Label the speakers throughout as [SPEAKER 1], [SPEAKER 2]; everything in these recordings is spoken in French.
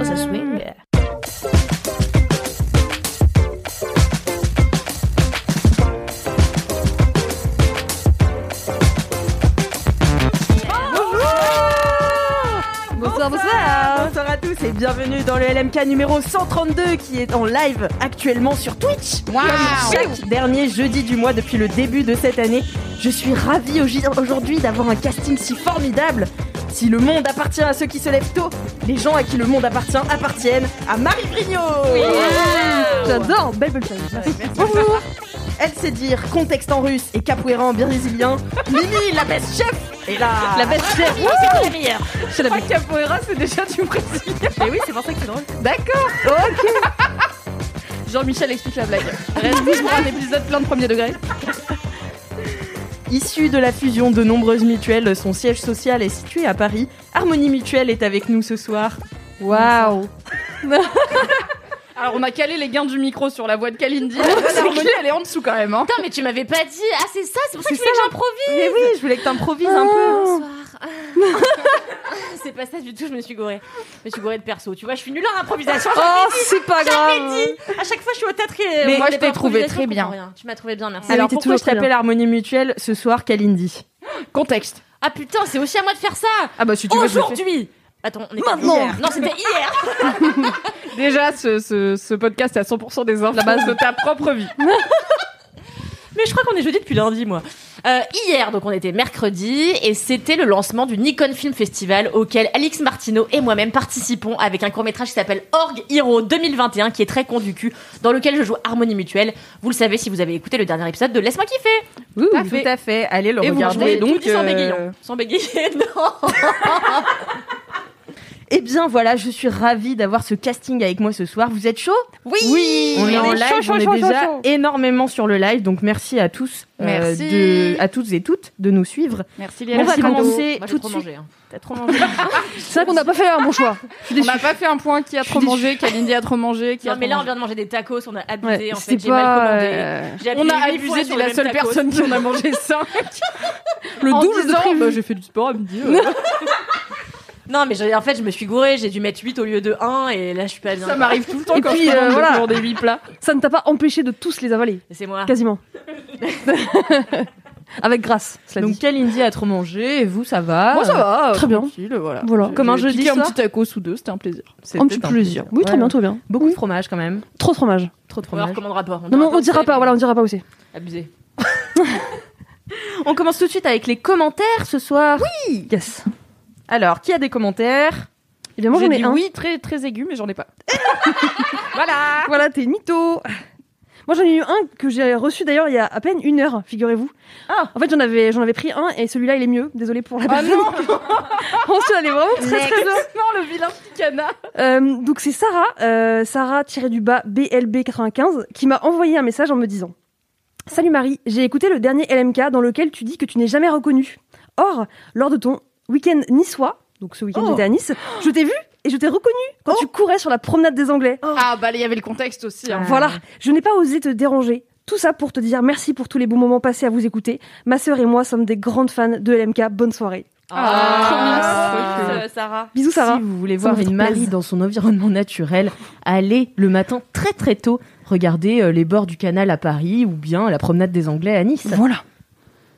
[SPEAKER 1] Oh, ça swing.
[SPEAKER 2] Bonsoir, bonsoir
[SPEAKER 3] Bonsoir à tous et bienvenue dans le LMK numéro 132 qui est en live actuellement sur Twitch. Comme Chaque dernier jeudi du mois depuis le début de cette année, je suis ravie au- aujourd'hui d'avoir un casting si formidable. Si le monde appartient à ceux qui se lèvent tôt, les gens à qui le monde appartient appartiennent à Marie Brignot.
[SPEAKER 2] J'adore, belle belle chose.
[SPEAKER 3] Bonjour Elle sait dire contexte en russe et capoeira en brésilien. Mimi, la best chef Et là
[SPEAKER 2] La best chef,
[SPEAKER 3] c'est la meilleure
[SPEAKER 2] c'est la meilleure.
[SPEAKER 3] Capoeira, c'est déjà du brésilien Mais oui, c'est pour ça que c'est drôle.
[SPEAKER 2] D'accord, ok. Jean-Michel explique la blague. Reste pour un épisode plein de premier degré.
[SPEAKER 3] Issue de la fusion de nombreuses mutuelles, son siège social est situé à Paris. Harmonie Mutuelle est avec nous ce soir.
[SPEAKER 2] Waouh. Alors on a calé les gains du micro sur la voix de Kalindi. La voix d'Harmonie, elle est en dessous quand même. Hein.
[SPEAKER 4] Putain, mais tu m'avais pas dit. Ah, c'est ça, c'est pour ça que
[SPEAKER 3] C'est
[SPEAKER 4] tu voulais
[SPEAKER 3] ça.
[SPEAKER 4] que j'improvise.
[SPEAKER 3] Mais oui, je voulais que t'improvises un peu.
[SPEAKER 4] Bonsoir. c'est pas ça du tout, je me suis gourée. Je me suis gourée de perso. Tu vois, je suis nulle en improvisation.
[SPEAKER 2] Oh, c'est pas grave.
[SPEAKER 4] J'avais dit. À chaque fois, je suis au théâtre et.
[SPEAKER 2] Mais
[SPEAKER 4] euh,
[SPEAKER 2] moi, je
[SPEAKER 4] les
[SPEAKER 2] t'ai
[SPEAKER 4] improvisations,
[SPEAKER 2] trouvé très
[SPEAKER 4] je comprends
[SPEAKER 2] bien.
[SPEAKER 4] rien. Tu m'as trouvé bien, merci.
[SPEAKER 3] Alors
[SPEAKER 2] t'es
[SPEAKER 3] pourquoi
[SPEAKER 2] toujours
[SPEAKER 3] je
[SPEAKER 2] très
[SPEAKER 3] t'appelle Harmonie Mutuelle ce soir, Kalindi
[SPEAKER 2] Contexte.
[SPEAKER 4] Ah putain, c'est aussi à moi de faire ça.
[SPEAKER 2] Ah bah si tu veux. je le fais.
[SPEAKER 4] Aujourd'hui. Attends, on est pas
[SPEAKER 3] Maintenant.
[SPEAKER 4] hier. Non, c'était hier.
[SPEAKER 5] Déjà, ce, ce, ce podcast est à 100% des infos de ta propre vie.
[SPEAKER 4] Mais je crois qu'on est jeudi depuis lundi, moi. Euh, hier, donc on était mercredi, et c'était le lancement du Nikon Film Festival auquel Alix Martineau et moi-même participons avec un court-métrage qui s'appelle Org Hero 2021, qui est très conducu, dans lequel je joue Harmonie Mutuelle. Vous le savez si vous avez écouté le dernier épisode de Laisse-moi kiffer
[SPEAKER 3] Tout à fait, allez le
[SPEAKER 5] Et vous
[SPEAKER 3] regarder.
[SPEAKER 5] jouez
[SPEAKER 4] Tout
[SPEAKER 5] donc,
[SPEAKER 4] dit sans
[SPEAKER 5] euh,
[SPEAKER 4] bégayant. Sans bégayer, non
[SPEAKER 3] Eh bien voilà, je suis ravie d'avoir ce casting avec moi ce soir. Vous êtes chaud
[SPEAKER 4] Oui,
[SPEAKER 3] On est en live, on est déjà énormément sur le live, donc merci à tous, euh,
[SPEAKER 2] Merci.
[SPEAKER 3] de- à toutes et toutes de nous suivre.
[SPEAKER 2] Merci
[SPEAKER 3] On va commencer
[SPEAKER 4] Moi, j'ai
[SPEAKER 3] tout de
[SPEAKER 4] trop
[SPEAKER 3] suite.
[SPEAKER 4] mangé, hein.
[SPEAKER 3] T'as trop mangé.
[SPEAKER 2] C'est vrai qu'on n'a pas fait un bon choix.
[SPEAKER 5] On n'a pas fait un point qui a trop mangé, Kalindi a trop mangé, qui a
[SPEAKER 4] Non, mais
[SPEAKER 5] trop
[SPEAKER 4] là, on
[SPEAKER 5] mangé.
[SPEAKER 4] vient de manger des tacos, on a abusé,
[SPEAKER 2] Ouais,
[SPEAKER 4] en fait,
[SPEAKER 2] c'était
[SPEAKER 4] j'ai mal
[SPEAKER 2] pas.
[SPEAKER 4] commandé.
[SPEAKER 2] euh,
[SPEAKER 4] J'ai
[SPEAKER 5] On a
[SPEAKER 4] appuyé mille fois
[SPEAKER 5] abusé,
[SPEAKER 4] sur
[SPEAKER 5] t'es
[SPEAKER 4] le
[SPEAKER 5] la
[SPEAKER 4] même
[SPEAKER 5] seule
[SPEAKER 4] taco.
[SPEAKER 5] personne qui en a mangé 5.
[SPEAKER 2] Le
[SPEAKER 5] en
[SPEAKER 2] double de
[SPEAKER 5] disant,
[SPEAKER 2] prévu.
[SPEAKER 5] bah, j'ai fait du sport à midi. euh,
[SPEAKER 4] Non, mais j'ai- en fait, je me suis gourée, j'ai dû mettre 8 au lieu de 1, et là, je suis pas bien.
[SPEAKER 5] ça m'arrive tout le temps
[SPEAKER 2] Et
[SPEAKER 5] quand
[SPEAKER 2] puis,
[SPEAKER 5] je
[SPEAKER 2] euh,
[SPEAKER 5] mange
[SPEAKER 2] voilà.
[SPEAKER 5] pour des huit plats.
[SPEAKER 2] Ça ne t'a pas empêché de tous les avaler,
[SPEAKER 4] C'est moi.
[SPEAKER 2] quasiment. Avec grâce, cela
[SPEAKER 3] Donc
[SPEAKER 2] dit.
[SPEAKER 3] Kalindi a trop mangé, et vous ça va
[SPEAKER 5] Moi, ça va. euh,
[SPEAKER 2] très bien.
[SPEAKER 5] tranquille, Voilà.
[SPEAKER 2] Voilà.
[SPEAKER 5] J'ai-
[SPEAKER 3] Comme un
[SPEAKER 5] j'ai
[SPEAKER 3] jeudi
[SPEAKER 5] piqué un
[SPEAKER 3] soir.
[SPEAKER 5] petit taco sous deux, c'était un plaisir.
[SPEAKER 3] C'était
[SPEAKER 2] Un petit
[SPEAKER 3] un
[SPEAKER 2] plaisir. Oui, très
[SPEAKER 3] Ouais,
[SPEAKER 2] bien,
[SPEAKER 3] ouais.
[SPEAKER 2] très bien.
[SPEAKER 3] Beaucoup de fromage quand même.
[SPEAKER 2] Trop de fromage.
[SPEAKER 3] Trop
[SPEAKER 4] On
[SPEAKER 3] de
[SPEAKER 4] ne
[SPEAKER 3] fromage.
[SPEAKER 4] recommandera pas.
[SPEAKER 2] Non, mais
[SPEAKER 4] dira
[SPEAKER 2] on dira pas, voilà, on dira pas aussi.
[SPEAKER 4] Abusé.
[SPEAKER 3] On commence tout de suite avec les commentaires ce soir. Oui Yes. Alors, qui a des commentaires
[SPEAKER 2] Eh bien, moi,
[SPEAKER 5] J'ai
[SPEAKER 2] j'en ai
[SPEAKER 5] dit
[SPEAKER 2] un.
[SPEAKER 5] oui, très, très aigu, mais j'en ai pas.
[SPEAKER 3] Voilà
[SPEAKER 2] Ah, Voilà, t'es mytho. Moi, j'en ai eu un que j'ai reçu d'ailleurs il y a à peine une heure, figurez-vous.
[SPEAKER 3] Ah.
[SPEAKER 2] En fait, j'en avais, j'en avais pris un et celui-là, il est mieux. Désolé pour la personne. Ensuite, elle est vraiment très très bien.
[SPEAKER 5] Non, le vilain petit canard.
[SPEAKER 2] Euh, donc c'est Sarah, euh, Sarah tirée du bas BLB95, qui m'a envoyé un message en me disant Salut Marie, j'ai écouté le dernier LMK dans lequel tu dis que tu n'es jamais reconnue. Or, lors de ton week-end niçois, donc ce week-end
[SPEAKER 3] Oh.
[SPEAKER 2] j'étais à Nice, je t'ai vu et je t'ai reconnue quand tu courais sur la promenade des Anglais.
[SPEAKER 5] Ah, bah, il y avait le contexte aussi. hein.
[SPEAKER 2] Voilà, je n'ai pas osé te déranger. Tout ça pour te dire merci pour tous les bons moments passés à vous écouter. Ma sœur et moi sommes des grandes fans de LMK. Bonne soirée.
[SPEAKER 5] Ah,
[SPEAKER 4] trop
[SPEAKER 5] trop
[SPEAKER 4] mignon, Sarah.
[SPEAKER 2] Bisous Sarah.
[SPEAKER 3] Si vous voulez
[SPEAKER 2] Ça
[SPEAKER 3] voir
[SPEAKER 2] me fait
[SPEAKER 3] une Marie
[SPEAKER 2] plaisir.
[SPEAKER 3] dans son environnement naturel, allez le matin très très tôt regarder euh, les bords du canal à Paris ou bien la promenade des Anglais à Nice.
[SPEAKER 2] Voilà.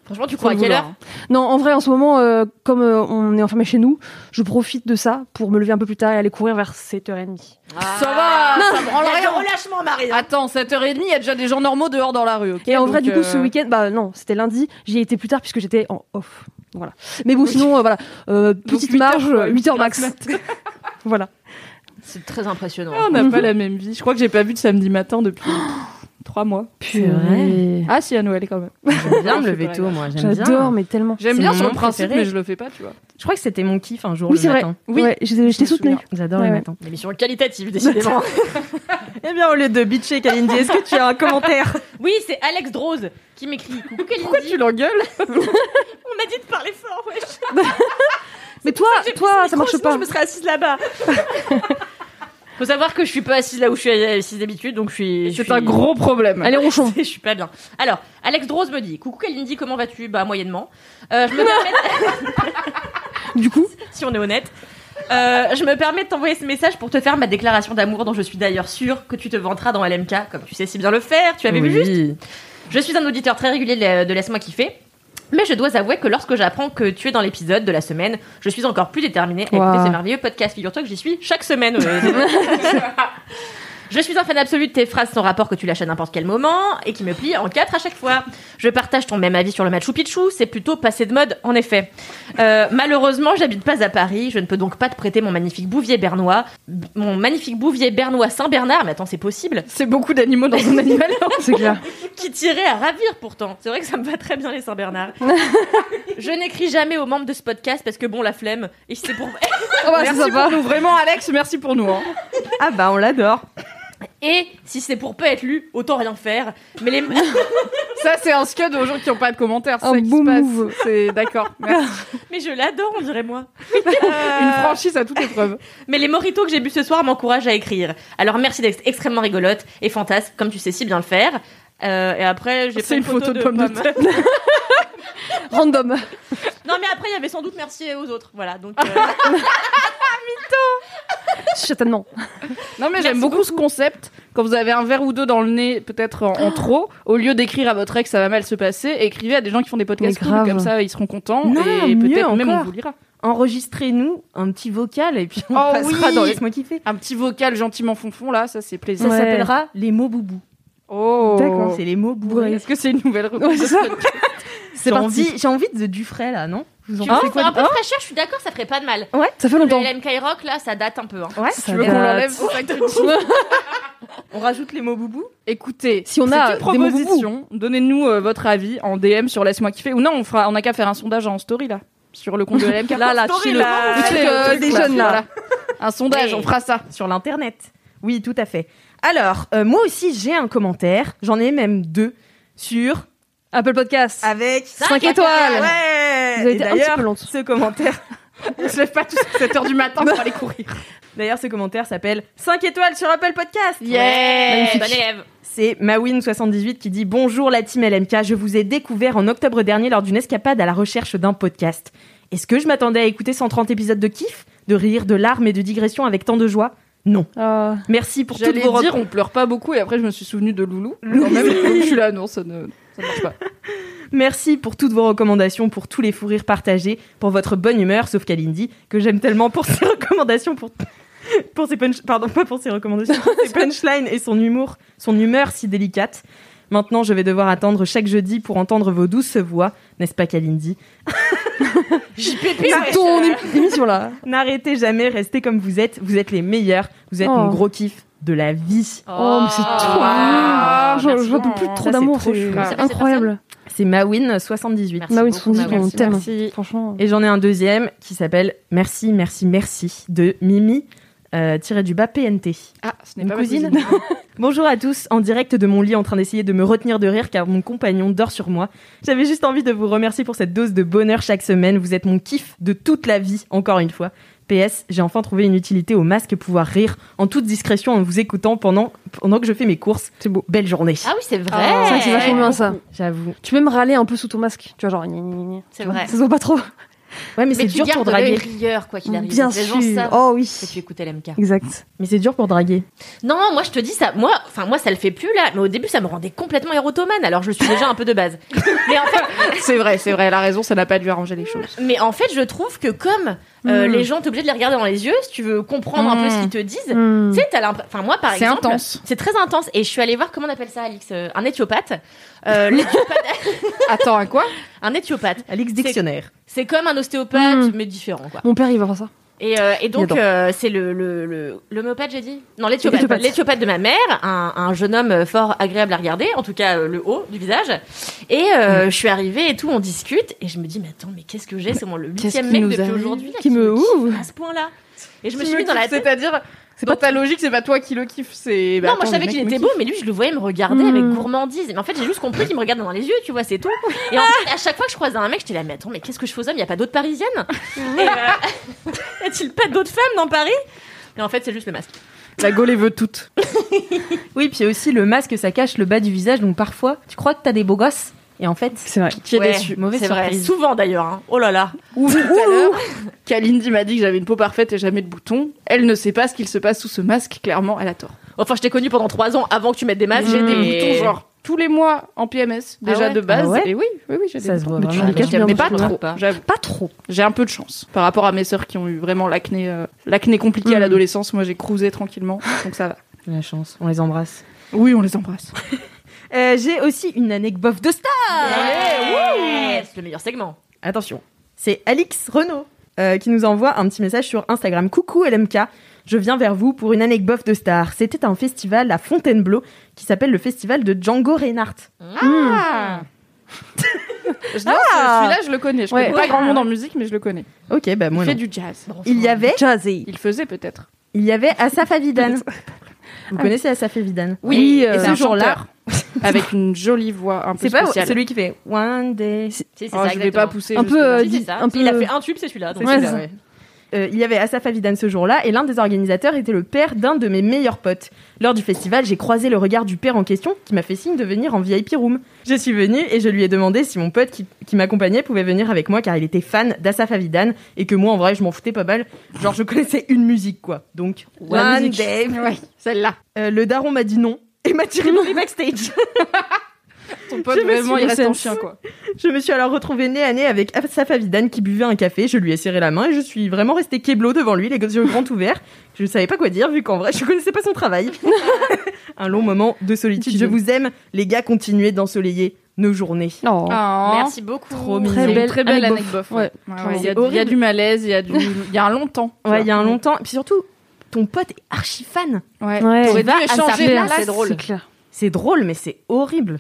[SPEAKER 4] Franchement, tu crois à quelle heure
[SPEAKER 2] Non, en vrai, en ce moment, euh, comme euh, on est enfermé chez nous, je profite de ça pour me lever un peu plus tard et aller courir vers 7h30.
[SPEAKER 5] Ça va, ça
[SPEAKER 4] Ah. Il
[SPEAKER 5] branle
[SPEAKER 4] y a du hein.
[SPEAKER 5] rien.
[SPEAKER 4] relâchement, Marie.
[SPEAKER 5] Attends, 7h30, il y a déjà des gens normaux dehors dans la rue. ok
[SPEAKER 2] Et en
[SPEAKER 5] Donc,
[SPEAKER 2] vrai, du coup,
[SPEAKER 5] euh,
[SPEAKER 2] ce week-end, bah non, c'était lundi, j'y ai été plus tard puisque j'étais en off. Voilà. Mais bon, sinon, euh, voilà, euh, petite
[SPEAKER 5] huit heures,
[SPEAKER 2] marge,
[SPEAKER 5] quoi,
[SPEAKER 2] 8h
[SPEAKER 5] huit
[SPEAKER 2] max.
[SPEAKER 5] heures
[SPEAKER 2] voilà.
[SPEAKER 4] C'est très impressionnant.
[SPEAKER 5] Ah, On n'a pas la même vie. Je crois que j'ai pas vu de samedi matin depuis trois mois.
[SPEAKER 3] Purée.
[SPEAKER 5] Ah si, à Noël quand même.
[SPEAKER 3] J'aime bien me lever tôt, moi. J'aime bien.
[SPEAKER 2] J'adore, mais tellement.
[SPEAKER 5] J'aime
[SPEAKER 3] C'est
[SPEAKER 5] bien
[SPEAKER 3] mon
[SPEAKER 5] sur le
[SPEAKER 3] moment
[SPEAKER 5] principe, mais
[SPEAKER 3] préféré.
[SPEAKER 5] je le fais pas, tu vois.
[SPEAKER 3] Je crois que c'était mon kiff un jour
[SPEAKER 2] Oui,
[SPEAKER 3] le
[SPEAKER 2] c'est vrai.
[SPEAKER 3] matin.
[SPEAKER 5] Oui.
[SPEAKER 2] Ouais, je
[SPEAKER 5] Je
[SPEAKER 2] je t'ai
[SPEAKER 5] me
[SPEAKER 2] soutenue.
[SPEAKER 5] souviens.
[SPEAKER 3] J'adore
[SPEAKER 2] Ouais,
[SPEAKER 3] les
[SPEAKER 2] ouais.
[SPEAKER 3] matins.
[SPEAKER 4] L'émission qualitative, décidément.
[SPEAKER 3] Eh bien, au lieu de bitcher Kalindi, est-ce que tu as un commentaire
[SPEAKER 4] oui, c'est Alex Drose qui m'écrit. Coucou, Kalindi.
[SPEAKER 5] Pourquoi tu l'engueules
[SPEAKER 4] On m'a dit de parler fort, wesh.
[SPEAKER 2] Mais toi, toi, ça marche pas.
[SPEAKER 4] Je me serais assise là-bas. Faut savoir que je suis pas assise là où je suis assise d'habitude, donc je suis. je
[SPEAKER 5] C'est
[SPEAKER 4] suis-
[SPEAKER 5] un gros problème.
[SPEAKER 2] Allez, ronchon.
[SPEAKER 4] Je suis pas bien. Alors, Alex Drose me dit Coucou Kalindi, comment vas-tu Bah, moyennement. Euh, je me permets.
[SPEAKER 2] du coup.
[SPEAKER 4] si on est honnête. Euh, je me permets de t'envoyer ce message pour te faire ma déclaration d'amour dont je suis d'ailleurs sûre que tu te vanteras dans LMK, comme tu sais si bien le faire, tu avais vu juste. Je suis un auditeur très régulier de de Laisse-moi kiffer, mais je dois avouer que lorsque j'apprends que tu es dans l'épisode de la semaine, je suis encore plus déterminée à
[SPEAKER 2] Waouh.
[SPEAKER 4] écouter ce merveilleux podcast. Figure-toi que j'y suis chaque semaine. euh, Je suis un fan absolu de tes phrases sans rapport que tu lâches à n'importe quel moment et qui me plie en quatre à chaque fois. Je partage ton même avis sur le Machu Picchu, c'est plutôt passé de mode en effet. Euh, malheureusement, j'habite pas à Paris, je ne peux donc pas te prêter mon magnifique bouvier bernois, b- mon magnifique bouvier bernois Saint-Bernard, mais attends, c'est possible,
[SPEAKER 5] C'est beaucoup d'animaux dans un animal.
[SPEAKER 2] C'est clair.
[SPEAKER 4] qui tirait à ravir pourtant. C'est vrai que ça me va très bien les Saint-Bernard. je n'écris jamais aux membres de ce podcast parce que bon, la flemme, et c'est pour...
[SPEAKER 5] merci pour nous, vraiment, Alex, merci pour nous. hein.
[SPEAKER 3] Ah bah on l'adore.
[SPEAKER 4] Et si c'est pour pas être lu, autant rien faire. Mais les...
[SPEAKER 5] Ça, c'est un scud aux gens qui n'ont pas de commentaires. c'est
[SPEAKER 2] Un
[SPEAKER 5] ça qui
[SPEAKER 2] beau
[SPEAKER 5] se passe.
[SPEAKER 2] move.
[SPEAKER 5] C'est d'accord. merci.
[SPEAKER 4] mais je l'adore, on dirait moi. Euh,
[SPEAKER 5] Une franchise à toute épreuve.
[SPEAKER 4] Mais les moritos que j'ai bu ce soir m'encouragent à écrire. Alors merci d'être extrêmement rigolote et fantasque, comme tu sais si bien le faire. Euh, et après, j'ai pris
[SPEAKER 5] C'est une photo de pomme de terre.
[SPEAKER 2] Random.
[SPEAKER 4] Non, mais après, il y avait sans doute merci aux autres. Voilà, donc. euh,
[SPEAKER 2] Certainement.
[SPEAKER 5] Non, mais j'aime beaucoup, ce concept. Quand vous avez un verre ou deux dans le nez, peut-être en, en
[SPEAKER 2] Ah.
[SPEAKER 5] trop, au lieu d'écrire à votre ex, ça va mal se passer, écrivez à des gens qui font des podcasts
[SPEAKER 2] Mais
[SPEAKER 5] cool,
[SPEAKER 2] grave.
[SPEAKER 5] comme ça, ils seront contents.
[SPEAKER 3] Non,
[SPEAKER 5] et
[SPEAKER 3] mieux
[SPEAKER 5] peut-être même on
[SPEAKER 3] encore.
[SPEAKER 5] vous lira.
[SPEAKER 3] Enregistrez-nous un petit vocal et puis on
[SPEAKER 5] Oh
[SPEAKER 3] passera
[SPEAKER 5] oui.
[SPEAKER 3] dans Laisse-moi kiffer.
[SPEAKER 5] Un petit vocal gentiment fonfon, là, ça c'est plaisir.
[SPEAKER 3] Ça
[SPEAKER 2] Ouais.
[SPEAKER 3] s'appellera les mots boubou.
[SPEAKER 5] Oh.
[SPEAKER 2] D'accord.
[SPEAKER 3] C'est les mots bourrés.
[SPEAKER 5] Est-ce que c'est une nouvelle rubrique
[SPEAKER 2] Ouais, c'est ça.
[SPEAKER 3] J'ai envie, j'ai envie de Dufray là, non Vous en
[SPEAKER 4] tu
[SPEAKER 3] pensez
[SPEAKER 5] Hein
[SPEAKER 4] vois,
[SPEAKER 3] quoi
[SPEAKER 4] un peu fraîcheur, je suis d'accord, ça ferait pas de mal.
[SPEAKER 2] Ça fait
[SPEAKER 4] Le
[SPEAKER 2] longtemps.
[SPEAKER 4] LMK Rock, là, ça date un peu. hein.
[SPEAKER 3] Ouais.
[SPEAKER 2] Ça
[SPEAKER 5] Tu veux qu'on
[SPEAKER 2] date.
[SPEAKER 5] l'enlève c'est ça que tu dis
[SPEAKER 3] On rajoute les mots boubou.
[SPEAKER 5] Écoutez,
[SPEAKER 2] Si on
[SPEAKER 5] c'est
[SPEAKER 2] a
[SPEAKER 5] une
[SPEAKER 2] des mots boubous.
[SPEAKER 5] proposition, donnez-nous euh, votre avis en DM sur Laisse-moi kiffer. Ou non, on fera, on a qu'à faire un sondage en story là, sur le compte de LMK.
[SPEAKER 3] Là, là,
[SPEAKER 5] Story,
[SPEAKER 3] chez le-
[SPEAKER 5] là,
[SPEAKER 3] chez
[SPEAKER 5] chez
[SPEAKER 3] le
[SPEAKER 5] le
[SPEAKER 3] truc,
[SPEAKER 5] des
[SPEAKER 3] là.
[SPEAKER 5] jeunes là. Un sondage,
[SPEAKER 4] Mais-
[SPEAKER 5] on fera ça.
[SPEAKER 3] sur l'internet. Oui, tout à fait. Alors, euh, moi aussi, j'ai un commentaire. J'en ai même deux sur
[SPEAKER 2] Apple
[SPEAKER 5] Ah,
[SPEAKER 2] Podcast.
[SPEAKER 3] avec
[SPEAKER 4] Cinq
[SPEAKER 2] 5 étoiles.
[SPEAKER 3] Ouais.
[SPEAKER 2] Vous avez
[SPEAKER 3] Et
[SPEAKER 2] été un petit
[SPEAKER 3] d'ailleurs,
[SPEAKER 2] peu lente.
[SPEAKER 3] ce commentaire,
[SPEAKER 5] On se lève pas tous à 7h du matin pour aller courir.
[SPEAKER 3] d'ailleurs, ce commentaire s'appelle 5 étoiles sur Apple Podcast.
[SPEAKER 4] Yeah! Bon élève!
[SPEAKER 3] C'est Mawin78 qui dit Bonjour la team LMK, je vous ai découvert en octobre dernier lors d'une escapade à la recherche d'un podcast. Est-ce que je m'attendais à écouter 130 épisodes de kiff, de rire, de larmes et de digressions avec tant de joie Non.
[SPEAKER 2] Ah.
[SPEAKER 3] Merci pour toutes
[SPEAKER 5] J'allais
[SPEAKER 3] vos
[SPEAKER 5] dire,
[SPEAKER 3] rep-
[SPEAKER 5] on pleure pas beaucoup et après je me suis souvenu de Loulou. Quand même, je suis là, non, ça ne ça ne marche pas.
[SPEAKER 3] Merci pour toutes vos recommandations, pour tous les fous rires partagés, pour votre bonne humeur, sauf Kalindi, que j'aime tellement pour ses recommandations, pour, pour ses punch- pardon, pas pour ses recommandations, pour ses punchlines et son humour, son humeur si délicate. Maintenant, je vais devoir attendre chaque jeudi pour entendre vos douces voix, n'est-ce pas Kalindi
[SPEAKER 2] C'est ton é- émission là.
[SPEAKER 3] N'arrêtez jamais, restez comme vous êtes. Vous êtes les meilleurs. Vous êtes
[SPEAKER 2] Oh.
[SPEAKER 3] mon gros kiff de la vie.
[SPEAKER 2] Oh, mais c'est trop
[SPEAKER 5] Ah,
[SPEAKER 2] mignon. Je-
[SPEAKER 4] merci.
[SPEAKER 2] Je peux plus
[SPEAKER 3] Ça,
[SPEAKER 2] trop
[SPEAKER 3] c'est
[SPEAKER 2] d'amour.
[SPEAKER 3] trop
[SPEAKER 2] C'est
[SPEAKER 3] chouette.
[SPEAKER 2] c'est incroyable.
[SPEAKER 3] C'est Mawin78.
[SPEAKER 4] Merci
[SPEAKER 2] Mawin
[SPEAKER 4] beaucoup,
[SPEAKER 2] Sondi,
[SPEAKER 4] Mawin.
[SPEAKER 2] on t'aime.
[SPEAKER 5] Merci.
[SPEAKER 2] Franchement.
[SPEAKER 3] Et j'en ai un deuxième qui s'appelle Merci, merci, merci de Mimi. euh, tiré du bas PNT.
[SPEAKER 5] Ah, ce n'est
[SPEAKER 3] Une
[SPEAKER 5] pas
[SPEAKER 3] cousine.
[SPEAKER 5] ma cousine.
[SPEAKER 3] Bonjour à tous, en direct de mon lit en train d'essayer de me retenir de rire car mon compagnon dort sur moi. J'avais juste envie de vous remercier pour cette dose de bonheur chaque semaine. Vous êtes mon kiff de toute la vie, encore une fois. PS, j'ai enfin trouvé une utilité au masque, pouvoir rire en toute discrétion en vous écoutant pendant, pendant que je fais mes courses. C'est beau. Belle journée.
[SPEAKER 4] Ah oui, c'est vrai!
[SPEAKER 5] Ah,
[SPEAKER 2] C'est vrai que c'est vachement bien ça.
[SPEAKER 3] J'avoue.
[SPEAKER 2] Tu peux même râler un peu sous ton masque. Tu vois, genre. gna, gna, gna, gna.
[SPEAKER 4] C'est vrai.
[SPEAKER 2] Ça se voit pas trop.
[SPEAKER 3] Ouais, mais c'est
[SPEAKER 4] Mais tu
[SPEAKER 3] dur pour
[SPEAKER 4] gardes l'œil
[SPEAKER 3] draguer.
[SPEAKER 4] rieur, quoi qu'il arrive.
[SPEAKER 2] Mm, Bien
[SPEAKER 4] Les gens
[SPEAKER 2] sûr.
[SPEAKER 4] savent
[SPEAKER 2] Oh oui.
[SPEAKER 4] que tu écoutes LMK.
[SPEAKER 2] Exact.
[SPEAKER 3] Mais c'est dur pour draguer.
[SPEAKER 4] Non, non, moi je te dis ça, moi, enfin moi ça le fait plus là, mais au début ça me rendait complètement érotomane, alors je le suis déjà un peu de base. Mais en fait,
[SPEAKER 5] C'est vrai, c'est vrai, elle a raison, ça n'a pas dû arranger les choses.
[SPEAKER 4] mais en fait je trouve que comme euh,
[SPEAKER 5] Hmm.
[SPEAKER 2] Hmm.
[SPEAKER 4] les gens t'obligent de les regarder dans les yeux, si tu veux comprendre un peu ce qu'ils te disent,
[SPEAKER 2] Hmm.
[SPEAKER 4] tu sais, t'as l'impression, enfin moi par
[SPEAKER 5] Hmm. C'est
[SPEAKER 4] exemple,
[SPEAKER 5] intense.
[SPEAKER 4] c'est très intense, et je suis allée voir comment on appelle ça, Alix, euh, un éthiopathe, Euh, l'éthiopathe-
[SPEAKER 5] Attends, un quoi
[SPEAKER 4] un éthiopathe,
[SPEAKER 3] Alix Dictionnaire.
[SPEAKER 4] c'est comme un ostéopathe
[SPEAKER 5] Hmm.
[SPEAKER 2] Mm.
[SPEAKER 4] mais différent quoi.
[SPEAKER 2] Mon père, il va voir ça.
[SPEAKER 4] Et, euh, et donc,
[SPEAKER 2] Il
[SPEAKER 4] euh, c'est le, le, le, l'homéopathe, j'ai dit Non, l'éthiopathe.
[SPEAKER 2] L'éthiopathe.
[SPEAKER 4] L'éthiopathe de ma mère, un, un jeune homme fort agréable à regarder, en tout cas euh, le haut du visage. Et
[SPEAKER 5] Hmm.
[SPEAKER 4] euh, je suis arrivée et tout, on discute, et je me dis Mais attends, mais qu'est-ce que j'ai C'est moi le
[SPEAKER 5] qu'est-ce
[SPEAKER 4] huitième
[SPEAKER 5] qui
[SPEAKER 4] mec
[SPEAKER 5] nous
[SPEAKER 4] depuis
[SPEAKER 5] arrive
[SPEAKER 4] aujourd'hui là,
[SPEAKER 2] Qui me
[SPEAKER 4] kiffe
[SPEAKER 2] ouvre.
[SPEAKER 4] à ce point-là. Et je me
[SPEAKER 5] Qui
[SPEAKER 4] suis mis dans la
[SPEAKER 5] kiffe,
[SPEAKER 4] tête.
[SPEAKER 5] C'est-à-dire, c'est pas ta logique, c'est pas toi qui le kiffe, c'est. bah,
[SPEAKER 4] non, moi
[SPEAKER 5] attends,
[SPEAKER 4] je
[SPEAKER 5] le
[SPEAKER 4] savais
[SPEAKER 5] mec
[SPEAKER 4] qu'il
[SPEAKER 5] me
[SPEAKER 4] était
[SPEAKER 5] kiffe.
[SPEAKER 4] beau, mais lui je le Hmm. voyais me regarder
[SPEAKER 2] Mm.
[SPEAKER 4] avec gourmandise. Mais en fait, j'ai juste compris qu'il me regardait dans les yeux, tu vois, c'est tout. Et en fait, à chaque fois que je croisais un mec, j'étais là, mais attends, mais qu'est-ce que je fais aux hommes Il n'y a pas d'autres parisiennes Et, euh, Y a-t-il pas d'autres femmes dans Paris Mais en fait, c'est juste le masque.
[SPEAKER 5] La Gaule les veut toutes.
[SPEAKER 3] Oui, puis aussi le masque, ça cache le bas du visage, donc parfois, tu crois que t'as des beaux gosses,
[SPEAKER 4] Et en fait,
[SPEAKER 2] C'est vrai.
[SPEAKER 5] Qui est
[SPEAKER 4] ouais,
[SPEAKER 5] déçu.
[SPEAKER 4] c'est vrai. Souvent d'ailleurs. hein. Oh là là.
[SPEAKER 5] Ou tout à l'heure, Kalindi m'a dit que j'avais une peau parfaite et jamais de boutons. Elle ne sait pas ce qu'il se passe sous ce masque, clairement, elle a tort.
[SPEAKER 4] Enfin, je t'ai connu pendant trois ans avant que tu mettes des masques.
[SPEAKER 5] Ah, J'ai des
[SPEAKER 4] Hmm. et-
[SPEAKER 5] boutons, genre, tous les mois en PMS, déjà
[SPEAKER 4] ouais
[SPEAKER 5] de base.
[SPEAKER 2] Ah ouais
[SPEAKER 5] et oui, oui, oui, j'ai des
[SPEAKER 6] Ça se voit
[SPEAKER 5] boutons.
[SPEAKER 2] Mais tu
[SPEAKER 6] vraiment.
[SPEAKER 2] les caches bien,
[SPEAKER 5] Mais
[SPEAKER 2] moi,
[SPEAKER 5] pas
[SPEAKER 2] je le
[SPEAKER 5] trop,
[SPEAKER 4] pas.
[SPEAKER 5] j'avoue.
[SPEAKER 2] Pas trop.
[SPEAKER 5] J'ai un peu de chance par rapport à mes sœurs qui ont eu vraiment l'acné, euh, l'acné compliqué à
[SPEAKER 2] Mhm.
[SPEAKER 5] l'adolescence. Moi, j'ai cruisé tranquillement, donc ça va.
[SPEAKER 6] La chance, on les embrasse.
[SPEAKER 5] Oui, on les embrasse.
[SPEAKER 3] Euh, J'ai aussi une anecdote de star.
[SPEAKER 4] Ah. Yes, le meilleur segment.
[SPEAKER 6] Attention.
[SPEAKER 3] C'est Alix Renault euh, qui nous envoie un petit message sur Instagram. Coucou LMK, je viens vers vous pour une anecdote bof de star. C'était un festival à Fontainebleau qui s'appelle le festival de Django Reinhardt.
[SPEAKER 5] Ah Je dis, ah Celui-là, je le connais. Je
[SPEAKER 2] Ouais.
[SPEAKER 5] connais pas
[SPEAKER 4] Ouais.
[SPEAKER 5] grand monde en musique, mais je le connais.
[SPEAKER 3] Ok, bah
[SPEAKER 5] Il
[SPEAKER 3] moi
[SPEAKER 5] fait
[SPEAKER 3] non.
[SPEAKER 5] du hein. jazz.
[SPEAKER 3] Il y avait,
[SPEAKER 2] Eh. Jazzy.
[SPEAKER 5] Il faisait peut-être.
[SPEAKER 3] il y avait Asaf Avidan. Vous connaissez Asaf Avidan
[SPEAKER 5] Oui,
[SPEAKER 3] et
[SPEAKER 5] euh,
[SPEAKER 3] ce
[SPEAKER 5] un
[SPEAKER 3] jour-là-
[SPEAKER 5] chanteur avec une jolie voix un peu
[SPEAKER 3] C'est pas
[SPEAKER 5] spéciale.
[SPEAKER 3] celui qui fait One Day.
[SPEAKER 4] Si, c'est
[SPEAKER 5] Oh,
[SPEAKER 4] ça,
[SPEAKER 5] je vais pas
[SPEAKER 4] exactement.
[SPEAKER 5] pousser.
[SPEAKER 2] Un peu,
[SPEAKER 5] jusque-là.
[SPEAKER 2] euh,
[SPEAKER 4] Si, c'est ça.
[SPEAKER 2] un peu-
[SPEAKER 4] Il a fait un tube, c'est celui-là. donc
[SPEAKER 2] Ouais,
[SPEAKER 4] c'est
[SPEAKER 2] c'est-
[SPEAKER 4] ça.
[SPEAKER 3] Euh, il y avait Asaf Avidan ce jour-là et l'un des organisateurs était le père d'un de mes meilleurs potes. Lors du festival, j'ai croisé le regard du père en question qui m'a fait signe de venir en VIP room. Je suis venue et je lui ai demandé si mon pote qui, qui m'accompagnait pouvait venir avec moi car il était fan d'Asaf Avidan et que moi en vrai je m'en foutais pas mal. Genre je connaissais une musique quoi. Donc
[SPEAKER 5] La
[SPEAKER 3] One
[SPEAKER 5] musique.
[SPEAKER 3] Day.
[SPEAKER 5] Ouais, celle-là.
[SPEAKER 3] Euh, le daron m'a dit non et m'a tiré dans les backstage.
[SPEAKER 5] Ton pote,
[SPEAKER 3] Je me suis
[SPEAKER 5] vraiment, il reste en
[SPEAKER 3] innocente.
[SPEAKER 5] chien, quoi.
[SPEAKER 3] Je me suis alors retrouvée nez à nez avec Asaf Avidan qui buvait un café. Je lui ai serré la main et je suis vraiment restée keblo devant lui, les yeux grands ouverts. Je ne savais pas quoi dire vu qu'en vrai, je connaissais pas son travail. un long moment de solitude. Je vous aime, les gars, continuez d'ensoleiller nos journées.
[SPEAKER 2] Non.
[SPEAKER 5] Ah, Oh.
[SPEAKER 4] Merci beaucoup.
[SPEAKER 3] Trop
[SPEAKER 4] C'est
[SPEAKER 3] mignon.
[SPEAKER 5] Très belle, très belle
[SPEAKER 2] anecdote.
[SPEAKER 5] anecdote.
[SPEAKER 2] Ouais.
[SPEAKER 5] Il y a
[SPEAKER 3] C'est
[SPEAKER 5] du- il y, a
[SPEAKER 3] horrible.
[SPEAKER 5] du malaise, il y a du, il y a un longtemps.
[SPEAKER 3] Ouais, il y a un longtemps. Et puis surtout, ton pote est archi fan.
[SPEAKER 5] Ouais.
[SPEAKER 2] Ouais.
[SPEAKER 5] T'aurais
[SPEAKER 2] Il
[SPEAKER 5] dû
[SPEAKER 4] va à sa
[SPEAKER 5] échanger
[SPEAKER 4] place,
[SPEAKER 5] là,
[SPEAKER 4] c'est drôle.
[SPEAKER 2] C'est clair.
[SPEAKER 3] C'est drôle, mais c'est horrible.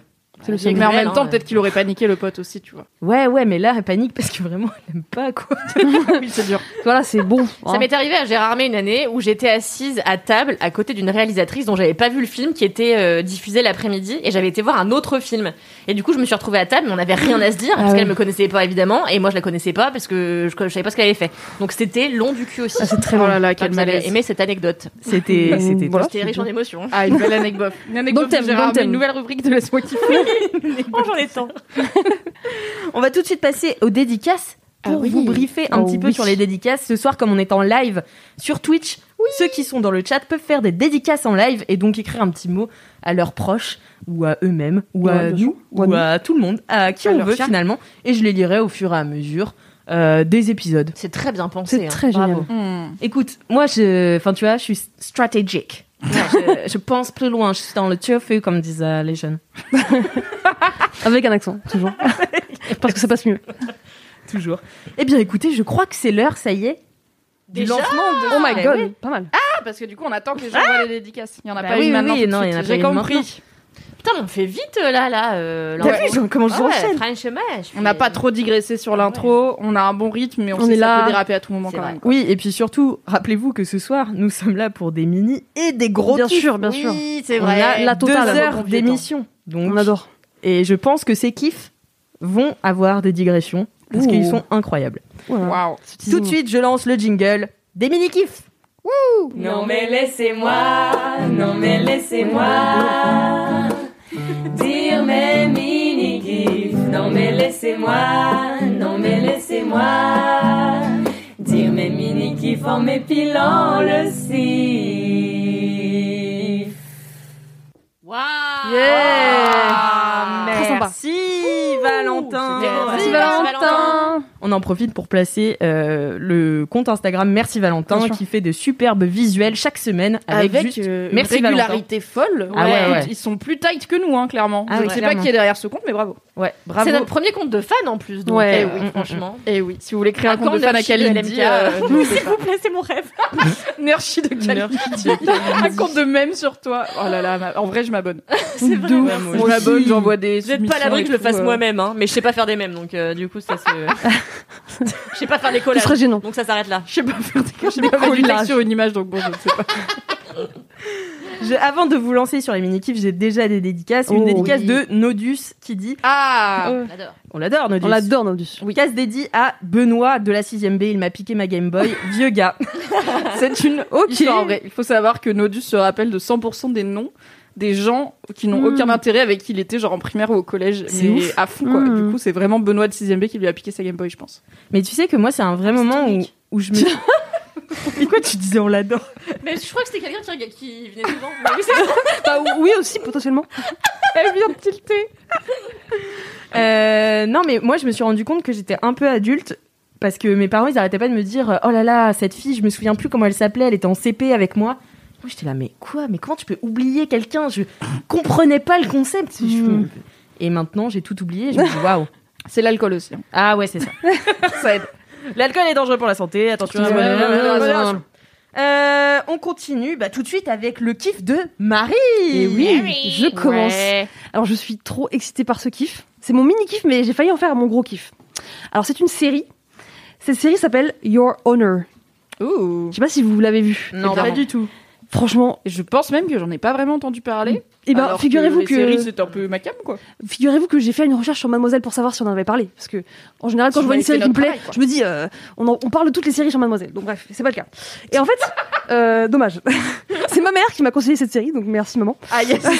[SPEAKER 4] le seul
[SPEAKER 5] Mais en
[SPEAKER 4] réel,
[SPEAKER 5] même temps,
[SPEAKER 4] hein.
[SPEAKER 5] peut-être qu'il aurait paniqué le pote aussi, tu vois.
[SPEAKER 3] Ouais, ouais, mais là, elle panique parce que vraiment, elle aime pas quoi.
[SPEAKER 5] Oui, c'est dur.
[SPEAKER 2] Voilà, c'est bon. hein.
[SPEAKER 4] Ça m'est arrivé à Gérardmer une année où j'étais assise à table à côté d'une réalisatrice dont j'avais pas vu le film qui était euh, diffusé l'après-midi et j'avais été voir un autre film. Et du coup, je me suis retrouvée à table, mais on n'avait rien à se dire parce
[SPEAKER 2] Ah
[SPEAKER 4] qu'elle
[SPEAKER 2] ouais.
[SPEAKER 4] me connaissait pas évidemment et moi je la connaissais pas parce que je, je savais pas ce qu'elle avait fait. Donc c'était long du cul aussi.
[SPEAKER 2] Ah, c'est très
[SPEAKER 5] Oh
[SPEAKER 2] bon.
[SPEAKER 5] là là, quel
[SPEAKER 4] J'espère que vous avez
[SPEAKER 5] malaise.
[SPEAKER 4] aimé cette anecdote.
[SPEAKER 3] Ah, C'était, c'était.
[SPEAKER 2] Voilà.
[SPEAKER 4] C'était riche en émotions.
[SPEAKER 5] Ah, une belle anecdote. Une anecdote
[SPEAKER 2] Bon thème,
[SPEAKER 5] de Gérard,
[SPEAKER 2] bon
[SPEAKER 5] mais
[SPEAKER 2] thème.
[SPEAKER 5] une nouvelle rubrique de Laisse-moi kiffer.
[SPEAKER 4] Oh, j'en ai tant.
[SPEAKER 3] On va tout de suite passer aux dédicaces pour
[SPEAKER 2] Ah oui.
[SPEAKER 3] vous briefer un
[SPEAKER 2] Oh
[SPEAKER 3] petit peu
[SPEAKER 2] oui.
[SPEAKER 3] sur les dédicaces. Ce soir, comme on est en live sur Twitch, ceux qui sont dans le chat peuvent faire des dédicaces en live et donc écrire un petit mot à leurs proches ou à eux-mêmes ou à
[SPEAKER 2] Ouais, bien
[SPEAKER 3] nous
[SPEAKER 2] sûr.
[SPEAKER 3] ou
[SPEAKER 2] Ou à nous.
[SPEAKER 3] à tout le monde, à qui
[SPEAKER 5] À
[SPEAKER 3] on
[SPEAKER 5] leur
[SPEAKER 3] veut
[SPEAKER 5] chat.
[SPEAKER 3] finalement. Et je les lirai au fur et à mesure euh, des épisodes.
[SPEAKER 4] C'est très bien pensé.
[SPEAKER 2] C'est
[SPEAKER 4] hein.
[SPEAKER 2] très génial.
[SPEAKER 4] Bravo.
[SPEAKER 5] Hmm.
[SPEAKER 3] Écoute, moi, je, enfin, tu vois, je suis stratégique. je, je pense plus loin, je suis dans le turfu, comme disent euh, les jeunes.
[SPEAKER 2] Avec un accent, toujours. Parce que ça passe mieux.
[SPEAKER 3] Toujours. Eh bien, écoutez, je crois que c'est l'heure, ça y est, du
[SPEAKER 4] Déjà
[SPEAKER 3] lancement de...
[SPEAKER 2] Oh my
[SPEAKER 3] Ouais,
[SPEAKER 2] god,
[SPEAKER 3] ouais.
[SPEAKER 2] pas mal.
[SPEAKER 5] Ah, parce que du coup, on attend que les gens voient les dédicaces. Il y en a
[SPEAKER 3] Bah
[SPEAKER 5] pas
[SPEAKER 3] oui,
[SPEAKER 5] une
[SPEAKER 3] oui,
[SPEAKER 5] maintenant.
[SPEAKER 3] oui,
[SPEAKER 5] tout de
[SPEAKER 3] non,
[SPEAKER 5] suite.
[SPEAKER 3] il y en a pas
[SPEAKER 5] J'ai
[SPEAKER 3] une
[SPEAKER 5] compris.
[SPEAKER 4] Putain, mais on fait vite euh, là, là. Euh,
[SPEAKER 3] T'as
[SPEAKER 4] l'envie.
[SPEAKER 3] vu genre, comment je
[SPEAKER 4] Ah ouais,
[SPEAKER 3] enchaîne
[SPEAKER 4] French Mash,
[SPEAKER 5] On n'a
[SPEAKER 4] puis-
[SPEAKER 5] pas trop digressé sur l'intro. On a un bon rythme, mais on,
[SPEAKER 2] On
[SPEAKER 5] sait
[SPEAKER 2] est
[SPEAKER 5] que ça
[SPEAKER 2] là.
[SPEAKER 5] peut déraper à tout moment
[SPEAKER 4] C'est
[SPEAKER 5] quand
[SPEAKER 4] vrai.
[SPEAKER 5] même. quoi.
[SPEAKER 3] Oui, et puis surtout, rappelez-vous que ce soir, nous sommes là pour des mini et des gros
[SPEAKER 2] Bien
[SPEAKER 3] kiffs.
[SPEAKER 2] sûr, bien sûr.
[SPEAKER 4] Oui, c'est
[SPEAKER 2] On
[SPEAKER 4] vrai.
[SPEAKER 2] a la
[SPEAKER 3] Deux
[SPEAKER 2] totale.
[SPEAKER 3] heures d'émission. Donc,
[SPEAKER 2] On adore.
[SPEAKER 3] Et je pense que ces kiffs vont avoir des digressions parce
[SPEAKER 2] Ouh.
[SPEAKER 3] qu'ils sont incroyables.
[SPEAKER 5] Waouh.
[SPEAKER 3] Tout de suite, je lance le jingle des mini kiffs.
[SPEAKER 4] euh,
[SPEAKER 3] Non mais laissez-moi, non mais laissez-moi dire mes mini kiffs. Non mais laissez-moi, non mais laissez-moi dire mes mini kiffs en m'épilant le si.
[SPEAKER 4] Waouh.
[SPEAKER 3] Ah,
[SPEAKER 2] Yeah.
[SPEAKER 4] Waouh.
[SPEAKER 2] Très sympa.
[SPEAKER 3] Merci Valentin.
[SPEAKER 4] c'était bon.
[SPEAKER 2] Merci
[SPEAKER 4] Merci, Valentin.
[SPEAKER 2] Valentin.
[SPEAKER 3] On en profite pour placer euh, le compte Instagram Merci Valentin
[SPEAKER 2] Bien sûr.
[SPEAKER 3] qui fait de superbes visuels chaque semaine avec,
[SPEAKER 5] Avec,
[SPEAKER 3] juste
[SPEAKER 5] euh, une
[SPEAKER 3] Merci,
[SPEAKER 5] régularité folle.
[SPEAKER 3] Ah ouais, ouais.
[SPEAKER 5] Ils sont plus tight que nous, hein, clairement.
[SPEAKER 3] Ah
[SPEAKER 5] Je
[SPEAKER 3] oui,
[SPEAKER 5] ne sais pas
[SPEAKER 3] clairement.
[SPEAKER 5] qui est derrière ce compte, mais bravo.
[SPEAKER 2] euh,
[SPEAKER 3] ouais bravo.
[SPEAKER 4] C'est notre premier compte de fan en plus. Donc,
[SPEAKER 2] Ouais.
[SPEAKER 4] eh oui,
[SPEAKER 3] Mm, mm,
[SPEAKER 4] franchement.
[SPEAKER 5] Et oui, si vous voulez créer un,
[SPEAKER 4] Un
[SPEAKER 5] compte de
[SPEAKER 4] compte
[SPEAKER 5] fan à
[SPEAKER 4] d'archi de
[SPEAKER 5] Kalindi,
[SPEAKER 4] LMK,
[SPEAKER 5] euh,
[SPEAKER 4] euh,
[SPEAKER 5] n'hésitez pas.
[SPEAKER 4] plaît, c'est mon rêve.
[SPEAKER 5] Une archi de Kalindi. un compte de même sur toi. Oh là là, ma- en vrai, je m'abonne.
[SPEAKER 4] C'est vrai.
[SPEAKER 5] Ouf.
[SPEAKER 4] merci.
[SPEAKER 5] je m'abonne, j'envoie des.
[SPEAKER 4] Vous êtes pas à l'abri que je le fasse
[SPEAKER 5] moi-même.
[SPEAKER 4] moi-même, hein, mais je sais pas faire des mèmes, donc euh, du coup, ça se. je sais pas faire des
[SPEAKER 2] Ce
[SPEAKER 4] collages.
[SPEAKER 2] serait gênant.
[SPEAKER 4] Donc ça s'arrête là.
[SPEAKER 5] Je sais pas faire des J'ai pas fait du texte sur une image, donc bon, je ne sais pas.
[SPEAKER 3] Je- avant de vous lancer sur les mini kiffs, j'ai déjà des dédicaces. Une
[SPEAKER 2] Oh,
[SPEAKER 3] dédicace
[SPEAKER 4] oui.
[SPEAKER 3] de Nodus qui dit
[SPEAKER 5] Ah
[SPEAKER 2] Ouais.
[SPEAKER 4] J'adore.
[SPEAKER 3] On l'adore Nodus.
[SPEAKER 2] On l'adore, Nodus.
[SPEAKER 3] Dédicace dédiée à Benoît de la 6ème B, il m'a piqué ma Game Boy, vieux gars.
[SPEAKER 5] C'est une
[SPEAKER 3] Ok.
[SPEAKER 5] histoire vraie. Il faut savoir que Nodus se rappelle de 100% des noms des gens qui n'ont
[SPEAKER 2] Mm.
[SPEAKER 5] aucun intérêt avec qui il était, genre en primaire ou au collège,
[SPEAKER 2] C'est
[SPEAKER 5] mais à fond quoi.
[SPEAKER 2] Mm.
[SPEAKER 5] Du coup, c'est vraiment Benoît de 6ème B qui lui a piqué sa Game Boy, je pense.
[SPEAKER 3] Mais tu sais que moi, c'est un vrai moment où, où je me.
[SPEAKER 7] Pourquoi tu disais on l'adore
[SPEAKER 4] Mais je crois que c'était quelqu'un qui, qui venait devant.
[SPEAKER 2] Bah, oui aussi potentiellement.
[SPEAKER 5] Elle vient de tilter.
[SPEAKER 3] Euh, non, mais moi, je me suis rendu compte que j'étais un peu adulte parce que mes parents, ils arrêtaient pas de me dire Oh là là, cette fille, je me souviens plus comment elle s'appelait, elle était en CP avec moi. Moi, j'étais là, mais quoi Mais comment tu peux oublier quelqu'un Je comprenais pas le concept. Je-
[SPEAKER 5] Hmm.
[SPEAKER 2] Mm.
[SPEAKER 3] Et maintenant, j'ai tout oublié. et Je me dis Waouh
[SPEAKER 5] C'est l'alcool aussi. hein.
[SPEAKER 3] Ah ouais, c'est ça. Ça aide. L'alcool est dangereux pour la santé. Attention.
[SPEAKER 5] Ouais, ouais, ouais, ouais, ouais.
[SPEAKER 3] Euh, on continue bah, tout de suite avec le kiff de Marie.
[SPEAKER 5] Eh
[SPEAKER 2] Et oui, je commence.
[SPEAKER 4] Ah Ouais.
[SPEAKER 2] Alors je suis trop excitée par ce kiff. C'est mon mini kiff, mais j'ai failli en faire mon gros kiff. Alors c'est une série. Cette série s'appelle Your Honor.
[SPEAKER 5] Ouh.
[SPEAKER 2] Je sais pas si vous l'avez vue.
[SPEAKER 5] Eh
[SPEAKER 4] Non,
[SPEAKER 5] ben,
[SPEAKER 4] pas du
[SPEAKER 3] tout.
[SPEAKER 2] Franchement,
[SPEAKER 5] Et je pense même que j'en ai pas vraiment entendu parler.
[SPEAKER 2] eh ben
[SPEAKER 5] alors
[SPEAKER 2] figurez-vous
[SPEAKER 5] les
[SPEAKER 2] que,
[SPEAKER 5] séries, c'est un peu macam quoi.
[SPEAKER 2] figurez-vous que j'ai fait une recherche sur Mademoiselle pour savoir si on en avait parlé, parce que en général quand
[SPEAKER 5] Si
[SPEAKER 2] je vois
[SPEAKER 5] vous
[SPEAKER 2] une
[SPEAKER 5] avez
[SPEAKER 2] série
[SPEAKER 5] fait
[SPEAKER 2] qui me
[SPEAKER 5] notre
[SPEAKER 2] plaît,
[SPEAKER 5] travail, quoi.
[SPEAKER 2] je me dis euh, on, en- on parle de toutes les séries sur Mademoiselle. Donc bref, c'est pas le cas. Et en fait, euh, dommage. c'est ma mère qui m'a conseillé cette série, donc merci maman.
[SPEAKER 4] Ah yes. La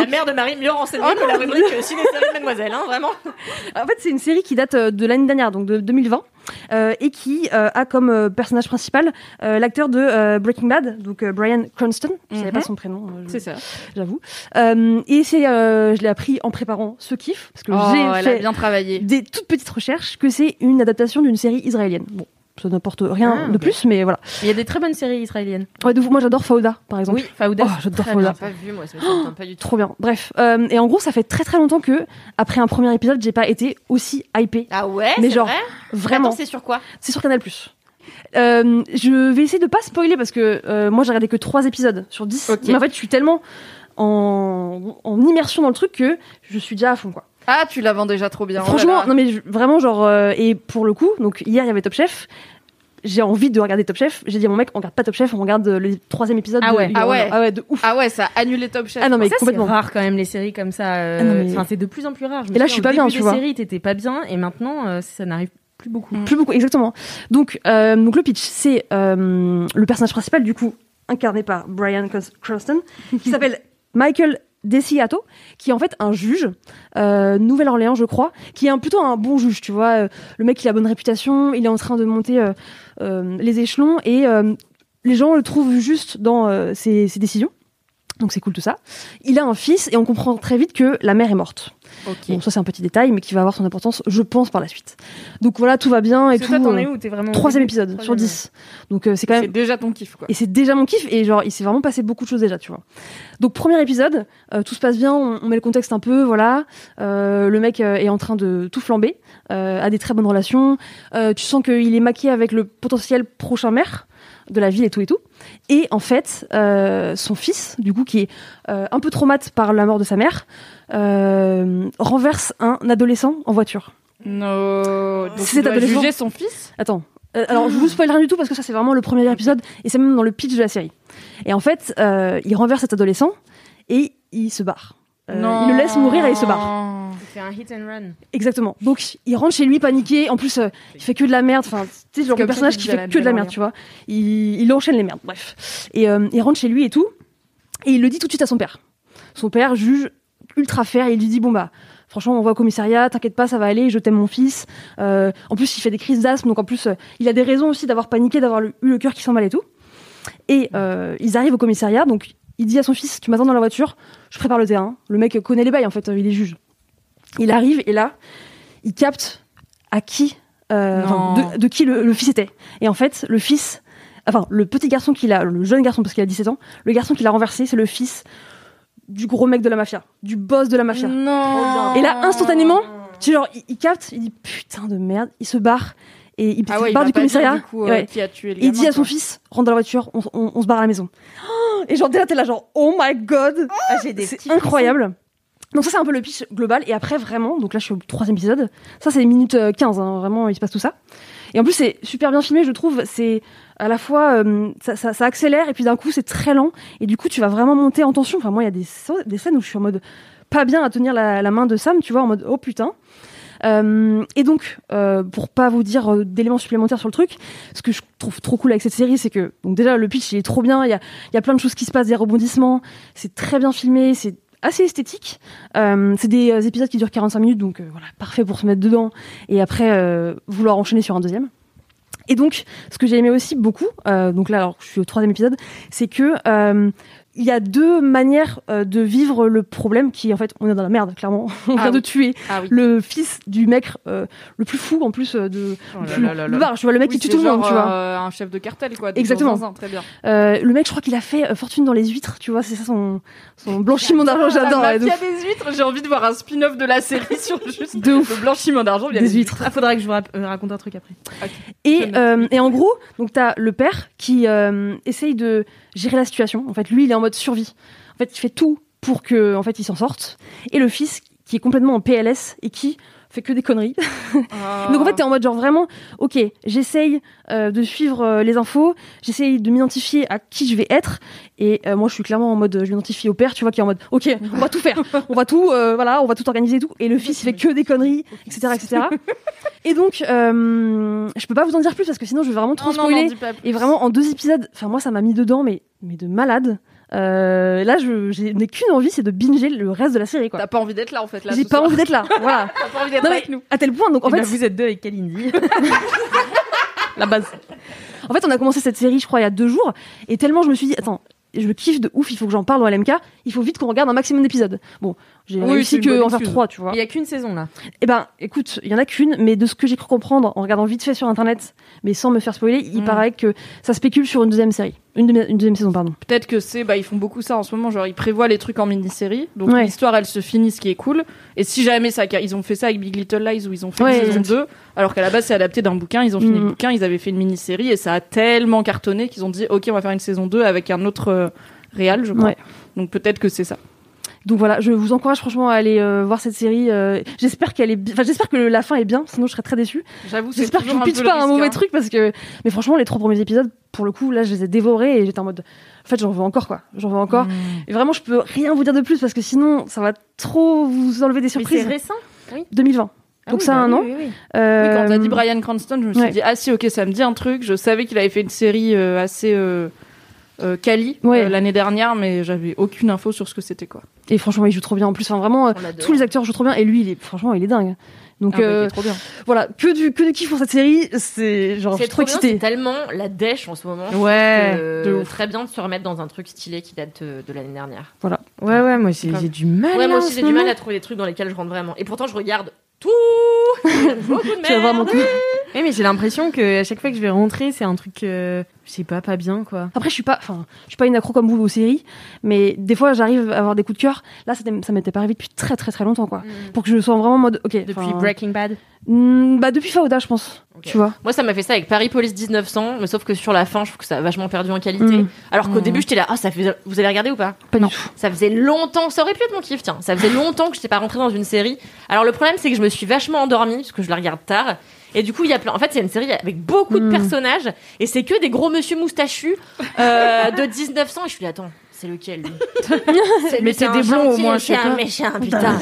[SPEAKER 2] Donc- Oh
[SPEAKER 4] mère de Marie mieux renseignée pour la rubrique euh, ciné-série de Mademoiselle, hein, vraiment.
[SPEAKER 2] En fait, c'est une série qui date euh, de l'année dernière, donc de 2020, euh, et qui euh, a comme euh, personnage principal euh, l'acteur de euh, Breaking Bad, donc euh, Brian Cranston. Je savais
[SPEAKER 5] Mhm.
[SPEAKER 2] pas son prénom, euh, je-
[SPEAKER 5] C'est ça.
[SPEAKER 2] j'avoue. Euh, et c'est, euh, je l'ai appris en préparant ce kiff, parce que j'ai
[SPEAKER 5] Oh, elle a
[SPEAKER 2] fait
[SPEAKER 5] bien travaillé.
[SPEAKER 2] des toutes petites recherches que c'est une adaptation d'une série israélienne. Bon, ça n'apporte rien
[SPEAKER 3] Ah,
[SPEAKER 2] de
[SPEAKER 3] ok.
[SPEAKER 2] plus, mais voilà.
[SPEAKER 3] Il y a des très bonnes séries israéliennes.
[SPEAKER 2] Ouais, de vous, moi, j'adore Fauda, par exemple.
[SPEAKER 3] Faouda.
[SPEAKER 2] Oh, j'adore Fauda.
[SPEAKER 4] pas vu moi, ça me pas du
[SPEAKER 2] Trop bien. Bref. Euh, et en gros, ça fait très très longtemps que, après un premier épisode, j'ai pas été aussi hypée.
[SPEAKER 4] Ah ouais,
[SPEAKER 2] Mais
[SPEAKER 4] c'est
[SPEAKER 2] genre,
[SPEAKER 4] vrai
[SPEAKER 2] Vraiment.
[SPEAKER 4] Attends, c'est sur quoi
[SPEAKER 2] C'est sur Canal+. Euh, je vais essayer de pas spoiler parce que euh, moi j'ai regardé que 3 épisodes sur 10.
[SPEAKER 5] Ok.
[SPEAKER 2] Mais en fait, je suis tellement en, en immersion dans le truc que je suis déjà à fond quoi.
[SPEAKER 5] Ah, tu la vends déjà trop bien. oh là
[SPEAKER 2] Franchement,
[SPEAKER 5] là.
[SPEAKER 2] non mais je- vraiment genre euh, et pour le coup, donc hier il y avait Top Chef. J'ai envie de regarder Top Chef. J'ai dit à mon mec, on regarde pas Top Chef, on regarde euh, le troisième épisode.
[SPEAKER 3] Ah
[SPEAKER 2] de
[SPEAKER 3] ouais.
[SPEAKER 2] Your
[SPEAKER 5] Ah ouais.
[SPEAKER 2] Honor. ah ouais, de ouf.
[SPEAKER 5] Ah ouais, ça a annulé Top Chef.
[SPEAKER 2] Ah non mais
[SPEAKER 3] ça, c'est
[SPEAKER 2] complètement.
[SPEAKER 3] rare quand même les séries comme ça. euh,
[SPEAKER 2] Ah non, mais-
[SPEAKER 3] enfin, c'est de plus en plus rare. me
[SPEAKER 2] Et
[SPEAKER 3] souviens,
[SPEAKER 2] là, je suis
[SPEAKER 3] au
[SPEAKER 2] pas bien,
[SPEAKER 3] début
[SPEAKER 2] tu
[SPEAKER 3] des
[SPEAKER 2] vois.
[SPEAKER 3] séries, t'étais pas bien, et maintenant, euh, ça n'arrive plus beaucoup.
[SPEAKER 2] Plus beaucoup, exactement. Donc, euh, donc le pitch, c'est euh, le personnage principal, du coup, incarné par Brian Cran- Cranston, qui s'appelle Michael Desiato, qui est en fait un juge, euh, Nouvelle-Orléans, je crois, qui est un, plutôt un bon juge, tu vois. Euh, Le mec, il a bonne réputation, il est en train de monter euh, euh, les échelons et euh, les gens le trouvent juste dans euh, ses, ses décisions. Donc c'est cool tout ça. Il a un fils et on comprend très vite que la mère est morte. Bon, ça c'est un petit détail, mais qui va avoir son importance, je pense, par la suite. Donc voilà, tout va bien et
[SPEAKER 3] Parce que
[SPEAKER 2] tout.
[SPEAKER 3] toi, t'en es
[SPEAKER 2] euh,
[SPEAKER 3] où T'es vraiment.
[SPEAKER 2] Troisième épisode sur
[SPEAKER 3] Troisième,
[SPEAKER 2] dix. Donc euh, c'est quand
[SPEAKER 5] C'est
[SPEAKER 2] même.
[SPEAKER 5] déjà ton kiff quoi.
[SPEAKER 2] Et c'est déjà mon kiff, et genre, il s'est vraiment passé beaucoup de choses déjà, tu vois. Donc, premier épisode, euh, tout se passe bien, on, on met le contexte un peu, voilà. Euh, le mec euh, est en train de tout flamber, euh, a des très bonnes relations. Euh, tu sens qu'il est maqué avec le potentiel prochain maire de la ville et tout et tout. Et en fait, euh, son fils, du coup, qui est euh, un peu traumatisé par la mort de sa mère, euh, renverse un adolescent en voiture.
[SPEAKER 5] No. Donc,
[SPEAKER 2] C'est
[SPEAKER 5] il doit
[SPEAKER 2] adolescent.
[SPEAKER 5] juger son fils.
[SPEAKER 2] Attends. Euh, alors, je vous spoil rien du tout parce que ça, c'est vraiment le premier épisode et c'est même dans le pitch de la série. Et en fait, euh, il renverse cet adolescent et il se barre. Euh, Il le laisse mourir et il se barre.
[SPEAKER 3] C'est un hit and run.
[SPEAKER 2] Exactement. Donc, il rentre chez lui paniqué. En plus, euh, il fait que de la merde. Enfin, tu sais, genre le
[SPEAKER 5] comme
[SPEAKER 2] personnage
[SPEAKER 5] ça
[SPEAKER 2] qui
[SPEAKER 5] qu'il
[SPEAKER 2] fait
[SPEAKER 5] dit
[SPEAKER 2] que de la
[SPEAKER 5] à la
[SPEAKER 2] merde, tu vois. Il, il enchaîne les merdes, bref. Et euh, il rentre chez lui et tout. Et il le dit tout de suite à son père. Son père juge ultra faire et il lui dit Bon, bah, franchement, on va au commissariat, t'inquiète pas, ça va aller, je t'aime mon fils. Euh, en plus, il fait des crises d'asthme, donc en plus, euh, il a des raisons aussi d'avoir paniqué, d'avoir le- eu le cœur qui s'emballe et tout. Et euh, ils arrivent au commissariat, donc il dit à son fils Tu m'attends dans la voiture, je prépare le terrain. Le mec connaît les bails, en fait, euh, il est juge. Il arrive et là, il capte à qui, euh,
[SPEAKER 5] Non.
[SPEAKER 2] enfin, de, de qui le, le fils était. Et en fait, le fils, enfin, le petit garçon qu'il a, le jeune garçon parce qu'il a 17 ans, le garçon qu'il a renversé, c'est le fils du gros mec de la mafia, du boss de la mafia.
[SPEAKER 5] Non.
[SPEAKER 2] Et là, instantanément, tu sais, genre, il, il capte, il dit putain de merde, il se barre et il,
[SPEAKER 5] Ah
[SPEAKER 2] il
[SPEAKER 5] ouais, il
[SPEAKER 2] barre
[SPEAKER 5] va
[SPEAKER 2] du
[SPEAKER 5] pas dire,
[SPEAKER 2] commissariat.
[SPEAKER 5] du coup, euh,
[SPEAKER 2] Ouais.
[SPEAKER 5] qui a tué le
[SPEAKER 2] Il
[SPEAKER 5] gamin,
[SPEAKER 2] dit à son
[SPEAKER 5] quoi.
[SPEAKER 2] fils, rentre dans la voiture, on, on- on se barre à la maison. Et genre, dès là, t'es là, genre, oh my god,
[SPEAKER 4] Ah, j'ai des
[SPEAKER 2] c'est incroyable. Donc ça, c'est un peu le pitch global. Et après, vraiment, donc là, je suis au troisième épisode. Ça, c'est minute euh, 15, hein, vraiment, il se passe tout ça. Et en plus, c'est super bien filmé, je trouve. C'est à la fois, euh, ça, ça- ça accélère, et puis d'un coup, c'est très lent. Et du coup, tu vas vraiment monter en tension. Enfin, moi, il y a des, sc- des scènes où je suis en mode pas bien à tenir la, la main de Sam, tu vois, en mode, oh putain. Euh, et donc, euh, pour pas vous dire euh, d'éléments supplémentaires sur le truc, ce que je trouve trop cool avec cette série, c'est que donc déjà le pitch il est trop bien. Il y a, il y a plein de choses qui se passent, des rebondissements. C'est très bien filmé. C'est assez esthétique. Euh, c'est des euh, épisodes qui durent 45 minutes, donc euh, voilà, parfait pour se mettre dedans et après euh, vouloir enchaîner sur un deuxième. Et donc, ce que j'ai aimé aussi beaucoup, euh, donc là, alors je suis au troisième épisode, c'est que euh, il y a deux manières euh, de vivre le problème qui, en fait, on est dans la merde, clairement. On vient de tuer
[SPEAKER 5] Ah oui.
[SPEAKER 2] le fils du mec euh, le plus fou, en plus, euh, de.
[SPEAKER 5] Oh là
[SPEAKER 2] plus-
[SPEAKER 5] là là
[SPEAKER 2] plus
[SPEAKER 5] là.
[SPEAKER 2] barge, tu vois, le mec
[SPEAKER 5] Oui,
[SPEAKER 2] qui tue
[SPEAKER 5] c'est
[SPEAKER 2] tout le monde,
[SPEAKER 5] genre,
[SPEAKER 2] tu vois.
[SPEAKER 5] euh, un chef de cartel, quoi. des
[SPEAKER 2] Exactement.
[SPEAKER 5] zinzins, très bien.
[SPEAKER 2] Euh, le mec, je crois qu'il a fait euh, fortune dans les huîtres, tu vois, c'est ça son, son blanchiment d'argent, j'adore.
[SPEAKER 5] La
[SPEAKER 2] ouais, de
[SPEAKER 5] mafia
[SPEAKER 2] ouf.
[SPEAKER 5] Bah, des huîtres, j'ai envie de voir un spin-off de la série sur juste
[SPEAKER 2] De ouf.
[SPEAKER 5] le blanchiment d'argent via
[SPEAKER 2] Des
[SPEAKER 5] les
[SPEAKER 2] huîtres.
[SPEAKER 3] Ah, faudra que je vous rap- euh, raconte un truc après.
[SPEAKER 2] Et, euh, et en gros, donc t'as le père qui euh, essaye de gérer la situation. En fait, lui, il est en mode survie. En fait, il fait tout pour que, en fait, il s'en sorte. Et le fils qui est complètement en PLS et qui fait que des conneries. Donc en fait, t'es en mode genre vraiment, ok, j'essaye euh, de suivre euh, les infos, j'essaye de m'identifier à qui je vais être. Et euh, moi, je suis clairement en mode, euh, je m'identifie au père, tu vois, qui est en mode, ok, on va tout faire, on va tout, euh, voilà, on va tout organiser et tout. Et le fils, il fait que des conneries, etc., etc. Et donc, euh, je peux pas vous en dire plus parce que sinon, je vais
[SPEAKER 5] Ah.
[SPEAKER 2] vraiment trop spoiler. Et vraiment, en deux épisodes, enfin moi, ça m'a mis dedans, mais, mais de malade. Euh, là, je j'ai- n'ai qu'une envie, c'est de binger le reste de la série, quoi.
[SPEAKER 5] T'as pas envie d'être là en fait. là,
[SPEAKER 2] J'ai
[SPEAKER 5] ce
[SPEAKER 2] pas
[SPEAKER 5] soir.
[SPEAKER 2] envie d'être là, voilà.
[SPEAKER 5] T'as pas envie d'être
[SPEAKER 2] Non,
[SPEAKER 5] avec nous.
[SPEAKER 2] À tel point, donc en
[SPEAKER 3] En fait,
[SPEAKER 2] fait,
[SPEAKER 3] Eh ben, vous êtes deux avec Kalindi.
[SPEAKER 2] la base. En fait, on a commencé cette série, je crois, il y a deux jours, et tellement je me suis dit, attends, je kiffe de ouf, il faut que j'en parle dans LMK, il faut vite qu'on regarde un maximum d'épisodes. Bon, j'ai
[SPEAKER 5] Oui, c'est
[SPEAKER 2] réussi
[SPEAKER 5] une
[SPEAKER 2] que
[SPEAKER 5] bonne
[SPEAKER 2] en faire
[SPEAKER 5] excuse.
[SPEAKER 2] trois, tu vois.
[SPEAKER 3] Il y a qu'une saison là.
[SPEAKER 2] Eh ben, écoute, il y en a qu'une, mais de ce que j'ai cru comprendre en regardant vite fait sur internet, mais sans me faire spoiler, il
[SPEAKER 3] Mm.
[SPEAKER 2] paraît que ça spécule sur une deuxième série, une, demi- une deuxième saison, pardon.
[SPEAKER 5] Peut-être que c'est, bah ils font beaucoup ça en ce moment, genre ils prévoient les trucs en mini-série, donc
[SPEAKER 2] Ouais.
[SPEAKER 5] l'histoire elle se finit, ce qui est cool. Et si jamais ça, ils ont fait ça avec Big Little Lies où ils ont fait
[SPEAKER 2] Ouais,
[SPEAKER 5] une saison
[SPEAKER 2] exact.
[SPEAKER 5] 2, alors qu'à la base c'est adapté d'un bouquin, ils ont fini
[SPEAKER 2] Mm.
[SPEAKER 5] le bouquin, ils avaient fait une mini-série et ça a tellement cartonné qu'ils ont dit ok on va faire une saison 2 avec un autre euh, réal, je crois.
[SPEAKER 2] Ouais.
[SPEAKER 5] Donc peut-être que c'est ça.
[SPEAKER 2] Donc voilà, je vous encourage franchement à aller euh, voir cette série. euh, j'espère qu'elle est, bi- enfin j'espère que la fin est bien, sinon je serais très déçue.
[SPEAKER 5] J'avoue, c'est
[SPEAKER 2] J'espère que je
[SPEAKER 5] toujours
[SPEAKER 2] vous
[SPEAKER 5] peu
[SPEAKER 2] pitch
[SPEAKER 5] le
[SPEAKER 2] pas un
[SPEAKER 5] risque,
[SPEAKER 2] mauvais
[SPEAKER 5] hein.
[SPEAKER 2] truc parce que, mais franchement les trois premiers épisodes, pour le coup là je les ai dévorés et j'étais en mode, en fait j'en veux encore quoi, j'en veux encore.
[SPEAKER 5] Hmm.
[SPEAKER 2] Et vraiment je peux rien vous dire de plus parce que sinon ça va trop vous enlever des
[SPEAKER 3] Mais c'est
[SPEAKER 2] surprises.
[SPEAKER 3] récent.
[SPEAKER 2] 2020. Donc ça a un an.
[SPEAKER 5] Ah bah Oui,
[SPEAKER 2] Euh,
[SPEAKER 5] quand t'as dit Brian Cranston, je me suis
[SPEAKER 2] ouais.
[SPEAKER 5] dit ah si ok ça me dit un truc. Je savais qu'il avait fait une série euh, assez euh, euh, quali
[SPEAKER 2] Ouais.
[SPEAKER 5] euh, l'année dernière, mais j'avais aucune info sur ce que c'était quoi.
[SPEAKER 2] Euh, Et franchement il joue trop bien en plus. Enfin vraiment euh, tous les acteurs jouent trop bien et lui il est franchement il est dingue. Donc
[SPEAKER 5] Ah, bah, il est
[SPEAKER 2] euh,
[SPEAKER 5] trop bien.
[SPEAKER 2] voilà que du que du kiff pour cette série. C'est genre je
[SPEAKER 4] C'est
[SPEAKER 2] suis trop
[SPEAKER 4] trop bien, c'est
[SPEAKER 2] excitée.
[SPEAKER 4] tellement la dèche en ce moment.
[SPEAKER 3] Ouais.
[SPEAKER 4] que,
[SPEAKER 5] de
[SPEAKER 4] euh,
[SPEAKER 5] ouf.
[SPEAKER 4] très bien de se remettre dans un truc stylé qui date euh, de, l'année dernière.
[SPEAKER 3] Ouais, ouais, moi j'ai j'ai du mal.
[SPEAKER 4] ouais, moi
[SPEAKER 3] là, en
[SPEAKER 4] aussi
[SPEAKER 3] ce
[SPEAKER 4] j'ai du mal
[SPEAKER 3] moment.
[SPEAKER 4] à trouver des trucs dans lesquels je rentre vraiment. Et pourtant je regarde tout. Beaucoup de
[SPEAKER 2] Tu vas voir mon
[SPEAKER 5] Ah,
[SPEAKER 4] merde.
[SPEAKER 2] coup.
[SPEAKER 3] Ouais, mais j'ai l'impression que à chaque fois que je vais rentrer, c'est un truc, euh, je sais pas, pas bien quoi.
[SPEAKER 2] Après, je suis pas, enfin, je suis pas une accro comme vous aux séries, mais des fois, j'arrive à avoir des coups de cœur. Là, ça, t'est- ça m'était pas arrivé depuis très très très longtemps, quoi. Pour que je sois vraiment en mode, ok.
[SPEAKER 3] Depuis
[SPEAKER 2] enfin,
[SPEAKER 3] Breaking Bad.
[SPEAKER 2] hmm, Bah, depuis Faouda, je pense.
[SPEAKER 4] Ok.
[SPEAKER 2] Tu vois.
[SPEAKER 4] Moi ça m'a fait ça avec Paris Police 1900, mais sauf que sur la fin je trouve que ça a vachement perdu en qualité.
[SPEAKER 2] Mm.
[SPEAKER 4] Alors qu'au
[SPEAKER 3] Mm.
[SPEAKER 4] début j'étais là, ah ça fait, vous avez regardé ou pas
[SPEAKER 2] Pas
[SPEAKER 5] Non.
[SPEAKER 2] du tout.
[SPEAKER 4] Ça faisait longtemps, ça aurait pu être mon kiff, tiens. Ça faisait longtemps que je n'étais pas rentrée dans une série. Alors le problème, c'est que je me suis vachement endormie, parce que je la regarde tard. Et du coup, il y a plein. En fait, c'est une série avec beaucoup de
[SPEAKER 2] Hmm.
[SPEAKER 4] personnages, et c'est que des gros monsieur moustachus euh, de 1900. Et je suis là, attends, c'est lequel lui C'est-
[SPEAKER 5] Mais
[SPEAKER 4] c'est
[SPEAKER 5] t'es
[SPEAKER 4] un
[SPEAKER 5] des blonds, au
[SPEAKER 4] gentil,
[SPEAKER 5] moins, je
[SPEAKER 4] C'est
[SPEAKER 5] sais
[SPEAKER 4] un
[SPEAKER 5] pas. Hmm.
[SPEAKER 4] méchant, putain.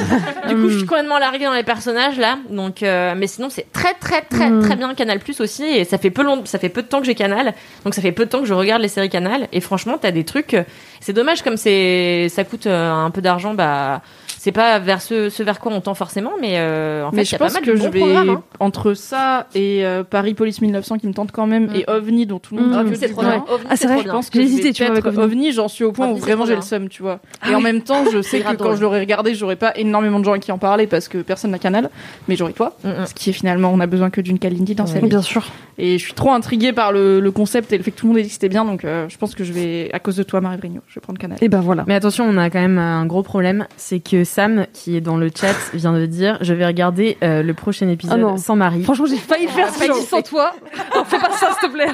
[SPEAKER 4] du coup, je suis complètement larguée dans les personnages là. Donc, euh, mais sinon, c'est très, très, très,
[SPEAKER 2] Hmm.
[SPEAKER 4] très bien Canal Plus aussi. Et ça fait peu long, ça fait peu de temps que j'ai Canal, donc ça fait peu de temps que je regarde les séries Canal. Et franchement, t'as des trucs. euh, C'est dommage comme c'est ça coûte euh, un peu d'argent, bah c'est pas vers ce, ce vers quoi on tend forcément, mais euh, en fait
[SPEAKER 5] mais
[SPEAKER 4] il y
[SPEAKER 5] je
[SPEAKER 4] a pas
[SPEAKER 5] pense
[SPEAKER 4] mal
[SPEAKER 5] que
[SPEAKER 4] de
[SPEAKER 5] je
[SPEAKER 4] bons
[SPEAKER 5] vais
[SPEAKER 4] programmes. hein.
[SPEAKER 5] entre ça et euh, Paris Police 1900 qui me tente quand même
[SPEAKER 4] Mm.
[SPEAKER 5] et OVNI dont tout le monde
[SPEAKER 2] Mm.
[SPEAKER 5] dit
[SPEAKER 2] OVNI,
[SPEAKER 5] que
[SPEAKER 4] c'est
[SPEAKER 5] je
[SPEAKER 4] trop
[SPEAKER 5] dis
[SPEAKER 4] bien.
[SPEAKER 5] non.
[SPEAKER 4] OVNI,
[SPEAKER 2] Ah,
[SPEAKER 4] c'est
[SPEAKER 2] c'est
[SPEAKER 4] trop
[SPEAKER 2] vrai,
[SPEAKER 5] Je
[SPEAKER 4] bien.
[SPEAKER 5] pense que
[SPEAKER 2] J'ai
[SPEAKER 5] je
[SPEAKER 2] hésité,
[SPEAKER 5] vais
[SPEAKER 2] tu vois,
[SPEAKER 5] peut-être
[SPEAKER 2] avec
[SPEAKER 5] OVNI. j'en suis au point où
[SPEAKER 4] OVNI, c'est
[SPEAKER 5] vraiment
[SPEAKER 4] trop
[SPEAKER 5] j'ai le
[SPEAKER 4] bien.
[SPEAKER 5] seum, tu vois.
[SPEAKER 2] Ah
[SPEAKER 5] et en
[SPEAKER 2] oui.
[SPEAKER 5] même temps, je sais
[SPEAKER 4] grave
[SPEAKER 5] que quand
[SPEAKER 4] drôle.
[SPEAKER 5] je l'aurais regardé, j'aurais pas énormément de gens à qui en parlaient parce que personne n'a canal, mais j'aurais toi.
[SPEAKER 4] Mm, mm.
[SPEAKER 5] Ce qui est finalement, on a besoin que d'une Kalindi dans
[SPEAKER 4] Ouais.
[SPEAKER 5] sa vie.
[SPEAKER 2] Bien sûr.
[SPEAKER 5] Et je suis trop intriguée par le, le concept et le fait que tout le monde ait dit que c'était bien, donc euh, je pense que je vais, à cause de toi, Marie Vrigno, je vais prendre canal.
[SPEAKER 2] Et ben voilà.
[SPEAKER 3] Mais attention, on a quand même euh, un gros problème, c'est que Sam, qui est dans le chat, vient de dire je vais regarder euh, le prochain épisode
[SPEAKER 2] non.
[SPEAKER 3] sans Marie.
[SPEAKER 2] Franchement, j'ai failli faire ce que j'ai dit sans toi. Non, Fais pas ça, s'il te plaît.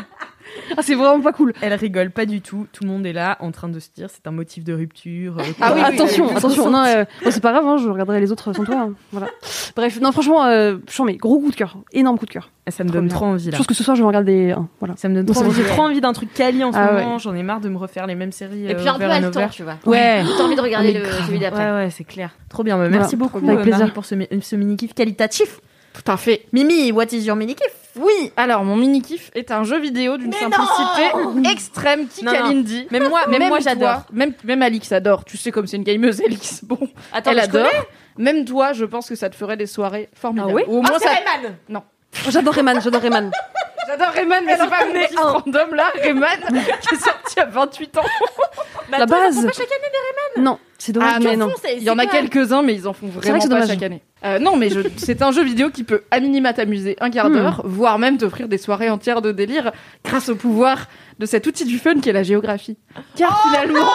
[SPEAKER 2] Ah, c'est vraiment pas cool.
[SPEAKER 3] Elle rigole pas du tout. Tout le monde est là en train de se dire c'est un motif de rupture. euh,
[SPEAKER 5] Ah oui, oui,
[SPEAKER 2] attention,
[SPEAKER 5] oui, oui.
[SPEAKER 2] attention. Non, euh, bon, c'est pas grave, hein, je regarderai les autres sans toi. hein. Voilà. Bref, non, franchement, euh, je mais gros coup de cœur, énorme coup de cœur.
[SPEAKER 3] Ça me donne
[SPEAKER 2] bien.
[SPEAKER 3] trop envie
[SPEAKER 2] Je
[SPEAKER 3] là.
[SPEAKER 2] pense que ce soir, je vais en regarder un. Voilà.
[SPEAKER 3] Ça me donne
[SPEAKER 2] Non,
[SPEAKER 3] trop
[SPEAKER 2] c'est
[SPEAKER 3] envie. J'ai
[SPEAKER 4] vrai.
[SPEAKER 3] trop envie d'un truc cali en ce
[SPEAKER 2] Ah ouais.
[SPEAKER 3] moment. J'en ai marre de me refaire les mêmes séries.
[SPEAKER 4] Et
[SPEAKER 3] euh,
[SPEAKER 4] puis un peu
[SPEAKER 3] over and
[SPEAKER 4] à le
[SPEAKER 3] over.
[SPEAKER 4] temps, tu vois.
[SPEAKER 3] Ouais.
[SPEAKER 4] T'as envie de regarder le, celui d'après.
[SPEAKER 3] Ouais, ouais, c'est clair. Trop bien. bah, merci
[SPEAKER 2] Voilà,
[SPEAKER 3] beaucoup,
[SPEAKER 2] bien. Avec
[SPEAKER 3] euh,
[SPEAKER 2] plaisir.
[SPEAKER 3] Marie, pour ce, mi- ce mini-kiff qualitatif.
[SPEAKER 5] Tout à fait.
[SPEAKER 3] Mimi, what is your mini kiff
[SPEAKER 5] Oui, alors mon mini kiff est un jeu vidéo d'une simplicité extrême qui
[SPEAKER 3] Non, non.
[SPEAKER 5] Kalindi.
[SPEAKER 3] Même moi, même,
[SPEAKER 5] toi,
[SPEAKER 3] moi j'adore.
[SPEAKER 5] Même même Alix adore. Tu sais comme c'est une gameuse Alix. Bon,
[SPEAKER 4] Attends,
[SPEAKER 5] elle
[SPEAKER 4] je
[SPEAKER 5] adore. Même toi, je pense que ça te ferait des soirées formidables.
[SPEAKER 2] Ah oui
[SPEAKER 5] Ou au
[SPEAKER 4] Ah,
[SPEAKER 5] moins
[SPEAKER 4] c'est
[SPEAKER 5] ça.
[SPEAKER 4] Rayman
[SPEAKER 2] J'adore Rayman, j'adore Rayman.
[SPEAKER 5] J'adore Rayman, mais c'est pas mon kiff random là. Rayman qui est sorti à 28 ans.
[SPEAKER 4] Bah,
[SPEAKER 2] La base. Non, c'est dommage.
[SPEAKER 5] Ah,
[SPEAKER 2] mais
[SPEAKER 5] non.
[SPEAKER 2] non.
[SPEAKER 5] Il y en a quelques-uns, mais ils en font
[SPEAKER 2] C'est
[SPEAKER 5] vraiment
[SPEAKER 2] vrai que c'est
[SPEAKER 5] pas
[SPEAKER 2] dommage.
[SPEAKER 5] chaque année. Euh, non, mais je- c'est un jeu vidéo qui peut à minima t'amuser un quart
[SPEAKER 2] Hmm.
[SPEAKER 5] d'heure, voire même t'offrir des soirées entières de délire grâce au pouvoir de cet outil du fun qui est la géographie. Car
[SPEAKER 2] Oh
[SPEAKER 5] finalement,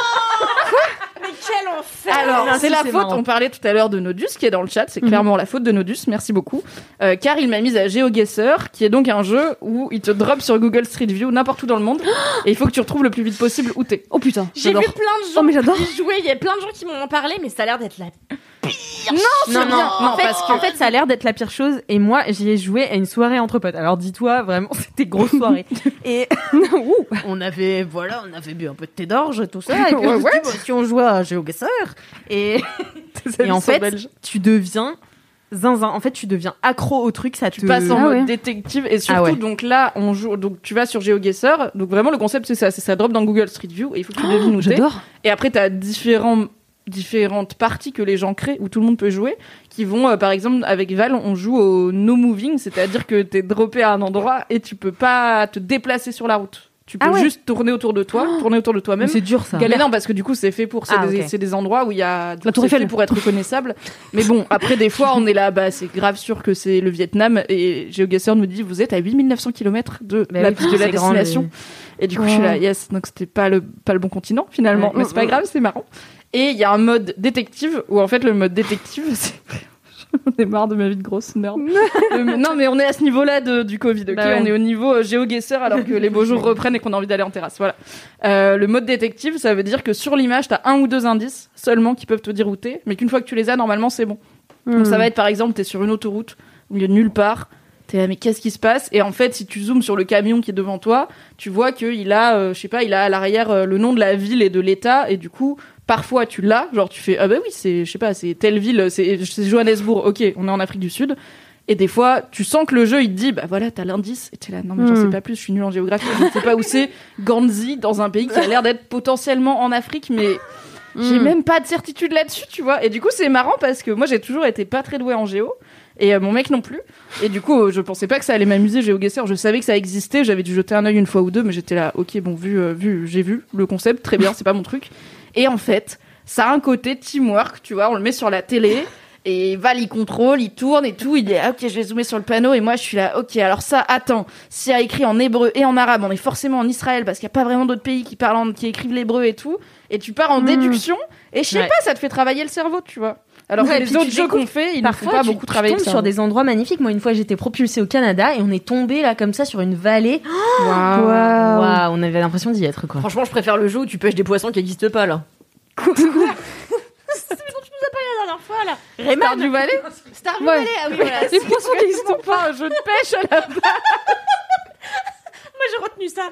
[SPEAKER 4] Quel enfer
[SPEAKER 5] alors
[SPEAKER 3] Merci,
[SPEAKER 5] c'est la
[SPEAKER 3] Eh ben, c'est
[SPEAKER 5] faute.
[SPEAKER 3] marrant. Mhm.
[SPEAKER 5] On parlait tout à l'heure de Nodus qui est dans le chat. C'est clairement la faute de Nodus. Merci beaucoup. Euh, car il m'a mise à GeoGuessr, qui est donc un jeu où il te drop sur Google Street View n'importe où dans le monde et il faut que tu retrouves le plus vite possible où t'es.
[SPEAKER 2] Oh putain,
[SPEAKER 4] J'ai vu plein
[SPEAKER 2] j'adore.
[SPEAKER 4] de gens
[SPEAKER 2] Oh, mais j'adore.
[SPEAKER 4] qui jouaient, il y a plein de gens qui m'ont en parlé, mais ça a l'air d'être la
[SPEAKER 3] Non, non, en, fait,
[SPEAKER 5] parce que-
[SPEAKER 3] en fait, ça a l'air d'être la pire chose. Et moi, j'y ai joué à une soirée entre potes. Alors, dis-toi, vraiment, c'était grosse soirée. et
[SPEAKER 2] Ouh.
[SPEAKER 3] on avait, voilà, on avait bu un peu de thé d'orge, tout ça. Et puis, on
[SPEAKER 5] Ouais,
[SPEAKER 3] se dit, bon, si on jouait à GeoGuessr, et, et en fait, tu deviens zinzin. En fait, tu deviens accro au truc. Ça
[SPEAKER 5] Tu
[SPEAKER 3] te...
[SPEAKER 5] passes en
[SPEAKER 2] Ah
[SPEAKER 5] mode
[SPEAKER 2] ouais.
[SPEAKER 5] détective et surtout
[SPEAKER 3] Ah ouais.
[SPEAKER 5] donc là on joue donc tu vas sur GeoGuessr donc vraiment le concept c'est ça c'est ça drop dans Google Street View et il faut que tu devines où t'es.
[SPEAKER 2] J'adore.
[SPEAKER 5] et après t'as différents différentes parties que les gens créent où tout le monde peut jouer qui vont euh, par exemple avec Val on joue au no moving c'est-à-dire que t'es droppé à un endroit et tu peux pas te déplacer sur la route tu peux
[SPEAKER 3] Ah ouais.
[SPEAKER 5] juste tourner autour de toi tourner autour de toi-même
[SPEAKER 3] dur, ça.
[SPEAKER 5] Mais non, parce que du coup, c'est fait pour. C'est
[SPEAKER 3] Ah,
[SPEAKER 5] des,
[SPEAKER 3] ok.
[SPEAKER 5] c'est des endroits où il y a.
[SPEAKER 2] La Tour
[SPEAKER 5] c'est fait
[SPEAKER 2] Eiffel.
[SPEAKER 5] pour être reconnaissable. Mais bon, après, des fois, on est là, bah, c'est grave sûr que c'est le Vietnam. Et GeoGuessr nous dit, vous êtes à 8900 km de
[SPEAKER 3] Mais
[SPEAKER 5] la,
[SPEAKER 3] Bah oui,
[SPEAKER 5] piste de la
[SPEAKER 3] c'est grand, le-
[SPEAKER 5] destination. Et du coup, je suis là, yes, donc c'était pas le, pas le bon continent finalement.
[SPEAKER 3] Ouais. Mm,
[SPEAKER 5] Mais c'est pas grave, c'est marrant. Et il y a un mode détective où en fait, le mode détective, c'est. On est marre de ma vie de grosse nerd. Euh, mais- non, mais on est à ce niveau-là de- du Covid, ok
[SPEAKER 3] Bah ouais.
[SPEAKER 5] On est au niveau euh, GeoGuessr alors que les beaux jours reprennent et qu'on a envie d'aller en terrasse. Voilà. Euh, le mode détective, ça veut dire que sur l'image, t'as un ou deux indices seulement qui peuvent te dire où t'es, mais qu'une fois que tu les as, normalement, c'est bon. Donc
[SPEAKER 2] Mhm.
[SPEAKER 5] ça va être par exemple, t'es sur une autoroute, au milieu de nulle part, t'es là, mais qu'est-ce qui se passe Et en fait, si tu zoomes sur le camion qui est devant toi, tu vois qu'il a, euh, je sais pas, il a à l'arrière euh, le nom de la ville et de l'État, et du coup, parfois tu l'as, genre tu fais, ah bah oui, c'est, je sais pas, c'est telle ville, c'est c'est Johannesburg, ok, on est en Afrique du Sud. Et des fois, tu sens que le jeu, il te dit, bah voilà, t'as l'indice, et t'es là, non mais j'en
[SPEAKER 2] Hmm.
[SPEAKER 5] sais pas plus, je suis nul en géographie, je ne sais pas où c'est, Ganzi, dans un pays qui a l'air d'être potentiellement en Afrique, mais j'ai
[SPEAKER 2] Mm.
[SPEAKER 5] même pas de certitude là-dessus, tu vois. Et du coup, c'est marrant parce que moi, j'ai toujours été pas très douée en géo. Et euh, mon mec non plus. Et du coup, euh, je pensais pas que ça allait m'amuser, GeoGuessr. Je savais que ça existait. J'avais dû jeter un œil une fois ou deux, mais j'étais là, ok, bon, vu, euh, vu, j'ai vu le concept, très bien, c'est pas mon truc. Et en fait, ça a un côté teamwork, tu vois. On le met sur la télé. Et Val, il contrôle, il tourne et tout. Il dit, ah, ok, je vais zoomer sur le panneau. Et moi, je suis là, ok, alors ça, attends. S'il y a écrit en hébreu et en arabe, on est forcément en Israël parce qu'il n'y a pas vraiment d'autres pays qui parlent, en- qui écrivent l'hébreu et tout. Et tu pars en déduction. Et je sais
[SPEAKER 3] Ouais.
[SPEAKER 5] pas, ça te fait travailler le cerveau, tu vois. Alors
[SPEAKER 3] Ouais,
[SPEAKER 5] que
[SPEAKER 3] puis
[SPEAKER 5] les autres
[SPEAKER 3] tu
[SPEAKER 5] jeux qu'on
[SPEAKER 3] découvres-
[SPEAKER 5] fait, ils ne font
[SPEAKER 3] Parfois,
[SPEAKER 5] pas
[SPEAKER 3] tu,
[SPEAKER 5] beaucoup
[SPEAKER 3] tu
[SPEAKER 5] travailler
[SPEAKER 3] tombes
[SPEAKER 5] le
[SPEAKER 3] sur
[SPEAKER 5] cerveau.
[SPEAKER 3] des endroits magnifiques. Moi, une fois, j'étais propulsée au Canada et on est tombé là comme ça sur une vallée.
[SPEAKER 5] Waouh.
[SPEAKER 2] Waouh.
[SPEAKER 3] on avait l'impression d'y être quoi.
[SPEAKER 4] Franchement, je préfère le jeu où tu pêches des poissons qui n'existent pas là. C'est dont tu nous as parlé la dernière fois là.
[SPEAKER 5] Star du Valais
[SPEAKER 4] Star
[SPEAKER 5] Ouais.
[SPEAKER 4] Valley, ah oui voilà.
[SPEAKER 5] Les poissons qui n'existent pas, un jeu de pêche à la
[SPEAKER 4] Moi j'ai retenu ça.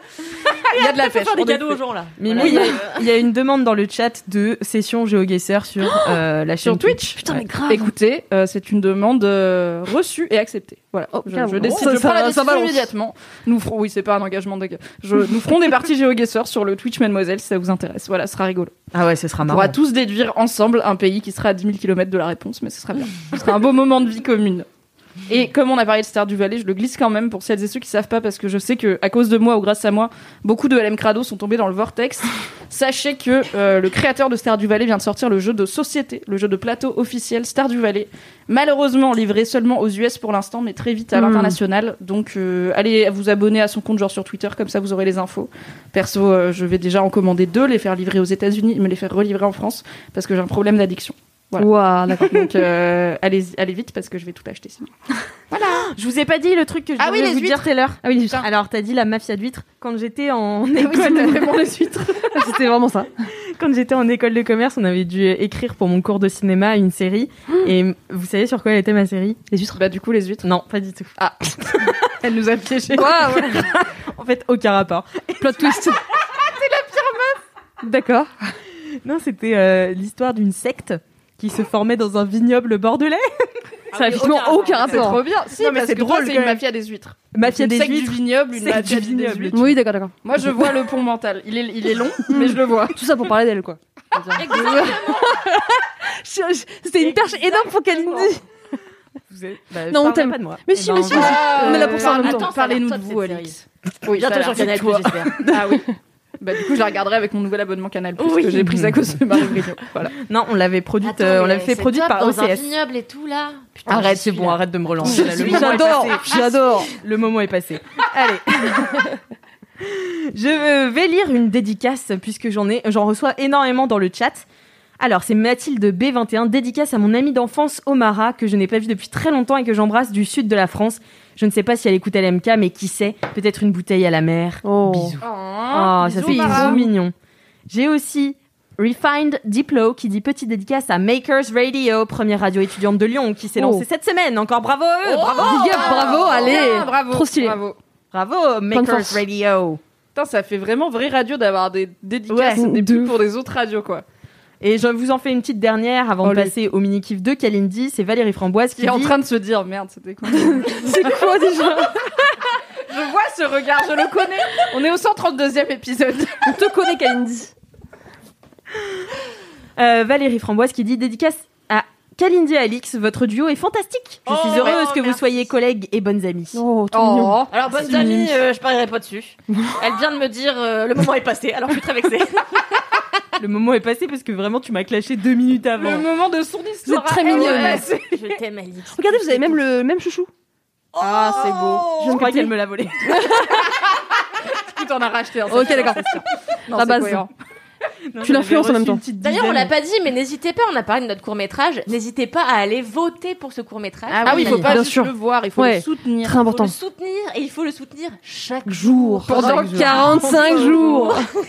[SPEAKER 5] Il y a de la
[SPEAKER 4] Faut
[SPEAKER 5] pêche.
[SPEAKER 4] faire des
[SPEAKER 5] en effet.
[SPEAKER 4] cadeaux aux gens là.
[SPEAKER 3] Mais
[SPEAKER 4] Voilà.
[SPEAKER 3] oui, il y a- il y, a une demande dans le chat de session GeoGuessr sur euh, la chaîne
[SPEAKER 5] Sur Twitch
[SPEAKER 2] Putain, mais
[SPEAKER 3] Ouais.
[SPEAKER 2] grave.
[SPEAKER 5] Écoutez, euh, c'est une demande euh, reçue et acceptée. Voilà. je,
[SPEAKER 2] carrément.
[SPEAKER 5] je décide,
[SPEAKER 3] Ça-
[SPEAKER 5] je
[SPEAKER 3] ça-
[SPEAKER 5] prends la
[SPEAKER 3] ça
[SPEAKER 5] décision
[SPEAKER 3] balance.
[SPEAKER 5] immédiatement. Nous ferons, oui, c'est pas un engagement de... je, Nous ferons des parties GeoGuessr sur le Twitch Mademoiselle si ça vous intéresse. Voilà, ce sera rigolo.
[SPEAKER 3] Ah ouais, ce sera
[SPEAKER 5] On
[SPEAKER 3] marrant.
[SPEAKER 5] pourra tous déduire ensemble un pays qui sera à 10 000 km de la réponse, mais ce sera bien. ce sera un beau moment de vie commune. Et comme on a parlé de Star du Valais, je le glisse quand même pour celles et ceux qui savent pas, parce que je sais que à cause de moi ou grâce à moi, beaucoup de LM Crado sont tombés dans le vortex. Sachez que euh, le créateur de Star du Valais vient de sortir le jeu de société, le jeu de plateau officiel Star du Valais. Malheureusement livré seulement aux US pour l'instant, mais très vite à
[SPEAKER 7] Hmm.
[SPEAKER 2] Mm.
[SPEAKER 5] l'international. Donc euh, allez vous abonner à son compte genre sur Twitter, comme ça vous aurez les infos. Perso, euh, je vais déjà en commander deux, les faire livrer aux États-Unis, me les faire relivrer en France, parce que j'ai un problème d'addiction. Voilà.
[SPEAKER 2] Waouh, d'accord.
[SPEAKER 5] Donc euh, allez, allez vite parce que je vais tout acheter sinon.
[SPEAKER 3] Je vous ai pas dit le truc que je
[SPEAKER 5] Ah oui,
[SPEAKER 3] voulais
[SPEAKER 5] les
[SPEAKER 3] vous dire tout à l'heure. Ah oui, Ah
[SPEAKER 5] Putain.
[SPEAKER 3] Alors, t'as dit la mafia d'huîtres quand j'étais en
[SPEAKER 7] Ah
[SPEAKER 5] Écoute,
[SPEAKER 3] école.
[SPEAKER 5] vraiment les huîtres.
[SPEAKER 2] C'était vraiment ça.
[SPEAKER 3] Quand j'étais en école de commerce, on avait dû écrire pour mon cours de cinéma une série. Et vous savez sur quoi elle était ma série
[SPEAKER 5] Les huîtres Bah du coup les huîtres.
[SPEAKER 3] Non, pas du tout.
[SPEAKER 5] Elle nous a piégés.
[SPEAKER 3] En fait, aucun rapport.
[SPEAKER 2] Plot twist.
[SPEAKER 3] D'accord. Non, c'était euh, l'histoire d'une secte qui se formait dans un vignoble bordelais.
[SPEAKER 4] Ah
[SPEAKER 2] Ça n'a finalement aucun
[SPEAKER 5] C'est
[SPEAKER 2] rapport.
[SPEAKER 5] trop bien. Si,
[SPEAKER 7] Non, mais
[SPEAKER 5] parce
[SPEAKER 7] c'est
[SPEAKER 5] que toi,
[SPEAKER 7] drôle,
[SPEAKER 5] c'est
[SPEAKER 7] quand
[SPEAKER 5] une
[SPEAKER 7] même.
[SPEAKER 5] mafia des huîtres.
[SPEAKER 7] Mafia
[SPEAKER 5] Une
[SPEAKER 7] des
[SPEAKER 5] secte
[SPEAKER 7] huîtres.
[SPEAKER 5] du vignoble, une
[SPEAKER 7] Secte
[SPEAKER 5] mafia
[SPEAKER 7] du
[SPEAKER 5] des
[SPEAKER 7] vignoble.
[SPEAKER 5] huîtres.
[SPEAKER 2] Oui, d'accord, d'accord.
[SPEAKER 5] Moi, je vois le pont mental. Il est, il est long, mais je le vois.
[SPEAKER 2] Tout ça pour parler d'elle, quoi. Je- je- C'était une perche énorme pour qu'elle nous dise. Non, on
[SPEAKER 3] parlez
[SPEAKER 2] t'aime.
[SPEAKER 3] pas de moi. Eh ben,
[SPEAKER 2] Mais si, mais si.
[SPEAKER 5] on
[SPEAKER 2] est là pour ça en même temps.
[SPEAKER 5] Parlez-nous de
[SPEAKER 4] Attends, ça a l'air
[SPEAKER 5] vous,
[SPEAKER 4] top, cette
[SPEAKER 5] Alix. Oui, ça a
[SPEAKER 4] Bientôt
[SPEAKER 5] l'air
[SPEAKER 4] sur Canal+,
[SPEAKER 5] top.
[SPEAKER 4] j'espère.
[SPEAKER 5] Ah oui. Bah, du coup, je la regarderai avec mon nouvel abonnement Canal Plus que j'ai pris à cause de Marie Brignon. Voilà.
[SPEAKER 3] Non, on l'avait produite,
[SPEAKER 4] Attends,
[SPEAKER 3] euh, on
[SPEAKER 4] mais
[SPEAKER 3] l'avait fait
[SPEAKER 4] c'est
[SPEAKER 3] produire
[SPEAKER 4] top,
[SPEAKER 3] par
[SPEAKER 4] dans un
[SPEAKER 3] OCS.
[SPEAKER 4] vignoble et tout, là. E Putain,
[SPEAKER 3] Arrête,
[SPEAKER 4] je
[SPEAKER 3] c'est
[SPEAKER 4] suis
[SPEAKER 3] bon,
[SPEAKER 4] là.
[SPEAKER 3] arrête de me relancer. là, le moment est
[SPEAKER 2] J'adore,
[SPEAKER 3] passé.
[SPEAKER 2] j'adore.
[SPEAKER 3] Le moment est passé. Allez. Je vais lire une dédicace puisque j'en ai, j'en reçois énormément dans le chat. Alors, c'est Mathilde B21, dédicace à mon amie d'enfance Omara, que je n'ai pas vue depuis très longtemps et que j'embrasse du sud de la France. Je ne sais pas si elle écoute LMK, mais qui sait, peut-être une bouteille à la mer.
[SPEAKER 2] Oh.
[SPEAKER 3] Bisous.
[SPEAKER 5] Ah,
[SPEAKER 3] Ah, ça fait trop mignon. J'ai aussi Refined Diplo qui dit petite dédicace à Makers Radio, première radio étudiante de Lyon qui s'est
[SPEAKER 2] Oh.
[SPEAKER 3] lancée cette semaine. Encore bravo à eux, bravo,
[SPEAKER 2] Big up, bravo, allez.
[SPEAKER 5] Oh. bravo,
[SPEAKER 2] Trop stylé.
[SPEAKER 5] Bravo.
[SPEAKER 3] bravo
[SPEAKER 2] de
[SPEAKER 3] Makers
[SPEAKER 2] force.
[SPEAKER 3] Radio.
[SPEAKER 5] Putain, ça fait vraiment vraie radio d'avoir des dédicaces,
[SPEAKER 2] Ouais.
[SPEAKER 5] des
[SPEAKER 2] De
[SPEAKER 5] pubs
[SPEAKER 2] ouf.
[SPEAKER 5] pour des autres radios, quoi.
[SPEAKER 3] Et je vous en fais une petite dernière avant de
[SPEAKER 5] Allez.
[SPEAKER 3] passer au mini kiff de Kalindi. C'est Valérie Framboise qui,
[SPEAKER 5] Qui est en
[SPEAKER 3] dit-
[SPEAKER 5] train de se dire, merde, c'était quoi
[SPEAKER 2] C'est quoi déjà
[SPEAKER 5] Je vois ce regard, je le connais. On est au 132e épisode.
[SPEAKER 2] On te connaît, Kalindi.
[SPEAKER 3] Euh, Valérie Framboise qui dit dédicace à Kalindi et Alix. Votre duo est fantastique. Je
[SPEAKER 4] Oh,
[SPEAKER 3] suis heureuse
[SPEAKER 4] ouais,
[SPEAKER 3] que vous
[SPEAKER 4] merci.
[SPEAKER 3] soyez collègues et bonnes amies.
[SPEAKER 2] Oh, trop mignon.
[SPEAKER 5] Oh.
[SPEAKER 4] Alors, bonne amie, euh, je parierai pas dessus. Elle vient de me dire euh, le moment est passé, alors je suis très vexée.
[SPEAKER 3] Le moment est passé parce que vraiment tu m'as clashé deux minutes avant.
[SPEAKER 5] Le moment de son histoire.
[SPEAKER 2] très
[SPEAKER 5] à elle,
[SPEAKER 2] mignonne.
[SPEAKER 5] ouais, c'est-
[SPEAKER 4] je t'aime, Alix. Oh
[SPEAKER 2] Regardez, vous avez même le même chouchou.
[SPEAKER 5] Ah, c'est beau.
[SPEAKER 3] Je crois qu'elle me l'a volé.
[SPEAKER 5] Du coup, t'en as racheté un.
[SPEAKER 2] Ok, d'accord.
[SPEAKER 5] Non,
[SPEAKER 2] La
[SPEAKER 5] c'est
[SPEAKER 2] base.
[SPEAKER 5] cohérent.
[SPEAKER 2] Tu l'influences en même temps.
[SPEAKER 4] D'ailleurs, on l'a pas dit, mais n'hésitez pas, on a parlé de notre court-métrage. N'hésitez pas à aller voter pour ce court-métrage.
[SPEAKER 5] Ah oui, il faut pas
[SPEAKER 2] Bien
[SPEAKER 5] juste
[SPEAKER 2] sûr.
[SPEAKER 5] le voir, il faut
[SPEAKER 2] Ouais.
[SPEAKER 5] le soutenir.
[SPEAKER 2] Très
[SPEAKER 4] Faut
[SPEAKER 2] important.
[SPEAKER 4] le soutenir, et il faut le soutenir chaque
[SPEAKER 2] Jour.
[SPEAKER 5] Pendant
[SPEAKER 2] 45 jours.
[SPEAKER 4] jour.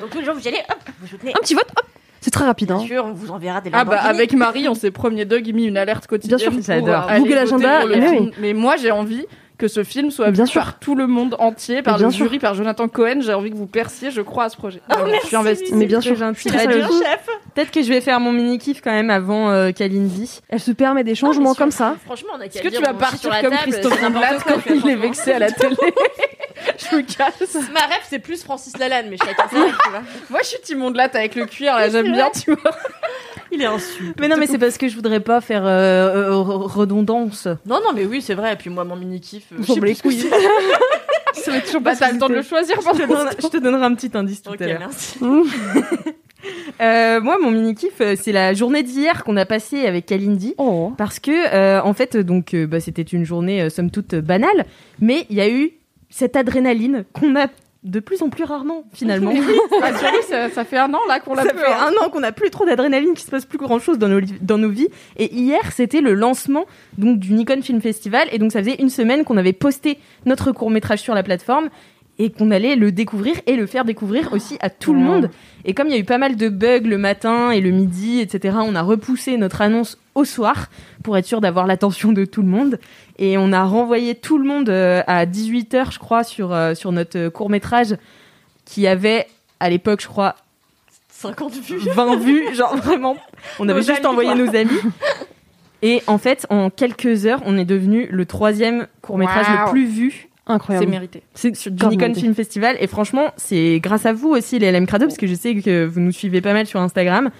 [SPEAKER 4] Donc tous les jours, vous y allez, hop, vous soutenez.
[SPEAKER 2] Un petit vote, hop. C'est très rapide,
[SPEAKER 4] Bien
[SPEAKER 2] hein.
[SPEAKER 4] sûr, on vous enverra des
[SPEAKER 5] Ah bah
[SPEAKER 4] Lamborghini.
[SPEAKER 5] avec Marie, on s'est premier dog mis une alerte quotidienne.
[SPEAKER 2] Bien sûr,
[SPEAKER 5] pour,
[SPEAKER 3] j'adore.
[SPEAKER 5] euh, aller
[SPEAKER 2] Google
[SPEAKER 5] voter
[SPEAKER 2] Agenda,
[SPEAKER 5] pour le
[SPEAKER 2] mais
[SPEAKER 5] film. Mais moi, j'ai envie que ce film soit
[SPEAKER 2] eh Bien
[SPEAKER 5] vu
[SPEAKER 2] sûr.
[SPEAKER 5] par tout le monde entier, par
[SPEAKER 2] Mais bien
[SPEAKER 5] le
[SPEAKER 2] sûr.
[SPEAKER 5] jury, par Jonathan Cohen. J'ai envie que vous perciez, je crois, à ce projet. Voilà, je suis investie.
[SPEAKER 2] Mais bien sûr.
[SPEAKER 3] gentil.
[SPEAKER 2] Très
[SPEAKER 3] Radio.
[SPEAKER 2] sérieux.
[SPEAKER 3] Peut-être que je vais faire mon mini kiff quand même avant euh, Kalindi.
[SPEAKER 2] Elle se permet des
[SPEAKER 4] Non, mais
[SPEAKER 2] changements
[SPEAKER 4] sur-
[SPEAKER 2] comme ça.
[SPEAKER 4] hein, Franchement, on a qu'à
[SPEAKER 5] Est-ce que
[SPEAKER 4] dire,
[SPEAKER 5] tu vas
[SPEAKER 4] on
[SPEAKER 5] partir
[SPEAKER 4] sur la
[SPEAKER 5] comme
[SPEAKER 4] table,
[SPEAKER 5] Christophe
[SPEAKER 4] c'est n'importe
[SPEAKER 5] Lamblat
[SPEAKER 4] quoi,
[SPEAKER 5] quand il est
[SPEAKER 4] franchement.
[SPEAKER 5] vexé à la télé Je me casse.
[SPEAKER 4] Ma rêve, c'est plus Francis Lalanne, mais chacun sa rêve, tu vois.
[SPEAKER 5] Moi, je suis Timon de latte avec le cuir, là, j'aime bien, tu vois.
[SPEAKER 4] Il est insu.
[SPEAKER 3] Mais non, mais c'est parce que je voudrais pas faire euh, euh, re- redondance.
[SPEAKER 4] Non, non, mais oui, c'est vrai. Et puis moi, mon mini-kiff, euh, je sais
[SPEAKER 2] semble
[SPEAKER 4] plus ce que
[SPEAKER 2] écouter.
[SPEAKER 4] c'est.
[SPEAKER 5] Ça va toujours pas. Bah, T'as le temps de le choisir
[SPEAKER 3] Je te,
[SPEAKER 5] pendant
[SPEAKER 3] donne- je te donnerai un petit indice tout
[SPEAKER 4] Ok,
[SPEAKER 3] à l'heure.
[SPEAKER 4] merci.
[SPEAKER 2] Mmh.
[SPEAKER 3] Euh, moi, mon mini kiff, c'est la journée d'hier qu'on a passée avec Kalindi.
[SPEAKER 2] Oh.
[SPEAKER 3] Parce que, euh, en fait, donc, euh, bah, c'était une journée euh, somme toute euh, banale, mais il y a eu cette adrénaline qu'on a de plus en plus rarement, finalement.
[SPEAKER 5] Bah, surtout, ça, ça fait un an là qu'on l'a hein.
[SPEAKER 3] Ça
[SPEAKER 5] fait.
[SPEAKER 3] fait un an qu'on n'a plus trop d'adrénaline, qu'il se passe plus grand chose dans nos, li- dans nos vies. Et hier, c'était le lancement donc du Nikon Film Festival. Et donc, ça faisait une semaine qu'on avait posté notre court métrage sur la plateforme et qu'on allait le découvrir et le faire découvrir aussi à tout le monde. Et comme il y a eu pas mal de bugs le matin et le midi, etc., on a repoussé notre annonce au soir pour être sûr d'avoir l'attention de tout le monde. Et on a renvoyé tout le monde euh, à 18h, je crois, sur, euh, sur notre court métrage qui avait à l'époque, je crois,
[SPEAKER 4] 50 vues.
[SPEAKER 3] 20 vues, genre vraiment. On avait
[SPEAKER 4] Nos
[SPEAKER 3] juste
[SPEAKER 4] amis,
[SPEAKER 3] envoyé
[SPEAKER 4] quoi.
[SPEAKER 3] nos amis. Et en fait, en quelques heures, on est devenu le troisième court-métrage le
[SPEAKER 5] Wow.
[SPEAKER 3] plus vu
[SPEAKER 5] C'est
[SPEAKER 2] Incroyable.
[SPEAKER 5] mérité.
[SPEAKER 3] c'est sur du
[SPEAKER 2] Grave
[SPEAKER 3] Nikon
[SPEAKER 2] monté.
[SPEAKER 3] Film Festival. Et franchement, c'est grâce à vous aussi, les LM Crado, parce que je sais que vous nous suivez pas mal sur Instagram.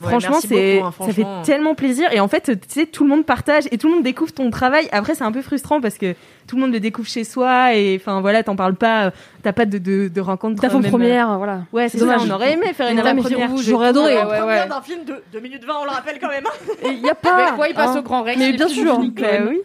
[SPEAKER 4] Ouais,
[SPEAKER 3] franchement,
[SPEAKER 4] merci
[SPEAKER 3] c'est
[SPEAKER 4] beaucoup, hein,
[SPEAKER 3] ça fait
[SPEAKER 4] franchement.
[SPEAKER 3] tellement plaisir. Et en fait, tu sais, tout le monde partage et tout le monde découvre ton travail. Après, c'est un peu frustrant parce que tout le monde le découvre chez soi. Et enfin, voilà, t'en parles pas. euh, T'as pas de, de, de rencontre.
[SPEAKER 2] Ta
[SPEAKER 3] euh,
[SPEAKER 2] femme
[SPEAKER 3] même-
[SPEAKER 2] première, voilà.
[SPEAKER 3] Ouais, c'est
[SPEAKER 2] C'est
[SPEAKER 3] ça. On
[SPEAKER 2] dommage.
[SPEAKER 3] aurait aimé faire une
[SPEAKER 2] Mais
[SPEAKER 3] avant
[SPEAKER 2] mais
[SPEAKER 3] première.
[SPEAKER 2] j'aurais- J'aurais adoré.
[SPEAKER 4] hein.
[SPEAKER 5] Ouais, ouais, ouais.
[SPEAKER 4] d'un film de 2 minutes 20, on le rappelle quand même. hein.
[SPEAKER 2] Il y a
[SPEAKER 5] Avec
[SPEAKER 2] pas.
[SPEAKER 5] quoi il passe
[SPEAKER 2] hein.
[SPEAKER 5] au Grand Rex
[SPEAKER 2] Mais
[SPEAKER 5] il est
[SPEAKER 2] bien
[SPEAKER 5] tout
[SPEAKER 2] sûr.
[SPEAKER 5] fini, quand même.
[SPEAKER 3] Bah oui.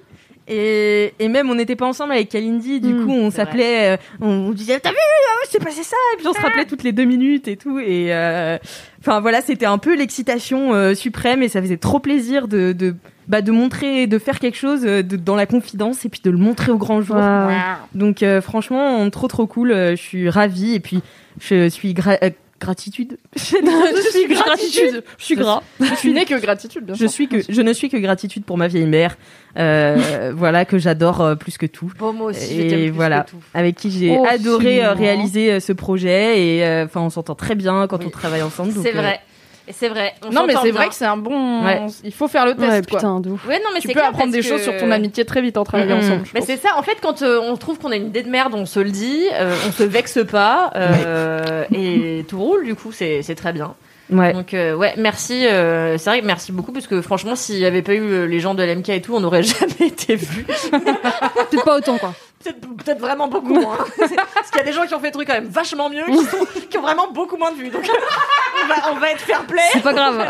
[SPEAKER 3] Et, et même on n'était pas ensemble avec Kalindi, du
[SPEAKER 2] Mm.
[SPEAKER 3] coup on
[SPEAKER 4] C'est vrai.
[SPEAKER 3] s'appelait, euh, on on disait t'as vu, ah, c'est passé ça, et puis on se rappelait toutes les deux minutes et tout. Et euh, enfin voilà, c'était un peu l'excitation euh, suprême et ça faisait trop plaisir de, de bah de montrer, de faire quelque chose euh, de- dans la confidence et puis de le montrer au grand jour.
[SPEAKER 2] Waouh.
[SPEAKER 3] Donc euh, franchement, trop trop cool. euh, je suis ravie et puis je suis gra- euh, gratitude. je suis gratitude. Je suis gras.
[SPEAKER 5] Je suis née que gratitude, bien
[SPEAKER 3] Je
[SPEAKER 5] sûr.
[SPEAKER 3] suis que je ne suis que gratitude pour ma vieille mère, euh, voilà que j'adore euh, plus que tout,
[SPEAKER 4] Bon, moi aussi,
[SPEAKER 3] Et
[SPEAKER 4] je t'aime plus
[SPEAKER 3] voilà.
[SPEAKER 4] que tout.
[SPEAKER 3] avec qui j'ai
[SPEAKER 2] Oh,
[SPEAKER 3] adoré
[SPEAKER 2] c'est
[SPEAKER 3] euh,
[SPEAKER 2] mignon.
[SPEAKER 3] réaliser euh, ce projet et euh, enfin on s'entend très bien quand
[SPEAKER 4] Oui.
[SPEAKER 3] on travaille ensemble. donc,
[SPEAKER 4] C'est
[SPEAKER 3] euh,
[SPEAKER 4] vrai. Et c'est vrai. on
[SPEAKER 5] Non, mais
[SPEAKER 4] s'entend
[SPEAKER 5] c'est
[SPEAKER 4] bien.
[SPEAKER 5] vrai que c'est un bon.
[SPEAKER 3] Ouais.
[SPEAKER 5] Il faut faire le test.
[SPEAKER 2] Ouais,
[SPEAKER 5] quoi.
[SPEAKER 2] putain, de ouf.
[SPEAKER 4] Ouais, non, mais
[SPEAKER 5] tu
[SPEAKER 4] c'est
[SPEAKER 5] peux
[SPEAKER 4] clair
[SPEAKER 5] apprendre
[SPEAKER 4] parce
[SPEAKER 5] des
[SPEAKER 4] que-
[SPEAKER 5] choses sur ton amitié très vite en travaillant
[SPEAKER 3] Mhm.
[SPEAKER 5] ensemble. je
[SPEAKER 4] Mais
[SPEAKER 5] pense.
[SPEAKER 4] c'est ça, en fait, quand euh, on trouve qu'on a une idée de merde, on se le dit, euh, on se vexe pas, euh, et tout roule, du coup, c'est c'est très bien.
[SPEAKER 3] Ouais.
[SPEAKER 4] Donc, euh, ouais, merci, euh, c'est vrai, que merci beaucoup, parce que franchement, s'il n'y avait pas eu euh, les gens de LMK et tout, on n'aurait jamais été vus.
[SPEAKER 2] Peut-être pas autant, quoi.
[SPEAKER 4] Peut-être peut-être vraiment beaucoup moins. hein. C'est- Parce qu'il y a des gens qui ont fait des trucs quand même vachement mieux, qui, sont- qui ont vraiment beaucoup moins de vues. Donc, on va, on va être fair play.
[SPEAKER 2] C'est pas grave.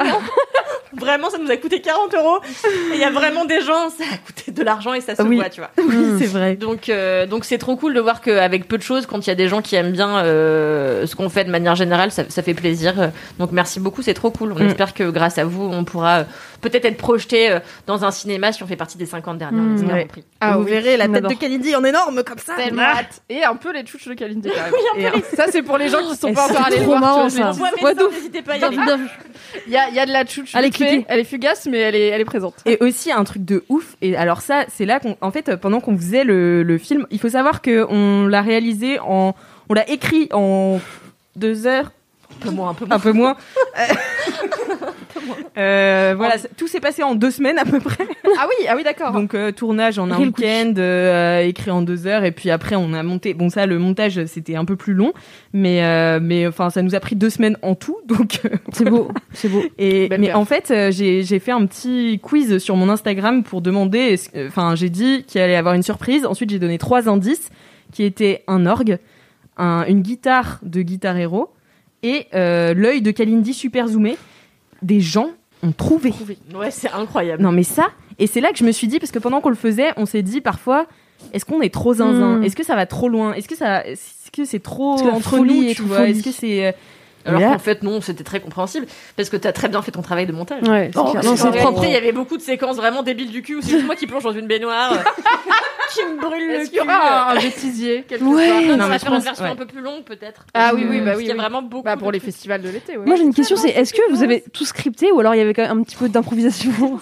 [SPEAKER 4] Vraiment, ça nous a coûté 40 euros. Et il y a vraiment des gens, ça a coûté de l'argent et ça se
[SPEAKER 3] Oui.
[SPEAKER 4] voit, tu vois.
[SPEAKER 3] Oui, c'est vrai.
[SPEAKER 4] Donc, euh, donc c'est trop cool de voir qu'avec peu de choses, quand il y a des gens qui aiment bien euh, ce qu'on fait de manière générale, ça, ça fait plaisir. Donc merci beaucoup, c'est trop cool. On
[SPEAKER 3] Mm.
[SPEAKER 4] espère que grâce à vous, on pourra euh, peut-être être projeté euh, dans un cinéma si on fait partie des 50 dernières.
[SPEAKER 2] Mm.
[SPEAKER 4] on espère,
[SPEAKER 3] Ouais.
[SPEAKER 4] on prie.
[SPEAKER 5] Ah
[SPEAKER 3] vous
[SPEAKER 5] oui.
[SPEAKER 3] verrez la
[SPEAKER 2] on
[SPEAKER 3] tête de
[SPEAKER 2] adore.
[SPEAKER 3] Kennedy en énorme comme ça.
[SPEAKER 5] Tellement
[SPEAKER 3] Ah.
[SPEAKER 5] hâte. Et un peu les chouches de Kalindi, quand même. Et un- Ça, c'est pour les gens qui sont
[SPEAKER 3] Et
[SPEAKER 5] pas
[SPEAKER 3] c'est
[SPEAKER 5] encore allés le
[SPEAKER 2] trop
[SPEAKER 5] voir.
[SPEAKER 2] marrant,
[SPEAKER 5] tu vois,
[SPEAKER 2] ça.
[SPEAKER 5] mais
[SPEAKER 4] Ouais, mais
[SPEAKER 2] What
[SPEAKER 4] ça,
[SPEAKER 2] the-
[SPEAKER 4] n'hésitez pas à y
[SPEAKER 2] Bien
[SPEAKER 4] aller.
[SPEAKER 2] vu, bien vu.
[SPEAKER 5] Il y a, il y a de la chouche.
[SPEAKER 2] Allez,
[SPEAKER 5] vite fait.
[SPEAKER 2] cliquez.
[SPEAKER 5] Elle est fugace, mais elle est, elle est présente.
[SPEAKER 3] Et aussi un truc de ouf. Et alors ça, c'est là qu'on, en fait, euh, pendant qu'on faisait le, le film, il faut savoir que on l'a réalisé en, on l'a écrit en deux heures,
[SPEAKER 4] Un peu moins, un peu moins.
[SPEAKER 3] un peu moins. Euh, voilà, c'est- tout s'est passé en deux semaines à peu près.
[SPEAKER 5] Ah oui, ah oui, d'accord.
[SPEAKER 3] Donc euh, tournage en un
[SPEAKER 2] Real
[SPEAKER 3] week-end, euh, écrit en deux heures, et puis après on a monté. Bon ça, le montage c'était un peu plus long, mais euh, mais enfin ça nous a pris deux semaines en tout. Donc euh,
[SPEAKER 2] C'est beau, c'est beau.
[SPEAKER 3] et,
[SPEAKER 5] Belle
[SPEAKER 3] mais
[SPEAKER 5] perf.
[SPEAKER 3] en fait, euh, j'ai j'ai fait un petit quiz sur mon Instagram pour demander. est-ce que- Enfin, j'ai dit qu'il allait y avoir une surprise. Ensuite, j'ai donné trois indices qui étaient un orgue, un- une guitare de Guitar Hero et euh, l'œil de Kalindi super zoomé. Des gens ont trouvé.
[SPEAKER 4] Ouais, c'est incroyable.
[SPEAKER 3] Non, mais ça. Et c'est là que je me suis dit parce que pendant qu'on le faisait, on s'est dit parfois, est-ce qu'on est trop zinzin
[SPEAKER 4] Hmm.
[SPEAKER 2] Mm.
[SPEAKER 3] Est-ce que ça va trop loin Est-ce que ça, est-ce que c'est trop
[SPEAKER 2] Est-ce que la
[SPEAKER 3] entre
[SPEAKER 2] folie
[SPEAKER 3] nous
[SPEAKER 2] est
[SPEAKER 3] Tu
[SPEAKER 2] une
[SPEAKER 3] vois Est-ce
[SPEAKER 2] folie
[SPEAKER 3] que c'est euh,
[SPEAKER 4] Alors
[SPEAKER 3] là-
[SPEAKER 4] qu'en fait, non, c'était très compréhensible parce que t'as très bien fait ton travail de montage.
[SPEAKER 2] Ouais, c'est
[SPEAKER 4] Oh,
[SPEAKER 2] clair.
[SPEAKER 4] parce
[SPEAKER 2] Non,
[SPEAKER 4] qu'en
[SPEAKER 2] c'est propre.
[SPEAKER 4] réalité, il y avait beaucoup de séquences vraiment débiles du cul où c'est juste moi qui plonge dans une baignoire, euh, qui me brûle le
[SPEAKER 5] Est-ce qu'il
[SPEAKER 4] cul.
[SPEAKER 5] y aura un, un bêtisier quelque
[SPEAKER 2] Ouais.
[SPEAKER 5] part
[SPEAKER 4] Non,
[SPEAKER 3] Non,
[SPEAKER 4] on
[SPEAKER 3] mais
[SPEAKER 4] va
[SPEAKER 3] je
[SPEAKER 4] faire une
[SPEAKER 3] pense-
[SPEAKER 4] version
[SPEAKER 3] ouais.
[SPEAKER 4] un peu plus longue, peut-être.
[SPEAKER 5] Ah oui, oui, bah
[SPEAKER 4] Parce
[SPEAKER 5] oui,
[SPEAKER 4] qu'il y a
[SPEAKER 5] oui.
[SPEAKER 4] vraiment beaucoup.
[SPEAKER 5] Bah, pour
[SPEAKER 4] de
[SPEAKER 5] les festivals de l'été, ouais.
[SPEAKER 2] Moi, j'ai une
[SPEAKER 4] c'est
[SPEAKER 2] question,
[SPEAKER 4] ça,
[SPEAKER 2] c'est
[SPEAKER 4] non,
[SPEAKER 2] est-ce que vous avez tout scripté ou alors il y avait quand même un petit peu d'improvisation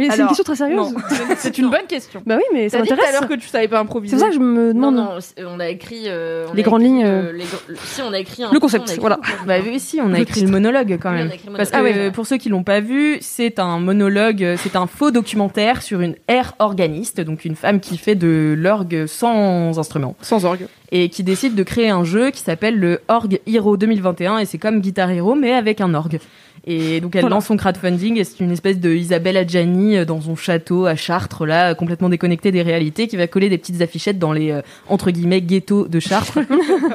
[SPEAKER 2] Mais c'est une
[SPEAKER 3] Alors,
[SPEAKER 2] question très sérieuse.
[SPEAKER 5] C'est une bonne question.
[SPEAKER 2] Bah oui, mais ça
[SPEAKER 5] T'as dit tout à
[SPEAKER 2] m'intéresse.
[SPEAKER 5] l'heure que tu savais pas
[SPEAKER 2] C'est
[SPEAKER 5] improviser.
[SPEAKER 2] pour ça que je me
[SPEAKER 4] Non,
[SPEAKER 2] demande.
[SPEAKER 4] non, c'est- euh, on a écrit. euh, on
[SPEAKER 2] Les
[SPEAKER 4] a
[SPEAKER 2] grandes
[SPEAKER 4] écrit,
[SPEAKER 2] lignes,
[SPEAKER 4] euh, les gr- le- si, on a écrit un.
[SPEAKER 2] Le
[SPEAKER 4] on
[SPEAKER 2] concept,
[SPEAKER 4] a écrit
[SPEAKER 2] voilà.
[SPEAKER 4] le concept.
[SPEAKER 3] Bah oui, si, on a
[SPEAKER 2] Le
[SPEAKER 3] écrit le monologue quand
[SPEAKER 4] Oui,
[SPEAKER 3] même.
[SPEAKER 4] on a écrit le
[SPEAKER 3] Parce que
[SPEAKER 4] monologue.
[SPEAKER 3] euh, pour ceux qui l'ont pas vu, c'est un monologue, euh, c'est un faux documentaire sur une air organiste, donc une femme qui fait de l'orgue sans instrument
[SPEAKER 5] Sans orgue.
[SPEAKER 3] et qui décide de créer un jeu qui s'appelle le Org Hero 2021 et c'est comme Guitar Hero mais avec un orgue. Et donc elle
[SPEAKER 2] Voilà.
[SPEAKER 3] lance son crowdfunding et c'est une espèce de Isabelle Adjani euh, dans son château à Chartres là, euh, complètement déconnectée des réalités qui va coller des petites affichettes dans les euh, entre guillemets ghettos de Chartres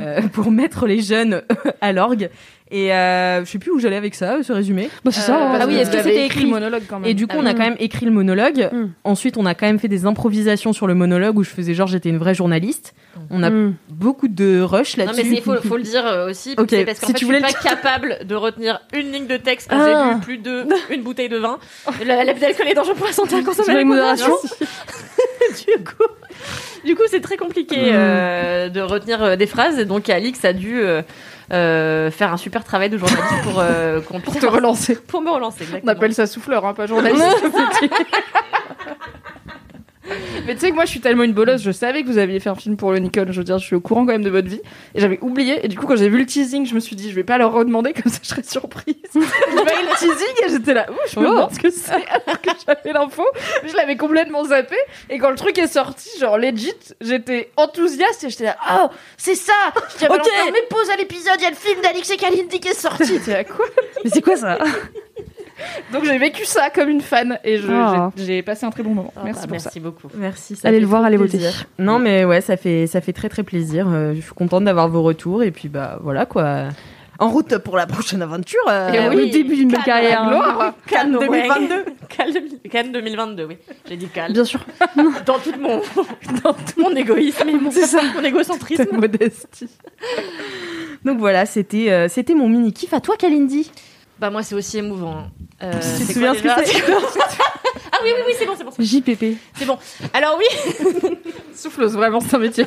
[SPEAKER 3] euh, pour mettre les jeunes à l'orgue. Et euh, je sais plus où j'allais avec ça, euh, ce résumé.
[SPEAKER 2] Bah, c'est ça.
[SPEAKER 5] Euh,
[SPEAKER 2] ouais.
[SPEAKER 5] parce
[SPEAKER 3] ah oui,
[SPEAKER 5] que
[SPEAKER 3] est-ce que
[SPEAKER 5] vous avez
[SPEAKER 3] c'était écrit
[SPEAKER 5] le monologue quand même
[SPEAKER 3] Et du coup,
[SPEAKER 4] Ah
[SPEAKER 3] on a
[SPEAKER 2] oui.
[SPEAKER 3] quand même écrit le monologue.
[SPEAKER 2] Mm.
[SPEAKER 3] Ensuite, on a quand même fait des improvisations sur le monologue où je faisais genre j'étais une vraie journaliste. On a
[SPEAKER 2] Mm.
[SPEAKER 3] beaucoup de rush
[SPEAKER 4] Non,
[SPEAKER 3] là-dessus.
[SPEAKER 4] mais il faut, faut le dire euh, aussi.
[SPEAKER 3] Ok,
[SPEAKER 4] c'est parce qu'en
[SPEAKER 3] si
[SPEAKER 4] fait,
[SPEAKER 3] tu
[SPEAKER 4] je suis
[SPEAKER 3] voulais
[SPEAKER 4] pas
[SPEAKER 3] le
[SPEAKER 4] capable de retenir une ligne de texte quand
[SPEAKER 2] Ah.
[SPEAKER 4] j'ai bu plus de une bouteille de vin. La la vie d'alcool est dangereuse pour la santé à consommer
[SPEAKER 2] Tu veux
[SPEAKER 4] avec
[SPEAKER 2] une modération
[SPEAKER 4] du coup, du coup, c'est très compliqué euh, de retenir euh, des phrases. Et donc, Alix a dû euh, euh, faire un super travail de journaliste pour euh, qu'on puisse
[SPEAKER 5] Pour te relancer.
[SPEAKER 4] pour me relancer.
[SPEAKER 5] On
[SPEAKER 4] Exactement.
[SPEAKER 5] appelle ça souffleur, hein, pas journaliste. Mais tu sais que moi je suis tellement une bolosse, je savais que vous aviez fait un film pour le Nikon, je veux dire, je suis au courant quand même de votre vie. Et j'avais oublié, et du coup quand j'ai vu le teasing, je me suis dit, je vais pas leur redemander, comme ça je serais surprise. j'ai pas eu le teasing et j'étais là, ouh, je me
[SPEAKER 3] Oh.
[SPEAKER 5] demande ce que c'est, alors que j'avais l'info, je l'avais complètement zappé. Et quand le truc est sorti, genre legit, j'étais enthousiaste et j'étais là, oh, c'est ça Je dis à
[SPEAKER 3] Ok.
[SPEAKER 5] Valentin, mais pose à l'épisode, il y a le film d'Alix et Kalindi qui est sorti, J'étais là, quoi
[SPEAKER 2] Mais c'est quoi ça
[SPEAKER 5] Donc j'ai vécu ça comme une fan et je-
[SPEAKER 2] Ah.
[SPEAKER 5] j'ai j'ai passé un très bon moment.
[SPEAKER 4] Ah,
[SPEAKER 5] Merci
[SPEAKER 4] bah,
[SPEAKER 5] pour ça.
[SPEAKER 4] merci beaucoup.
[SPEAKER 3] Merci. ça
[SPEAKER 2] Allez
[SPEAKER 3] fait
[SPEAKER 2] le voir,
[SPEAKER 3] trop
[SPEAKER 2] allez voter.
[SPEAKER 3] plaisir. Non, mais ouais, ça fait, ça fait très très plaisir. Euh, je suis contente d'avoir vos retours et puis bah voilà quoi. En route pour la prochaine aventure. euh,
[SPEAKER 4] Et
[SPEAKER 2] Euh,
[SPEAKER 4] oui.
[SPEAKER 2] Le début d'une belle carrière. hein.
[SPEAKER 5] Gloire
[SPEAKER 4] Cannes
[SPEAKER 3] Cannes
[SPEAKER 4] 2022. Cannes, Cannes 2022, oui. J'ai dit Cannes.
[SPEAKER 2] Bien sûr.
[SPEAKER 4] Dans tout mon, dans tout mon égoïsme et mon, mon
[SPEAKER 3] ta
[SPEAKER 4] égocentrisme.
[SPEAKER 3] modestie. Donc voilà, c'était euh, c'était mon mini kiff. À toi, Kalindi.
[SPEAKER 4] Bah, moi, c'est aussi émouvant. Euh,
[SPEAKER 3] Tu te
[SPEAKER 4] c'est
[SPEAKER 3] souviens
[SPEAKER 4] quoi
[SPEAKER 3] ce que
[SPEAKER 4] déjà
[SPEAKER 3] c'est
[SPEAKER 4] Ah oui, oui, oui, c'est bon, c'est bon. c'est bon.
[SPEAKER 2] JPP.
[SPEAKER 4] C'est bon. Alors, oui,
[SPEAKER 5] Souffleuse, vraiment, c'est un métier.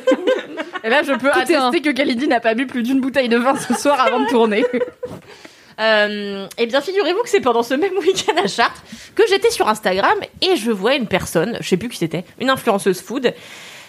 [SPEAKER 5] Et là, je peux
[SPEAKER 2] est un.
[SPEAKER 5] attester que Kalidi n'a pas bu plus d'une bouteille de vin ce soir avant de tourner.
[SPEAKER 4] Euh, eh bien, figurez-vous que c'est pendant ce même week-end à Chartres que j'étais sur Instagram et je vois une personne, je sais plus qui c'était, une influenceuse food,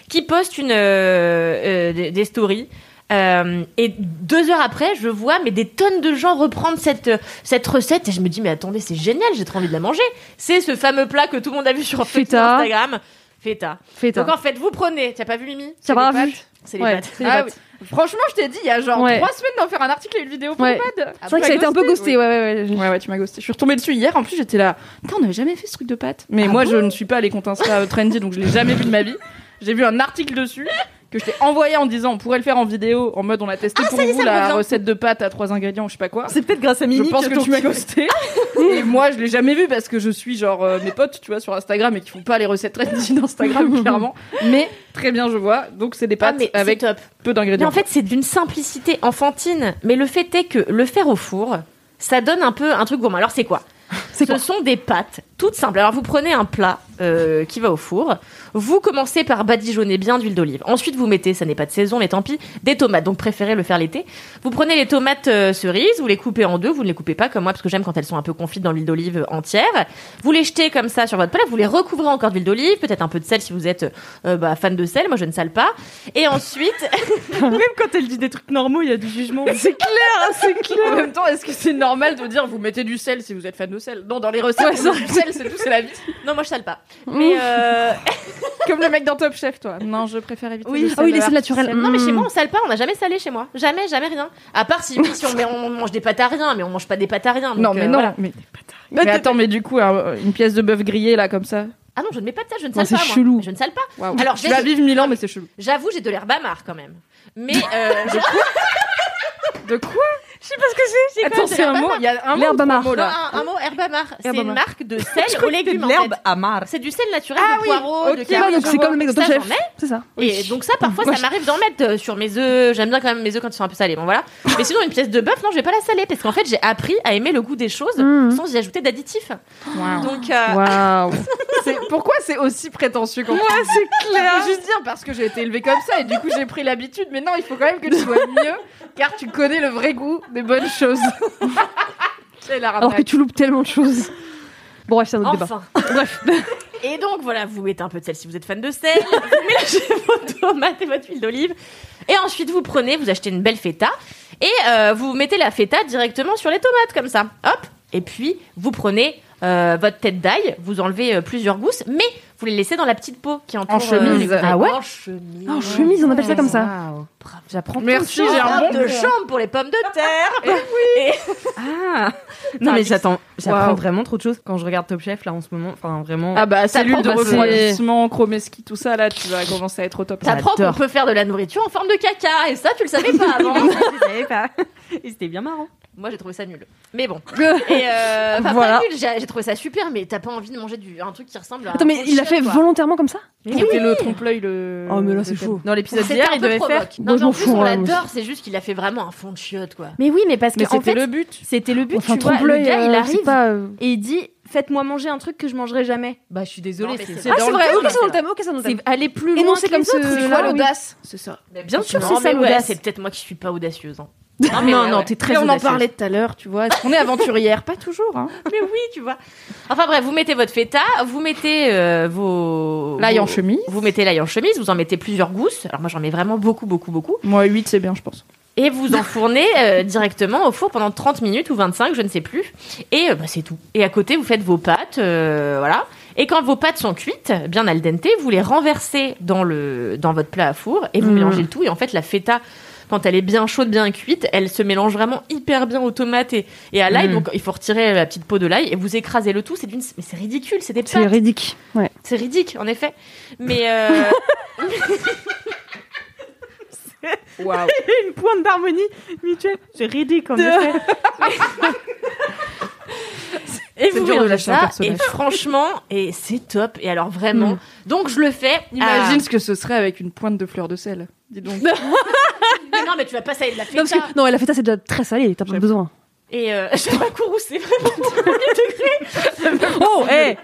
[SPEAKER 4] qui poste une euh, euh, des, des stories Euh, et deux heures après, je vois mais des tonnes de gens reprendre cette, cette recette et je me dis mais attendez c'est génial, j'ai trop envie de la manger. C'est ce fameux plat que tout le monde a vu sur Facebook,
[SPEAKER 2] Feta.
[SPEAKER 4] Instagram. Feta.
[SPEAKER 2] Fais
[SPEAKER 4] Donc en fait vous prenez. T'as pas vu Mimi
[SPEAKER 2] Ça va, vu.
[SPEAKER 4] C'est les
[SPEAKER 5] Ouais.
[SPEAKER 4] pâtes.
[SPEAKER 5] Ah oui. Franchement, je t'ai dit il y a genre
[SPEAKER 2] Ouais.
[SPEAKER 5] trois semaines d'en faire un article et une vidéo pour Ah,
[SPEAKER 2] Ouais.
[SPEAKER 5] le pad.
[SPEAKER 2] C'est vrai que ça a été un peu ghosté, ouais, ouais, ouais.
[SPEAKER 5] Ouais, ouais, tu m'as ghosté. Je suis retombée dessus hier. En plus, j'étais là. Putain, on n'avait jamais fait ce truc de pâte. Ah Mais moi, je ne suis pas les comptes Insta euh, trendy, donc je l'ai jamais vu de ma vie. J'ai vu un article dessus que je t'ai envoyé en disant on pourrait le faire en vidéo, en mode on a testé pour vous la recette de pâte à trois ingrédients, je sais pas quoi.
[SPEAKER 7] C'est peut-être grâce à
[SPEAKER 5] Je
[SPEAKER 7] Mimi
[SPEAKER 5] pense que,
[SPEAKER 7] ton-
[SPEAKER 5] tu m'as ghosté. et moi, je l'ai jamais vu parce que je suis genre euh, mes potes, tu vois, sur Instagram et qui font pas les recettes trendy d'Instagram, clairement. Mais très bien, je vois. Donc, c'est des
[SPEAKER 4] Ah,
[SPEAKER 5] pâtes
[SPEAKER 4] mais c'est
[SPEAKER 5] avec
[SPEAKER 4] top.
[SPEAKER 5] peu
[SPEAKER 4] Mais
[SPEAKER 5] d'ingrédients.
[SPEAKER 4] en fait, c'est d'une simplicité enfantine. Mais le fait est que le faire au four, ça donne un peu un truc gourmand. Alors, c'est quoi Ce sont des pâtes toutes simples. Alors, vous prenez un plat euh, qui va au four. Vous commencez par badigeonner bien d'huile d'olive. Ensuite, vous mettez, ça n'est pas de saison, mais tant pis, des tomates. Donc, préférez le faire l'été. Vous prenez les tomates euh, cerises, vous les coupez en deux. Vous ne les coupez pas comme moi, parce que j'aime quand elles sont un peu confites dans l'huile d'olive entière. Vous les jetez comme ça sur votre plat. Vous les recouvrez encore d'huile d'olive, peut-être un peu de sel si vous êtes euh, bah, fan de sel. Moi, je ne sale pas. Et ensuite,
[SPEAKER 7] Même quand elle dit des trucs normaux, il y a du jugement.
[SPEAKER 5] En même temps, est-ce que c'est normal de dire vous mettez du sel si vous êtes fan de sel Non, dans les recettes, on met du sel, c'est tout, c'est la vie.
[SPEAKER 4] Non, moi je sale pas.
[SPEAKER 2] Mmh.
[SPEAKER 4] Mais euh,
[SPEAKER 5] Comme le mec dans Top Chef, toi. Non, je préfère éviter.
[SPEAKER 2] Oui, ah oui, les sels naturels.
[SPEAKER 4] non, mais chez
[SPEAKER 2] Mm.
[SPEAKER 4] moi on sale pas, on n'a jamais salé chez moi. Jamais, jamais rien. À part si, oui, si on, mais on mange des pâtes à rien, mais on mange pas des pâtes à rien. donc,
[SPEAKER 5] Non, mais
[SPEAKER 4] euh,
[SPEAKER 5] non.
[SPEAKER 4] voilà.
[SPEAKER 5] Mais, mais attends, mais du coup, un- une pièce de bœuf grillé là, comme ça.
[SPEAKER 4] Ah non, je ne mets pas de sel, je ne
[SPEAKER 5] Non,
[SPEAKER 4] sale pas.
[SPEAKER 5] c'est
[SPEAKER 4] moi.
[SPEAKER 5] chelou.
[SPEAKER 4] Je ne sale pas.
[SPEAKER 5] Waouh.
[SPEAKER 4] Alors,
[SPEAKER 5] je
[SPEAKER 4] j'ai-
[SPEAKER 5] la vive Milan, mais c'est chelou.
[SPEAKER 4] J'avoue, j'ai de l'herbe amare quand même. Mais euh, je-
[SPEAKER 5] De quoi
[SPEAKER 4] j'ai quand même
[SPEAKER 5] Attends,
[SPEAKER 4] de
[SPEAKER 5] c'est
[SPEAKER 4] l'herbe
[SPEAKER 5] un mot.
[SPEAKER 4] amare.
[SPEAKER 5] Il y a un mot.
[SPEAKER 2] L'herbe
[SPEAKER 5] ou trois
[SPEAKER 2] amare.
[SPEAKER 5] mots,
[SPEAKER 4] Non,
[SPEAKER 5] là.
[SPEAKER 4] un, un mot herbe amare. C'est
[SPEAKER 2] Herbe
[SPEAKER 4] une
[SPEAKER 2] amare.
[SPEAKER 4] marque de sel aux légumes. en fait.
[SPEAKER 7] L'herbe amare.
[SPEAKER 4] C'est du sel naturel
[SPEAKER 5] Ah
[SPEAKER 4] de
[SPEAKER 5] oui,
[SPEAKER 4] poireaux, de
[SPEAKER 5] ok.
[SPEAKER 2] Ouais,
[SPEAKER 4] carottes.
[SPEAKER 2] donc c'est comme le mec dans
[SPEAKER 4] Ça,
[SPEAKER 2] Top
[SPEAKER 4] j'en
[SPEAKER 2] Chef.
[SPEAKER 4] mets.
[SPEAKER 2] C'est ça.
[SPEAKER 4] Et donc ça, parfois, ça m'arrive d'en mettre euh, sur mes œufs. J'aime bien quand même mes œufs quand ils sont un peu salés. Bon voilà. Mais sinon, une pièce de bœuf, non, je vais pas la saler parce qu'en fait, j'ai appris à aimer le goût des choses
[SPEAKER 2] Mhm.
[SPEAKER 4] sans y ajouter d'additifs.
[SPEAKER 5] Waouh.
[SPEAKER 4] Donc euh,
[SPEAKER 5] Waouh. C'est- Pourquoi c'est aussi prétentieux quand Moi, c'est clair. Je veux juste dire parce que j'ai été élevée comme ça et du coup j'ai pris l'habitude. Mais non, il faut quand même que tu sois mieux car tu connais le vrai goût des bonnes choses. Quelle arnaque.
[SPEAKER 2] Alors que tu loupes tellement de choses. Bon, bref, c'est un autre débat.
[SPEAKER 4] enfin. Et donc voilà, vous mettez un peu de sel si vous êtes fan de sel. vous mélangez vos tomates et votre huile d'olive. Et ensuite, vous prenez, vous achetez une belle feta et euh, vous mettez la feta directement sur les tomates comme ça. Hop. Et puis vous prenez euh, votre tête d'ail, vous enlevez euh, plusieurs gousses, mais vous les laissez dans la petite peau qui entoure.
[SPEAKER 5] En chemise.
[SPEAKER 4] les-
[SPEAKER 5] Ah
[SPEAKER 2] ouais
[SPEAKER 4] En chemise.
[SPEAKER 2] Ah, en chemise, on appelle ça comme ça.
[SPEAKER 3] J'apprends.
[SPEAKER 5] Merci,
[SPEAKER 4] J'ai
[SPEAKER 5] j'ai un bon
[SPEAKER 4] de chambre pour les pommes de terre.
[SPEAKER 3] Ah Non, mais
[SPEAKER 4] mix.
[SPEAKER 3] j'attends. J'apprends
[SPEAKER 5] Waouh.
[SPEAKER 3] vraiment trop de choses quand je regarde Top Chef là en ce moment. Enfin, vraiment.
[SPEAKER 5] Ah bah cellule de
[SPEAKER 3] prend pas, c'est-
[SPEAKER 5] refroidissement, chromeski, tout ça là, tu vas commencer à être au top.
[SPEAKER 4] T'apprends qu'on
[SPEAKER 3] J'adore.
[SPEAKER 4] peut faire de la nourriture en forme de caca et ça, tu le savais pas avant.
[SPEAKER 3] je savais pas. Et c'était bien marrant.
[SPEAKER 4] Moi, j'ai trouvé ça nul. Mais bon. Et euh, enfin,
[SPEAKER 3] Voilà.
[SPEAKER 4] pas nul, j'ai j'ai trouvé ça super, mais t'as pas envie de manger du, un truc qui ressemble à.
[SPEAKER 2] Attends,
[SPEAKER 4] un
[SPEAKER 2] mais
[SPEAKER 4] gros
[SPEAKER 2] il a
[SPEAKER 4] chien,
[SPEAKER 2] fait
[SPEAKER 4] quoi.
[SPEAKER 2] volontairement comme ça
[SPEAKER 4] Mais oui,
[SPEAKER 5] C'était le trompe-l'œil le.
[SPEAKER 2] Oh, mais là, c'est
[SPEAKER 5] le thème.
[SPEAKER 2] chaud.
[SPEAKER 3] Dans l'épisode
[SPEAKER 4] c'était
[SPEAKER 3] d'hier,
[SPEAKER 4] un
[SPEAKER 3] il
[SPEAKER 4] peu
[SPEAKER 3] devait
[SPEAKER 4] provoque. Non,
[SPEAKER 3] faire.
[SPEAKER 2] Moi,
[SPEAKER 4] mais
[SPEAKER 2] je m'en
[SPEAKER 4] en plus,
[SPEAKER 2] fous,
[SPEAKER 4] on
[SPEAKER 2] ouais, moi,
[SPEAKER 4] l'adore, c'est juste qu'il a fait vraiment un fond de chiotte, quoi.
[SPEAKER 3] Mais oui, mais parce
[SPEAKER 5] Mais
[SPEAKER 3] que en
[SPEAKER 5] c'était
[SPEAKER 3] fait,
[SPEAKER 5] le but.
[SPEAKER 3] c'était le but.
[SPEAKER 2] Enfin,
[SPEAKER 3] tu vois, le
[SPEAKER 2] trompe-l'œil,
[SPEAKER 3] gars, il
[SPEAKER 2] euh, c'est
[SPEAKER 3] arrive
[SPEAKER 2] pas. euh,
[SPEAKER 3] et il dit Faites-moi manger un truc que je mangerai jamais. Bah, je suis
[SPEAKER 4] Non,
[SPEAKER 3] désolée.
[SPEAKER 4] mais
[SPEAKER 3] c'est-
[SPEAKER 4] c'est
[SPEAKER 3] c'est
[SPEAKER 2] Ah,
[SPEAKER 4] dans
[SPEAKER 2] c'est
[SPEAKER 4] le
[SPEAKER 2] vrai,
[SPEAKER 4] thème,
[SPEAKER 2] ok, c'est dans le
[SPEAKER 4] ça.
[SPEAKER 2] thème, ok, c'est dans le
[SPEAKER 3] c'est
[SPEAKER 2] thème.
[SPEAKER 3] aller plus
[SPEAKER 2] Et non,
[SPEAKER 3] loin.
[SPEAKER 2] c'est
[SPEAKER 3] que les
[SPEAKER 2] comme
[SPEAKER 3] autres.
[SPEAKER 2] ce-
[SPEAKER 5] Tu
[SPEAKER 2] là,
[SPEAKER 5] vois
[SPEAKER 2] oui.
[SPEAKER 5] l'audace, c'est ça.
[SPEAKER 4] Mais bien sûr,
[SPEAKER 3] Non,
[SPEAKER 4] c'est ça
[SPEAKER 3] mais ouais,
[SPEAKER 4] l'audace.
[SPEAKER 3] c'est
[SPEAKER 4] C'est peut-être moi qui suis pas audacieuse. hein.
[SPEAKER 3] Non, euh,
[SPEAKER 4] mais ouais,
[SPEAKER 3] non,
[SPEAKER 4] ouais.
[SPEAKER 3] t'es très
[SPEAKER 5] Et on en
[SPEAKER 3] audacieuse.
[SPEAKER 5] parlait tout à l'heure, tu vois. On est aventurière, pas toujours. Hein.
[SPEAKER 4] mais oui, tu vois. Enfin bref, vous mettez votre feta, vous mettez euh, vos.
[SPEAKER 5] L'ail en
[SPEAKER 4] vos-
[SPEAKER 5] chemise.
[SPEAKER 4] Vous mettez l'ail en chemise, vous en mettez plusieurs gousses. Alors moi, j'en mets vraiment beaucoup, beaucoup, beaucoup.
[SPEAKER 5] Moi, 8, c'est bien, je pense.
[SPEAKER 4] Et vous enfournez euh, directement au four pendant 30 minutes ou 25, je ne sais plus. Et euh, bah, c'est tout. Et à côté, vous faites vos pâtes, euh, voilà. Et quand vos pâtes sont cuites, eh bien al dente, vous les renversez dans, le, dans votre plat à four et vous
[SPEAKER 2] Mhm.
[SPEAKER 4] mélangez le tout. Et en fait, la feta, quand elle est bien chaude, bien cuite, elle se mélange vraiment hyper bien aux tomates et, et à l'ail.
[SPEAKER 3] Mhm.
[SPEAKER 4] Donc, il faut retirer la petite peau de l'ail et vous écrasez le tout. C'est d'une... Mais c'est ridicule, c'est des
[SPEAKER 2] C'est
[SPEAKER 4] pâtes.
[SPEAKER 2] ridicule. Ouais.
[SPEAKER 4] C'est ridicule, en effet. Mais... euh,
[SPEAKER 5] Waouh.
[SPEAKER 7] Une pointe d'harmonie mutuelle. C'est ridicule, en effet.
[SPEAKER 4] Et
[SPEAKER 5] C'est
[SPEAKER 4] vous
[SPEAKER 5] dur de
[SPEAKER 4] verrez
[SPEAKER 5] lâcher un
[SPEAKER 4] ça,
[SPEAKER 5] personnage. Mm.
[SPEAKER 4] et franchement, et c'est top. Et alors vraiment, donc je le fais. Ah.
[SPEAKER 5] Imagine
[SPEAKER 4] à-
[SPEAKER 5] ce que ce serait avec une pointe de fleur de sel. Dis donc.
[SPEAKER 4] Mais non, mais tu vas pas saler de la feta.
[SPEAKER 2] Non, parce que, non, la feta, c'est déjà très salé, t'as pas
[SPEAKER 5] J'aime.
[SPEAKER 2] besoin.
[SPEAKER 4] Et euh, je vais pas courroucer vraiment.
[SPEAKER 2] Oh, hé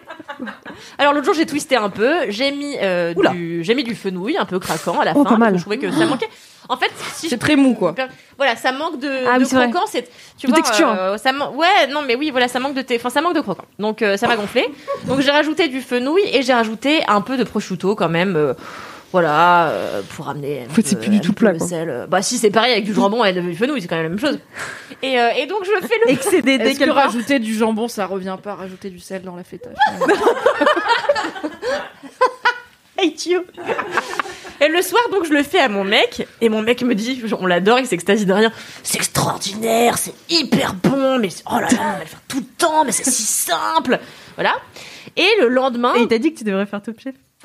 [SPEAKER 4] Alors l'autre jour, j'ai twisté un peu. J'ai mis euh, du, j'ai mis du fenouil un peu craquant à la
[SPEAKER 2] Oh,
[SPEAKER 4] fin.
[SPEAKER 2] pas mal.
[SPEAKER 4] parce que Je trouvais que ça manquait. En fait, si je
[SPEAKER 5] C'est très mou, quoi.
[SPEAKER 4] Voilà, ça manque de,
[SPEAKER 2] Ah
[SPEAKER 4] de
[SPEAKER 2] oui, c'est vrai.
[SPEAKER 4] croquant. C'est, tu
[SPEAKER 2] De
[SPEAKER 4] vois,
[SPEAKER 2] texture.
[SPEAKER 4] euh, ça man- ouais, non, mais oui, voilà, ça manque de, te- enfin, ça manque de croquant. Donc euh, ça m'a gonflé. Donc j'ai rajouté du fenouil et j'ai rajouté un peu de prosciutto quand même. euh, voilà, euh, pour amener.
[SPEAKER 2] Faut que c'est plus du tout plat, quoi.
[SPEAKER 4] Bah si, c'est pareil avec du jambon et du fenouil, c'est quand même la même chose. Et, euh, et donc je fais le.
[SPEAKER 7] Excédé dès
[SPEAKER 5] Est-ce que
[SPEAKER 7] qu'elle part.
[SPEAKER 5] rajouter du jambon, ça revient pas à rajouter du sel dans la feta
[SPEAKER 4] Hate you. Et le soir, donc, je le fais à mon mec, et mon mec me dit, genre, on l'adore, il s'extasie de rien. C'est extraordinaire, c'est hyper bon, mais oh là là, on va le faire tout le temps, mais c'est si simple. Voilà. Et le lendemain,
[SPEAKER 3] Et il t'a dit que tu devrais faire top chef.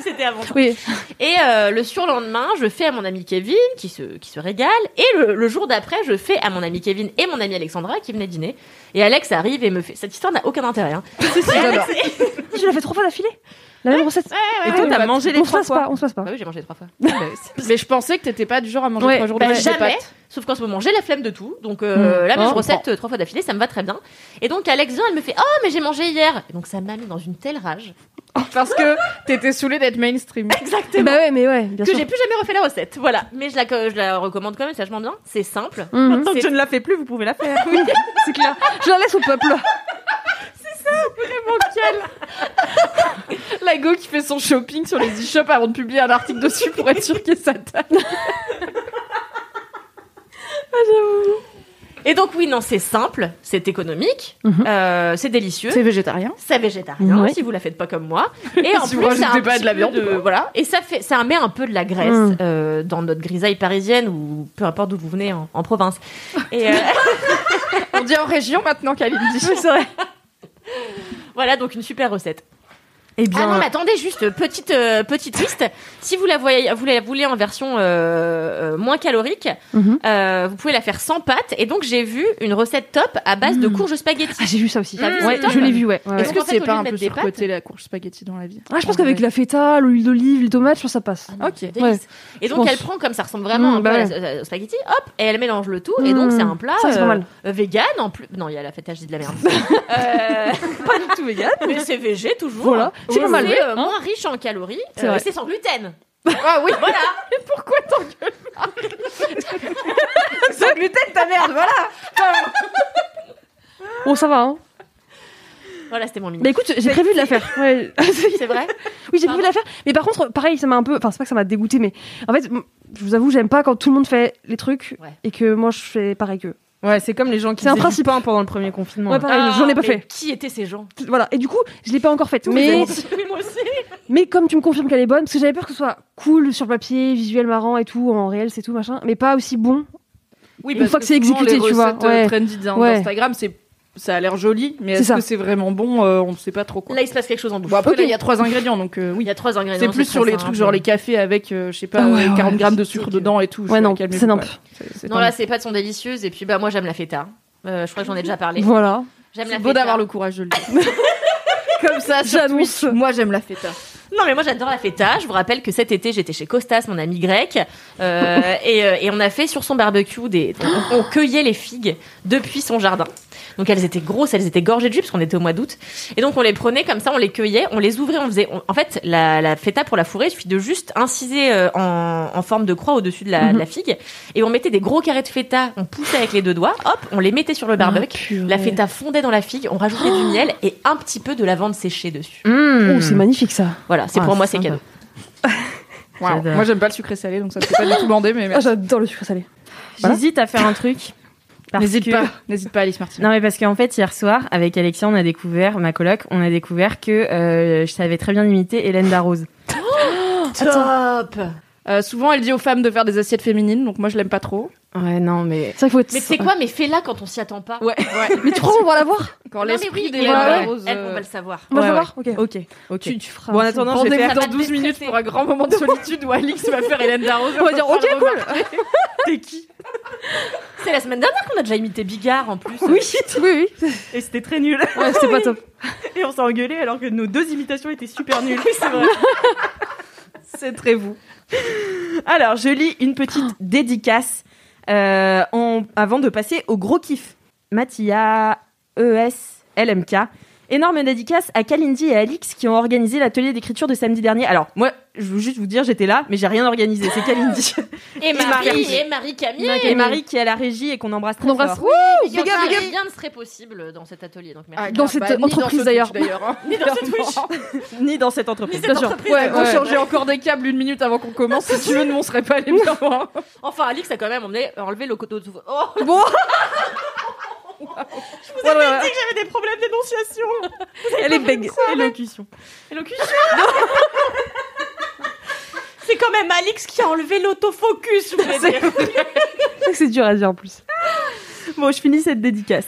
[SPEAKER 4] c'était avant. ça.
[SPEAKER 5] Oui.
[SPEAKER 4] Et euh, le surlendemain, je fais à mon ami Kevin, qui se, qui se régale, et le, le jour d'après, je fais à mon ami Kevin et mon ami Alexandra, qui venaient dîner. Et Alex arrive et me fait. Cette histoire n'a aucun intérêt. Hein. Et Alex-
[SPEAKER 2] Je l'ai fait trois fois d'affilée. La même recette.
[SPEAKER 3] Et toi, t'as mangé les
[SPEAKER 2] on se
[SPEAKER 3] trois
[SPEAKER 2] passe
[SPEAKER 3] fois.
[SPEAKER 2] pas, on se passe pas.
[SPEAKER 4] Ah oui, j'ai mangé trois fois.
[SPEAKER 5] Mais je pensais que t'étais pas du genre à manger
[SPEAKER 2] Ouais,
[SPEAKER 5] trois jours
[SPEAKER 4] Bah,
[SPEAKER 5] de suite des
[SPEAKER 4] jamais.
[SPEAKER 5] pâtes.
[SPEAKER 4] Sauf qu'en ce moment, j'ai la flemme de tout. Donc, euh, la même
[SPEAKER 5] Oh, je
[SPEAKER 4] recette euh, trois fois d'affilée, ça me va très bien. Et donc, Alex vient, elle me fait Oh, mais j'ai mangé hier. Et donc, ça m'a mis dans une telle rage
[SPEAKER 5] Parce que t'étais saoulée d'être mainstream.
[SPEAKER 2] Bah ouais, mais ouais, bien
[SPEAKER 4] que
[SPEAKER 2] sûr.
[SPEAKER 4] j'ai plus jamais refait la recette. Voilà. Mais je la, co- je la recommande quand même, c'est vachement bien. C'est simple.
[SPEAKER 2] Mhm.
[SPEAKER 3] Tant que je ne la fais plus, vous pouvez la faire.
[SPEAKER 2] C'est clair. Je la laisse au peuple.
[SPEAKER 5] La go qui fait son shopping sur les e-shops avant de publier un article dessus pour être sûr qu'il y ait sa taille.
[SPEAKER 4] Et donc, oui, non, c'est simple, c'est économique,
[SPEAKER 2] Mhm.
[SPEAKER 4] euh, c'est délicieux.
[SPEAKER 5] végétarien.
[SPEAKER 4] C'est végétarien
[SPEAKER 2] Ouais.
[SPEAKER 4] si vous la faites pas comme moi. Et en
[SPEAKER 5] Si vous
[SPEAKER 4] plus, ça
[SPEAKER 5] rajoutez pas de la viande, quoi. Hmm.
[SPEAKER 4] voilà. Et ça fait, ça met un peu de la graisse
[SPEAKER 2] Mm.
[SPEAKER 4] euh, dans notre grisaille parisienne ou peu importe d'où vous venez en, en province. Et euh,
[SPEAKER 5] On dit en région maintenant, Kalindi.
[SPEAKER 4] voilà donc une super recette.
[SPEAKER 3] Eh
[SPEAKER 4] Ah non,
[SPEAKER 3] bien,
[SPEAKER 4] mais attendez, juste euh, petite euh, petite twist. Si vous la voyez, vous la voulez en version euh, euh, moins calorique,
[SPEAKER 2] Mhm.
[SPEAKER 4] euh, vous pouvez la faire sans pâte. Et donc j'ai vu une recette top à base de courges spaghetti.
[SPEAKER 2] Ah, j'ai vu ça aussi.
[SPEAKER 4] T'as vu
[SPEAKER 2] Ouais,
[SPEAKER 4] cette
[SPEAKER 2] je
[SPEAKER 4] tome
[SPEAKER 2] l'ai vu, ouais. ouais, ouais.
[SPEAKER 5] Est-ce
[SPEAKER 4] Donc,
[SPEAKER 5] que
[SPEAKER 4] en fait,
[SPEAKER 5] c'est
[SPEAKER 4] au lieu
[SPEAKER 5] pas
[SPEAKER 4] de
[SPEAKER 5] un
[SPEAKER 4] mettre
[SPEAKER 5] peu
[SPEAKER 4] des pâtes-
[SPEAKER 5] surcoté la courge spaghetti dans la vie
[SPEAKER 2] Ah, je pense qu'avec la feta, l'huile d'olive, les tomates, je pense que ça passe.
[SPEAKER 4] Ah non,
[SPEAKER 5] Ok.
[SPEAKER 4] délice.
[SPEAKER 2] Ouais.
[SPEAKER 4] Et donc
[SPEAKER 2] Je
[SPEAKER 4] elle
[SPEAKER 2] pense.
[SPEAKER 4] prend comme ça ressemble vraiment
[SPEAKER 2] Mm,
[SPEAKER 4] un peu
[SPEAKER 2] bah
[SPEAKER 4] à
[SPEAKER 2] ouais.
[SPEAKER 4] la- à la- au spaghetti, hop, et elle mélange le tout. Et donc
[SPEAKER 2] Mm.
[SPEAKER 4] c'est un plat
[SPEAKER 2] Ça, c'est pas mal.
[SPEAKER 4] euh, vegan en plus. Non, il y a la fête, je dis de la merde. Euh,
[SPEAKER 3] pas du tout vegan.
[SPEAKER 4] Mais c'est végé toujours.
[SPEAKER 2] Voilà. C'est pas mal. Hein
[SPEAKER 4] C'est euh, moins riche en calories.
[SPEAKER 2] C'est
[SPEAKER 4] euh,
[SPEAKER 2] vrai.
[SPEAKER 4] c'est sans gluten.
[SPEAKER 5] Ah oui,
[SPEAKER 4] Voilà.
[SPEAKER 3] Sans gluten, ta merde, voilà.
[SPEAKER 2] Bon, ça va, hein.
[SPEAKER 4] voilà, c'était mon mini.
[SPEAKER 2] Bah écoute, j'ai prévu de la faire. Ouais.
[SPEAKER 4] C'est vrai.
[SPEAKER 2] Oui, j'ai prévu de la faire. Mais par contre, pareil, ça m'a un peu. Enfin, c'est pas que ça m'a dégoûté, mais en fait, m- je vous avoue, j'aime pas quand tout le monde fait les trucs
[SPEAKER 4] Ouais.
[SPEAKER 2] et que moi je fais pareil que.
[SPEAKER 3] Ouais, c'est comme les gens qui
[SPEAKER 2] C'est un
[SPEAKER 3] faisaient du
[SPEAKER 2] principe.
[SPEAKER 3] pain pendant le premier confinement.
[SPEAKER 2] Ouais, pareil, j'en ai pas
[SPEAKER 4] Ah, mais
[SPEAKER 2] fait.
[SPEAKER 4] Qui étaient ces gens
[SPEAKER 2] Voilà. Et du coup, je l'ai pas encore faite. Mais,
[SPEAKER 4] Oui, moi aussi.
[SPEAKER 2] mais comme tu me confirmes qu'elle est bonne, parce que j'avais peur que ce soit cool sur papier, visuel marrant et tout, en réel, c'est tout, machin, mais pas aussi bon.
[SPEAKER 5] Oui,
[SPEAKER 2] Une
[SPEAKER 5] parce
[SPEAKER 2] fois que c'est
[SPEAKER 5] souvent,
[SPEAKER 2] exécuté,
[SPEAKER 5] les
[SPEAKER 2] tu vois,
[SPEAKER 5] recettes, euh,
[SPEAKER 2] ouais.
[SPEAKER 5] trendy d'in-
[SPEAKER 2] Ouais.
[SPEAKER 5] d'Instagram, c'est ça a l'air joli, mais
[SPEAKER 2] C'est
[SPEAKER 5] est-ce
[SPEAKER 2] ça.
[SPEAKER 5] que c'est vraiment bon euh, On ne sait pas trop quoi.
[SPEAKER 4] Là, il se passe quelque chose en bouche.
[SPEAKER 5] Bon, après,
[SPEAKER 2] Ok.
[SPEAKER 5] là, il y a trois ingrédients, donc euh,
[SPEAKER 4] Il
[SPEAKER 5] oui.
[SPEAKER 4] y a trois ingrédients.
[SPEAKER 5] C'est hein. plus
[SPEAKER 4] très
[SPEAKER 5] sur les
[SPEAKER 4] simple.
[SPEAKER 5] trucs genre les cafés avec, euh, je sais pas,
[SPEAKER 2] Ah ouais,
[SPEAKER 5] euh,
[SPEAKER 2] ouais,
[SPEAKER 5] 40 grammes
[SPEAKER 2] c'est
[SPEAKER 5] de sucre
[SPEAKER 4] que-
[SPEAKER 5] dedans et tout.
[SPEAKER 2] Ouais, non,
[SPEAKER 5] calmez-vous,
[SPEAKER 2] c'est nimp.
[SPEAKER 5] ouais. C'est- c'est
[SPEAKER 4] Non,
[SPEAKER 5] pas
[SPEAKER 4] là,
[SPEAKER 5] mal.
[SPEAKER 4] ces pâtes sont délicieuses. Et puis, bah, moi, j'aime la feta. Euh, je crois que j'en ai déjà parlé.
[SPEAKER 2] Voilà.
[SPEAKER 4] J'aime la
[SPEAKER 5] C'est beau
[SPEAKER 4] feta.
[SPEAKER 5] d'avoir le courage de le dire. hein. Comme ça, sur
[SPEAKER 2] J'annonce.
[SPEAKER 5] Twitch, Moi, j'aime la hein. feta.
[SPEAKER 4] Non, mais moi, j'adore la feta. Je vous rappelle que cet été, j'étais chez Costas, mon ami grec. euh, et, euh, et on a fait sur son barbecue des. On, on cueillait les figues depuis son jardin. Donc, elles étaient grosses, elles étaient gorgées de jus, parce qu'on était au mois d'août. Et donc, on les prenait comme ça, on les cueillait, on les ouvrait, on faisait. on- En fait, la, la feta pour la fourrer, il suffit de juste inciser euh, en, en forme de croix au-dessus de
[SPEAKER 3] Mhm.
[SPEAKER 4] la, de la figue. Et on mettait des gros carrés de feta, on poussait avec les deux doigts, hop, on les mettait sur le barbecue. La feta fondait dans la figue, on rajoutait
[SPEAKER 3] Oh.
[SPEAKER 4] du miel et un petit peu de lavande séchée dessus.
[SPEAKER 3] Mmh. Hmm.
[SPEAKER 2] Oh, c'est magnifique ça.
[SPEAKER 4] Voilà, c'est
[SPEAKER 3] Ah,
[SPEAKER 4] pour moi,
[SPEAKER 3] c'est
[SPEAKER 4] c'est cadeau.
[SPEAKER 3] sympa.
[SPEAKER 5] Waouh.
[SPEAKER 3] J'adore.
[SPEAKER 5] Moi, j'aime pas le sucré salé, donc ça me fait pas du tout bander, mais
[SPEAKER 2] Ah,
[SPEAKER 5] merci.
[SPEAKER 2] j'adore le sucre salé. Voilà.
[SPEAKER 3] J'hésite à faire un truc. parce
[SPEAKER 5] N'hésite
[SPEAKER 3] que-
[SPEAKER 5] pas, n'hésite pas, Alice Martin.
[SPEAKER 3] Non mais parce qu'en fait hier soir avec Alexia on a découvert ma coloc on a découvert que euh, je savais très bien imiter Hélène Darroze.
[SPEAKER 4] Top
[SPEAKER 5] Euh, souvent, elle dit aux femmes de faire des assiettes féminines, donc moi, je l'aime pas trop.
[SPEAKER 3] Ouais non mais
[SPEAKER 2] C'est vrai qu'il faut être.
[SPEAKER 4] Mais c'est quoi Mais fais-la quand on s'y attend pas.
[SPEAKER 5] Ouais.
[SPEAKER 2] Mais tu crois qu'on va la voir
[SPEAKER 5] Quand
[SPEAKER 4] Non, mais
[SPEAKER 5] l'esprit
[SPEAKER 4] oui,
[SPEAKER 5] des
[SPEAKER 4] elle,
[SPEAKER 5] Hélène
[SPEAKER 4] va-
[SPEAKER 5] Darroze,
[SPEAKER 4] elle,
[SPEAKER 5] euh,
[SPEAKER 4] on va le savoir.
[SPEAKER 2] On va
[SPEAKER 3] Ouais,
[SPEAKER 2] la voir Ok.
[SPEAKER 3] ok ok.
[SPEAKER 2] Tu, tu feras.
[SPEAKER 3] Bon en
[SPEAKER 2] un-
[SPEAKER 3] attendant je vais
[SPEAKER 5] Rendez-vous
[SPEAKER 3] faire
[SPEAKER 5] dans
[SPEAKER 4] Ça va
[SPEAKER 5] 12
[SPEAKER 4] te
[SPEAKER 5] minutes
[SPEAKER 4] déstresser.
[SPEAKER 5] pour un grand moment de solitude où Alix va faire Hélène Darroze.
[SPEAKER 2] On va dire, ok, cool.
[SPEAKER 5] T'es qui
[SPEAKER 4] C'est la semaine dernière qu'on a déjà imité Bigard en plus. Euh,
[SPEAKER 2] Oui, oui, oui.
[SPEAKER 3] et c'était très nul
[SPEAKER 2] Ouais, c'était pas top.
[SPEAKER 3] et on s'est engueulé alors que nos deux imitations étaient super nulles.
[SPEAKER 4] c'est vrai.
[SPEAKER 3] C'est très vous. Alors je lis une petite dédicace euh, E en- avant de passer au gros kiff. Mathia ES LMK Énorme dédicace à Kalindi et Alix qui ont organisé l'atelier d'écriture de samedi dernier. Alors, moi, je veux juste vous dire, j'étais là, mais j'ai rien organisé. C'est Kalindi
[SPEAKER 4] Et Marie,
[SPEAKER 3] Marie.
[SPEAKER 4] et Marie Camille.
[SPEAKER 3] et Marie qui est à la régie et qu'on embrasse très fort.
[SPEAKER 4] Il y
[SPEAKER 2] Big up, big up.
[SPEAKER 4] rien ne serait possible dans cet atelier. Donc
[SPEAKER 5] Ah,
[SPEAKER 4] merci.
[SPEAKER 2] Dans
[SPEAKER 5] Bah,
[SPEAKER 2] cette entreprise, d'ailleurs.
[SPEAKER 5] Ni dans cette
[SPEAKER 3] Ni dans cette entreprise.
[SPEAKER 4] cette
[SPEAKER 3] bien sûr.
[SPEAKER 4] entreprise.
[SPEAKER 5] Ouais, on
[SPEAKER 4] Ouais.
[SPEAKER 5] changeait encore des câbles une minute avant qu'on commence. Si tu veux, nous on serait pas allés bien loin.
[SPEAKER 4] Ah. Enfin, Alix a quand même emmené- enlevé le coteau de souffle. Oh,
[SPEAKER 5] Bon. Voilà.
[SPEAKER 4] j'avais des problèmes d'énonciation.
[SPEAKER 3] Elle est bègue. Élocution.
[SPEAKER 4] Élocution. C'est quand même Alix qui a enlevé l'autofocus, je voulais dire.
[SPEAKER 3] C'est dur à dire en plus. Bon, je finis cette dédicace.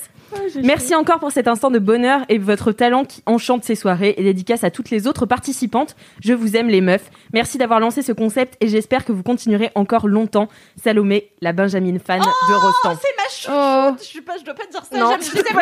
[SPEAKER 3] Merci encore pour cet instant de bonheur et votre talent qui enchante ces soirées et dédicace à toutes les autres participantes. Je vous aime les meufs. Merci d'avoir lancé ce concept et j'espère que vous continuerez encore longtemps. Salomé, la Benjamin fan de Rostand.
[SPEAKER 4] Oh, C'est ma chou. Je, suis pas, je dois pas dire ça.
[SPEAKER 3] Oh. Non,
[SPEAKER 4] J'aime- je, les aime,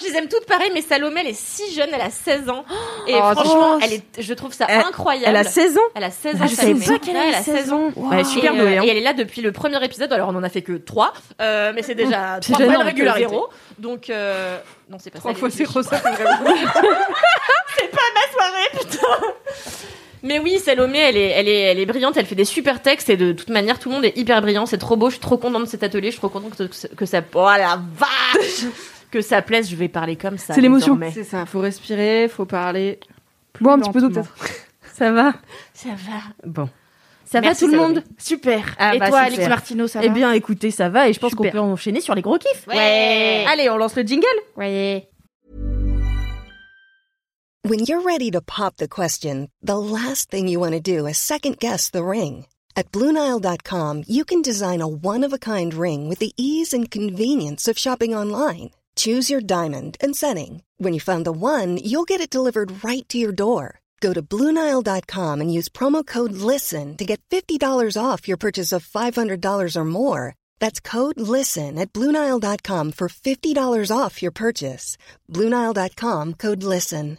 [SPEAKER 4] je les aime toutes pareilles, mais Salomé, elle est si jeune, elle a 16 ans. Et
[SPEAKER 5] Oh,
[SPEAKER 4] franchement,
[SPEAKER 3] oh,
[SPEAKER 4] elle est, je trouve ça
[SPEAKER 3] elle-
[SPEAKER 4] incroyable.
[SPEAKER 3] Elle a 16 ans
[SPEAKER 4] Elle a 16 ans,
[SPEAKER 3] Ah, je savais
[SPEAKER 4] Salomé.
[SPEAKER 3] pas
[SPEAKER 4] Ouais, elle a 16 ans.
[SPEAKER 3] Bah, elle est super
[SPEAKER 4] et,
[SPEAKER 3] douée.
[SPEAKER 4] euh,
[SPEAKER 3] hein.
[SPEAKER 4] et elle est là depuis le premier épisode, alors on en a fait que 3, mais c'est déjà
[SPEAKER 3] C'est
[SPEAKER 4] 3
[SPEAKER 3] déjà
[SPEAKER 4] fois
[SPEAKER 3] énorme.
[SPEAKER 4] régularité. Zéro. Donc, euh, non, c'est pas
[SPEAKER 5] Trois
[SPEAKER 4] ça.
[SPEAKER 5] fois
[SPEAKER 4] les-
[SPEAKER 5] c'est
[SPEAKER 4] les-
[SPEAKER 5] Rosa.
[SPEAKER 4] la soirée, putain Mais oui, Salomé, elle est, elle, est, elle est brillante, elle fait des super textes et de toute manière, tout le monde est hyper brillant, c'est trop beau, je suis trop contente de cet atelier, je suis trop contente que, ce- que ça... Oh la vache Que ça plaise, je vais parler comme ça.
[SPEAKER 2] C'est l'émotion.
[SPEAKER 4] désormais.
[SPEAKER 5] C'est ça. Faut respirer, faut parler.
[SPEAKER 2] Bon, un petit peu d'eau
[SPEAKER 5] lentement.
[SPEAKER 2] peut-être.
[SPEAKER 3] Ça va
[SPEAKER 4] Ça va.
[SPEAKER 3] Bon. Ça
[SPEAKER 4] Merci,
[SPEAKER 3] va tout le
[SPEAKER 4] Salomé.
[SPEAKER 3] monde Super. Ah,
[SPEAKER 4] et
[SPEAKER 3] bah,
[SPEAKER 4] toi,
[SPEAKER 3] super.
[SPEAKER 4] Alex Martino, ça va
[SPEAKER 3] Eh bien, écoutez, ça va et je pense qu'on
[SPEAKER 4] Super.
[SPEAKER 3] peut enchaîner sur les gros kiffs.
[SPEAKER 4] Ouais.
[SPEAKER 3] Allez, on lance le jingle.
[SPEAKER 4] Ouais.
[SPEAKER 8] When you're ready to pop the question, the last thing you want to do is second guess the ring. At Bluenile.com, you can design a one of a kind ring with the ease and convenience of shopping online. Choose your diamond and setting. When you find the one, you'll get it delivered right to your door. Go to Bluenile.com and use promo code LISTEN to get $50 off your purchase of $500 or more. That's code LISTEN at Bluenile.com for $50 off your purchase. Bluenile.com code LISTEN.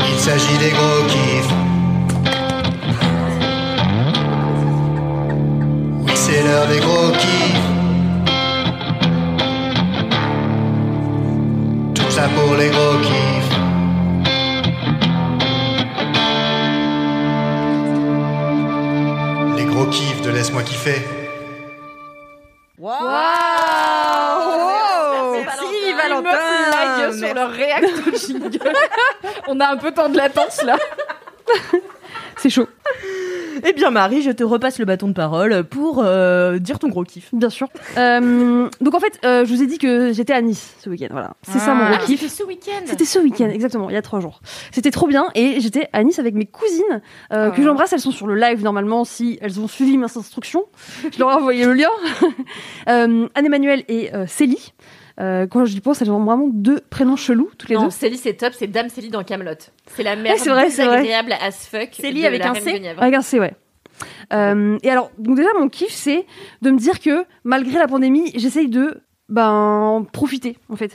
[SPEAKER 9] Il s'agit des gros kiffs. Oui, c'est l'heure des gros kiffs. Tout ça pour les gros kiffs. Les gros kiffs de Laisse-moi kiffer.
[SPEAKER 3] Merci
[SPEAKER 5] Oh, Valentin sur leur react au jingle. On a un peu temps de latence là.
[SPEAKER 2] C'est chaud.
[SPEAKER 3] Eh bien Marie, je te repasse le bâton de parole pour euh, dire ton gros kiff.
[SPEAKER 2] Bien sûr. Euh, donc en fait, euh, je vous ai dit que j'étais à Nice ce week-end. Voilà, c'est ça mon
[SPEAKER 5] Ah.
[SPEAKER 2] gros
[SPEAKER 4] Ah,
[SPEAKER 2] kiff.
[SPEAKER 4] c'était ce week-end
[SPEAKER 2] C'était ce week-end, exactement, il y a trois jours. C'était trop bien et j'étais à Nice avec mes cousines
[SPEAKER 4] Ah.
[SPEAKER 2] euh, que j'embrasse. Elles sont sur le live normalement si elles ont suivi mes instructions. Je leur ai envoyé le lien. Euh, Anne-Emmanuel et euh, Célie. Euh, quand j'y pense, elles ont vraiment deux prénoms chelous, toutes les
[SPEAKER 4] Non,
[SPEAKER 2] deux.
[SPEAKER 4] Célie, c'est top, c'est Dame Célie dans Camelot. C'est la mère
[SPEAKER 2] Ouais, c'est vrai, c'est vrai.
[SPEAKER 4] désagréable as fuck.
[SPEAKER 3] Célie
[SPEAKER 4] de
[SPEAKER 3] avec
[SPEAKER 4] la
[SPEAKER 3] un
[SPEAKER 4] Reine
[SPEAKER 3] C
[SPEAKER 4] de Nièvre.
[SPEAKER 2] Avec un C, ouais. Euh, et alors, donc déjà, mon kiff, c'est de me dire que malgré la pandémie, j'essaye de ben, profiter, en fait.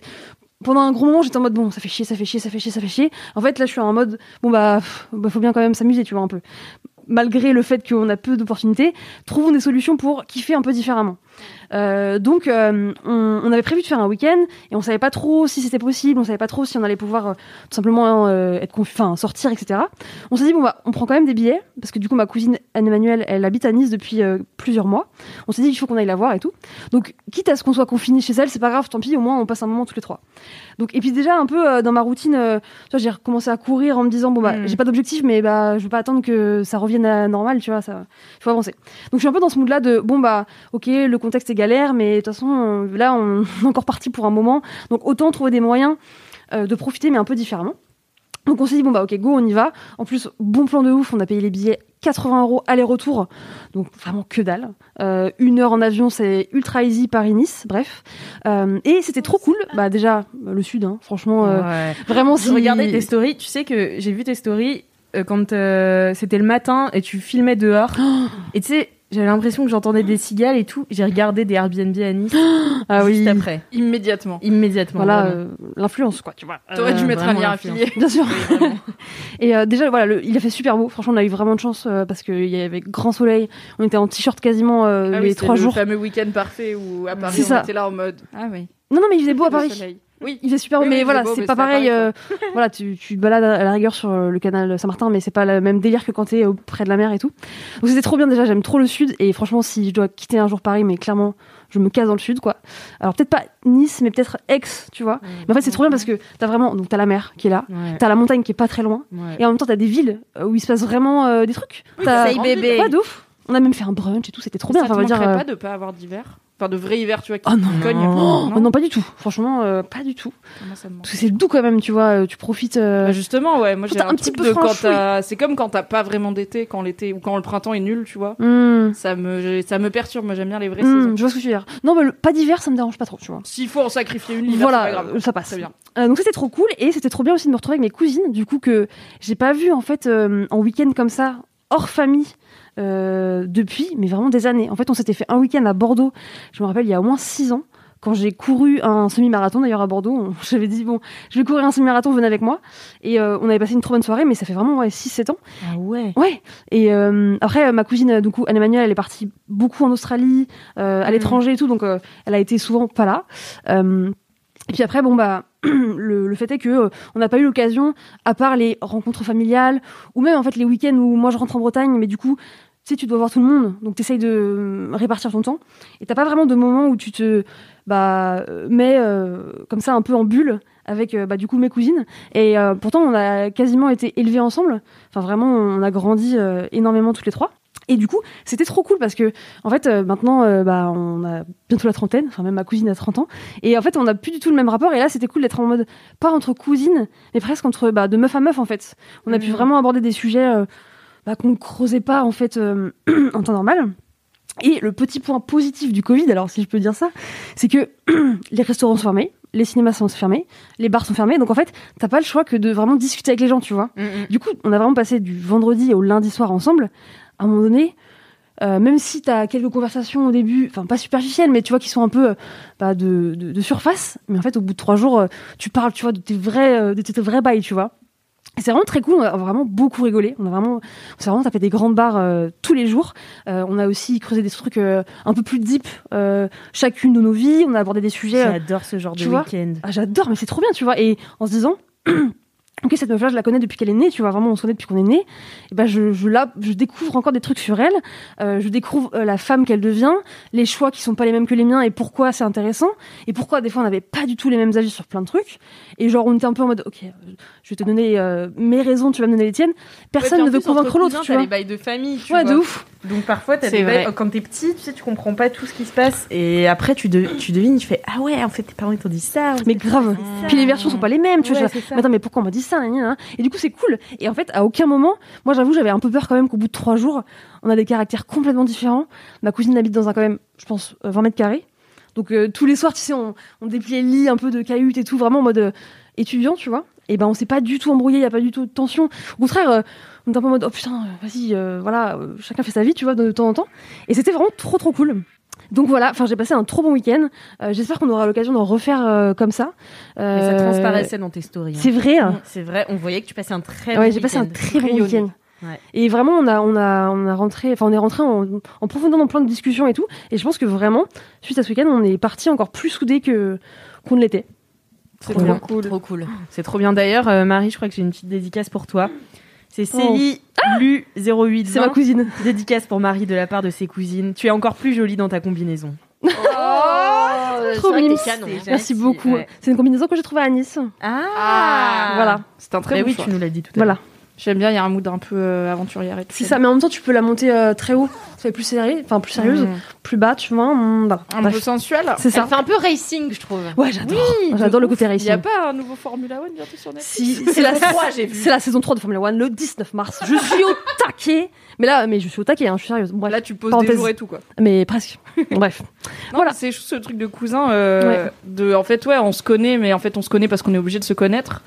[SPEAKER 2] Pendant un gros moment, j'étais en mode bon, ça fait chier, ça fait chier, ça fait chier, ça fait chier. En fait, là, je suis en mode bon, bah, pff, bah, faut bien quand même s'amuser, tu vois, un peu. Malgré le fait qu'on a peu d'opportunités, trouvons des solutions pour kiffer un peu différemment. Euh, donc, euh, on, on avait prévu de faire un week-end et on savait pas trop si c'était possible, on savait pas trop si on allait pouvoir euh, tout simplement euh, être confi- enfin, sortir, etc. On s'est dit, bon, bah, on prend quand même des billets, parce que du coup, ma cousine Anne-Emmanuelle, elle habite à Nice depuis euh, plusieurs mois. On s'est dit, il faut qu'on aille la voir et tout. Donc, quitte à ce qu'on soit confinés chez elle, c'est pas grave, tant pis, au moins, on passe un moment tous les trois. Donc, et puis déjà, un peu euh, dans ma routine, euh, tu vois, j'ai recommencé à courir en me disant, bon, bah,
[SPEAKER 5] Mm.
[SPEAKER 2] j'ai pas d'objectif, mais bah, je vais pas attendre que ça revienne à la normale, tu vois, ça, il faut avancer. Donc, je suis un peu dans ce mood-là de, bon, bah, ok, le contexte est galère, mais de toute façon, euh, là, on est encore parti pour un moment, donc autant trouver des moyens euh, de profiter, mais un peu différemment. Donc on s'est dit, bon bah ok, go, on y va. En plus, bon plan de ouf, on a payé les billets 80 euros aller-retour, donc vraiment que dalle. Euh, une heure en avion, c'est ultra easy Paris-Nice, bref. Euh, et c'était trop cool, bah déjà, euh, le sud, hein, franchement, euh, vraiment
[SPEAKER 3] Je
[SPEAKER 2] si-
[SPEAKER 3] regardais tes stories, tu sais que j'ai vu tes stories euh, quand euh, c'était le matin et tu filmais dehors. et tu sais, J'avais l'impression que j'entendais des cigales et tout. J'ai regardé des Airbnb à Nice
[SPEAKER 2] Ah oui.
[SPEAKER 3] juste après,
[SPEAKER 5] Immédiatement.
[SPEAKER 3] immédiatement.
[SPEAKER 2] Voilà
[SPEAKER 3] vraiment.
[SPEAKER 2] euh, l'influence quoi, tu vois.
[SPEAKER 5] T'aurais dû
[SPEAKER 3] Euh,
[SPEAKER 5] mettre un
[SPEAKER 3] vraiment
[SPEAKER 5] lien
[SPEAKER 3] influent.
[SPEAKER 5] affilié.
[SPEAKER 2] Bien sûr. Et euh, déjà, voilà, le- il a fait super beau. Franchement, on a eu vraiment de chance euh, parce qu'il y avait grand soleil. On était en t-shirt quasiment euh,
[SPEAKER 5] Ah oui,
[SPEAKER 2] les
[SPEAKER 5] c'est
[SPEAKER 2] trois jours.
[SPEAKER 5] Le fameux week-end parfait où à Paris
[SPEAKER 2] C'est ça.
[SPEAKER 5] on était là en mode. Ah oui.
[SPEAKER 2] Non, non, mais il faisait beau à
[SPEAKER 5] Le
[SPEAKER 2] Paris.
[SPEAKER 5] soleil.
[SPEAKER 2] Il faisait super beau,
[SPEAKER 5] Oui, oui,
[SPEAKER 2] mais
[SPEAKER 5] il
[SPEAKER 2] voilà,
[SPEAKER 5] faisait beau,
[SPEAKER 2] c'est
[SPEAKER 5] mais
[SPEAKER 2] pas
[SPEAKER 5] c'était à
[SPEAKER 2] pareil.
[SPEAKER 5] Paris,
[SPEAKER 2] euh, voilà, tu, tu te balades à la rigueur sur euh, le canal Saint-Martin, mais c'est pas le même délire que quand t'es auprès de la mer et tout. Donc c'était trop bien déjà. J'aime trop le sud et franchement, si je dois quitter un jour Paris, mais clairement, je me casse dans le sud, quoi. Alors peut-être pas Nice, mais peut-être Aix, tu vois. Mais en fait, c'est trop bien parce que t'as vraiment, donc t'as la mer qui est là,
[SPEAKER 3] Ouais,
[SPEAKER 2] t'as la montagne qui est pas très loin,
[SPEAKER 3] ouais.
[SPEAKER 2] et en même temps t'as des villes euh, où il se passe vraiment euh, des trucs. T'as-
[SPEAKER 7] Say bébé.
[SPEAKER 2] Ouais, de ouf. On a même fait un brunch et tout, c'était trop bien.
[SPEAKER 5] ça te
[SPEAKER 2] Enfin, on va dire.
[SPEAKER 5] manquerait
[SPEAKER 2] euh,
[SPEAKER 5] pas de pas avoir d'hiver Enfin, de vrai hiver, tu vois, qui
[SPEAKER 2] Oh non.
[SPEAKER 5] cogne.
[SPEAKER 2] Oh, non, pas du tout. Franchement, euh, pas du tout.
[SPEAKER 5] Comment ça me manque
[SPEAKER 2] Parce que c'est doux quand même, tu vois. euh, Tu profites. euh,
[SPEAKER 5] Bah, justement, ouais, moi j'ai
[SPEAKER 2] Putain,
[SPEAKER 5] un,
[SPEAKER 2] un petit
[SPEAKER 5] truc
[SPEAKER 2] peu
[SPEAKER 5] de quand
[SPEAKER 2] franchouille.
[SPEAKER 5] t'as- C'est comme quand t'as pas vraiment d'été, quand l'été ou quand le printemps est nul, tu vois.
[SPEAKER 2] hmm,
[SPEAKER 5] Ça me, j'ai- ça me perturbe, moi j'aime bien les vraies
[SPEAKER 2] hmm,
[SPEAKER 5] saisons.
[SPEAKER 2] je vois ce que tu veux dire. Non, mais le- pas d'hiver, ça me dérange pas trop, tu vois.
[SPEAKER 5] S'il faut en sacrifier une, l'hiver, c'est pas
[SPEAKER 2] Voilà,
[SPEAKER 5] grave.
[SPEAKER 2] euh, ça passe.
[SPEAKER 5] Très bien.
[SPEAKER 2] Euh, donc ça, c'était trop cool et c'était trop bien aussi de me retrouver avec mes cousines, du coup que j'ai pas vu en fait euh, en week-end comme ça hors famille euh, depuis, mais vraiment des années. En fait, on s'était fait un week-end à Bordeaux. Je me rappelle il y a au moins six ans quand j'ai couru un semi-marathon d'ailleurs à Bordeaux. on- J'avais dit bon, je vais courir un semi-marathon, venez avec moi. Et euh, on avait passé une trop bonne soirée, mais ça fait vraiment ouais, 6-7 ans.
[SPEAKER 3] Ah ouais.
[SPEAKER 2] Ouais. Et euh, après, euh, ma cousine, euh, du coup, Anne-Emmanuelle, elle est partie beaucoup en Australie, euh, à l'étranger et tout, donc euh, elle a été souvent pas là. Euh, et puis après, bon bah, le, le fait est que euh, on n'a pas eu l'occasion, à part les rencontres familiales ou même en fait les week-ends où moi je rentre en Bretagne, mais du coup. Tu sais, tu dois voir tout le monde, donc t'essayes de euh, répartir ton temps. Et t'as pas vraiment de moment où tu te bah, euh, mets euh, comme ça un peu en bulle avec euh, bah, du coup mes cousines. Et euh, pourtant, on a quasiment été élevés ensemble. Enfin, vraiment, on a grandi euh, énormément toutes les trois. Et du coup, c'était trop cool parce que, en fait, euh, maintenant, euh, bah, on a bientôt la trentaine, enfin, même ma cousine a 30 ans. Et en fait, on n'a plus du tout le même rapport. Et là, c'était cool d'être en mode, pas entre cousines, mais presque entre, bah, de meuf à meuf, en fait. On a pu vraiment aborder des sujets euh, bah, qu'on ne creusait pas, en fait, euh, en temps normal. Et le petit point positif du Covid, alors si je peux dire ça, c'est que les restaurants sont fermés, les cinémas sont fermés, les bars sont fermés. Donc en fait, t'as pas le choix que de vraiment discuter avec les gens, tu vois. Du coup, on a vraiment passé du vendredi au lundi soir ensemble. À un moment donné, euh, même si tu as quelques conversations au début, enfin pas superficielles, mais tu vois qui sont un peu euh, bah, de, de- de surface. Mais en fait, au bout de trois jours, euh, tu parles, tu vois, de tes vrais, euh, de tes, tes vrais bails, tu vois. Et C'est vraiment très cool, on a vraiment beaucoup rigolé. On a vraiment, on s'est vraiment tapé des grandes barres euh, tous les jours. Euh, on a aussi creusé des trucs euh, un peu plus deep, euh, chacune de nos vies. On a abordé des sujets euh,
[SPEAKER 3] J'adore ce genre
[SPEAKER 2] tu
[SPEAKER 3] de
[SPEAKER 2] vois
[SPEAKER 3] week-end.
[SPEAKER 2] ah, j'adore, mais c'est trop bien, tu vois. Et en se disant, ok, cette meuf-là, je la connais depuis qu'elle est née, tu vois, vraiment, on se connaît depuis qu'on est né. Et ben, je, je, la, je découvre encore des trucs sur elle. Euh, je découvre euh, la femme qu'elle devient, les choix qui sont pas les mêmes que les miens et pourquoi c'est intéressant. Et pourquoi, des fois, on n'avait pas du tout les mêmes avis sur plein de trucs. Et genre, on était un peu en mode, ok, euh, je vais te donner euh, mes raisons, tu vas me donner les tiennes. Personne
[SPEAKER 5] Ouais,
[SPEAKER 2] ne
[SPEAKER 5] puis en
[SPEAKER 2] veut
[SPEAKER 5] plus, entre
[SPEAKER 2] convaincre l'autre,
[SPEAKER 5] cousins,
[SPEAKER 2] tu
[SPEAKER 5] t'as
[SPEAKER 2] vois.
[SPEAKER 5] les bails de famille, tu
[SPEAKER 2] Ouais,
[SPEAKER 5] vois.
[SPEAKER 2] de ouf.
[SPEAKER 3] Donc parfois, t'as
[SPEAKER 4] C'est
[SPEAKER 3] des
[SPEAKER 4] vrai.
[SPEAKER 3] bails- quand t'es petit, tu sais, tu comprends pas tout ce qui se passe. Et après, tu, de- tu devines, tu fais Ah ouais, en fait, tes parents ils t'ont dit ça.
[SPEAKER 2] Mais grave.
[SPEAKER 3] C'est ça.
[SPEAKER 2] Puis les versions sont pas les mêmes, tu vois.
[SPEAKER 3] Ouais,
[SPEAKER 2] je-
[SPEAKER 3] c'est ça.
[SPEAKER 2] mais attends, mais pourquoi on m'a dit ça gna, gna, gna. Et du coup, c'est cool. Et en fait, à aucun moment, moi, j'avoue, j'avais un peu peur quand même qu'au bout de trois jours, on a des caractères complètement différents. Ma cousine habite dans un, quand même, je pense, euh, 20 mètres carrés. Donc, euh, tous les soirs, tu sais, on, on dépliait le lit un peu de cahute et tout, vraiment en mode euh, étudiant, tu vois. Et ben, on s'est pas du tout embrouillé, il y a pas du tout de tension. Au contraire, euh, on était un peu en mode, oh putain, euh, vas-y, euh, voilà, euh, chacun fait sa vie, tu vois, de, de temps en temps. Et c'était vraiment trop, trop cool. Donc voilà, enfin j'ai passé un trop bon week-end. Euh, J'espère qu'on aura l'occasion d'en refaire euh, comme ça.
[SPEAKER 3] Mais ça
[SPEAKER 2] Euh,
[SPEAKER 3] transparaissait dans tes stories. hein.
[SPEAKER 2] c'est vrai. hein.
[SPEAKER 3] C'est vrai, on voyait que tu passais un très bon
[SPEAKER 2] Ouais, j'ai passé un
[SPEAKER 3] week-end.
[SPEAKER 2] très bon
[SPEAKER 3] Rayonnant.
[SPEAKER 2] week-end.
[SPEAKER 3] Ouais.
[SPEAKER 2] Et vraiment, on a, on a, on a rentré, enfin, on est rentré en, en profondeur dans plein de discussions et tout. Et je pense que vraiment, suite à ce week-end, on est parti encore plus soudés que qu'on ne l'était.
[SPEAKER 5] C'est
[SPEAKER 3] Trop
[SPEAKER 5] trop
[SPEAKER 3] bien.
[SPEAKER 5] cool.
[SPEAKER 4] Trop cool.
[SPEAKER 3] C'est trop bien. D'ailleurs, euh, Marie, je crois que j'ai une petite dédicace pour toi. C'est Célie Lu 08
[SPEAKER 2] C'est ma cousine.
[SPEAKER 3] Dédicace pour Marie de la part de ses cousines. Tu es encore plus jolie dans ta combinaison.
[SPEAKER 2] Trop
[SPEAKER 4] vrai que
[SPEAKER 2] mignon.
[SPEAKER 4] t'es canon, hein.
[SPEAKER 2] Merci
[SPEAKER 3] gentil,
[SPEAKER 2] beaucoup.
[SPEAKER 3] ouais.
[SPEAKER 2] C'est une combinaison que j'ai trouvée à Nice.
[SPEAKER 3] Ah,
[SPEAKER 2] Voilà,
[SPEAKER 5] C'est un très
[SPEAKER 3] Bah
[SPEAKER 5] bon
[SPEAKER 3] oui,
[SPEAKER 5] choix.
[SPEAKER 3] tu nous l'as dit tout à l'heure.
[SPEAKER 2] voilà.
[SPEAKER 5] J'aime bien, il y a un mood un peu euh, aventurière et tout.
[SPEAKER 2] C'est ça. Mais en même temps, tu peux la monter euh, très haut. Ça fait plus serré, enfin plus sérieuse,
[SPEAKER 5] Mmh.
[SPEAKER 2] plus bas, tu vois. mm, voilà.
[SPEAKER 5] Un
[SPEAKER 2] Bref,
[SPEAKER 5] peu sensuel.
[SPEAKER 2] C'est
[SPEAKER 4] Ça
[SPEAKER 2] ça.
[SPEAKER 4] fait un peu racing, je trouve.
[SPEAKER 2] Ouais, j'adore. J'adore le côté
[SPEAKER 5] Il n'y a
[SPEAKER 2] racing.
[SPEAKER 5] pas un nouveau Formula One bientôt sur Netflix
[SPEAKER 2] Si, c'est la, c'est la saison 3 de Formula One le 19 mars. Je suis au taquet. Mais là, mais je suis au taquet, hein, je suis sérieuse. Bref.
[SPEAKER 5] Là, tu poses
[SPEAKER 2] Parenthèse.
[SPEAKER 5] des jours et tout, quoi.
[SPEAKER 2] Mais presque. Bref. Voilà.
[SPEAKER 5] voilà. C'est juste ce truc de cousin. euh, De, en fait, ouais, on se connaît, mais en fait, on se connaît parce qu'on est obligé de se connaître.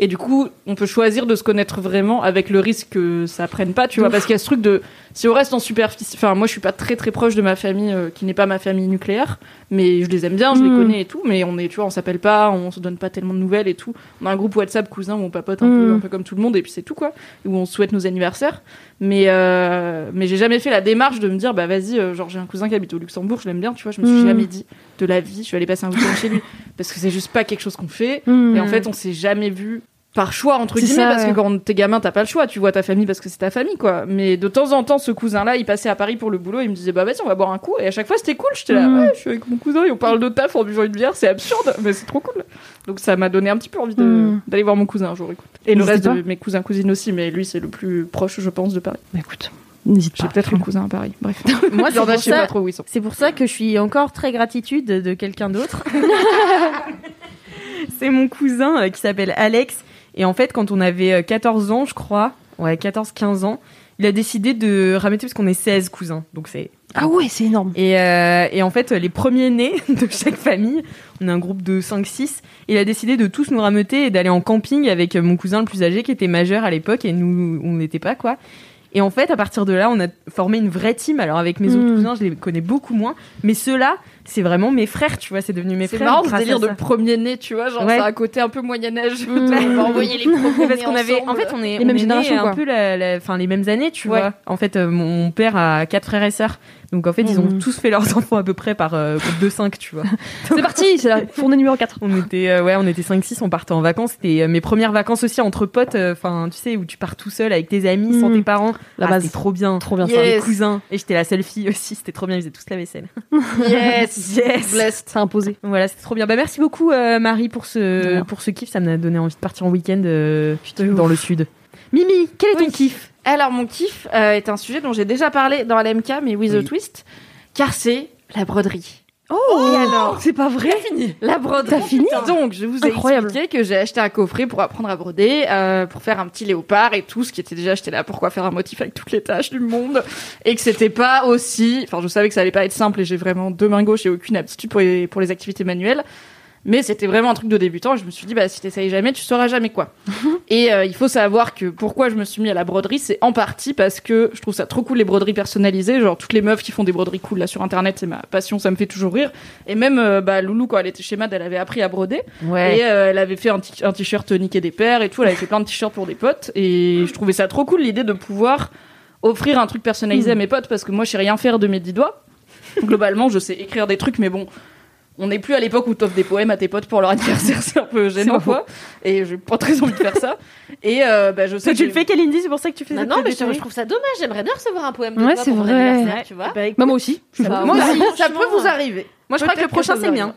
[SPEAKER 5] Et du coup, on peut choisir de se connaître vraiment avec le risque que ça prenne pas, tu vois. Parce qu'il y a ce truc de. Si on reste en superficie. Enfin, moi, je suis pas très très proche de ma famille euh, qui n'est pas ma famille nucléaire, mais je les aime bien, je les
[SPEAKER 2] Mm.
[SPEAKER 5] connais et tout. Mais on est, tu vois, on s'appelle pas, on se donne pas tellement de nouvelles et tout. On a un groupe WhatsApp cousin où on papote un, peu,
[SPEAKER 2] Mm.
[SPEAKER 5] un peu comme tout le monde et puis c'est tout, quoi. Où on se souhaite nos anniversaires. Mais, euh, mais j'ai jamais fait la démarche de me dire, bah vas-y, euh, genre j'ai un cousin qui habite au Luxembourg, je l'aime bien, tu vois. Je me suis
[SPEAKER 2] Mm.
[SPEAKER 5] jamais dit de la vie, je vais aller passer un week-end chez lui. Parce que c'est juste pas quelque chose qu'on fait. Et en fait, on s'est jamais vu par choix, entre
[SPEAKER 2] C'est
[SPEAKER 5] guillemets,
[SPEAKER 2] ça,
[SPEAKER 5] parce
[SPEAKER 2] ouais.
[SPEAKER 5] que quand t'es gamin, t'as pas le choix. Tu vois ta famille parce que c'est ta famille, quoi. Mais de temps en temps, ce cousin-là, il passait à Paris pour le boulot, il me disait, bah vas-y, on va boire un coup. Et à chaque fois, c'était cool. J'étais là,
[SPEAKER 2] Mm.
[SPEAKER 5] ouais, je suis avec mon cousin et on parle de taf en buvant une bière, c'est absurde, mais c'est trop cool. Donc ça m'a donné un petit peu envie de-
[SPEAKER 2] Mm.
[SPEAKER 5] d'aller voir mon cousin un jour, écoute. Et le
[SPEAKER 2] N'hésitez
[SPEAKER 5] reste
[SPEAKER 2] pas.
[SPEAKER 5] de mes cousins-cousines aussi, mais lui, c'est le plus proche, je pense, de Paris.
[SPEAKER 2] Bah, écoute, n'hésite
[SPEAKER 5] J'ai
[SPEAKER 2] pas.
[SPEAKER 5] peut-être un cousin à Paris. Bref.
[SPEAKER 3] Moi, c'est
[SPEAKER 5] Genre,
[SPEAKER 3] pour,
[SPEAKER 5] je sais pas
[SPEAKER 3] ça,
[SPEAKER 5] trop où ils sont.
[SPEAKER 3] c'est pour ça que je suis encore très gratitude de quelqu'un d'autre. c'est mon cousin euh, qui s'appelle Alex. Et en fait, quand on avait euh, 14 ans, je crois, ouais, 14-15 ans, il a décidé de rameter, parce qu'on est 16 cousins, donc c'est
[SPEAKER 2] Ah ouais, c'est énorme.
[SPEAKER 3] Et, euh, et en fait, les premiers nés de chaque famille, on a un groupe de 5-6, il a décidé de tous nous rameuter et d'aller en camping avec mon cousin le plus âgé qui était majeur à l'époque et nous, on n'était pas quoi. Et en fait, à partir de là, on a formé une vraie team. Alors avec mes
[SPEAKER 2] Mm.
[SPEAKER 5] Mmh.
[SPEAKER 3] autres cousins, je les connais beaucoup moins, mais ceux-là, c'est vraiment mes frères, tu vois, c'est devenu mes
[SPEAKER 5] C'est
[SPEAKER 3] frères.
[SPEAKER 5] marrant ce
[SPEAKER 3] grâce à
[SPEAKER 5] délire de
[SPEAKER 3] ça.
[SPEAKER 5] premier né, tu vois, genre
[SPEAKER 3] Ouais.
[SPEAKER 5] c'est un côté un peu Moyen-Âge.
[SPEAKER 2] Mm.
[SPEAKER 5] On va envoyer les premiers
[SPEAKER 3] parce qu'on avait, en fait, on est,
[SPEAKER 2] Les
[SPEAKER 3] on
[SPEAKER 2] mêmes
[SPEAKER 3] est nés
[SPEAKER 2] générations, quoi.
[SPEAKER 3] un peu la, la- enfin, les mêmes années, tu
[SPEAKER 5] Ouais.
[SPEAKER 3] vois. En fait, euh, mon, mon père a quatre frères et sœurs. Donc, en fait, ils ont
[SPEAKER 5] Mmh.
[SPEAKER 2] Mhm.
[SPEAKER 3] tous fait leurs enfants à peu près par euh, groupe de 5, tu vois.
[SPEAKER 2] C'est parti, c'est la fournée numéro 4.
[SPEAKER 3] On était, euh, ouais, on était 5-6, on partait en vacances. C'était euh, mes premières vacances aussi entre potes, euh, enfin, tu sais, où tu pars tout seul avec tes amis, sans
[SPEAKER 2] Mhm.
[SPEAKER 3] tes parents.
[SPEAKER 2] La
[SPEAKER 3] Ah,
[SPEAKER 2] base.
[SPEAKER 3] C'était trop bien.
[SPEAKER 2] Trop bien
[SPEAKER 3] Enfin, les
[SPEAKER 5] Yes.
[SPEAKER 3] cousins. Et j'étais la seule fille aussi, c'était trop bien, ils faisaient tous la vaisselle.
[SPEAKER 5] Yes,
[SPEAKER 3] Yes.
[SPEAKER 5] blessed.
[SPEAKER 2] ça. imposé.
[SPEAKER 3] Voilà, c'était trop bien. Bah, merci beaucoup, euh, Marie, pour
[SPEAKER 2] De
[SPEAKER 3] ce,
[SPEAKER 2] rien.
[SPEAKER 3] pour ce kiff. Ça m'a donné envie de partir en week-end euh, dans le sud. Mimi, quel est ton
[SPEAKER 5] Oui.
[SPEAKER 3] kiff
[SPEAKER 5] Alors, mon kiff euh, est un sujet dont j'ai déjà parlé dans LMK, mais with a twist, car c'est la broderie.
[SPEAKER 2] Oh,
[SPEAKER 5] Et alors
[SPEAKER 2] c'est pas vrai.
[SPEAKER 5] La broderie.
[SPEAKER 2] T'as fini
[SPEAKER 5] Donc, je vous ai
[SPEAKER 2] Incroyable.
[SPEAKER 5] expliqué que j'ai acheté un coffret pour apprendre à broder, euh, pour faire un petit léopard et tout, ce qui était déjà acheté là. Pourquoi faire un motif avec toutes les tâches du monde Et que c'était pas aussi... Enfin, je savais que ça allait pas être simple et j'ai vraiment deux mains gauches et aucune aptitude pour les, pour les activités manuelles. Mais c'était vraiment un truc de débutant. et Je me suis dit, bah, si t'essayes jamais, tu sauras jamais quoi. Et euh, il faut savoir que pourquoi je me suis mis à la broderie, c'est en partie parce que je trouve ça trop cool les broderies personnalisées. Genre toutes les meufs qui font des broderies cool là sur internet, c'est ma passion, ça me fait toujours rire. Et même euh, bah, Loulou, quand elle était chez Mad, elle avait appris à broder. Et euh, elle avait fait un t- un t-shirt niqué des pères et tout. Elle avait fait plein de t-shirts pour des potes. Et je trouvais ça trop cool l'idée de pouvoir offrir un truc personnalisé à mes potes parce que moi je sais rien faire de mes dix doigts. Globalement, je sais écrire des trucs, mais bon, on n'est plus à l'époque où t'offres des poèmes à tes potes pour leur anniversaire. C'est un peu gênant,
[SPEAKER 3] pas faux.
[SPEAKER 5] quoi. Et j'ai pas très envie de faire ça. Et euh, bah, je sais
[SPEAKER 3] Toi,
[SPEAKER 5] que
[SPEAKER 3] tu le
[SPEAKER 5] j'ai-
[SPEAKER 3] fais, Kalindi, c'est pour ça que tu fais
[SPEAKER 4] Bah Non,
[SPEAKER 3] cette
[SPEAKER 4] non, mais je,
[SPEAKER 3] broderie.
[SPEAKER 4] je trouve ça dommage. J'aimerais bien recevoir un poème de
[SPEAKER 2] Ouais,
[SPEAKER 4] toi
[SPEAKER 2] c'est
[SPEAKER 4] pour mon
[SPEAKER 2] vrai.
[SPEAKER 4] anniversaire, tu vois.
[SPEAKER 2] Bah, moi aussi.
[SPEAKER 5] Bah,
[SPEAKER 3] Moi
[SPEAKER 5] ça-
[SPEAKER 3] aussi,
[SPEAKER 5] ça peut vous arriver.
[SPEAKER 3] Moi, je crois que le
[SPEAKER 5] Peut-être
[SPEAKER 3] prochain,
[SPEAKER 5] ça
[SPEAKER 3] c'est
[SPEAKER 5] vous
[SPEAKER 3] mien.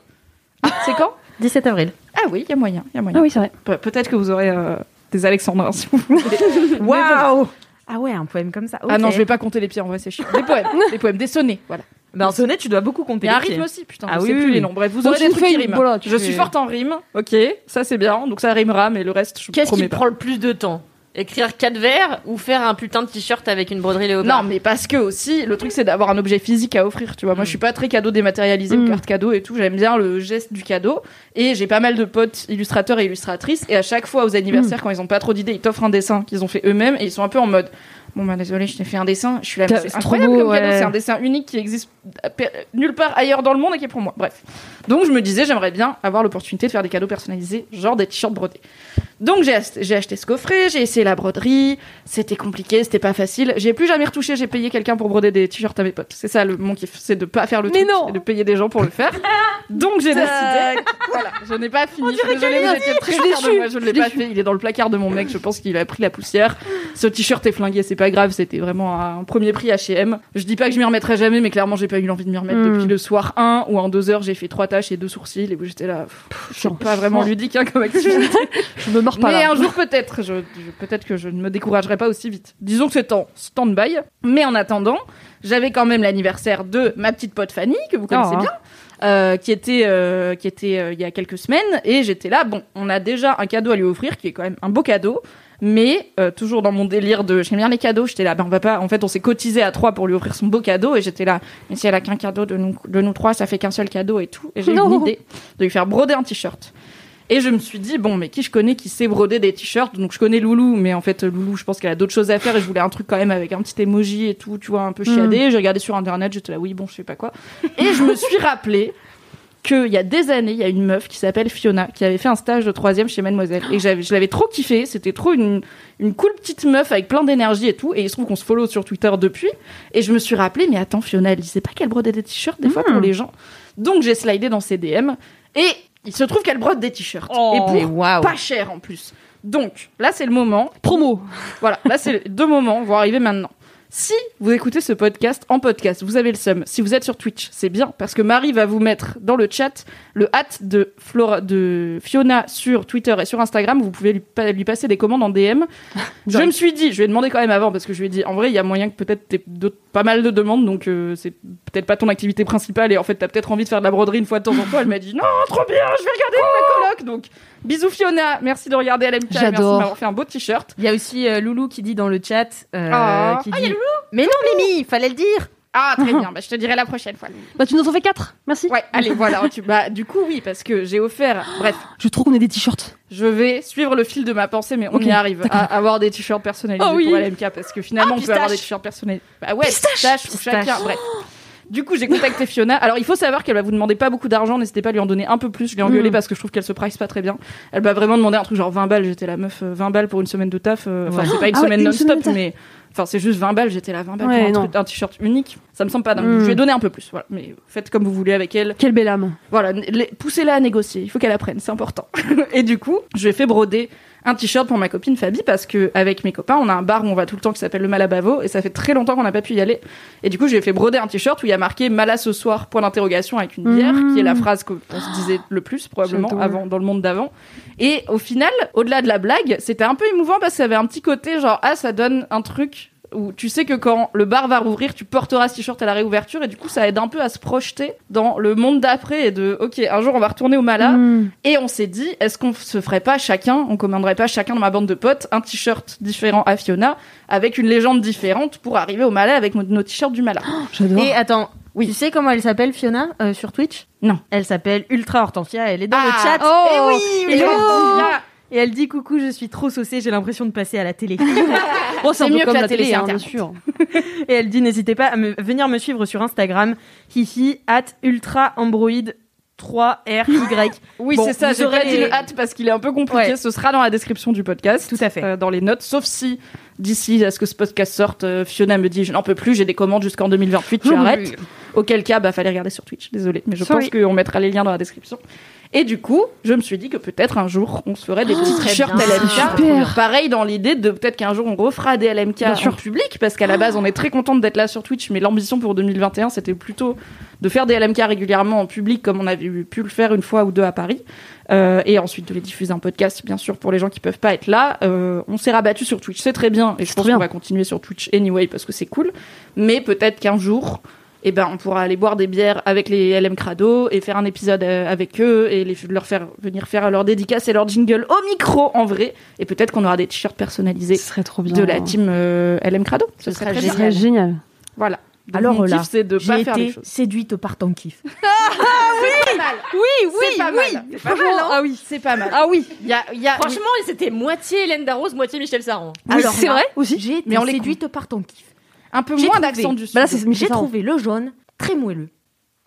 [SPEAKER 5] arrivera. C'est quand
[SPEAKER 3] 17 avril.
[SPEAKER 5] Ah oui, il y a moyen, il y a moyen.
[SPEAKER 2] Ah oui, c'est vrai.
[SPEAKER 5] Pe- Peut-être que vous aurez euh, des alexandrins si vous voulez.
[SPEAKER 3] Waouh Ah ouais, un poème comme ça.
[SPEAKER 5] Ah non, je vais pas compter les pieds en vrai, c'est chiant. Des poèmes, des poèmes, des sonnets, voilà.
[SPEAKER 3] Bah, en sonnet, tu dois beaucoup compter.
[SPEAKER 5] Il y a un
[SPEAKER 3] les pieds.
[SPEAKER 5] rythme aussi, putain,
[SPEAKER 3] Ah
[SPEAKER 5] je
[SPEAKER 3] oui,
[SPEAKER 5] sais
[SPEAKER 3] oui,
[SPEAKER 5] plus
[SPEAKER 3] oui.
[SPEAKER 5] les nombres. Bref, vous
[SPEAKER 2] Bon,
[SPEAKER 5] aurez
[SPEAKER 2] tu
[SPEAKER 5] des
[SPEAKER 2] le
[SPEAKER 5] trucs
[SPEAKER 2] fais,
[SPEAKER 5] qui riment.
[SPEAKER 2] voilà, tu
[SPEAKER 5] je
[SPEAKER 2] fais-
[SPEAKER 5] suis forte en rime, ok, ça c'est bien, donc ça rimera, mais le reste, je
[SPEAKER 4] Qu'est-ce qui
[SPEAKER 5] promets pas.
[SPEAKER 4] prend le plus de temps Écrire quatre vers ou faire un putain de t-shirt avec une broderie léopard
[SPEAKER 5] Non, mais parce que aussi, le truc c'est d'avoir un objet physique à offrir, tu vois. Moi, je suis pas très cadeau dématérialisé,
[SPEAKER 2] Mm.
[SPEAKER 5] carte cadeau et tout. J'aime bien le geste du cadeau. Et j'ai pas mal de potes illustrateurs et illustratrices. Et à chaque fois, aux anniversaires,
[SPEAKER 2] Mm.
[SPEAKER 5] quand ils ont pas trop d'idées, ils t'offrent un dessin qu'ils ont fait eux-mêmes et ils sont un peu en mode. Bon bah désolé, je t'ai fait un dessin. Je suis là, mais
[SPEAKER 2] T'as-
[SPEAKER 5] c'est
[SPEAKER 2] c'est
[SPEAKER 5] incroyable
[SPEAKER 2] trop beau,
[SPEAKER 5] comme cadeau.
[SPEAKER 2] ouais.
[SPEAKER 5] C'est un dessin unique qui existe pe- nulle part ailleurs dans le monde et qui est pour moi. Bref. Donc je me disais, j'aimerais bien avoir l'opportunité de faire des cadeaux personnalisés, genre des t-shirts brodés. Donc j'ai acheté, j'ai acheté ce coffret, j'ai essayé la broderie, c'était compliqué, c'était pas facile. J'ai plus jamais retouché, j'ai payé quelqu'un pour broder des t-shirts à mes potes. C'est ça le, mon kiff, c'est de pas faire le
[SPEAKER 2] Mais
[SPEAKER 5] truc
[SPEAKER 2] non
[SPEAKER 5] et de payer des gens pour le faire. Donc j'ai décidé. voilà, je n'ai pas fini. Je suis désolée, vous étiez très fiers de moi, je ne l'ai pas fait. Il est dans le placard de mon mec, je pense qu'il a pris la poussière. Ce t-shirt est flingué, c'est pas grave, c'était vraiment un premier prix H&M. Je dis pas que je m'y remettrai jamais, mais clairement j'ai pas eu l'envie de m'y remettre
[SPEAKER 2] Mm.
[SPEAKER 5] depuis le soir 1 ou en 2 heures, j'ai fait trois tâches et deux sourcils et j'étais là. pff, C'est
[SPEAKER 2] chiant.
[SPEAKER 5] pas vraiment ludique hein, comme activité.
[SPEAKER 2] Je me mords pas
[SPEAKER 5] Mais
[SPEAKER 2] là.
[SPEAKER 5] un jour peut-être, je, je- peut-être que je ne me découragerai pas aussi vite. Disons que c'est en stand-by. Mais en attendant, j'avais quand même l'anniversaire de ma petite pote Fanny, que vous connaissez
[SPEAKER 2] Ah.
[SPEAKER 5] bien, euh, qui était, euh, qui était euh, il y a quelques semaines. Et j'étais là, bon, on a déjà un cadeau à lui offrir, qui est quand même un beau cadeau. Mais euh, toujours dans mon délire de j'aime bien les cadeaux, j'étais là, ben on va pas. En fait, on s'est cotisé à trois pour lui offrir son beau cadeau, et j'étais là. Mais si elle a qu'un cadeau de nous, de nous trois, ça fait qu'un seul cadeau et tout. Et j'ai eu
[SPEAKER 2] Non.
[SPEAKER 5] une idée de lui faire broder un t-shirt. Et je me suis dit, bon, mais qui je connais qui sait broder des t-shirts Donc je connais Loulou, mais en fait, Loulou, je pense qu'elle a d'autres choses à faire et je voulais un truc quand même avec un petit emoji et tout, tu vois, un peu chiadé. J'ai regardé sur internet, j'étais là, oui, bon, je sais pas quoi. Et je me suis rappelé qu'il y a des années, il y a une meuf qui s'appelle Fiona qui avait fait un stage de troisième chez Mademoiselle. Et j'avais, je l'avais trop kiffé. C'était trop une, une cool petite meuf avec plein d'énergie et tout. Et il se trouve qu'on se follow sur Twitter depuis. Et je me suis rappelé, mais attends, Fiona, elle disait pas qu'elle brodait des t-shirts des fois pour
[SPEAKER 3] Hmm.
[SPEAKER 5] les gens. Donc j'ai slidé dans ses DM et il se trouve qu'elle brode des t-shirts. et
[SPEAKER 3] Oh. mais
[SPEAKER 5] pour
[SPEAKER 3] waouh.
[SPEAKER 5] pas cher en plus. Donc là, c'est le moment. Promo. Voilà, là, c'est les deux moments. On va arriver maintenant. Si vous écoutez ce podcast en podcast, vous avez le seum. Si vous êtes sur Twitch, c'est bien parce que Marie va vous mettre dans le chat le hâte de, Flora, de Fiona sur Twitter et sur Instagram. Vous pouvez lui, pa- lui passer des commandes en DM. je me suis dit, je lui ai demandé quand même avant parce que je lui ai dit, en vrai, il y a moyen que peut-être t'aies d'autres- pas mal de demandes, donc euh, c'est peut-être pas ton activité principale et en fait, t'as peut-être envie de faire de la broderie une fois de temps en temps. Elle m'a dit, non, trop bien, je vais regarder avec ma coloc. Donc, bisous Fiona, merci de regarder LMK, merci
[SPEAKER 3] J'adore.
[SPEAKER 5] d'avoir fait un beau t-shirt.
[SPEAKER 3] Il y a aussi euh, Loulou qui dit dans le chat. euh,
[SPEAKER 5] Ah.
[SPEAKER 3] qui
[SPEAKER 5] Ah, il y a
[SPEAKER 3] dit- Mais non, Mimi, fallait le dire.
[SPEAKER 5] Ah, très bien, bah, je te dirai la prochaine fois.
[SPEAKER 2] Bah, tu nous en fais 4. Merci.
[SPEAKER 5] Ouais, allez, voilà. Tu, bah, du coup, oui, parce que j'ai offert. Bref,
[SPEAKER 2] Je trouve qu'on est des t-shirts.
[SPEAKER 5] je vais suivre le fil de ma pensée, mais on
[SPEAKER 2] Ok,
[SPEAKER 5] y arrive à avoir des t-shirts personnalisés
[SPEAKER 2] Oh oui.
[SPEAKER 5] pour LMK parce que finalement,
[SPEAKER 4] Ah,
[SPEAKER 5] on peut avoir des
[SPEAKER 4] pistache.
[SPEAKER 5] t-shirts personnalisés. Bah ouais, pistache, pour chacun. Bref.
[SPEAKER 2] Oh.
[SPEAKER 5] Du coup, j'ai contacté Fiona. Alors, il faut savoir qu'elle va vous demander pas beaucoup d'argent. N'hésitez pas à lui en donner un peu plus. Je l'ai
[SPEAKER 2] Mm.
[SPEAKER 5] engueulée parce que je trouve qu'elle se price pas très bien. Elle m'a vraiment demandé un truc genre 20 balles. J'étais la meuf, euh, 20 balles pour une semaine de taf. euh, Enfin, c'est pas une
[SPEAKER 2] Ah ouais,
[SPEAKER 5] semaine
[SPEAKER 2] une
[SPEAKER 5] non-stop,
[SPEAKER 2] semaine de taf.
[SPEAKER 5] mais enfin, c'est juste 20 balles. J'étais là 20 balles
[SPEAKER 2] Ouais,
[SPEAKER 5] pour un
[SPEAKER 2] non.
[SPEAKER 5] truc- un t-shirt unique. Ça me semble pas dingue.
[SPEAKER 2] Mm.
[SPEAKER 5] Je lui ai donné un peu plus. Voilà. Mais faites comme vous voulez avec elle.
[SPEAKER 2] Quelle belle âme.
[SPEAKER 5] Voilà, les- poussez-la à négocier. Il faut qu'elle apprenne, c'est important. et du coup, j'ai fait broder un t-shirt pour ma copine Fabie parce que avec mes copains, on a un bar où on va tout le temps qui s'appelle le Malabavo et ça fait très longtemps qu'on n'a pas pu y aller. Et du coup, j'ai fait broder un t-shirt où il y a marqué Mala ce soir point d'interrogation avec une bière
[SPEAKER 2] Mmh.
[SPEAKER 5] qui est la phrase qu'on se disait le plus probablement
[SPEAKER 2] J'adore.
[SPEAKER 5] avant dans le monde d'avant. Et au final, au-delà de la blague, c'était un peu émouvant parce que ça avait un petit côté genre ah ça donne un truc où tu sais que quand le bar va rouvrir, tu porteras ce t-shirt à la réouverture et du coup ça aide un peu à se projeter dans le monde d'après et de ok un jour on va retourner au Mala
[SPEAKER 2] Mm.
[SPEAKER 5] et on s'est dit est-ce qu'on se ferait pas chacun, on commanderait pas chacun dans ma bande de potes un t-shirt différent à Fiona avec une légende différente pour arriver au Mala avec nos- nos t-shirts du Mala.
[SPEAKER 2] J'adore.
[SPEAKER 3] Et attends,
[SPEAKER 5] Oui.
[SPEAKER 3] tu sais comment elle s'appelle Fiona euh, sur Twitch
[SPEAKER 5] Non.
[SPEAKER 3] Elle s'appelle Ultra Hortensia, elle est dans le
[SPEAKER 5] Ah,
[SPEAKER 3] chat.
[SPEAKER 5] oh,
[SPEAKER 3] Eh oui,
[SPEAKER 5] Et
[SPEAKER 3] et,
[SPEAKER 5] on
[SPEAKER 3] oh
[SPEAKER 5] se dit, ah,
[SPEAKER 3] Et elle dit coucou, je suis trop saucée, j'ai l'impression de passer à la télé.
[SPEAKER 2] Oh,
[SPEAKER 5] c'est mieux que la télé,
[SPEAKER 2] hein,
[SPEAKER 5] Internet.
[SPEAKER 2] bien sûr.
[SPEAKER 3] et elle dit n'hésitez pas à me- venir me suivre sur Instagram, hihi at ultra android 3RY.
[SPEAKER 5] Oui,
[SPEAKER 3] Bon,
[SPEAKER 5] c'est ça,
[SPEAKER 3] vous
[SPEAKER 5] j'ai pas
[SPEAKER 3] aurez
[SPEAKER 5] dit
[SPEAKER 3] les-
[SPEAKER 5] le hâte parce qu'il est un peu compliqué,
[SPEAKER 3] Ouais.
[SPEAKER 5] ce sera dans la description du podcast.
[SPEAKER 3] Tout à fait.
[SPEAKER 5] euh, dans les notes, sauf si d'ici à ce que ce podcast sorte, euh, Fiona me dit je n'en peux plus, j'ai des commandes jusqu'en 2028, tu arrêtes. Auquel cas, bah fallait regarder sur Twitch, désolé, mais je pense
[SPEAKER 2] Sorry.
[SPEAKER 5] qu'on mettra les liens dans la description. Et du coup, je me suis dit que peut-être un jour, on se ferait
[SPEAKER 3] Oh,
[SPEAKER 5] des petits
[SPEAKER 4] très
[SPEAKER 5] t-shirts
[SPEAKER 4] bien.
[SPEAKER 5] LMK.
[SPEAKER 2] Super.
[SPEAKER 5] Pareil dans l'idée de peut-être qu'un jour, on refera des LMK en public, parce qu'à la base, on est très contente d'être là sur Twitch, mais l'ambition pour 2021, c'était plutôt de faire des LMK régulièrement en public, comme on avait eu- pu le faire une fois ou deux à Paris. Euh, et ensuite de les diffuser en podcast, bien sûr, pour les gens qui peuvent pas être là. Euh, on s'est rabattu sur Twitch, c'est très bien, et je pense qu'on va continuer sur Twitch anyway parce que c'est cool. Mais peut-être qu'un jour, eh ben, on pourra aller boire des bières avec les LM Crado et faire un épisode euh, avec eux et les, leur faire venir faire leur dédicace et leur jingle au micro en vrai. Et peut-être qu'on aura des t-shirts personnalisés
[SPEAKER 2] Ce serait trop bien.
[SPEAKER 5] de la team euh, LM Crado. Ce,
[SPEAKER 4] Ce
[SPEAKER 5] serait
[SPEAKER 4] serait
[SPEAKER 5] très
[SPEAKER 2] Ce
[SPEAKER 5] bien.
[SPEAKER 4] génial.
[SPEAKER 2] serait génial.
[SPEAKER 5] Voilà. Donc,
[SPEAKER 3] Alors,
[SPEAKER 5] mon kiff,
[SPEAKER 3] là,
[SPEAKER 5] c'est de pas
[SPEAKER 3] J'ai
[SPEAKER 5] faire les
[SPEAKER 3] été
[SPEAKER 5] choses.
[SPEAKER 3] séduite par ton kiff.
[SPEAKER 5] Oui, oui, pas mal. C'est pas mal. Ah oui, c'est pas mal. Ah oui, il y a, il y a-
[SPEAKER 4] Franchement, c'était moitié Hélène Darroze, moitié Michel Saron.
[SPEAKER 3] Alors
[SPEAKER 2] c'est
[SPEAKER 3] là,
[SPEAKER 2] vrai aussi.
[SPEAKER 3] J'ai été
[SPEAKER 5] Mais on les
[SPEAKER 3] séduite par ton kiff.
[SPEAKER 5] un peu
[SPEAKER 3] j'ai
[SPEAKER 5] moins
[SPEAKER 3] trouvé.
[SPEAKER 5] d'accent du sud.
[SPEAKER 2] Bah là, c'est
[SPEAKER 3] J'ai
[SPEAKER 5] hein.
[SPEAKER 2] Michel Sarraud.
[SPEAKER 3] trouvé le jaune très moelleux.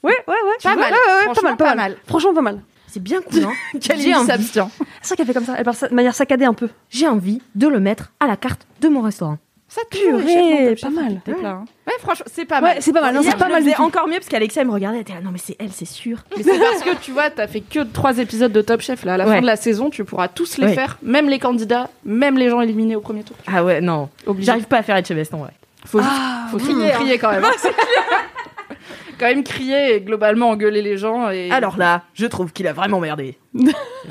[SPEAKER 2] Ouais, ouais, ouais.
[SPEAKER 5] Pas
[SPEAKER 2] Tu vois,
[SPEAKER 5] mal.
[SPEAKER 2] ouais, ouais, ouais,
[SPEAKER 5] Franchement,
[SPEAKER 2] pas mal, pas mal. Franchement, pas mal.
[SPEAKER 3] C'est bien cool, hein
[SPEAKER 5] J'ai
[SPEAKER 3] J'ai
[SPEAKER 5] un
[SPEAKER 3] envie,
[SPEAKER 5] s'abstient.
[SPEAKER 2] C'est ça qu'elle fait comme ça. Elle parle ça- de manière saccadée un peu.
[SPEAKER 3] j'ai envie de le mettre à la carte de mon restaurant.
[SPEAKER 5] Ça
[SPEAKER 2] Purée, pas mal.
[SPEAKER 5] Ouais, franchement, c'est pas mal.
[SPEAKER 2] Ouais, c'est pas mal. Non,
[SPEAKER 3] Hier,
[SPEAKER 2] c'est pas
[SPEAKER 3] je
[SPEAKER 2] mal
[SPEAKER 3] le
[SPEAKER 2] du
[SPEAKER 3] faisais
[SPEAKER 2] tout.
[SPEAKER 3] encore mieux parce qu'Alexia elle me regardait, elle était là, non mais c'est elle, c'est sûr.
[SPEAKER 5] Mais c'est parce que tu vois, t'as fait que trois épisodes de Top Chef là. À la
[SPEAKER 3] Ouais.
[SPEAKER 5] fin de la saison, tu pourras tous les
[SPEAKER 3] Ouais.
[SPEAKER 5] faire, même les candidats, même les gens éliminés au premier tour.
[SPEAKER 3] Ah ouais, non.
[SPEAKER 5] Obligé.
[SPEAKER 3] J'arrive pas à faire Etchebest en vrai.
[SPEAKER 5] Faut juste, faut juste crier, quand même. hein. quand même crier et globalement engueuler les gens. Et...
[SPEAKER 3] Alors là, je trouve qu'il a vraiment merdé.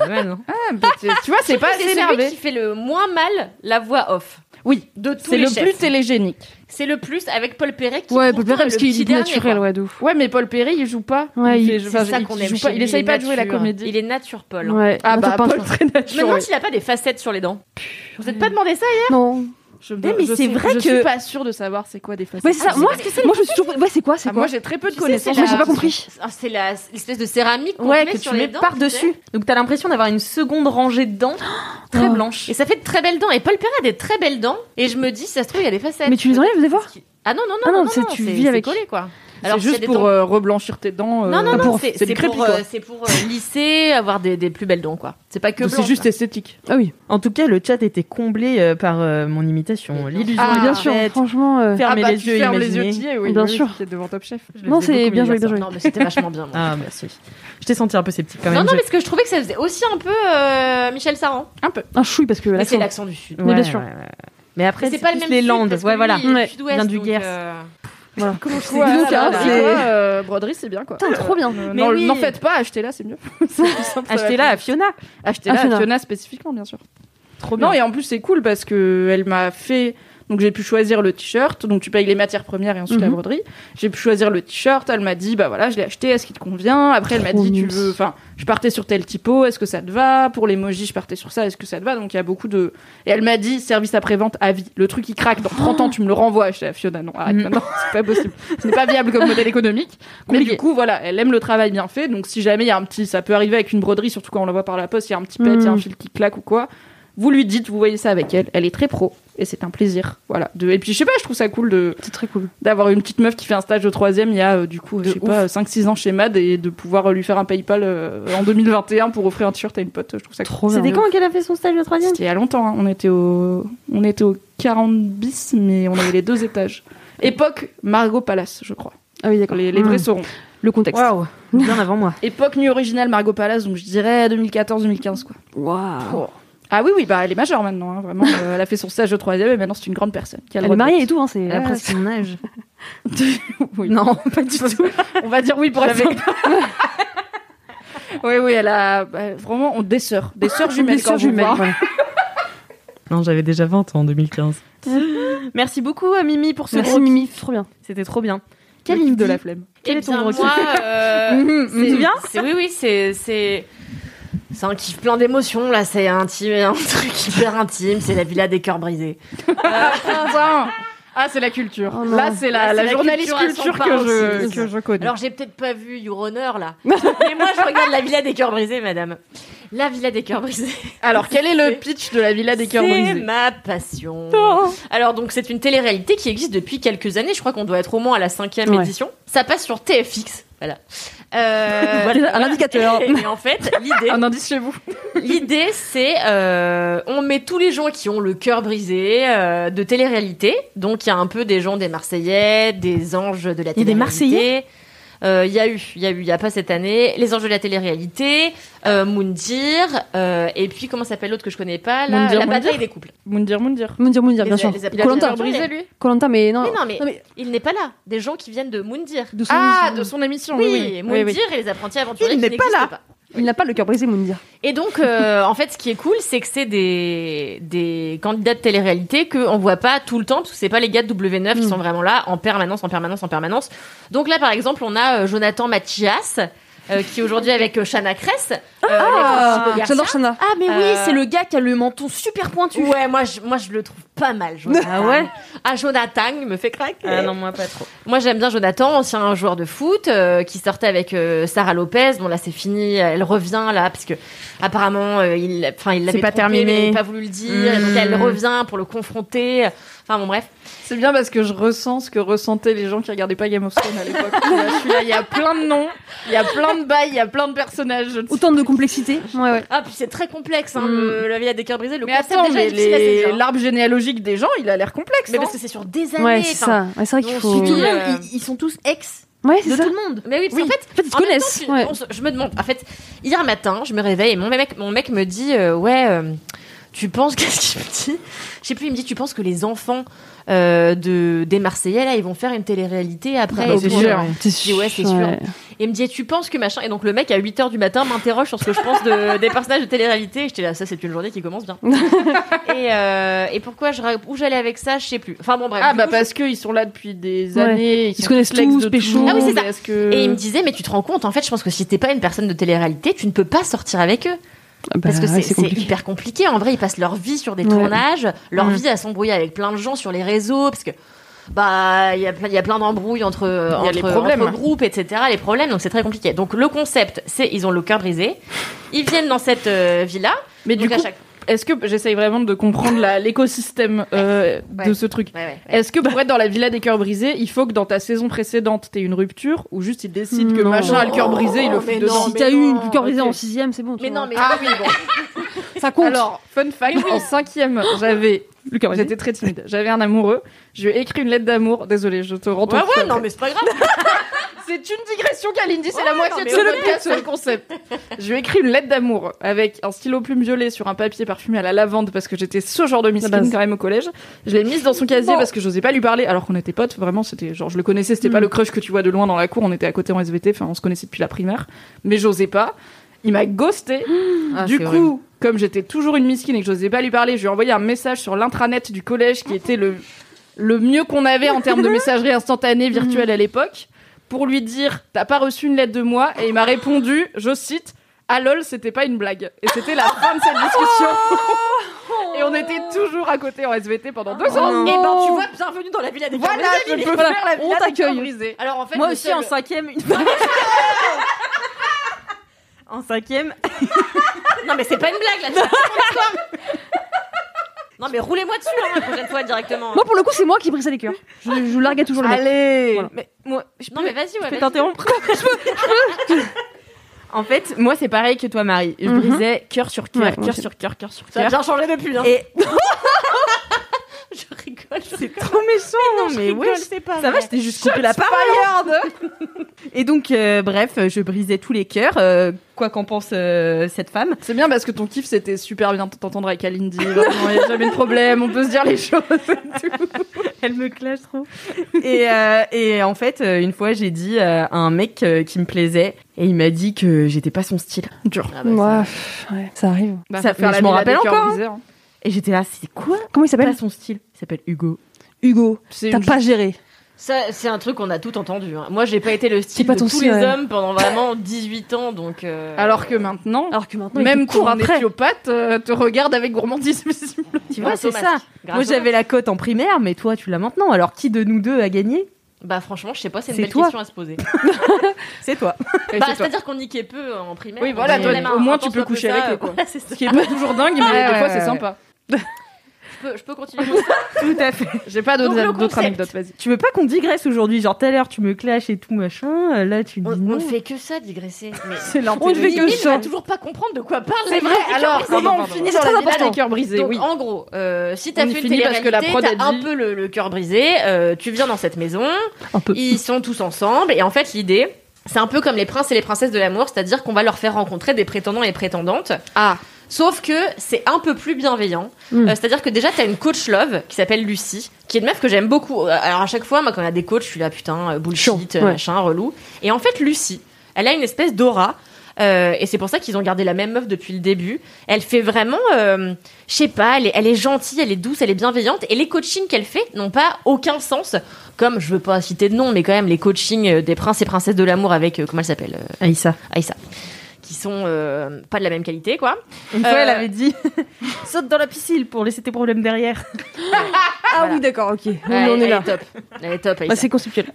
[SPEAKER 5] Ah, mais tu tu vois, c'est pas
[SPEAKER 4] C'est celui
[SPEAKER 5] s'énerver.
[SPEAKER 4] qui fait le moins mal la voix off.
[SPEAKER 5] Oui,
[SPEAKER 4] de tous
[SPEAKER 5] c'est
[SPEAKER 4] les
[SPEAKER 5] le
[SPEAKER 4] chefs.
[SPEAKER 5] plus télégénique.
[SPEAKER 4] C'est le plus avec Paul Perret qui
[SPEAKER 1] Ouais,
[SPEAKER 4] pourtant
[SPEAKER 1] Paul Perret,
[SPEAKER 4] est
[SPEAKER 1] parce
[SPEAKER 4] le
[SPEAKER 1] qu'il
[SPEAKER 4] petit
[SPEAKER 1] est
[SPEAKER 4] dernier,
[SPEAKER 1] naturel,
[SPEAKER 4] quoi.
[SPEAKER 1] ouais, de ouf.
[SPEAKER 5] Ouais, mais Paul Perry, il joue pas.
[SPEAKER 2] Ouais,
[SPEAKER 5] il
[SPEAKER 2] il-
[SPEAKER 5] fait- je-
[SPEAKER 4] C'est
[SPEAKER 5] enfin,
[SPEAKER 4] ça
[SPEAKER 5] il-
[SPEAKER 4] qu'on
[SPEAKER 5] il
[SPEAKER 4] aime
[SPEAKER 5] joue pas-
[SPEAKER 4] chez
[SPEAKER 5] Il
[SPEAKER 4] lui,
[SPEAKER 5] essaye
[SPEAKER 4] est
[SPEAKER 5] pas de jouer la
[SPEAKER 4] nature.
[SPEAKER 5] comédie.
[SPEAKER 4] Il est nature Paul.
[SPEAKER 2] Ouais.
[SPEAKER 5] Ah
[SPEAKER 2] Non,
[SPEAKER 5] bah,
[SPEAKER 2] t'as pas un
[SPEAKER 5] Paul
[SPEAKER 2] choix.
[SPEAKER 5] très naturel.
[SPEAKER 2] Ah,
[SPEAKER 4] Maintenant, s'il a pas des facettes sur les dents. Vous êtes pas demandé ça
[SPEAKER 2] Non.
[SPEAKER 5] Je,
[SPEAKER 3] Eh, mais
[SPEAKER 5] je
[SPEAKER 3] c'est
[SPEAKER 5] sais-
[SPEAKER 3] vrai
[SPEAKER 5] je
[SPEAKER 3] que-
[SPEAKER 5] suis pas sûre de savoir c'est quoi des facettes.
[SPEAKER 2] Ouais, c'est ça. Moi, moi, je me suis toujours. Ouais, c'est quoi C'est
[SPEAKER 5] Ah, moi
[SPEAKER 2] quoi
[SPEAKER 5] j'ai très peu de
[SPEAKER 4] sais, c'est
[SPEAKER 5] connaissances.
[SPEAKER 2] Moi,
[SPEAKER 4] la-
[SPEAKER 2] j'ai pas compris.
[SPEAKER 4] Ah, C'est la- l'espèce de céramique Ah, qu'on
[SPEAKER 3] Ouais,
[SPEAKER 4] te met
[SPEAKER 3] que
[SPEAKER 4] sur
[SPEAKER 3] tu
[SPEAKER 4] les
[SPEAKER 3] mets
[SPEAKER 4] dents,
[SPEAKER 3] par-dessus. Donc t'as l'impression d'avoir une seconde rangée de dents très
[SPEAKER 2] Oh.
[SPEAKER 3] blanches.
[SPEAKER 4] Et ça fait de très belles dents. Et Paul Perret a des très belles dents. Et je me dis, si ça se trouve, il y a des facettes.
[SPEAKER 2] Mais tu les enlèves, vous allez voir.
[SPEAKER 4] Ah non, non, non,
[SPEAKER 2] Ah non,
[SPEAKER 4] non,
[SPEAKER 2] c'est-
[SPEAKER 4] non,
[SPEAKER 2] tu
[SPEAKER 4] c'est-
[SPEAKER 2] vis
[SPEAKER 4] c'est
[SPEAKER 2] avec.
[SPEAKER 4] collé, quoi.
[SPEAKER 5] C'est
[SPEAKER 4] s'il y a
[SPEAKER 5] juste
[SPEAKER 4] des
[SPEAKER 5] pour
[SPEAKER 4] dents-
[SPEAKER 5] euh, reblanchir tes dents. euh,
[SPEAKER 4] Non, non, non,
[SPEAKER 5] pour-
[SPEAKER 4] c'est
[SPEAKER 5] c'est des
[SPEAKER 4] c'est
[SPEAKER 5] crépis
[SPEAKER 4] pour,
[SPEAKER 5] quoi.
[SPEAKER 4] euh, c'est pour euh, lisser, avoir des, des plus belles dents, quoi. C'est pas que
[SPEAKER 5] Donc,
[SPEAKER 4] blanc.
[SPEAKER 5] C'est juste esthétique.
[SPEAKER 2] Ah oui.
[SPEAKER 3] En tout cas, le chat était comblé euh, par euh, mon imitation. L'illusion
[SPEAKER 5] Ah,
[SPEAKER 3] est
[SPEAKER 2] bien sûr.
[SPEAKER 3] faite.
[SPEAKER 2] Franchement. euh,
[SPEAKER 3] Fermez
[SPEAKER 5] Ah bah,
[SPEAKER 3] les
[SPEAKER 5] tu
[SPEAKER 3] yeux,
[SPEAKER 5] fermes les
[SPEAKER 3] imaginez.
[SPEAKER 5] yeux tillés, oui,
[SPEAKER 2] Bien
[SPEAKER 5] oui,
[SPEAKER 2] sûr.
[SPEAKER 5] qui est devant Top Chef.
[SPEAKER 3] Je les
[SPEAKER 2] Non,
[SPEAKER 3] ai
[SPEAKER 2] c'est
[SPEAKER 3] beaucoup
[SPEAKER 2] bien
[SPEAKER 3] aimés
[SPEAKER 2] joué,
[SPEAKER 3] hier
[SPEAKER 2] bien joué.
[SPEAKER 4] Non, mais c'était vachement bien. moi.
[SPEAKER 3] soir. Ah, merci. Je t'ai senti un peu sceptique quand
[SPEAKER 4] Non,
[SPEAKER 3] même.
[SPEAKER 4] non,
[SPEAKER 3] je-
[SPEAKER 4] parce que je trouvais que ça faisait aussi un peu euh, Michel Saran.
[SPEAKER 2] Un chouille parce que
[SPEAKER 4] Mais
[SPEAKER 2] là.
[SPEAKER 4] c'est l'accent du Sud.
[SPEAKER 2] Mais bien
[SPEAKER 3] Ouais,
[SPEAKER 2] sûr.
[SPEAKER 3] ouais, ouais. Mais après,
[SPEAKER 4] C'est pas le
[SPEAKER 3] plus
[SPEAKER 4] même
[SPEAKER 3] les
[SPEAKER 4] sud,
[SPEAKER 3] Landes.
[SPEAKER 4] parce que
[SPEAKER 3] Ouais,
[SPEAKER 4] lui,
[SPEAKER 3] voilà.
[SPEAKER 4] il est sud-ouest,
[SPEAKER 3] Vient du
[SPEAKER 4] donc,
[SPEAKER 3] Gers. Ah,
[SPEAKER 4] euh,
[SPEAKER 5] Comment je
[SPEAKER 2] Dis donc,
[SPEAKER 3] hein, c'est-
[SPEAKER 5] euh, broderie, c'est bien quoi.
[SPEAKER 2] Putain, trop bien.
[SPEAKER 5] Euh,
[SPEAKER 3] Mais
[SPEAKER 5] n'en-
[SPEAKER 3] oui.
[SPEAKER 5] N'en faites pas, achetez-la, c'est mieux. C'est plus simple, ça va
[SPEAKER 3] Achetez-la à
[SPEAKER 5] plus vite.
[SPEAKER 3] Fiona.
[SPEAKER 5] Achetez-la
[SPEAKER 2] Fiona.
[SPEAKER 5] à Fiona spécifiquement, bien sûr. Trop bien. Non, et en plus, c'est cool parce que elle m'a fait. Donc, j'ai pu choisir le t-shirt. Donc, tu payes les matières premières et ensuite la
[SPEAKER 2] Mhm.
[SPEAKER 5] broderie. J'ai pu choisir le t-shirt. Elle m'a dit, bah voilà, je l'ai acheté, est-ce qu'il te convient Après, elle m'a
[SPEAKER 2] Trop
[SPEAKER 5] dit, tu
[SPEAKER 2] mimi.
[SPEAKER 5] veux. Enfin, je partais sur tel typo, est-ce que ça te va Pour l'emoji, je partais sur ça, est-ce que ça te va Donc, il y a beaucoup de. Et elle m'a dit, service après-vente à vie. Le truc, il craque. Dans 30 ans, tu me le renvoies. Je dis à Fiona, non, arrête
[SPEAKER 3] Mm.
[SPEAKER 5] maintenant, c'est pas possible. Ce n'est pas viable comme modèle économique. Mais
[SPEAKER 3] Compliqué.
[SPEAKER 5] du coup, voilà, elle aime le travail bien fait. Donc, si jamais il y a un petit. Ça peut arriver avec une broderie, surtout quand on la voit par la poste, il y a un petit pet, il y a un
[SPEAKER 2] Mm.
[SPEAKER 5] fil qui claque ou quoi. Vous lui dites, vous voyez ça avec elle. Elle est très pro. Et c'est un plaisir. Voilà. De... Et puis, je sais pas, je trouve ça cool de
[SPEAKER 2] C'est très cool.
[SPEAKER 5] d'avoir une petite meuf qui fait un stage de troisième il y a euh, du coup, je sais pas, 5-6 ans chez MAD et de pouvoir euh, lui faire un PayPal euh, en 2021 pour offrir un t-shirt à une pote. Je trouve ça cool.
[SPEAKER 2] Trop bien.
[SPEAKER 3] C'était quand qu'elle a fait son stage de troisième
[SPEAKER 5] C'était il y a longtemps, hein. on, était au... on était au 40 bis, mais on avait les deux étages. Époque Margot Palace, je crois.
[SPEAKER 2] Ah oui, d'accord.
[SPEAKER 5] Les, les vrais sauront.
[SPEAKER 2] Le contexte.
[SPEAKER 3] Waouh. Bien avant moi.
[SPEAKER 5] Hmm. Époque nuit originale Margot Palace, donc je dirais 2014-2015, quoi.
[SPEAKER 2] Waouh.
[SPEAKER 5] Ah oui, oui, bah elle est majeure maintenant, hein, vraiment. Euh, elle a fait son stage au troisième et maintenant c'est une grande personne. qui a le
[SPEAKER 2] Elle est
[SPEAKER 5] droit de
[SPEAKER 2] mariée et tout, hein, c'est.
[SPEAKER 3] Elle a presque mon âge.
[SPEAKER 5] vote. Oui.
[SPEAKER 3] Non, pas du tout.
[SPEAKER 5] On va dire oui pour être
[SPEAKER 3] J'avais-
[SPEAKER 5] sympa. Oui, oui, elle a. bah, vraiment, on des sœurs. Des sœurs jumelles.
[SPEAKER 2] Des
[SPEAKER 5] quand
[SPEAKER 2] sœurs
[SPEAKER 5] vous
[SPEAKER 2] jumelles,
[SPEAKER 5] voir.
[SPEAKER 2] voilà.
[SPEAKER 3] Non, j'avais déjà 20 ans en 2015. Merci beaucoup à Mimi pour ce
[SPEAKER 2] Merci
[SPEAKER 3] gros
[SPEAKER 2] Mimi, trop bien.
[SPEAKER 3] kiff. C'était trop bien.
[SPEAKER 5] Quel
[SPEAKER 3] Le kiff
[SPEAKER 5] idée.
[SPEAKER 3] de la flemme. Quel
[SPEAKER 4] Eh
[SPEAKER 3] est ton
[SPEAKER 4] bien,
[SPEAKER 3] gros
[SPEAKER 4] moi, euh,
[SPEAKER 3] Mhm, mhm.
[SPEAKER 4] c'est-
[SPEAKER 3] Tu viens
[SPEAKER 4] c'est- Oui, oui, c'est. c'est... C'est un kiff plein d'émotions, là, c'est intime, un truc hyper intime, c'est la villa des cœurs brisés.
[SPEAKER 5] Putain. Ah, c'est la culture.
[SPEAKER 2] Oh non.
[SPEAKER 5] Là, c'est la,
[SPEAKER 4] Là, c'est
[SPEAKER 5] Ah, la
[SPEAKER 4] la
[SPEAKER 5] journaliste
[SPEAKER 4] culture à son
[SPEAKER 5] culture,
[SPEAKER 4] pas
[SPEAKER 5] que,
[SPEAKER 4] aussi.
[SPEAKER 5] je, que je connais.
[SPEAKER 4] Alors, j'ai peut-être pas vu Your Honor, là, mais moi, je regarde la villa des cœurs brisés, madame. La villa des cœurs brisés.
[SPEAKER 5] Alors, quel est le pitch de la Villa des Cœurs
[SPEAKER 4] C'est
[SPEAKER 5] Brisés
[SPEAKER 4] ma passion. Alors donc c'est une télé-réalité qui existe depuis quelques années. Je crois qu'on doit être au moins à la cinquième
[SPEAKER 2] Ouais.
[SPEAKER 4] édition. Ça passe sur TFX. Voilà. Euh,
[SPEAKER 2] Voilà, un indicateur.
[SPEAKER 4] Et, et en fait, l'idée,
[SPEAKER 5] Un indice chez vous.
[SPEAKER 4] l'idée, c'est euh, on met tous les gens qui ont le cœur brisé euh, de télé-réalité. Donc il y a un peu des gens des Marseillais, des anges de la télé-réalité.
[SPEAKER 2] y a des Marseillais
[SPEAKER 4] Euh, Il y a eu, il y a eu, il y a pas cette année, les anges de la télé-réalité, euh, Moundir, euh, et puis comment s'appelle l'autre que je connais pas là,
[SPEAKER 5] Moundir,
[SPEAKER 4] la
[SPEAKER 5] Moundir
[SPEAKER 4] bataille des couples.
[SPEAKER 5] Moundir, Moundir.
[SPEAKER 2] Moundir, Moundir, Ah, bien
[SPEAKER 4] Les-
[SPEAKER 2] sûr.
[SPEAKER 4] les appels
[SPEAKER 2] Colanta.
[SPEAKER 4] à brisés, lui.
[SPEAKER 2] Colanta, mais non.
[SPEAKER 4] Mais non, mais,
[SPEAKER 2] Non, mais-
[SPEAKER 4] il n'est pas là. Des gens qui viennent de Moundir.
[SPEAKER 2] de son-
[SPEAKER 5] Ah, de son émission.
[SPEAKER 4] Oui,
[SPEAKER 5] Oui, oui.
[SPEAKER 4] Moundir et les apprentis aventuriers.
[SPEAKER 3] Il
[SPEAKER 4] qui
[SPEAKER 3] n'est pas
[SPEAKER 4] n'existent
[SPEAKER 3] là.
[SPEAKER 2] Il n'a pas le cœur brisé, Moundir.
[SPEAKER 4] Et donc, euh, en fait, ce qui est cool, c'est que c'est des, des candidats de télé-réalité qu'on voit pas tout le temps, parce que c'est pas les gars de W9 qui
[SPEAKER 2] Mm.
[SPEAKER 4] sont vraiment là en permanence, en permanence, en permanence. Donc là, par exemple, on a euh, Jonathan Mathias, euh, qui est aujourd'hui avec euh, Shana Kress. euh, les Francisco Garcia.
[SPEAKER 2] Ah, J'adore Shana.
[SPEAKER 3] Ah, mais
[SPEAKER 4] Euh,
[SPEAKER 3] le gars qui a le menton super pointu.
[SPEAKER 4] Ouais, moi je, moi je le trouve pas mal. Jonathan.
[SPEAKER 3] Ah ouais
[SPEAKER 4] Ah Jonathan, il me fait craquer.
[SPEAKER 3] Ah non, moi pas trop.
[SPEAKER 4] Moi, j'aime bien Jonathan, ancien joueur de foot, euh, qui sortait avec euh, Sarah Lopez. Bon, là, c'est fini. Elle revient là, parce que apparemment, euh, il, enfin, il l'avait
[SPEAKER 3] pas
[SPEAKER 4] trompée,
[SPEAKER 3] terminé.
[SPEAKER 4] mais il n'avait pas voulu le dire. Et Donc,
[SPEAKER 3] Mmh.
[SPEAKER 2] Hmm.
[SPEAKER 4] elle revient pour le confronter. Enfin, bon, bref.
[SPEAKER 5] C'est bien parce que je ressens ce que ressentaient les gens qui regardaient pas Game of Thrones à l'époque. Je suis là, il y a plein de noms, il y a plein de bails, il y a plein de personnages. je ne sais
[SPEAKER 2] Autant de complexité. Ouais, ouais.
[SPEAKER 4] Ah, puis c'est très complexe. Hein,
[SPEAKER 2] Hmm.
[SPEAKER 5] Mmh.
[SPEAKER 4] le- la villa des cœurs brisés, le
[SPEAKER 5] Mais
[SPEAKER 4] concept
[SPEAKER 5] attends,
[SPEAKER 4] déjà
[SPEAKER 5] mais
[SPEAKER 4] est difficile à
[SPEAKER 5] les-
[SPEAKER 4] saisir, hein.
[SPEAKER 5] l'arbre généalogique des gens, il a l'air complexe.
[SPEAKER 4] Mais
[SPEAKER 5] hein.
[SPEAKER 4] parce que c'est sur des années.
[SPEAKER 2] Ouais, c'est
[SPEAKER 4] enfin.
[SPEAKER 2] ça. Ouais, c'est vrai qu'il
[SPEAKER 4] on
[SPEAKER 2] faut.
[SPEAKER 4] suit-
[SPEAKER 3] Puis même,
[SPEAKER 4] euh,
[SPEAKER 3] ils, ils sont tous ex
[SPEAKER 2] Ouais,
[SPEAKER 3] de
[SPEAKER 2] c'est ça.
[SPEAKER 3] tout le monde.
[SPEAKER 4] Mais oui, parce
[SPEAKER 2] Oui.
[SPEAKER 4] qu'en fait,
[SPEAKER 2] En fait, ils se
[SPEAKER 4] En même
[SPEAKER 2] connaissent.
[SPEAKER 4] temps, tu-
[SPEAKER 2] ouais.
[SPEAKER 4] on se- je me demande. En fait, hier matin, je me réveille et mon mec, mon mec me dit euh, Ouais, euh, tu penses. Qu'est-ce qu'il me dit Je sais plus, il me dit Tu penses que les enfants euh, de, des Marseillais, là, ils vont faire une télé-réalité après
[SPEAKER 5] Ah bah,
[SPEAKER 4] et
[SPEAKER 5] c'est
[SPEAKER 4] tout.
[SPEAKER 5] sûr.
[SPEAKER 2] T'es
[SPEAKER 4] dis, ouais, c'est sûr.
[SPEAKER 2] ouais.
[SPEAKER 4] Et il me dit Tu penses que machin. Et donc, le mec, à 8 h du matin, m'interroge sur ce que je pense de- des personnages de télé-réalité. Et j'étais là Ça, c'est une journée qui commence bien. et, euh, et pourquoi je, ra- Où j'allais avec ça, je sais plus. Enfin, bon, bref.
[SPEAKER 5] Ah
[SPEAKER 4] Du
[SPEAKER 5] bah
[SPEAKER 4] coup,
[SPEAKER 5] parce qu'ils sont là depuis des
[SPEAKER 2] Ouais.
[SPEAKER 5] années, ils,
[SPEAKER 2] Ils
[SPEAKER 5] sont
[SPEAKER 2] se connaissent
[SPEAKER 5] l'ex
[SPEAKER 2] tous,
[SPEAKER 5] de
[SPEAKER 2] pécho.
[SPEAKER 5] tout le monde,
[SPEAKER 4] Ah oui, c'est ça.
[SPEAKER 5] et est-ce que-
[SPEAKER 4] Et il me disait, mais tu te rends compte, en fait, je pense que si t'es pas une personne de télé-réalité, tu ne peux pas sortir avec eux. Parce que
[SPEAKER 2] Bah,
[SPEAKER 4] c'est
[SPEAKER 2] ouais,
[SPEAKER 4] c'est
[SPEAKER 2] compliqué.
[SPEAKER 4] hyper compliqué. En vrai, ils passent leur vie sur des
[SPEAKER 2] Ouais.
[SPEAKER 4] tournages, leur
[SPEAKER 2] Ouais.
[SPEAKER 4] vie à s'embrouiller avec plein de gens sur les réseaux, parce que bah il y a plein, il y a plein d'embrouilles entre entre,
[SPEAKER 5] les problèmes.
[SPEAKER 4] entre groupes, etc. Les problèmes, donc c'est très compliqué. Donc le concept, c'est ils ont le cœur brisé, ils viennent dans cette euh, villa.
[SPEAKER 5] Mais
[SPEAKER 4] donc
[SPEAKER 5] du
[SPEAKER 4] à
[SPEAKER 5] coup,
[SPEAKER 4] chaque...
[SPEAKER 5] est-ce que j'essaye vraiment de comprendre la- l'écosystème euh, de
[SPEAKER 4] Ouais.
[SPEAKER 5] ce truc
[SPEAKER 4] ouais, ouais, ouais.
[SPEAKER 5] Est-ce que pour être dans la villa des cœurs brisés, il faut que dans ta saison précédente, t'aies une rupture ou juste il décide que
[SPEAKER 2] Non.
[SPEAKER 5] machin a le cœur brisé, il le
[SPEAKER 4] Non,
[SPEAKER 5] fout
[SPEAKER 4] Oh, mais
[SPEAKER 5] dedans
[SPEAKER 4] non,
[SPEAKER 2] Si t'as eu une cœur brisée en sixième, c'est bon. tu
[SPEAKER 4] Mais
[SPEAKER 2] vois.
[SPEAKER 4] non, mais
[SPEAKER 5] Ah oui, bon. Ça compte. Alors, fun fact, en cinquième, j'avais,
[SPEAKER 2] Le cœur brisé.
[SPEAKER 5] j'étais très timide, j'avais un amoureux, je lui ai écrit une lettre d'amour, désolé, je te rends
[SPEAKER 4] ouais,
[SPEAKER 5] ton
[SPEAKER 4] ouais,
[SPEAKER 5] fou.
[SPEAKER 4] non, mais c'est pas grave.
[SPEAKER 5] C'est une digression, Kalindi, c'est la
[SPEAKER 4] Ouais,
[SPEAKER 5] moitié de
[SPEAKER 4] non, mais
[SPEAKER 5] ce
[SPEAKER 4] ouais.
[SPEAKER 5] podcast, c'est le concept. Je lui ai écrit une lettre d'amour avec un stylo plume violet sur un papier parfumé à la lavande parce que j'étais ce genre de miskine
[SPEAKER 2] base.
[SPEAKER 5] quand même au collège. Je l'ai mise dans son casier parce que j'osais pas lui parler alors qu'on était potes, vraiment, c'était genre, je le connaissais, c'était pas le crush que tu vois de loin dans la cour, on était à côté en SVT, enfin, on se connaissait depuis la primaire, mais j'osais pas. Il m'a ghosté.
[SPEAKER 3] Ah,
[SPEAKER 5] du coup, comme j'étais toujours une miskine et que j'osais pas lui parler, je lui ai envoyé un message sur l'intranet du collège qui était le, le mieux qu'on avait en termes de messagerie instantanée virtuelle à l'époque pour lui dire t'as pas reçu une lettre de moi et il m'a répondu je cite ah lol c'était pas une blague et c'était la fin de cette discussion et on était toujours à côté en SVT pendant deux ans
[SPEAKER 4] Et ben, tu vois, bienvenue dans la villa des
[SPEAKER 5] voilà
[SPEAKER 4] cœurs
[SPEAKER 5] je
[SPEAKER 4] brisés.
[SPEAKER 5] peux faire la
[SPEAKER 7] on
[SPEAKER 5] villa des cœurs
[SPEAKER 7] t'accueille.
[SPEAKER 5] brisés.
[SPEAKER 4] Alors en fait,
[SPEAKER 7] Moi
[SPEAKER 4] le
[SPEAKER 7] aussi
[SPEAKER 4] seul-
[SPEAKER 7] en cinquième. une-
[SPEAKER 3] En cinquième,
[SPEAKER 4] Non, mais c'est pas une blague là, tu racontes l'histoire. Non, mais roulez-moi dessus hein, la prochaine fois directement.
[SPEAKER 2] Moi, pour le coup, c'est moi qui brisais les cœurs. Je, je larguais toujours le mec.
[SPEAKER 3] allez.
[SPEAKER 2] Voilà.
[SPEAKER 3] Mais moi, je
[SPEAKER 4] Non,
[SPEAKER 3] peux-
[SPEAKER 4] mais vas-y, ouais.
[SPEAKER 3] Je peux
[SPEAKER 4] vas-y.
[SPEAKER 3] t'interrompre En fait, moi, c'est pareil que toi, Marie. Je
[SPEAKER 2] Mhm.
[SPEAKER 3] brisais cœur sur cœur,
[SPEAKER 2] Ouais,
[SPEAKER 3] cœur
[SPEAKER 2] moi aussi.
[SPEAKER 3] sur cœur, cœur sur
[SPEAKER 4] Ça a
[SPEAKER 3] cœur.
[SPEAKER 4] bien changé depuis. Hein.
[SPEAKER 3] Et
[SPEAKER 4] Je rigole. je
[SPEAKER 3] c'est
[SPEAKER 4] rigole.
[SPEAKER 3] trop méchant, mais,
[SPEAKER 4] rigole,
[SPEAKER 3] ouais,
[SPEAKER 4] c'est pas
[SPEAKER 3] ça va,
[SPEAKER 4] vrai.
[SPEAKER 3] je t'ai juste coupé la parole. Et donc, euh, bref, je brisais tous les cœurs, euh, quoi qu'en pense euh, cette femme.
[SPEAKER 5] c'est bien parce que ton kiff c'était super bien de t'entendre avec Alindy vraiment y a jamais de problème on peut se dire les choses
[SPEAKER 3] Elle me clash trop. et, euh, et en fait, euh, une fois, j'ai dit euh, à un mec euh, qui me plaisait, et il m'a dit que j'étais pas son style.
[SPEAKER 5] dur
[SPEAKER 4] Ah, bah,
[SPEAKER 2] Ouais, pff, ouais, ça arrive.
[SPEAKER 5] Bah,
[SPEAKER 3] Ça-
[SPEAKER 5] faut faire
[SPEAKER 3] mais
[SPEAKER 5] la
[SPEAKER 3] je m'en
[SPEAKER 5] villa
[SPEAKER 3] rappelle
[SPEAKER 5] des cœurs
[SPEAKER 3] encore, hein.
[SPEAKER 5] brisés, hein.
[SPEAKER 3] Et j'étais là, c'est quoi
[SPEAKER 2] Comment il s'appelle
[SPEAKER 3] Pas son style. Il s'appelle Hugo.
[SPEAKER 2] Bah Hugo.
[SPEAKER 5] C'est
[SPEAKER 2] T'as
[SPEAKER 5] une-
[SPEAKER 2] pas géré.
[SPEAKER 4] Ça, c'est un truc qu'on a tout entendu. hein. Moi, j'ai pas été le style
[SPEAKER 2] pas
[SPEAKER 4] de
[SPEAKER 2] ton
[SPEAKER 4] tous
[SPEAKER 2] style,
[SPEAKER 4] les
[SPEAKER 2] ouais.
[SPEAKER 4] hommes pendant vraiment 18 ans, donc. euh,
[SPEAKER 5] alors que maintenant
[SPEAKER 2] Alors que maintenant,
[SPEAKER 5] même
[SPEAKER 2] cours
[SPEAKER 5] pour un
[SPEAKER 2] après.
[SPEAKER 5] éthiopathe euh, te regarde avec gourmandisme
[SPEAKER 3] Tu vois,
[SPEAKER 4] grâce
[SPEAKER 3] c'est
[SPEAKER 4] au
[SPEAKER 3] ça.
[SPEAKER 4] masque, grâce
[SPEAKER 3] Moi,
[SPEAKER 4] au
[SPEAKER 3] j'avais la cote en primaire, mais toi, tu l'as maintenant. Alors, qui de nous deux a gagné
[SPEAKER 4] masque. Bah, franchement, je sais pas, c'est une
[SPEAKER 3] C'est
[SPEAKER 4] belle
[SPEAKER 3] toi.
[SPEAKER 4] question à se poser.
[SPEAKER 3] C'est toi.
[SPEAKER 5] Et
[SPEAKER 4] bah,
[SPEAKER 5] c'est toi.
[SPEAKER 4] c'est-à-dire qu'on niquait peu euh, en primaire.
[SPEAKER 5] Oui, voilà,
[SPEAKER 4] on
[SPEAKER 5] toi,
[SPEAKER 4] aimait
[SPEAKER 5] au
[SPEAKER 4] un-
[SPEAKER 5] moins,
[SPEAKER 4] un
[SPEAKER 5] tu
[SPEAKER 4] temps
[SPEAKER 5] peux
[SPEAKER 4] soit peu
[SPEAKER 5] coucher avec
[SPEAKER 4] ça,
[SPEAKER 5] eux, quoi.
[SPEAKER 4] voilà, c'est ça.
[SPEAKER 5] Ce qui est pas toujours dingue, mais
[SPEAKER 3] Ouais,
[SPEAKER 5] des
[SPEAKER 3] ouais,
[SPEAKER 5] fois c'est
[SPEAKER 3] ouais.
[SPEAKER 5] sympa.
[SPEAKER 4] Je peux, je peux continuer mon histoire
[SPEAKER 3] Tout à fait.
[SPEAKER 5] J'ai pas
[SPEAKER 4] Donc, le
[SPEAKER 5] d'autres d'autres
[SPEAKER 4] concept.
[SPEAKER 5] anecdotes, vas-y.
[SPEAKER 3] Tu veux pas qu'on digresse aujourd'hui Genre, tout à l'heure, tu me clashes et tout, machin. euh, Là, tu dis
[SPEAKER 4] On
[SPEAKER 3] non.
[SPEAKER 4] ne fait que ça, digresser. Mais...
[SPEAKER 5] C'est
[SPEAKER 2] On ne fait
[SPEAKER 4] Limite,
[SPEAKER 2] que
[SPEAKER 4] on
[SPEAKER 2] ça.
[SPEAKER 4] va toujours pas comprendre de quoi parle
[SPEAKER 5] C'est
[SPEAKER 4] la
[SPEAKER 5] vrai,
[SPEAKER 4] villa des cœurs
[SPEAKER 5] alors
[SPEAKER 4] brisés.
[SPEAKER 5] comment on finit
[SPEAKER 4] C'est
[SPEAKER 5] dans
[SPEAKER 4] très
[SPEAKER 5] la villa
[SPEAKER 4] important.
[SPEAKER 5] des cœurs brisés
[SPEAKER 4] Donc
[SPEAKER 5] oui.
[SPEAKER 4] en gros, euh, si t'as
[SPEAKER 5] On y
[SPEAKER 4] fait une
[SPEAKER 5] finit parce que la
[SPEAKER 4] télé-réalité,
[SPEAKER 5] prod a
[SPEAKER 4] t'as un
[SPEAKER 5] dit-
[SPEAKER 4] peu le, le cœur brisé, euh, tu viens dans cette maison,
[SPEAKER 2] Un peu.
[SPEAKER 4] ils sont tous ensemble, et en fait l'idée, c'est un peu comme les princes et les princesses de l'amour, c'est-à-dire qu'on va leur faire rencontrer des prétendants et prétendantes. Ah Sauf que c'est un peu plus bienveillant.
[SPEAKER 2] Mm.
[SPEAKER 4] Euh, c'est-à-dire que déjà, t'as une coach love qui s'appelle Lucie, qui est une meuf que j'aime beaucoup. Euh, Alors à chaque fois, moi, quand il y a des coachs, je suis là, putain, euh, bullshit,
[SPEAKER 2] Chiant,
[SPEAKER 4] euh,
[SPEAKER 2] ouais.
[SPEAKER 4] machin, relou. Et en fait, Lucie, elle a une espèce d'aura. euh, et c'est pour ça qu'ils ont gardé la même meuf depuis le début. Elle fait vraiment, euh, je sais pas, elle est, elle est gentille, elle est douce, elle est bienveillante. Et les coachings qu'elle fait n'ont pas aucun sens. Comme, je veux pas citer de nom, mais quand même, les coachings euh, des princes et princesses de l'amour avec, euh, comment elle s'appelle euh,
[SPEAKER 3] Aïssa.
[SPEAKER 4] Aïssa. Qui sont euh, pas de la même qualité, quoi.
[SPEAKER 3] Une fois,
[SPEAKER 4] Euh,
[SPEAKER 3] elle avait dit saute dans la piscine pour laisser tes problèmes derrière.
[SPEAKER 2] Ah oui, d'accord, ok. On
[SPEAKER 4] elle,
[SPEAKER 2] on est
[SPEAKER 4] elle
[SPEAKER 2] là.
[SPEAKER 4] top. Elle est top, Aïssa.
[SPEAKER 2] Bah, c'est conceptuel.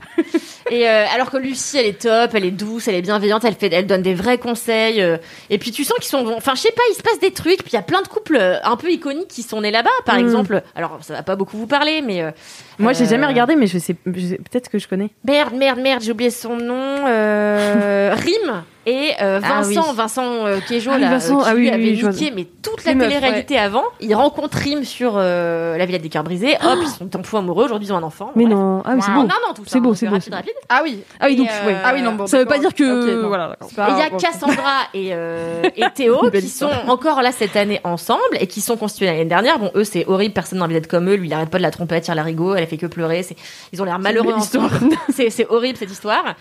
[SPEAKER 4] Et euh, alors que Lucie, elle est top, elle est douce, elle est bienveillante, elle fait, elle donne des vrais conseils. euh, et puis tu sens qu'ils sont, enfin je sais pas, il se passe des trucs. Puis il y a plein de couples euh, un peu iconiques qui sont nés là-bas, par
[SPEAKER 2] Mm.
[SPEAKER 4] exemple. Alors ça va pas beaucoup vous parler, mais euh,
[SPEAKER 3] Moi, j'ai
[SPEAKER 4] Euh,
[SPEAKER 3] jamais regardé, mais je sais, je sais- peut-être que je connais.
[SPEAKER 4] merde, merde, merde, j'ai oublié son nom. Euh, Rime et euh,
[SPEAKER 3] Ah
[SPEAKER 4] Vincent,
[SPEAKER 3] oui.
[SPEAKER 4] Vincent euh, Queijo,
[SPEAKER 2] Ah oui,
[SPEAKER 4] là, euh,
[SPEAKER 2] Vincent,
[SPEAKER 4] qui
[SPEAKER 2] ah oui,
[SPEAKER 4] lui
[SPEAKER 2] oui,
[SPEAKER 4] avait
[SPEAKER 2] je vois.
[SPEAKER 4] niqué, mais toute la
[SPEAKER 2] Les meufs,
[SPEAKER 4] télé-réalité avant. Ils rencontrent Rime sur euh, la Villa des Cœurs Brisés. Hop, ils sont en fou amoureux. Aujourd'hui, ils ont un enfant.
[SPEAKER 2] Mais
[SPEAKER 4] Voilà.
[SPEAKER 2] non. Ah oui, c'est
[SPEAKER 4] En
[SPEAKER 2] beau.
[SPEAKER 4] un an, tout ça.
[SPEAKER 2] C'est beau,
[SPEAKER 4] donc,
[SPEAKER 2] c'est beau,
[SPEAKER 4] Rapide,
[SPEAKER 2] c'est beau.
[SPEAKER 4] rapide.
[SPEAKER 5] Ah oui.
[SPEAKER 2] Ah oui,
[SPEAKER 4] Et,
[SPEAKER 2] donc,
[SPEAKER 4] euh,
[SPEAKER 2] ouais.
[SPEAKER 5] Ah oui, non, bon,
[SPEAKER 2] Ça veut
[SPEAKER 5] d'accord.
[SPEAKER 2] pas dire que.
[SPEAKER 5] Ok, non.
[SPEAKER 2] voilà, d'accord.
[SPEAKER 5] C'est
[SPEAKER 4] Et il y
[SPEAKER 5] pas-
[SPEAKER 4] a
[SPEAKER 5] bon.
[SPEAKER 4] Cassandra et, euh, et Théo
[SPEAKER 5] Belle
[SPEAKER 4] qui sont encore là cette année ensemble et qui sont constitués l'année dernière. Bon, eux, c'est horrible, personne n'a envie d'être comme eux. Lui, il arrête pas de la tromper, elle tire l'arigot, elle a fait que pleurer. C'est- Ils ont l'air malheureux
[SPEAKER 5] belle histoire.
[SPEAKER 4] ensemble. C'est c'est horrible cette histoire.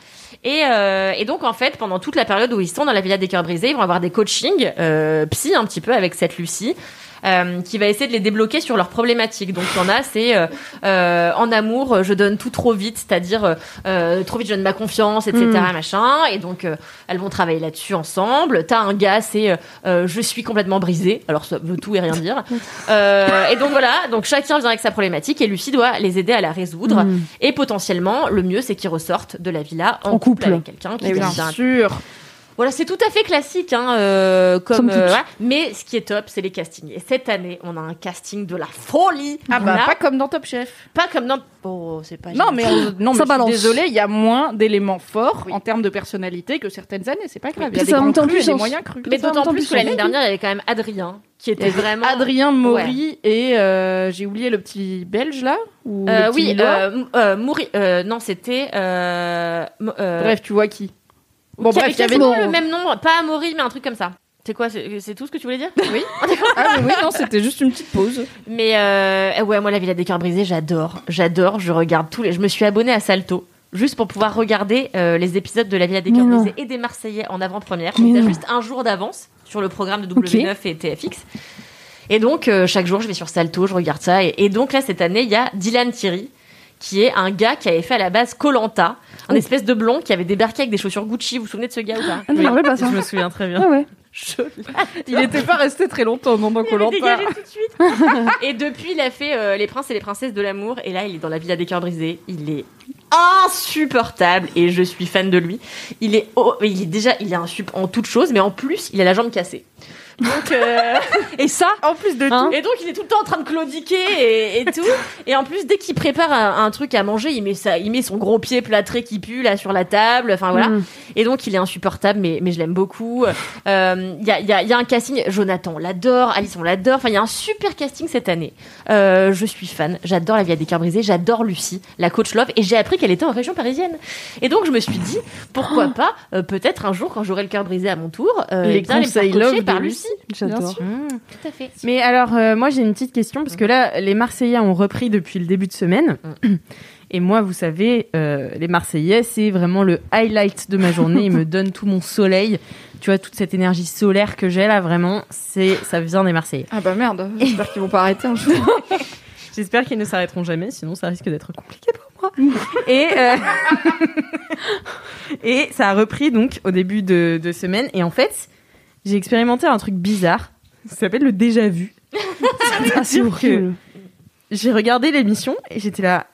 [SPEAKER 4] Et, euh, et donc, en fait, pendant toute la période où ils sont dans la Villa des Cœurs Brisés, ils vont avoir des coachings euh, psy un petit peu avec cette Lucie. euh, qui va essayer de les débloquer sur leurs problématiques. Donc il y en a, c'est euh, euh, en amour, je donne tout trop vite, c'est-à-dire euh, euh, trop vite, je donne ma confiance, etc. Machin. Et donc euh, elles vont travailler là-dessus ensemble. T'as un gars, c'est euh, euh, je suis complètement brisée. Alors ça veut tout et rien dire. Euh, et donc voilà, donc chacun vient avec sa problématique et Lucie doit les aider à la résoudre.
[SPEAKER 2] Mm.
[SPEAKER 4] Et potentiellement, le mieux, c'est qu'ils ressortent de la villa en,
[SPEAKER 2] En couple.
[SPEAKER 4] avec quelqu'un qui
[SPEAKER 5] Et
[SPEAKER 4] les
[SPEAKER 5] bien
[SPEAKER 4] aide.
[SPEAKER 5] sûr.
[SPEAKER 4] Voilà, c'est tout à fait classique, hein, euh, comme.
[SPEAKER 2] Somme toute.
[SPEAKER 4] euh, voilà. Mais ce qui est top, c'est les castings. Et cette année, on a un casting de la folie.
[SPEAKER 5] Ah bah
[SPEAKER 4] On a
[SPEAKER 5] pas comme dans Top Chef.
[SPEAKER 4] pas comme dans. Oh, c'est pas.
[SPEAKER 5] Non mais on- non
[SPEAKER 2] Ça
[SPEAKER 5] mais
[SPEAKER 2] balance.
[SPEAKER 5] désolé, il y a moins d'éléments forts en termes de personnalité que certaines années, c'est pas grave. Il y a
[SPEAKER 2] Ça
[SPEAKER 5] des grands
[SPEAKER 2] monte en
[SPEAKER 5] crus et des
[SPEAKER 2] puissance.
[SPEAKER 5] moyens crus.
[SPEAKER 4] mais d'autant
[SPEAKER 2] Attends,
[SPEAKER 4] plus
[SPEAKER 2] plus
[SPEAKER 4] que l'année
[SPEAKER 2] on-
[SPEAKER 4] dernière, il y avait quand même Adrien qui était vraiment.
[SPEAKER 5] Adrien Maury et euh, j'ai oublié le petit belge là ou le
[SPEAKER 4] Euh,
[SPEAKER 5] petit
[SPEAKER 4] oui,
[SPEAKER 5] Lillois.
[SPEAKER 4] euh, m- euh, Mouri- euh, non, c'était. euh, m- euh,
[SPEAKER 5] Bref, tu vois qui. Bon
[SPEAKER 4] qui
[SPEAKER 5] bref, il y avait
[SPEAKER 4] quasiment le même nom, pas Amaury, mais un truc comme ça. C'est quoi C'est c'est tout ce que tu voulais dire Oui.
[SPEAKER 5] Ah mais oui, non, c'était juste une petite pause.
[SPEAKER 4] Mais euh, ouais, moi la Villa des Cœurs Brisés, j'adore, j'adore. Je regarde tous les. Je me suis abonnée à Salto juste pour pouvoir regarder euh, les épisodes de la Villa des
[SPEAKER 2] Mais
[SPEAKER 4] Cœurs
[SPEAKER 2] non.
[SPEAKER 4] Brisés et des Marseillais en avant-première.
[SPEAKER 2] Mais
[SPEAKER 4] J'étais
[SPEAKER 2] non.
[SPEAKER 4] juste un jour d'avance sur le programme de W9 et TFX. Et donc euh, chaque jour, je vais sur Salto, je regarde ça. Et, et donc là cette année, il y a Dylan Thierry qui est un gars qui avait fait à la base Colanta, un
[SPEAKER 2] Oh.
[SPEAKER 4] espèce de blond qui avait débarqué avec des chaussures Gucci. Vous vous souvenez de ce gars ou pas
[SPEAKER 2] Ah non, je me rappelle pas ça.
[SPEAKER 3] Je me souviens très bien.
[SPEAKER 2] Ah ouais.
[SPEAKER 5] Il n'était pas resté très longtemps non, dans
[SPEAKER 4] Il avait
[SPEAKER 5] Koh-Lanta.
[SPEAKER 4] dégagé tout de suite. et depuis, il a fait euh, Les Princes et les Princesses de l'amour. Et là, il est dans la Villa des Cœurs Brisés. Il est insupportable et je suis fan de lui. Il est, oh, il est déjà, il est insup en toute chose, mais en plus, il a la jambe cassée. Donc, euh,
[SPEAKER 2] Et ça
[SPEAKER 5] Ah, En plus de
[SPEAKER 2] Hein
[SPEAKER 5] tout,
[SPEAKER 4] et donc, il est tout le temps en train de claudiquer et, et tout. Et en plus, dès qu'il prépare un, un truc à manger, il met ça, il met son gros pied plâtré qui pue là sur la table. Enfin voilà.
[SPEAKER 2] Mm.
[SPEAKER 4] Et donc, il est insupportable, mais, mais je l'aime beaucoup. Euh, Il y, a, il y a- il y a un casting, Jonathan, on l'adore, Alice, on l'adore. Enfin, il y a un super casting cette année. Euh, je suis fan, j'adore la vie à des cœurs brisés, j'adore Lucie, la coach Love, et j'ai appris qu'elle était en région parisienne. Et donc, je me suis dit, pourquoi pas, euh, peut-être un jour, quand j'aurai le cœur brisé à mon tour, euh,
[SPEAKER 5] Oh. Les
[SPEAKER 4] eh bien, aller me faire
[SPEAKER 5] conseils
[SPEAKER 4] coacher
[SPEAKER 5] Love de
[SPEAKER 4] par
[SPEAKER 5] Lucie.
[SPEAKER 4] Lucie.
[SPEAKER 5] Bien
[SPEAKER 2] J'adore.
[SPEAKER 5] sûr.
[SPEAKER 4] Tout à fait.
[SPEAKER 3] Mais alors, euh, moi j'ai une petite question, parce que là, les Marseillais ont repris depuis le début de semaine. Et moi, vous savez, euh, les Marseillais, c'est vraiment le highlight de ma journée. Ils me donnent tout mon soleil. Tu vois, toute cette énergie solaire que j'ai là, vraiment, c'est ça vient des Marseillais.
[SPEAKER 5] Ah bah merde, j'espère qu'ils vont pas arrêter un jour.
[SPEAKER 3] J'espère qu'ils ne s'arrêteront jamais, sinon ça risque d'être compliqué pour moi. Et, euh, et ça a repris donc au début de, de semaine. Et en fait, j'ai expérimenté un truc bizarre. Ça s'appelle le déjà vu.
[SPEAKER 2] Ah, c'est
[SPEAKER 3] Dire que-
[SPEAKER 2] horrible.
[SPEAKER 3] j'ai regardé l'émission et j'étais là.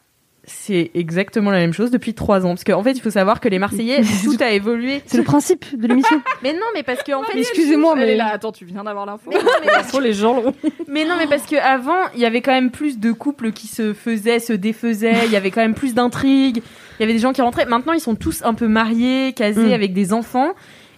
[SPEAKER 3] C'est exactement la même chose depuis trois ans. Parce qu'en fait, il faut savoir que les Marseillais, tout a évolué.
[SPEAKER 2] C'est le principe de l'émission.
[SPEAKER 3] Mais non, mais parce que, en fait.
[SPEAKER 2] Mais excusez-moi,
[SPEAKER 5] Elle est
[SPEAKER 2] mais.
[SPEAKER 5] là, attends, tu viens d'avoir l'info. Ah,
[SPEAKER 3] Mais non, mais parce que-
[SPEAKER 5] les gens l'ont.
[SPEAKER 3] mais non, mais parce que avant, il y avait quand même plus de couples qui se faisaient, se défaisaient. Il y avait quand même plus d'intrigues. Il y avait des gens qui rentraient. Maintenant, ils sont tous un peu mariés, casés,
[SPEAKER 2] Mm.
[SPEAKER 3] avec des enfants.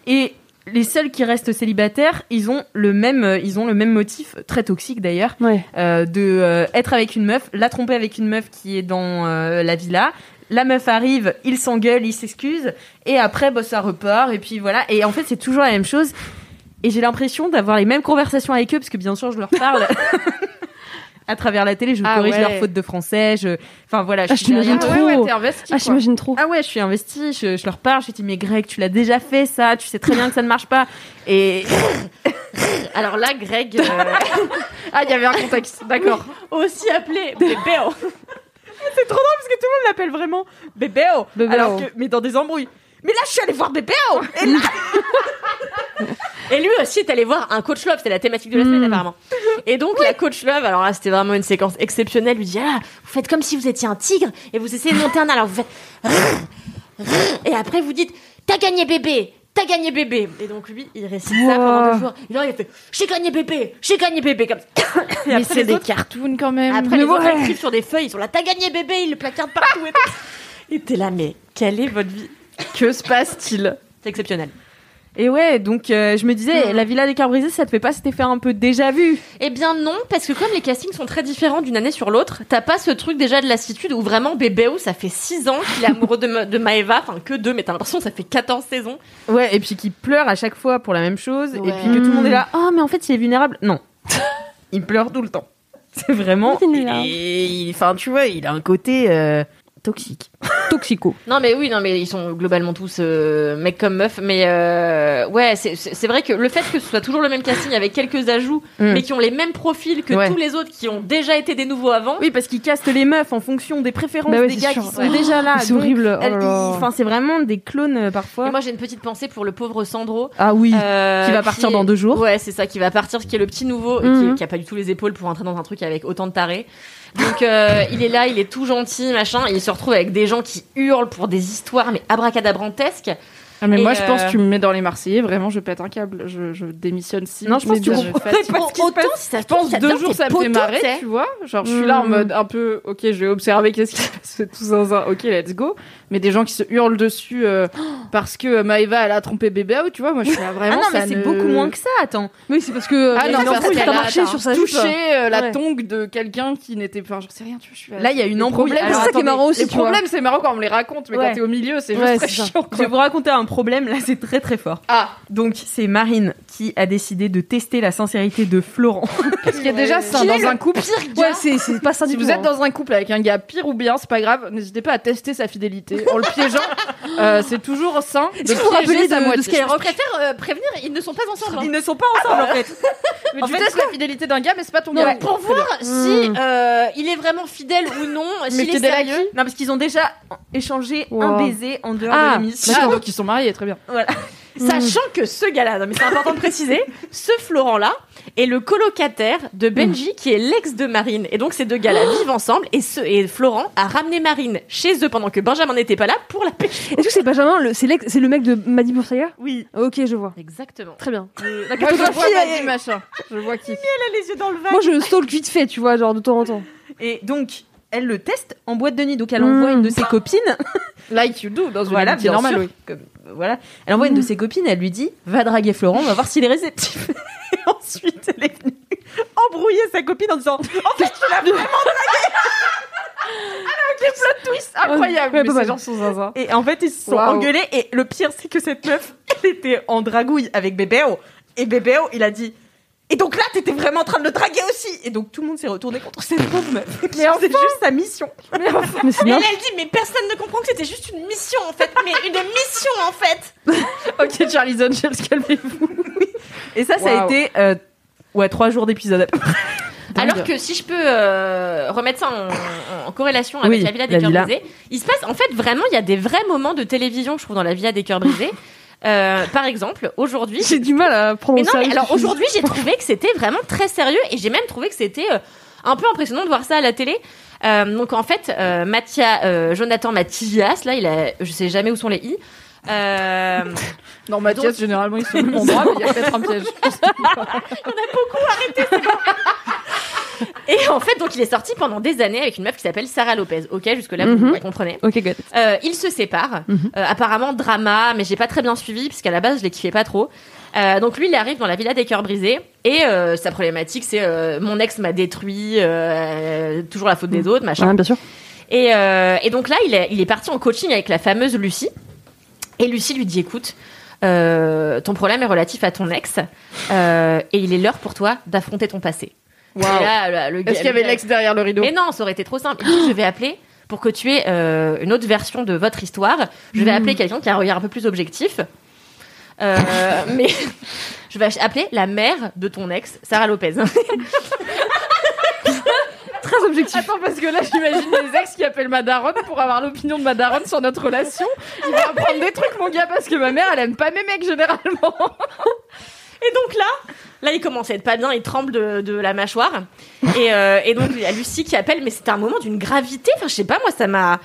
[SPEAKER 3] Et les seuls qui restent célibataires, ils ont le même, euh, ils ont le même motif, très toxique d'ailleurs.
[SPEAKER 2] Ouais.
[SPEAKER 3] euh, de euh, être avec une meuf, la tromper avec une meuf qui est dans euh, la villa. La meuf arrive, il s'engueule, il s'excuse, et après, bah, ça repart, et puis voilà. Et en fait, c'est toujours la même chose. Et j'ai l'impression d'avoir les mêmes conversations avec eux, parce que bien sûr, je leur parle. à travers la télé, je
[SPEAKER 5] Ah
[SPEAKER 3] corrige
[SPEAKER 5] ouais.
[SPEAKER 3] leurs fautes de français, je. Enfin voilà, je
[SPEAKER 2] Ah,
[SPEAKER 3] suis
[SPEAKER 2] je t'imagine
[SPEAKER 3] derrière.
[SPEAKER 5] Ah ouais, ouais,
[SPEAKER 2] Trop.
[SPEAKER 5] t'es investi.
[SPEAKER 2] Ah,
[SPEAKER 5] quoi.
[SPEAKER 2] j'imagine trop.
[SPEAKER 3] Ah ouais, je suis investie, je, je leur parle, je dis, mais Greg, tu l'as déjà fait ça, tu sais très bien que ça ne marche pas. Et.
[SPEAKER 4] Alors là, Greg, euh,
[SPEAKER 5] Ah, il y avait un contexte, d'accord.
[SPEAKER 4] aussi appelé Bébéo.
[SPEAKER 3] C'est trop drôle parce que tout le monde l'appelle vraiment Bébéo.
[SPEAKER 2] Bébéo.
[SPEAKER 3] Alors que, mais dans des embrouilles. Mais là, je suis allée voir Bébéo. Et là,
[SPEAKER 4] Et lui aussi est allé voir un coach love, c'était la thématique de la
[SPEAKER 3] Mm.
[SPEAKER 4] semaine apparemment. Et donc la coach love, alors là c'était vraiment une séquence exceptionnelle, lui dit ah, vous faites comme si vous étiez un tigre et vous essayez de monter un arbre. alors vous faites et après vous dites t'as gagné bébé, t'as gagné bébé. Et donc lui il récite ça pendant deux jours. Et là il fait j'ai gagné bébé, j'ai gagné bébé comme ça. Et
[SPEAKER 5] Mais
[SPEAKER 4] après,
[SPEAKER 5] c'est
[SPEAKER 4] les
[SPEAKER 5] des
[SPEAKER 4] autres,
[SPEAKER 5] cartoons quand même.
[SPEAKER 4] après les
[SPEAKER 5] Mais
[SPEAKER 4] autres
[SPEAKER 5] ouais.
[SPEAKER 4] écrivent sur des feuilles, ils sont là t'as gagné bébé, ils le placardent partout. et tout. Et t'es là mais quelle est votre vie
[SPEAKER 5] Que se passe-t-il
[SPEAKER 4] C'est exceptionnel.
[SPEAKER 3] Et ouais, donc euh, je me disais, la villa des cœurs brisés, ça te fait pas cet effet un peu déjà vu
[SPEAKER 4] Eh bien non, parce que comme les castings sont très différents d'une année sur l'autre, t'as pas ce truc déjà de lassitude où vraiment Bébéo, ça fait 6 ans qu'il est amoureux de, Ma- de Maeva, enfin que 2, mais t'as l'impression que ça fait 14 saisons.
[SPEAKER 3] Ouais, et puis qui pleure à chaque fois pour la même chose, et
[SPEAKER 4] Ouais.
[SPEAKER 3] puis que tout le monde est là. Oh, mais en fait, il est vulnérable. Non, il pleure tout le temps. C'est hein. vraiment.
[SPEAKER 2] Il est là.
[SPEAKER 3] Et- Enfin, tu vois, il a un côté euh, toxique.
[SPEAKER 2] toxico.
[SPEAKER 4] Non mais oui, non mais ils sont globalement tous euh, mecs comme meufs. Mais euh, ouais, c'est- c'est c'est vrai que le fait que ce soit toujours le même casting avec quelques ajouts,
[SPEAKER 3] Mm.
[SPEAKER 4] mais qui ont les mêmes profils que
[SPEAKER 3] Ouais.
[SPEAKER 4] tous les autres qui ont déjà été des nouveaux avant.
[SPEAKER 3] Oui, parce qu'ils castent les meufs en fonction des préférences
[SPEAKER 2] Bah ouais,
[SPEAKER 3] des
[SPEAKER 2] c'est
[SPEAKER 3] gars
[SPEAKER 2] sûr.
[SPEAKER 3] qui sont déjà Oh là.
[SPEAKER 2] C'est
[SPEAKER 3] Donc,
[SPEAKER 2] horrible.
[SPEAKER 3] elles- ils- Enfin, c'est vraiment des clones euh,
[SPEAKER 4] Et
[SPEAKER 3] parfois.
[SPEAKER 4] moi j'ai une petite pensée pour le pauvre Sandro.
[SPEAKER 3] Ah oui,
[SPEAKER 4] euh,
[SPEAKER 3] qui va partir
[SPEAKER 4] est-
[SPEAKER 3] dans deux jours.
[SPEAKER 4] Ouais, c'est ça, qui va partir, qui est le petit nouveau, et qui,
[SPEAKER 2] Mhm.
[SPEAKER 4] qui a pas du tout les épaules pour entrer dans un truc avec autant de tarés. Donc euh, il est là, il est tout gentil, machin, et il se retrouve avec des gens qui hurlent pour des histoires, mais abracadabrantesques.
[SPEAKER 5] Ah, mais
[SPEAKER 4] Et
[SPEAKER 5] moi, je pense
[SPEAKER 4] euh,
[SPEAKER 5] que tu me mets dans les Marseillais, vraiment, je pète un câble. Je, je démissionne si.
[SPEAKER 3] Non, je pense que tu comprends
[SPEAKER 4] Pour autant, si ça se
[SPEAKER 5] Je pense
[SPEAKER 4] trouve,
[SPEAKER 5] deux
[SPEAKER 4] t'adores
[SPEAKER 5] jours
[SPEAKER 4] tes
[SPEAKER 5] ça me fait
[SPEAKER 4] potos,
[SPEAKER 5] marrer,
[SPEAKER 4] t'sais.
[SPEAKER 5] tu vois. Genre je suis là en
[SPEAKER 2] Mm.
[SPEAKER 5] mode un peu OK, je vais observer qu'est-ce qui se passe tout zinzin. OK, let's go. Mais des gens qui se hurlent dessus euh, parce que Maeva elle a trompé bébé ou tu vois, moi je suis là
[SPEAKER 3] Ah
[SPEAKER 5] vraiment
[SPEAKER 3] non,
[SPEAKER 5] ça
[SPEAKER 3] mais c'est
[SPEAKER 5] ne-
[SPEAKER 3] beaucoup moins que ça, attends.
[SPEAKER 2] Mais c'est parce que.
[SPEAKER 5] Ah non,
[SPEAKER 2] mais
[SPEAKER 5] parce
[SPEAKER 2] il
[SPEAKER 5] qu'elle
[SPEAKER 2] a
[SPEAKER 5] a
[SPEAKER 2] marché sur sa jupe. hein.
[SPEAKER 5] toucher euh, la
[SPEAKER 2] Ouais.
[SPEAKER 5] tongue de quelqu'un qui n'était pas je sais rien, tu vois, je suis là.
[SPEAKER 3] Là, il y a une
[SPEAKER 5] Les
[SPEAKER 3] embrouille.
[SPEAKER 5] problèmes,
[SPEAKER 2] C'est
[SPEAKER 3] Alors,
[SPEAKER 2] ça qui est
[SPEAKER 3] attendez,
[SPEAKER 2] marrant aussi.
[SPEAKER 5] Les
[SPEAKER 2] tu vois.
[SPEAKER 5] problèmes, c'est marrant quand on me les raconte, mais
[SPEAKER 3] Ouais.
[SPEAKER 5] quand t'es au milieu, c'est
[SPEAKER 2] Ouais,
[SPEAKER 5] juste très
[SPEAKER 2] c'est ça.
[SPEAKER 5] chiant.
[SPEAKER 3] Je
[SPEAKER 5] quoi.
[SPEAKER 3] vais vous raconter un problème, là c'est très très fort.
[SPEAKER 5] Ah,
[SPEAKER 3] Donc c'est Marine qui a décidé de tester la sincérité de Florent.
[SPEAKER 5] parce qu'il y a déjà ça dans un couple.
[SPEAKER 2] Ouais, c'est- c'est pas ça
[SPEAKER 5] Si
[SPEAKER 2] du tout.
[SPEAKER 5] vous êtes
[SPEAKER 2] hein.
[SPEAKER 5] dans un couple avec un gars pire ou bien, c'est pas grave, n'hésitez pas à tester sa fidélité en le piégeant. Euh, c'est toujours sain de
[SPEAKER 2] vous rappelez
[SPEAKER 5] piéger sa
[SPEAKER 2] de- de
[SPEAKER 5] moitié.
[SPEAKER 2] ce
[SPEAKER 4] Je préfère euh, prévenir, ils ne sont pas ensemble. hein.
[SPEAKER 3] Ils ne sont pas ensemble en fait.
[SPEAKER 5] Mais
[SPEAKER 3] En
[SPEAKER 5] tu
[SPEAKER 3] fait,
[SPEAKER 5] testes la fidélité d'un gars, mais c'est pas ton
[SPEAKER 4] Non,
[SPEAKER 5] gars.
[SPEAKER 4] mais pour voir
[SPEAKER 3] Mm.
[SPEAKER 4] si euh, il est vraiment fidèle ou non, s'il est
[SPEAKER 5] fidèle à
[SPEAKER 4] sérieux.
[SPEAKER 3] Non parce qu'ils ont déjà échangé un
[SPEAKER 2] Wow.
[SPEAKER 3] baiser en dehors
[SPEAKER 5] Ah,
[SPEAKER 3] de l'émission.
[SPEAKER 5] Ah, donc ils sont mariés, très bien.
[SPEAKER 4] Sachant que ce gars-là, non, mais c'est important de préciser, ce Florent-là est le colocataire de Benji qui est l'ex de Marine. Et donc ces deux gars-là vivent ensemble et, ce, et Florent a ramené Marine chez eux pendant que Benjamin n'était pas là pour la pêche.
[SPEAKER 2] Est-ce que c'est Benjamin le- C'est l'ex- c'est le mec de Maddy Boursailleur
[SPEAKER 3] Oui.
[SPEAKER 2] Ok, je vois.
[SPEAKER 4] Exactement.
[SPEAKER 2] Très bien.
[SPEAKER 5] La cartographie, elle dit machin. Je vois qui.
[SPEAKER 3] les yeux dans le
[SPEAKER 2] Moi, je stalk vite fait, tu vois, genre de temps en temps.
[SPEAKER 3] Et donc elle le teste en boîte de nuit. Donc elle
[SPEAKER 2] Mm.
[SPEAKER 3] envoie une de ses copines.
[SPEAKER 5] Like you do, dans une
[SPEAKER 3] Voilà,
[SPEAKER 5] amitié
[SPEAKER 3] bien
[SPEAKER 5] normale,
[SPEAKER 3] sûr.
[SPEAKER 5] oui.
[SPEAKER 3] Comme, euh, voilà. Elle envoie une
[SPEAKER 2] Hmm.
[SPEAKER 3] de ses copines. Elle lui dit va draguer Florent, on va voir s'il est réceptif. Et ensuite elle est venue embrouiller sa copine en disant
[SPEAKER 5] Incroyable,
[SPEAKER 2] Ouais,
[SPEAKER 5] mais
[SPEAKER 2] pas
[SPEAKER 5] ces
[SPEAKER 2] mal.
[SPEAKER 5] gens sont zinzin.
[SPEAKER 3] Et en fait, ils se sont
[SPEAKER 5] Waouh.
[SPEAKER 3] engueulés. Et le pire, c'est que cette meuf, elle était en dragouille avec Bébéo. Et Bébéo, il a dit. Et donc là, t'étais vraiment en train de le draguer aussi. Et donc tout le monde s'est retourné contre cette pauvre meuf. Mais c'est juste sa mission.
[SPEAKER 2] Mais c'est
[SPEAKER 4] Et là,
[SPEAKER 2] n'importe
[SPEAKER 4] elle dit, mais personne ne comprend que c'était juste une mission en fait. Mais une mission en fait.
[SPEAKER 5] Ok, Charlie Zone, calmez-vous.
[SPEAKER 3] Et ça, ça a
[SPEAKER 5] Waouh.
[SPEAKER 3] été. euh, ouais, trois jours d'épisode. à peu près.
[SPEAKER 4] Alors que si je peux euh, remettre ça en, en corrélation avec
[SPEAKER 3] Oui,
[SPEAKER 4] la Villa des
[SPEAKER 3] la
[SPEAKER 4] Cœurs
[SPEAKER 3] Villa.
[SPEAKER 4] Brisés, il se passe en fait vraiment, il y a des vrais moments de télévision, je trouve, dans la Villa des Cœurs Brisés. Euh, par exemple, aujourd'hui,
[SPEAKER 2] J'ai du mal à prendre
[SPEAKER 4] mais non,
[SPEAKER 2] ça.
[SPEAKER 4] mais alors aujourd'hui, j'ai trouvé que c'était vraiment très sérieux et j'ai même trouvé que c'était euh, un peu impressionnant de voir ça à la télé. Euh, donc en fait, euh, Mathia, euh, Jonathan Mathias, là, il a, je sais jamais où sont les i. Euh,
[SPEAKER 5] Non, Mathias, généralement, ils sont au même endroit, mais il y a peut-être un piège.
[SPEAKER 4] et en fait, donc il est sorti pendant des années avec une meuf qui s'appelle Sarah Lopez. Ok, jusque là, vous,
[SPEAKER 2] Mhm.
[SPEAKER 4] vous comprenez.
[SPEAKER 2] Ok, good.
[SPEAKER 4] Euh, ils se séparent. Euh, apparemment, drama, mais j'ai pas très bien suivi, puisqu'à la base, je les kiffais pas trop. Euh, donc lui, il arrive dans la villa des cœurs brisés et euh, sa problématique, c'est euh, mon ex m'a détruit, euh, toujours la faute des autres, machin.
[SPEAKER 2] Ah, bien sûr.
[SPEAKER 4] Et, euh, et donc là, il est, il est parti en coaching avec la fameuse Lucie. Et Lucie lui dit, écoute, euh, ton problème est relatif à ton ex, euh, et il est l'heure pour toi d'affronter ton passé. Et là, là, le gars-
[SPEAKER 5] Est-ce qu'il y avait l'ex derrière le rideau
[SPEAKER 4] Mais non, ça aurait été trop simple. Il dit, je vais appeler pour que tu aies euh, une autre version de votre histoire. Je vais appeler quelqu'un qui a un regard un peu plus objectif. Euh, mais je vais appeler la mère de ton ex, Sarah Lopez.
[SPEAKER 2] Très objectif.
[SPEAKER 5] Attends, parce que là, j'imagine les ex qui appellent ma daronne pour avoir l'opinion de ma daronne sur notre relation. Il va apprendre des trucs, mon gars, parce que ma mère, elle aime pas mes mecs, généralement.
[SPEAKER 4] Et donc là, là, il commence à être pas bien, il tremble de, de la mâchoire. Et, euh, et donc, il y a Lucie qui appelle, mais c'était un moment d'une gravité. Enfin, je sais pas, moi, ça m'a.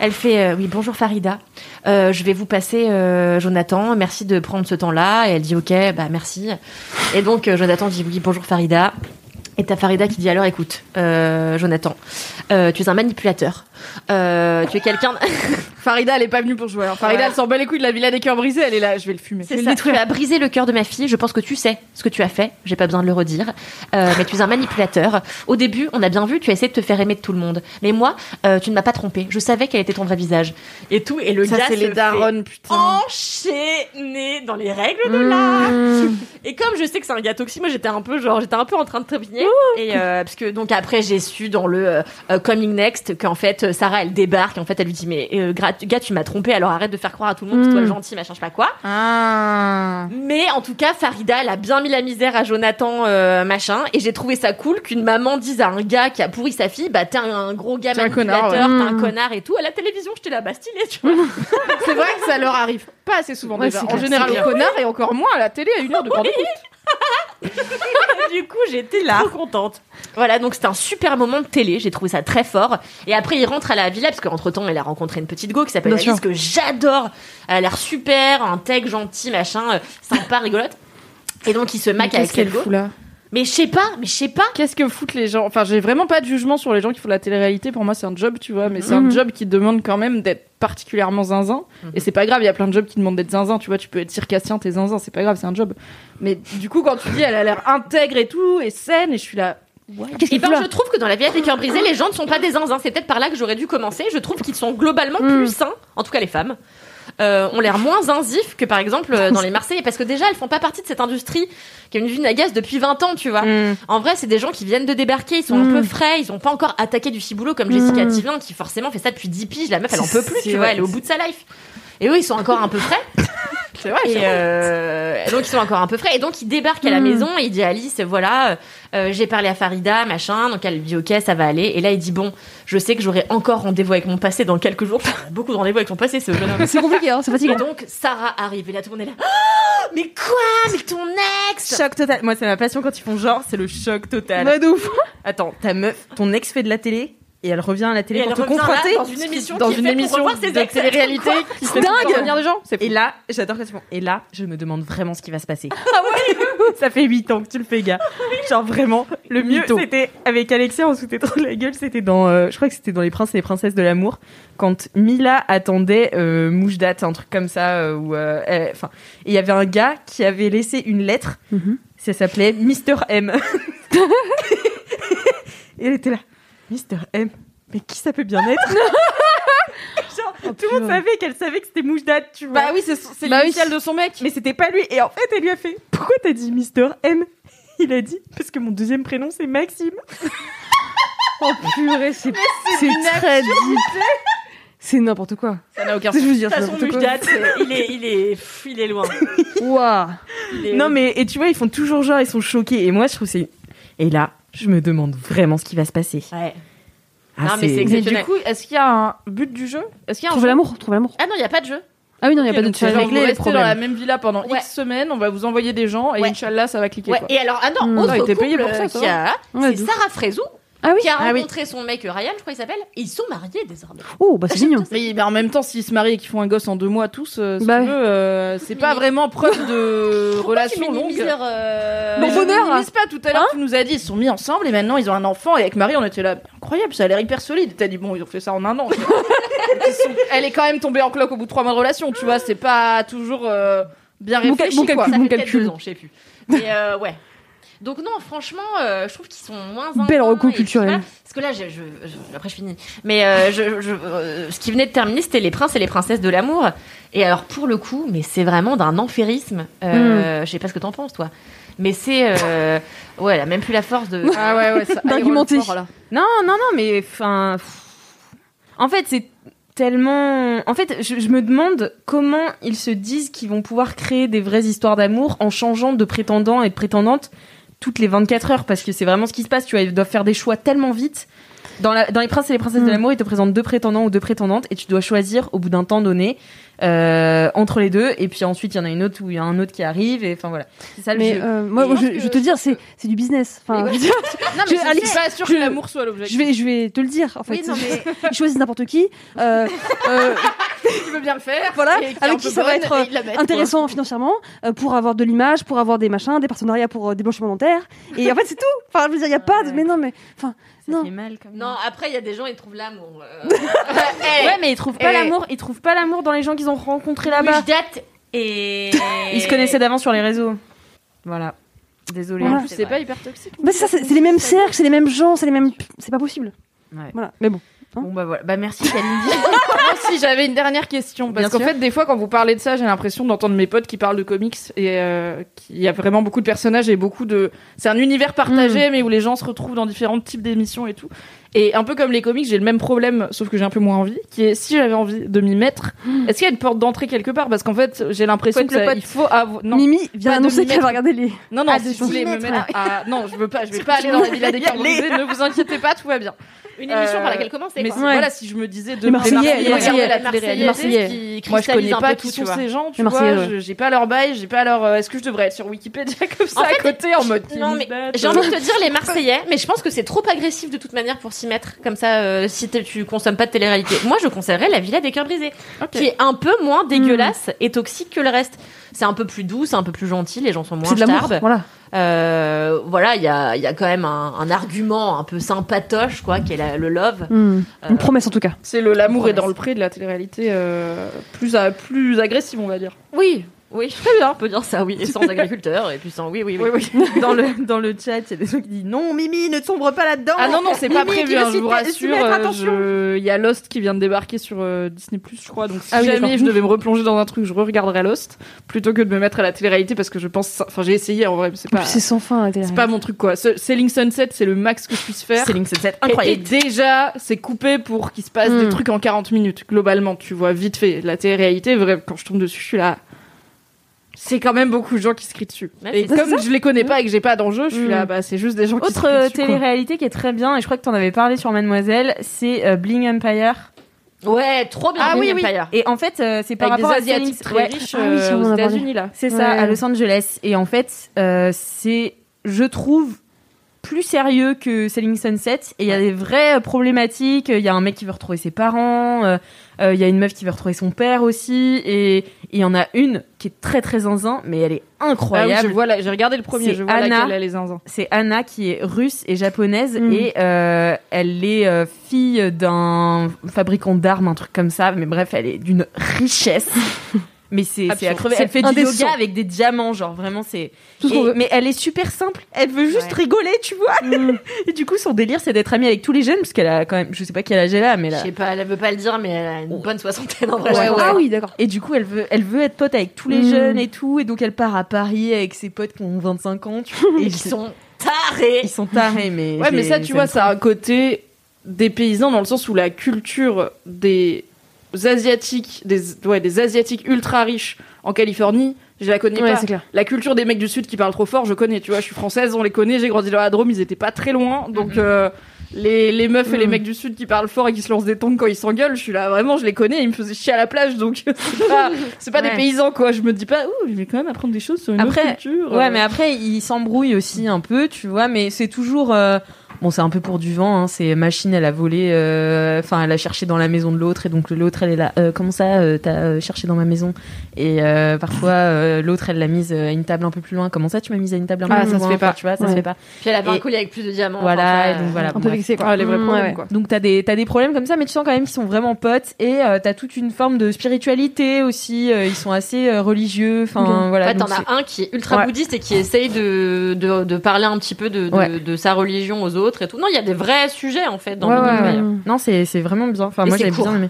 [SPEAKER 4] Elle fait euh, Oui, bonjour Farida. Euh, je vais vous passer euh, Jonathan. Merci de prendre ce temps-là. Et elle dit Ok, bah merci. Et donc, euh, Jonathan dit Oui, bonjour Farida. Et t'as Farida qui dit alors écoute, euh, Jonathan, euh, tu es un manipulateur. Euh, tu es quelqu'un.
[SPEAKER 5] Farida, elle est pas venue pour jouer. hein. Farida, elle s'en bat les couilles de la villa des cœurs brisés, elle est là, je vais le fumer.
[SPEAKER 4] C'est ça, tu as brisé le cœur de ma fille. Je pense que tu sais ce que tu as fait. J'ai pas besoin de le redire. Euh, mais tu es un manipulateur. Au début, on a bien vu, tu as essayé de te faire aimer de tout le monde. Mais moi, euh, tu ne m'as pas trompé. Je savais quel était ton vrai visage. Et tout. Et le
[SPEAKER 5] Ça,
[SPEAKER 4] gars
[SPEAKER 5] c'est
[SPEAKER 4] se
[SPEAKER 5] les
[SPEAKER 4] fait
[SPEAKER 5] daronnes, putain.
[SPEAKER 4] enchaîner dans les règles de l'art.
[SPEAKER 5] Hmm.
[SPEAKER 4] Et comme je sais que c'est un gars toxique, moi j'étais un peu genre j'étais un peu en train de trépigner. Et euh, parce que donc après j'ai su dans le euh, euh, Coming Next qu'en fait euh, Sarah, elle débarque. En fait, elle lui dit Mais euh, gra- gars, tu m'as trompé, alors arrête de faire croire à tout le
[SPEAKER 5] Hmm.
[SPEAKER 4] monde que toi le gentil, machin, je sais pas quoi.
[SPEAKER 2] Ah.
[SPEAKER 4] Mais en tout cas, Farida, elle a bien mis la misère à Jonathan, euh, machin. Et j'ai trouvé ça cool qu'une maman dise à un gars qui a pourri sa fille Bah, t'es un, un gros gars
[SPEAKER 5] T'es un connard,
[SPEAKER 4] manipulateur, t'es
[SPEAKER 2] ouais.
[SPEAKER 4] un connard et tout. À la télévision, j'étais là, bah, stylé, tu vois.
[SPEAKER 5] C'est vrai que ça leur arrive pas assez souvent
[SPEAKER 2] Ouais,
[SPEAKER 5] déjà.
[SPEAKER 2] c'est
[SPEAKER 5] En
[SPEAKER 2] clair,
[SPEAKER 5] général,
[SPEAKER 2] c'est
[SPEAKER 5] les connards et encore moins à la télé à une heure de grande écoute.
[SPEAKER 4] du coup, j'étais là. Trop contente. Voilà, donc c'était un super moment de télé. J'ai trouvé ça très fort. Et après, il rentre à la villa, parce qu'entre temps, elle a rencontré une petite go qui s'appelle
[SPEAKER 2] Bien
[SPEAKER 4] Alice,
[SPEAKER 2] sûr.
[SPEAKER 4] que j'adore. Elle a l'air super, un tech gentil, machin, euh, sympa, rigolote. Et donc, il se maque avec cette go.
[SPEAKER 5] là
[SPEAKER 4] Mais je sais pas, mais je sais pas.
[SPEAKER 5] Qu'est-ce que foutent les gens Enfin, j'ai vraiment pas de jugement sur les gens qui font de la télé-réalité. Pour moi, c'est un job, tu vois, mais c'est un
[SPEAKER 2] Mhm.
[SPEAKER 5] job qui demande quand même d'être particulièrement zinzin. Et c'est pas grave, il y a plein de jobs qui demandent d'être zinzin. Tu vois, tu peux être circassien, t'es zinzin, c'est pas grave, c'est un job. Mais du coup, quand tu dis, elle a l'air intègre et tout, et saine, et je suis là.
[SPEAKER 2] Qu'est-ce
[SPEAKER 4] Et
[SPEAKER 2] qu'il
[SPEAKER 4] ben,
[SPEAKER 2] fout là
[SPEAKER 4] je trouve que dans la vie des cœurs brisés, les gens ne sont pas des zinzins. C'est peut-être par là que j'aurais dû commencer. Je trouve qu'ils sont globalement
[SPEAKER 2] Mm.
[SPEAKER 4] plus sains, en tout cas les femmes. Euh, ont l'air moins zinzifs que par exemple euh, dans les Marseillais parce que déjà elles font pas partie de cette industrie qui est une vie à gaz depuis 20 ans tu vois
[SPEAKER 5] Hmm.
[SPEAKER 4] en vrai c'est des gens qui viennent de débarquer ils sont un peu
[SPEAKER 5] Mm.
[SPEAKER 4] frais ils ont pas encore attaqué du ciboulot comme Jessica Tivlin qui forcément fait ça depuis 10 piges la meuf elle en peut plus tu vois elle est au bout de sa life et eux ils sont encore un peu frais
[SPEAKER 5] C'est vrai, Mm.
[SPEAKER 4] et euh, donc ils sont encore un peu frais. Et donc il débarque à la maison et il dit à Alice, voilà, euh, euh, j'ai parlé à Farida, machin. Donc elle lui dit, ok, ça va aller. Et là il dit, bon, je sais que j'aurai encore rendez-vous avec mon passé dans quelques jours. Beaucoup de rendez-vous avec son passé, ce jeune homme.
[SPEAKER 2] C'est compliqué, hein, c'est
[SPEAKER 4] Et
[SPEAKER 2] fatigant.
[SPEAKER 4] donc Sarah arrive et là tout le monde est là. Ah, mais quoi Mais ton ex
[SPEAKER 3] Choc total. Moi, c'est ma passion quand ils font genre, c'est le choc total.
[SPEAKER 2] Ouais, de ouf.
[SPEAKER 3] Attends, ta meuf, ton ex fait de la télé et elle revient à la
[SPEAKER 4] Et
[SPEAKER 3] télé
[SPEAKER 4] elle
[SPEAKER 3] pour te
[SPEAKER 4] revient là,
[SPEAKER 3] confronter.
[SPEAKER 4] dans une émission
[SPEAKER 5] dans
[SPEAKER 4] qui est
[SPEAKER 5] une
[SPEAKER 4] faite pour
[SPEAKER 5] émission
[SPEAKER 4] revoir ses
[SPEAKER 5] de
[SPEAKER 4] ex.
[SPEAKER 5] télé-réalité qui fait
[SPEAKER 2] Dingue.
[SPEAKER 5] revenir les gens. C'est
[SPEAKER 3] Et
[SPEAKER 5] fou.
[SPEAKER 3] là, j'adore quand ils font. Et là, je me demande vraiment ce qui va se passer. Ah ouais Ça fait 8 ans que tu le fais, gars. Genre vraiment, le mieux,
[SPEAKER 2] Mytho.
[SPEAKER 3] c'était avec Alexia, on se foutait trop de la gueule. C'était dans, euh, je crois que c'était dans Les Princes et les Princesses de l'amour, quand Mila attendait euh, Moujdate, un truc comme ça. euh, où, euh, elle- Enfin, et il y avait un gars qui avait laissé une lettre.
[SPEAKER 5] Mm-hmm.
[SPEAKER 2] Mhm.
[SPEAKER 3] Ça s'appelait Mister M. et elle était là, Mister M. Mais qui ça peut bien être Genre, tout le monde savait qu'elle savait que c'était Moujdate, tu vois.
[SPEAKER 5] Bah oui, c'est c'est l'initiale de son mec.
[SPEAKER 3] Mais c'était pas lui. Et en fait, elle lui a fait Pourquoi t'as dit Mister M Il a dit Parce que mon deuxième prénom, c'est Maxime.
[SPEAKER 2] Oh purée, c'est c'est très deep. C'est n'importe quoi.
[SPEAKER 5] Ça n'a aucun
[SPEAKER 2] Je
[SPEAKER 5] sens.
[SPEAKER 2] veux dire,
[SPEAKER 4] De
[SPEAKER 2] c'est
[SPEAKER 4] toute façon,
[SPEAKER 2] n'importe quoi.
[SPEAKER 4] Mujdat, il est, il est, pff, il est loin.
[SPEAKER 2] Waouh.
[SPEAKER 4] Il est-
[SPEAKER 3] Non, mais et tu vois, ils font toujours genre, ils sont choqués. Et moi, je trouve que c'est. Et là, je me demande vraiment ce qui va se passer.
[SPEAKER 4] Ouais.
[SPEAKER 3] Ah,
[SPEAKER 4] Non, mais
[SPEAKER 5] Mais
[SPEAKER 4] c'est
[SPEAKER 5] du
[SPEAKER 4] exceptionnel.
[SPEAKER 5] coup, est-ce qu'il y a un but du jeu Est-ce qu'il y a un
[SPEAKER 2] Trouve
[SPEAKER 5] jeu
[SPEAKER 2] l'amour, trouve l'amour.
[SPEAKER 4] Ah non, il y a pas de jeu.
[SPEAKER 2] Ah oui, non, il n'y a pas de
[SPEAKER 5] C'est genre, vous
[SPEAKER 2] régler les
[SPEAKER 5] restez dans la
[SPEAKER 2] problèmes.
[SPEAKER 5] même villa pendant
[SPEAKER 4] Ouais.
[SPEAKER 5] X semaines, on va vous envoyer des gens et
[SPEAKER 4] Ouais.
[SPEAKER 5] Inch'Allah ça va cliquer.
[SPEAKER 4] Ouais,
[SPEAKER 5] quoi.
[SPEAKER 4] et alors, ah non,
[SPEAKER 2] Hmm.
[SPEAKER 4] autre
[SPEAKER 5] Non, il était payé
[SPEAKER 4] couple
[SPEAKER 5] pour ça, ça
[SPEAKER 4] qu'il y a,
[SPEAKER 2] Ouais, de
[SPEAKER 4] c'est
[SPEAKER 2] ouf.
[SPEAKER 4] Sarah Frézou
[SPEAKER 2] Ah oui.
[SPEAKER 4] qui a
[SPEAKER 3] Ah oui.
[SPEAKER 4] rencontré son mec euh, Ryan, je crois qu'il s'appelle, et ils sont mariés désormais.
[SPEAKER 2] Oh, bah c'est mignon.
[SPEAKER 5] Mais mais en même temps, s'ils se marient et qu'ils font un gosse en deux mois tous, euh, si
[SPEAKER 2] Bah
[SPEAKER 5] tu
[SPEAKER 2] ouais.
[SPEAKER 5] veux, euh, c'est pas
[SPEAKER 4] Mais-
[SPEAKER 5] vraiment preuve de relation longue.
[SPEAKER 4] euh,
[SPEAKER 2] Leur
[SPEAKER 5] je
[SPEAKER 2] bonheur. Hein
[SPEAKER 5] minimise Euh, pas tout à l'heure, tu nous as dit, ils se sont mis ensemble et maintenant ils ont un enfant. Et avec Marie, on était là, incroyable, ça a l'air hyper solide. T'as dit, bon, ils ont fait ça en un an. Ils sont- Elle est quand même tombée en cloque au bout de trois mois de relation, tu vois, c'est pas toujours euh, bien
[SPEAKER 2] Bon
[SPEAKER 5] réfléchi.
[SPEAKER 2] cal- bon
[SPEAKER 5] quoi.
[SPEAKER 2] calcul.
[SPEAKER 4] Ça fait peut-être
[SPEAKER 2] calcul.
[SPEAKER 4] deux ans, je sais plus. Mais euh, ouais. Donc non, franchement, euh, je trouve qu'ils sont moins.
[SPEAKER 2] Belle
[SPEAKER 4] zinzins
[SPEAKER 2] reco
[SPEAKER 4] et tout,
[SPEAKER 2] culturelle.
[SPEAKER 4] voilà. Parce que là, je, je- je- après je finis. Mais euh, je, je- euh, ce qui venait de terminer, c'était les princes et les princesses de l'amour. Et alors pour le coup, mais c'est vraiment d'un enferisme. Euh, Je sais pas ce que t'en penses, toi. Mais c'est euh, ouais, elle a même plus la force de.
[SPEAKER 5] Ah ouais, ouais, ça-
[SPEAKER 2] D'argumenter.
[SPEAKER 5] fort, là.
[SPEAKER 3] Non, non, non, mais enfin. pff. En fait, c'est tellement. En fait, je, je me demande comment ils se disent qu'ils vont pouvoir créer des vraies histoires d'amour en changeant de prétendant et de prétendante toutes les 24 heures, parce que c'est vraiment ce qui se passe, tu vois. Ils doivent faire des choix tellement vite. Dans, la- dans Les Princes et les Princesses de
[SPEAKER 2] Mm.
[SPEAKER 3] l'amour, ils te présentent deux prétendants ou deux prétendantes et tu dois choisir au bout d'un temps donné euh, entre les deux. Et puis ensuite, il y en a une autre où il y a un autre qui arrive. Et enfin voilà. C'est ça le
[SPEAKER 2] Mais
[SPEAKER 3] jeu.
[SPEAKER 2] euh, moi,
[SPEAKER 5] Et
[SPEAKER 2] moi,
[SPEAKER 5] je
[SPEAKER 2] je,
[SPEAKER 5] pense
[SPEAKER 2] je
[SPEAKER 5] que-
[SPEAKER 2] te dire, c'est c'est du business. Enfin,
[SPEAKER 5] Non,
[SPEAKER 2] je,
[SPEAKER 5] mais
[SPEAKER 2] Je-
[SPEAKER 5] je
[SPEAKER 2] Alex,
[SPEAKER 5] suis pas sûre que
[SPEAKER 2] je-
[SPEAKER 5] l'amour soit l'objectif.
[SPEAKER 2] vais, je vais te le dire. En fait,
[SPEAKER 4] Oui, non, mais-
[SPEAKER 2] ils choisissent n'importe qui. Euh, euh,
[SPEAKER 5] Tu veux bien le faire.
[SPEAKER 2] Voilà,
[SPEAKER 5] et est
[SPEAKER 2] avec
[SPEAKER 5] un
[SPEAKER 2] qui
[SPEAKER 5] peu
[SPEAKER 2] Ah, ça va
[SPEAKER 5] bonne,
[SPEAKER 2] être, euh,
[SPEAKER 5] et ils la mettent, quoi.
[SPEAKER 2] intéressant financièrement euh, pour avoir de l'image, pour avoir des machins, des partenariats pour euh, des blanchiments dentaires. Et en fait, c'est tout. Enfin, je veux dire, il n'y a pas de. Mais non, mais. Enfin,
[SPEAKER 3] Ça
[SPEAKER 2] non.
[SPEAKER 3] fait mal comme
[SPEAKER 4] Non, après il y a des gens ils trouvent l'amour. Euh,
[SPEAKER 3] Ouais, mais ils trouvent pas
[SPEAKER 5] Eh.
[SPEAKER 3] l'amour. Ils trouvent pas l'amour dans les gens qu'ils ont rencontrés là-bas.
[SPEAKER 4] Mujdat et
[SPEAKER 3] Ils se connaissaient d'avant sur les réseaux. Voilà. Désolée.
[SPEAKER 2] Voilà.
[SPEAKER 5] En plus, c'est pas hyper toxique.
[SPEAKER 2] Bah, c'est ça, c'est c'est les mêmes cercles, c'est les mêmes gens, c'est les mêmes. C'est pas possible.
[SPEAKER 3] Ouais.
[SPEAKER 2] Voilà. Mais bon.
[SPEAKER 3] Bon bah voilà. Bah merci Kalindi.
[SPEAKER 5] Moi aussi, j'avais une dernière question. Parce
[SPEAKER 3] Bien
[SPEAKER 5] qu'en
[SPEAKER 3] sûr.
[SPEAKER 5] fait, des fois, quand vous parlez de ça, j'ai l'impression d'entendre mes potes qui parlent de comics. Et euh, qu'il y a vraiment beaucoup de personnages et beaucoup de. C'est un univers partagé, mais où les gens se retrouvent dans différents types d'émissions et tout. Et un peu comme les comics, j'ai le même problème, sauf que j'ai un peu moins envie, qui est si j'avais envie de m'y mettre, est-ce qu'il y a une porte d'entrée quelque part Parce qu'en fait, j'ai l'impression
[SPEAKER 2] Faut être
[SPEAKER 5] que ça-
[SPEAKER 2] le pote.
[SPEAKER 5] il faut avoir. Non,
[SPEAKER 2] Mimi vient
[SPEAKER 5] pas de
[SPEAKER 2] annoncer
[SPEAKER 5] m'y
[SPEAKER 2] qu'elle va
[SPEAKER 5] mettre.
[SPEAKER 2] regarder les.
[SPEAKER 5] non, non,
[SPEAKER 2] Ah, de
[SPEAKER 5] si je voulais me
[SPEAKER 2] centimètres,
[SPEAKER 5] mettre. à- non, je veux pas, je vais pas aller dans la villa des carbonisés, ne vous inquiétez pas, tout va bien.
[SPEAKER 4] Une émission
[SPEAKER 5] Euh,
[SPEAKER 4] par laquelle commencer.
[SPEAKER 5] Mais
[SPEAKER 4] quoi.
[SPEAKER 5] c'est-
[SPEAKER 2] Ouais.
[SPEAKER 5] voilà, si je me disais de
[SPEAKER 2] Les Marseillais,
[SPEAKER 5] regarder
[SPEAKER 2] les Marseillais,
[SPEAKER 5] la
[SPEAKER 4] Marseillais,
[SPEAKER 5] télé-réalité,
[SPEAKER 2] Marseillais.
[SPEAKER 4] qui
[SPEAKER 5] moi je
[SPEAKER 4] cristallise
[SPEAKER 5] connais
[SPEAKER 4] un
[SPEAKER 5] pas
[SPEAKER 4] peu
[SPEAKER 5] qui
[SPEAKER 4] tout,
[SPEAKER 5] sont
[SPEAKER 4] tu vois.
[SPEAKER 5] ces gens, tu
[SPEAKER 2] Les
[SPEAKER 5] vois.
[SPEAKER 2] Marseillais, ouais.
[SPEAKER 5] je- J'ai pas leur bail, j'ai pas leur. euh, Est-ce que je devrais être sur Wikipédia comme ça
[SPEAKER 4] En
[SPEAKER 5] à
[SPEAKER 4] fait,
[SPEAKER 5] côté en mode.
[SPEAKER 4] Non, mais j'ai envie de te dire les Marseillais, mais je pense que c'est trop agressif de toute manière pour s'y mettre comme ça euh, si t'es- tu consommes pas de télé-réalité. Moi, je conseillerais la Villa des cœurs brisés, qui est un peu moins dégueulasse et toxique que le reste. C'est un peu plus doux, c'est un peu plus gentil, les gens sont moins
[SPEAKER 2] C'est de l'amour.
[SPEAKER 5] bah.
[SPEAKER 4] starbes.
[SPEAKER 2] Voilà.
[SPEAKER 4] Euh, voilà, il y a, il y a quand même un, un argument un peu sympatoche, quoi, qui est la- le love.
[SPEAKER 5] Euh,
[SPEAKER 4] Euh,
[SPEAKER 2] Une promesse en tout cas.
[SPEAKER 5] C'est le l'amour est
[SPEAKER 4] Promesse.
[SPEAKER 5] dans le pré de la télé-réalité euh, plus à- plus agressive on va dire.
[SPEAKER 4] Oui, oui, très bien, on peut dire ça, oui. Et sans agriculteurs, et puis sans, oui, oui, oui.
[SPEAKER 3] dans, le, dans le chat, il y a des gens qui disent non, Mimi, ne sombre pas
[SPEAKER 4] Oh,
[SPEAKER 3] là-dedans.
[SPEAKER 5] Ah non non c'est pas
[SPEAKER 3] Mimi qui
[SPEAKER 5] prévu,
[SPEAKER 3] veut
[SPEAKER 5] hein, je
[SPEAKER 3] s'y-
[SPEAKER 5] vous
[SPEAKER 3] s'y
[SPEAKER 5] rassure.
[SPEAKER 3] mettre,
[SPEAKER 5] euh,
[SPEAKER 3] attention.
[SPEAKER 5] je- Il y a Lost qui vient de débarquer sur euh, Disney je crois. Donc si
[SPEAKER 2] Ah oui,
[SPEAKER 5] jamais
[SPEAKER 2] d'accord.
[SPEAKER 5] je devais me replonger dans un truc, je re-regarderais Lost plutôt que de me mettre à la télé-réalité parce que je pense, enfin j'ai essayé en vrai, mais c'est
[SPEAKER 2] En
[SPEAKER 5] pas,
[SPEAKER 2] plus, c'est sans fin la télé.
[SPEAKER 5] bah. c'est pas mon truc quoi. Ce- Selling Sunset c'est le max que je puisse faire.
[SPEAKER 3] Selling Sunset,
[SPEAKER 5] Et- Et,
[SPEAKER 3] incroyable.
[SPEAKER 5] déjà, c'est coupé pour qu'il se passe
[SPEAKER 2] Hmm.
[SPEAKER 5] des trucs en 40 minutes, globalement, tu vois, vite fait. La télé-réalité, vrai, quand je tombe dessus, je suis là. C'est quand même beaucoup de gens qui se crient dessus.
[SPEAKER 4] Ouais,
[SPEAKER 5] et
[SPEAKER 4] c'est
[SPEAKER 5] comme je les connais pas et que j'ai pas d'enjeu, je suis
[SPEAKER 3] Hmm.
[SPEAKER 5] là, bah, c'est juste des gens qui se
[SPEAKER 3] Autre
[SPEAKER 5] crient
[SPEAKER 3] euh,
[SPEAKER 5] dessus. quoi.
[SPEAKER 3] télé-réalité qui est très bien, et je crois que t'en avais parlé sur Mademoiselle, c'est euh, Bling Empire.
[SPEAKER 4] Ouais, trop bien.
[SPEAKER 5] Ah oui,
[SPEAKER 4] William
[SPEAKER 5] oui.
[SPEAKER 4] Payer.
[SPEAKER 3] Et en fait, euh, c'est par
[SPEAKER 5] Avec des
[SPEAKER 3] rapport à
[SPEAKER 5] Asiatiques
[SPEAKER 3] Selling-
[SPEAKER 5] très
[SPEAKER 3] ouais,
[SPEAKER 5] riches
[SPEAKER 2] Ah oui,
[SPEAKER 5] euh,
[SPEAKER 2] si, on en
[SPEAKER 5] aux
[SPEAKER 2] a parlé.
[SPEAKER 5] États-Unis, là.
[SPEAKER 3] C'est ça,
[SPEAKER 2] Ouais.
[SPEAKER 3] à Los Angeles. Et en fait, euh, c'est, je trouve, plus sérieux que Selling Sunset. Et il y a des vraies problématiques. Il y a un mec qui veut retrouver ses parents. euh, euh, Il y a une meuf qui veut retrouver son père aussi. Et et il y en a une qui est très très zinzin, mais elle est
[SPEAKER 5] Ah oui,
[SPEAKER 3] incroyable.
[SPEAKER 5] je vois là, j'ai regardé le premier,
[SPEAKER 3] C'est
[SPEAKER 5] je vois
[SPEAKER 3] Anna.
[SPEAKER 5] laquelle elle est zinzin.
[SPEAKER 3] C'est Anna qui est russe et japonaise
[SPEAKER 2] Mm.
[SPEAKER 3] et euh, elle est euh, fille d'un fabricant d'armes, un truc comme ça. Mais bref, elle est d'une richesse. Mais c'est c'est à
[SPEAKER 5] Absurde.
[SPEAKER 3] crever. Ah, Elle fait du
[SPEAKER 2] indécent.
[SPEAKER 3] yoga avec des diamants, genre vraiment c'est.
[SPEAKER 2] Tout ce
[SPEAKER 3] Et-
[SPEAKER 2] qu'on veut.
[SPEAKER 3] mais elle est super simple. Elle veut juste
[SPEAKER 4] Ouais.
[SPEAKER 3] rigoler, tu vois. Et du coup, son délire, c'est d'être amie avec tous les jeunes parce qu'elle a quand même, je sais pas quel âge elle a, mais
[SPEAKER 4] Je
[SPEAKER 3] là.
[SPEAKER 4] sais pas, elle veut pas le dire, mais elle a une bonne soixantaine en vrai.
[SPEAKER 3] Ouais,
[SPEAKER 4] je pense.
[SPEAKER 3] ouais.
[SPEAKER 2] Ah oui, d'accord.
[SPEAKER 3] Et du coup, elle veut, elle veut être pote avec tous les
[SPEAKER 2] Mm.
[SPEAKER 3] jeunes et tout. Et donc, elle part à Paris avec ses potes qui ont 25 ans. tu vois. Et
[SPEAKER 4] Ils sont tarés.
[SPEAKER 3] ils sont tarés, mais.
[SPEAKER 5] Ouais, mais
[SPEAKER 3] j'ai-
[SPEAKER 5] ça, tu vois,
[SPEAKER 3] me
[SPEAKER 5] ça a un côté des paysans dans le sens où la culture des asiatiques, des ouais, des asiatiques ultra riches en Californie, je la connais
[SPEAKER 2] Ouais,
[SPEAKER 5] pas.
[SPEAKER 2] c'est clair.
[SPEAKER 5] La culture des mecs du sud qui parlent trop fort, je connais. Tu vois, je suis française, on les connaît. J'ai grandi dans la Drôme, ils étaient pas très loin. Donc euh, les, les meufs et les mecs du sud qui parlent fort et qui se lancent des tongs quand ils s'engueulent, je suis là vraiment, je les connais. Ils me faisaient chier à la plage, donc c'est pas, c'est pas
[SPEAKER 3] Ouais.
[SPEAKER 5] des paysans quoi. Je me dis pas, ouh, je vais quand même apprendre des choses sur une
[SPEAKER 3] Après,
[SPEAKER 5] autre culture.
[SPEAKER 3] Ouais,
[SPEAKER 5] Euh,
[SPEAKER 3] mais après, ils s'embrouillent aussi un peu, tu vois, mais c'est toujours. euh, Bon, c'est un peu pour du vent, hein, c'est machine, elle a volé, euh, enfin, elle a cherché dans la maison de l'autre, et donc l'autre, elle est là. Euh, comment ça, euh, t'as euh, cherché dans ma maison Et euh, parfois, euh, l'autre, elle l'a mise à une table un peu plus loin. Comment ça, tu m'as mise à une table un peu
[SPEAKER 5] Ah,
[SPEAKER 3] plus
[SPEAKER 5] ça se
[SPEAKER 3] loin
[SPEAKER 5] fait pas.
[SPEAKER 3] Enfin, Tu vois, ça se
[SPEAKER 2] Ouais.
[SPEAKER 3] fait pas.
[SPEAKER 4] Puis elle avait un
[SPEAKER 3] Et-
[SPEAKER 4] collier avec plus de diamants.
[SPEAKER 3] voilà,
[SPEAKER 4] enfin, euh,
[SPEAKER 3] et donc voilà.
[SPEAKER 2] Un peu
[SPEAKER 3] bref.
[SPEAKER 2] vexé quoi.
[SPEAKER 5] ah, les vrais
[SPEAKER 2] Mmh,
[SPEAKER 5] problèmes
[SPEAKER 2] ouais, ouais.
[SPEAKER 5] quoi.
[SPEAKER 3] Donc t'as des t'as des problèmes comme ça, mais tu sens quand même qu'ils sont vraiment potes et euh, t'as toute une forme de spiritualité aussi. euh, ils sont assez euh, religieux, enfin
[SPEAKER 2] Bien.
[SPEAKER 3] voilà.
[SPEAKER 4] En fait,
[SPEAKER 3] donc
[SPEAKER 4] t'en as un qui est ultra
[SPEAKER 3] Ouais.
[SPEAKER 4] bouddhiste et qui essaye de, de, de parler un petit peu de, de,
[SPEAKER 3] Ouais.
[SPEAKER 4] de sa religion aux autres et tout. Non, il y a des vrais sujets en fait dans
[SPEAKER 3] Ouais,
[SPEAKER 4] le
[SPEAKER 3] ouais,
[SPEAKER 4] Minimum.
[SPEAKER 2] Mm.
[SPEAKER 3] ouais. Non, c'est c'est vraiment bien. Enfin,
[SPEAKER 4] Et
[SPEAKER 3] moi,
[SPEAKER 4] c'est
[SPEAKER 3] j'avais
[SPEAKER 4] court.
[SPEAKER 3] bien aimé.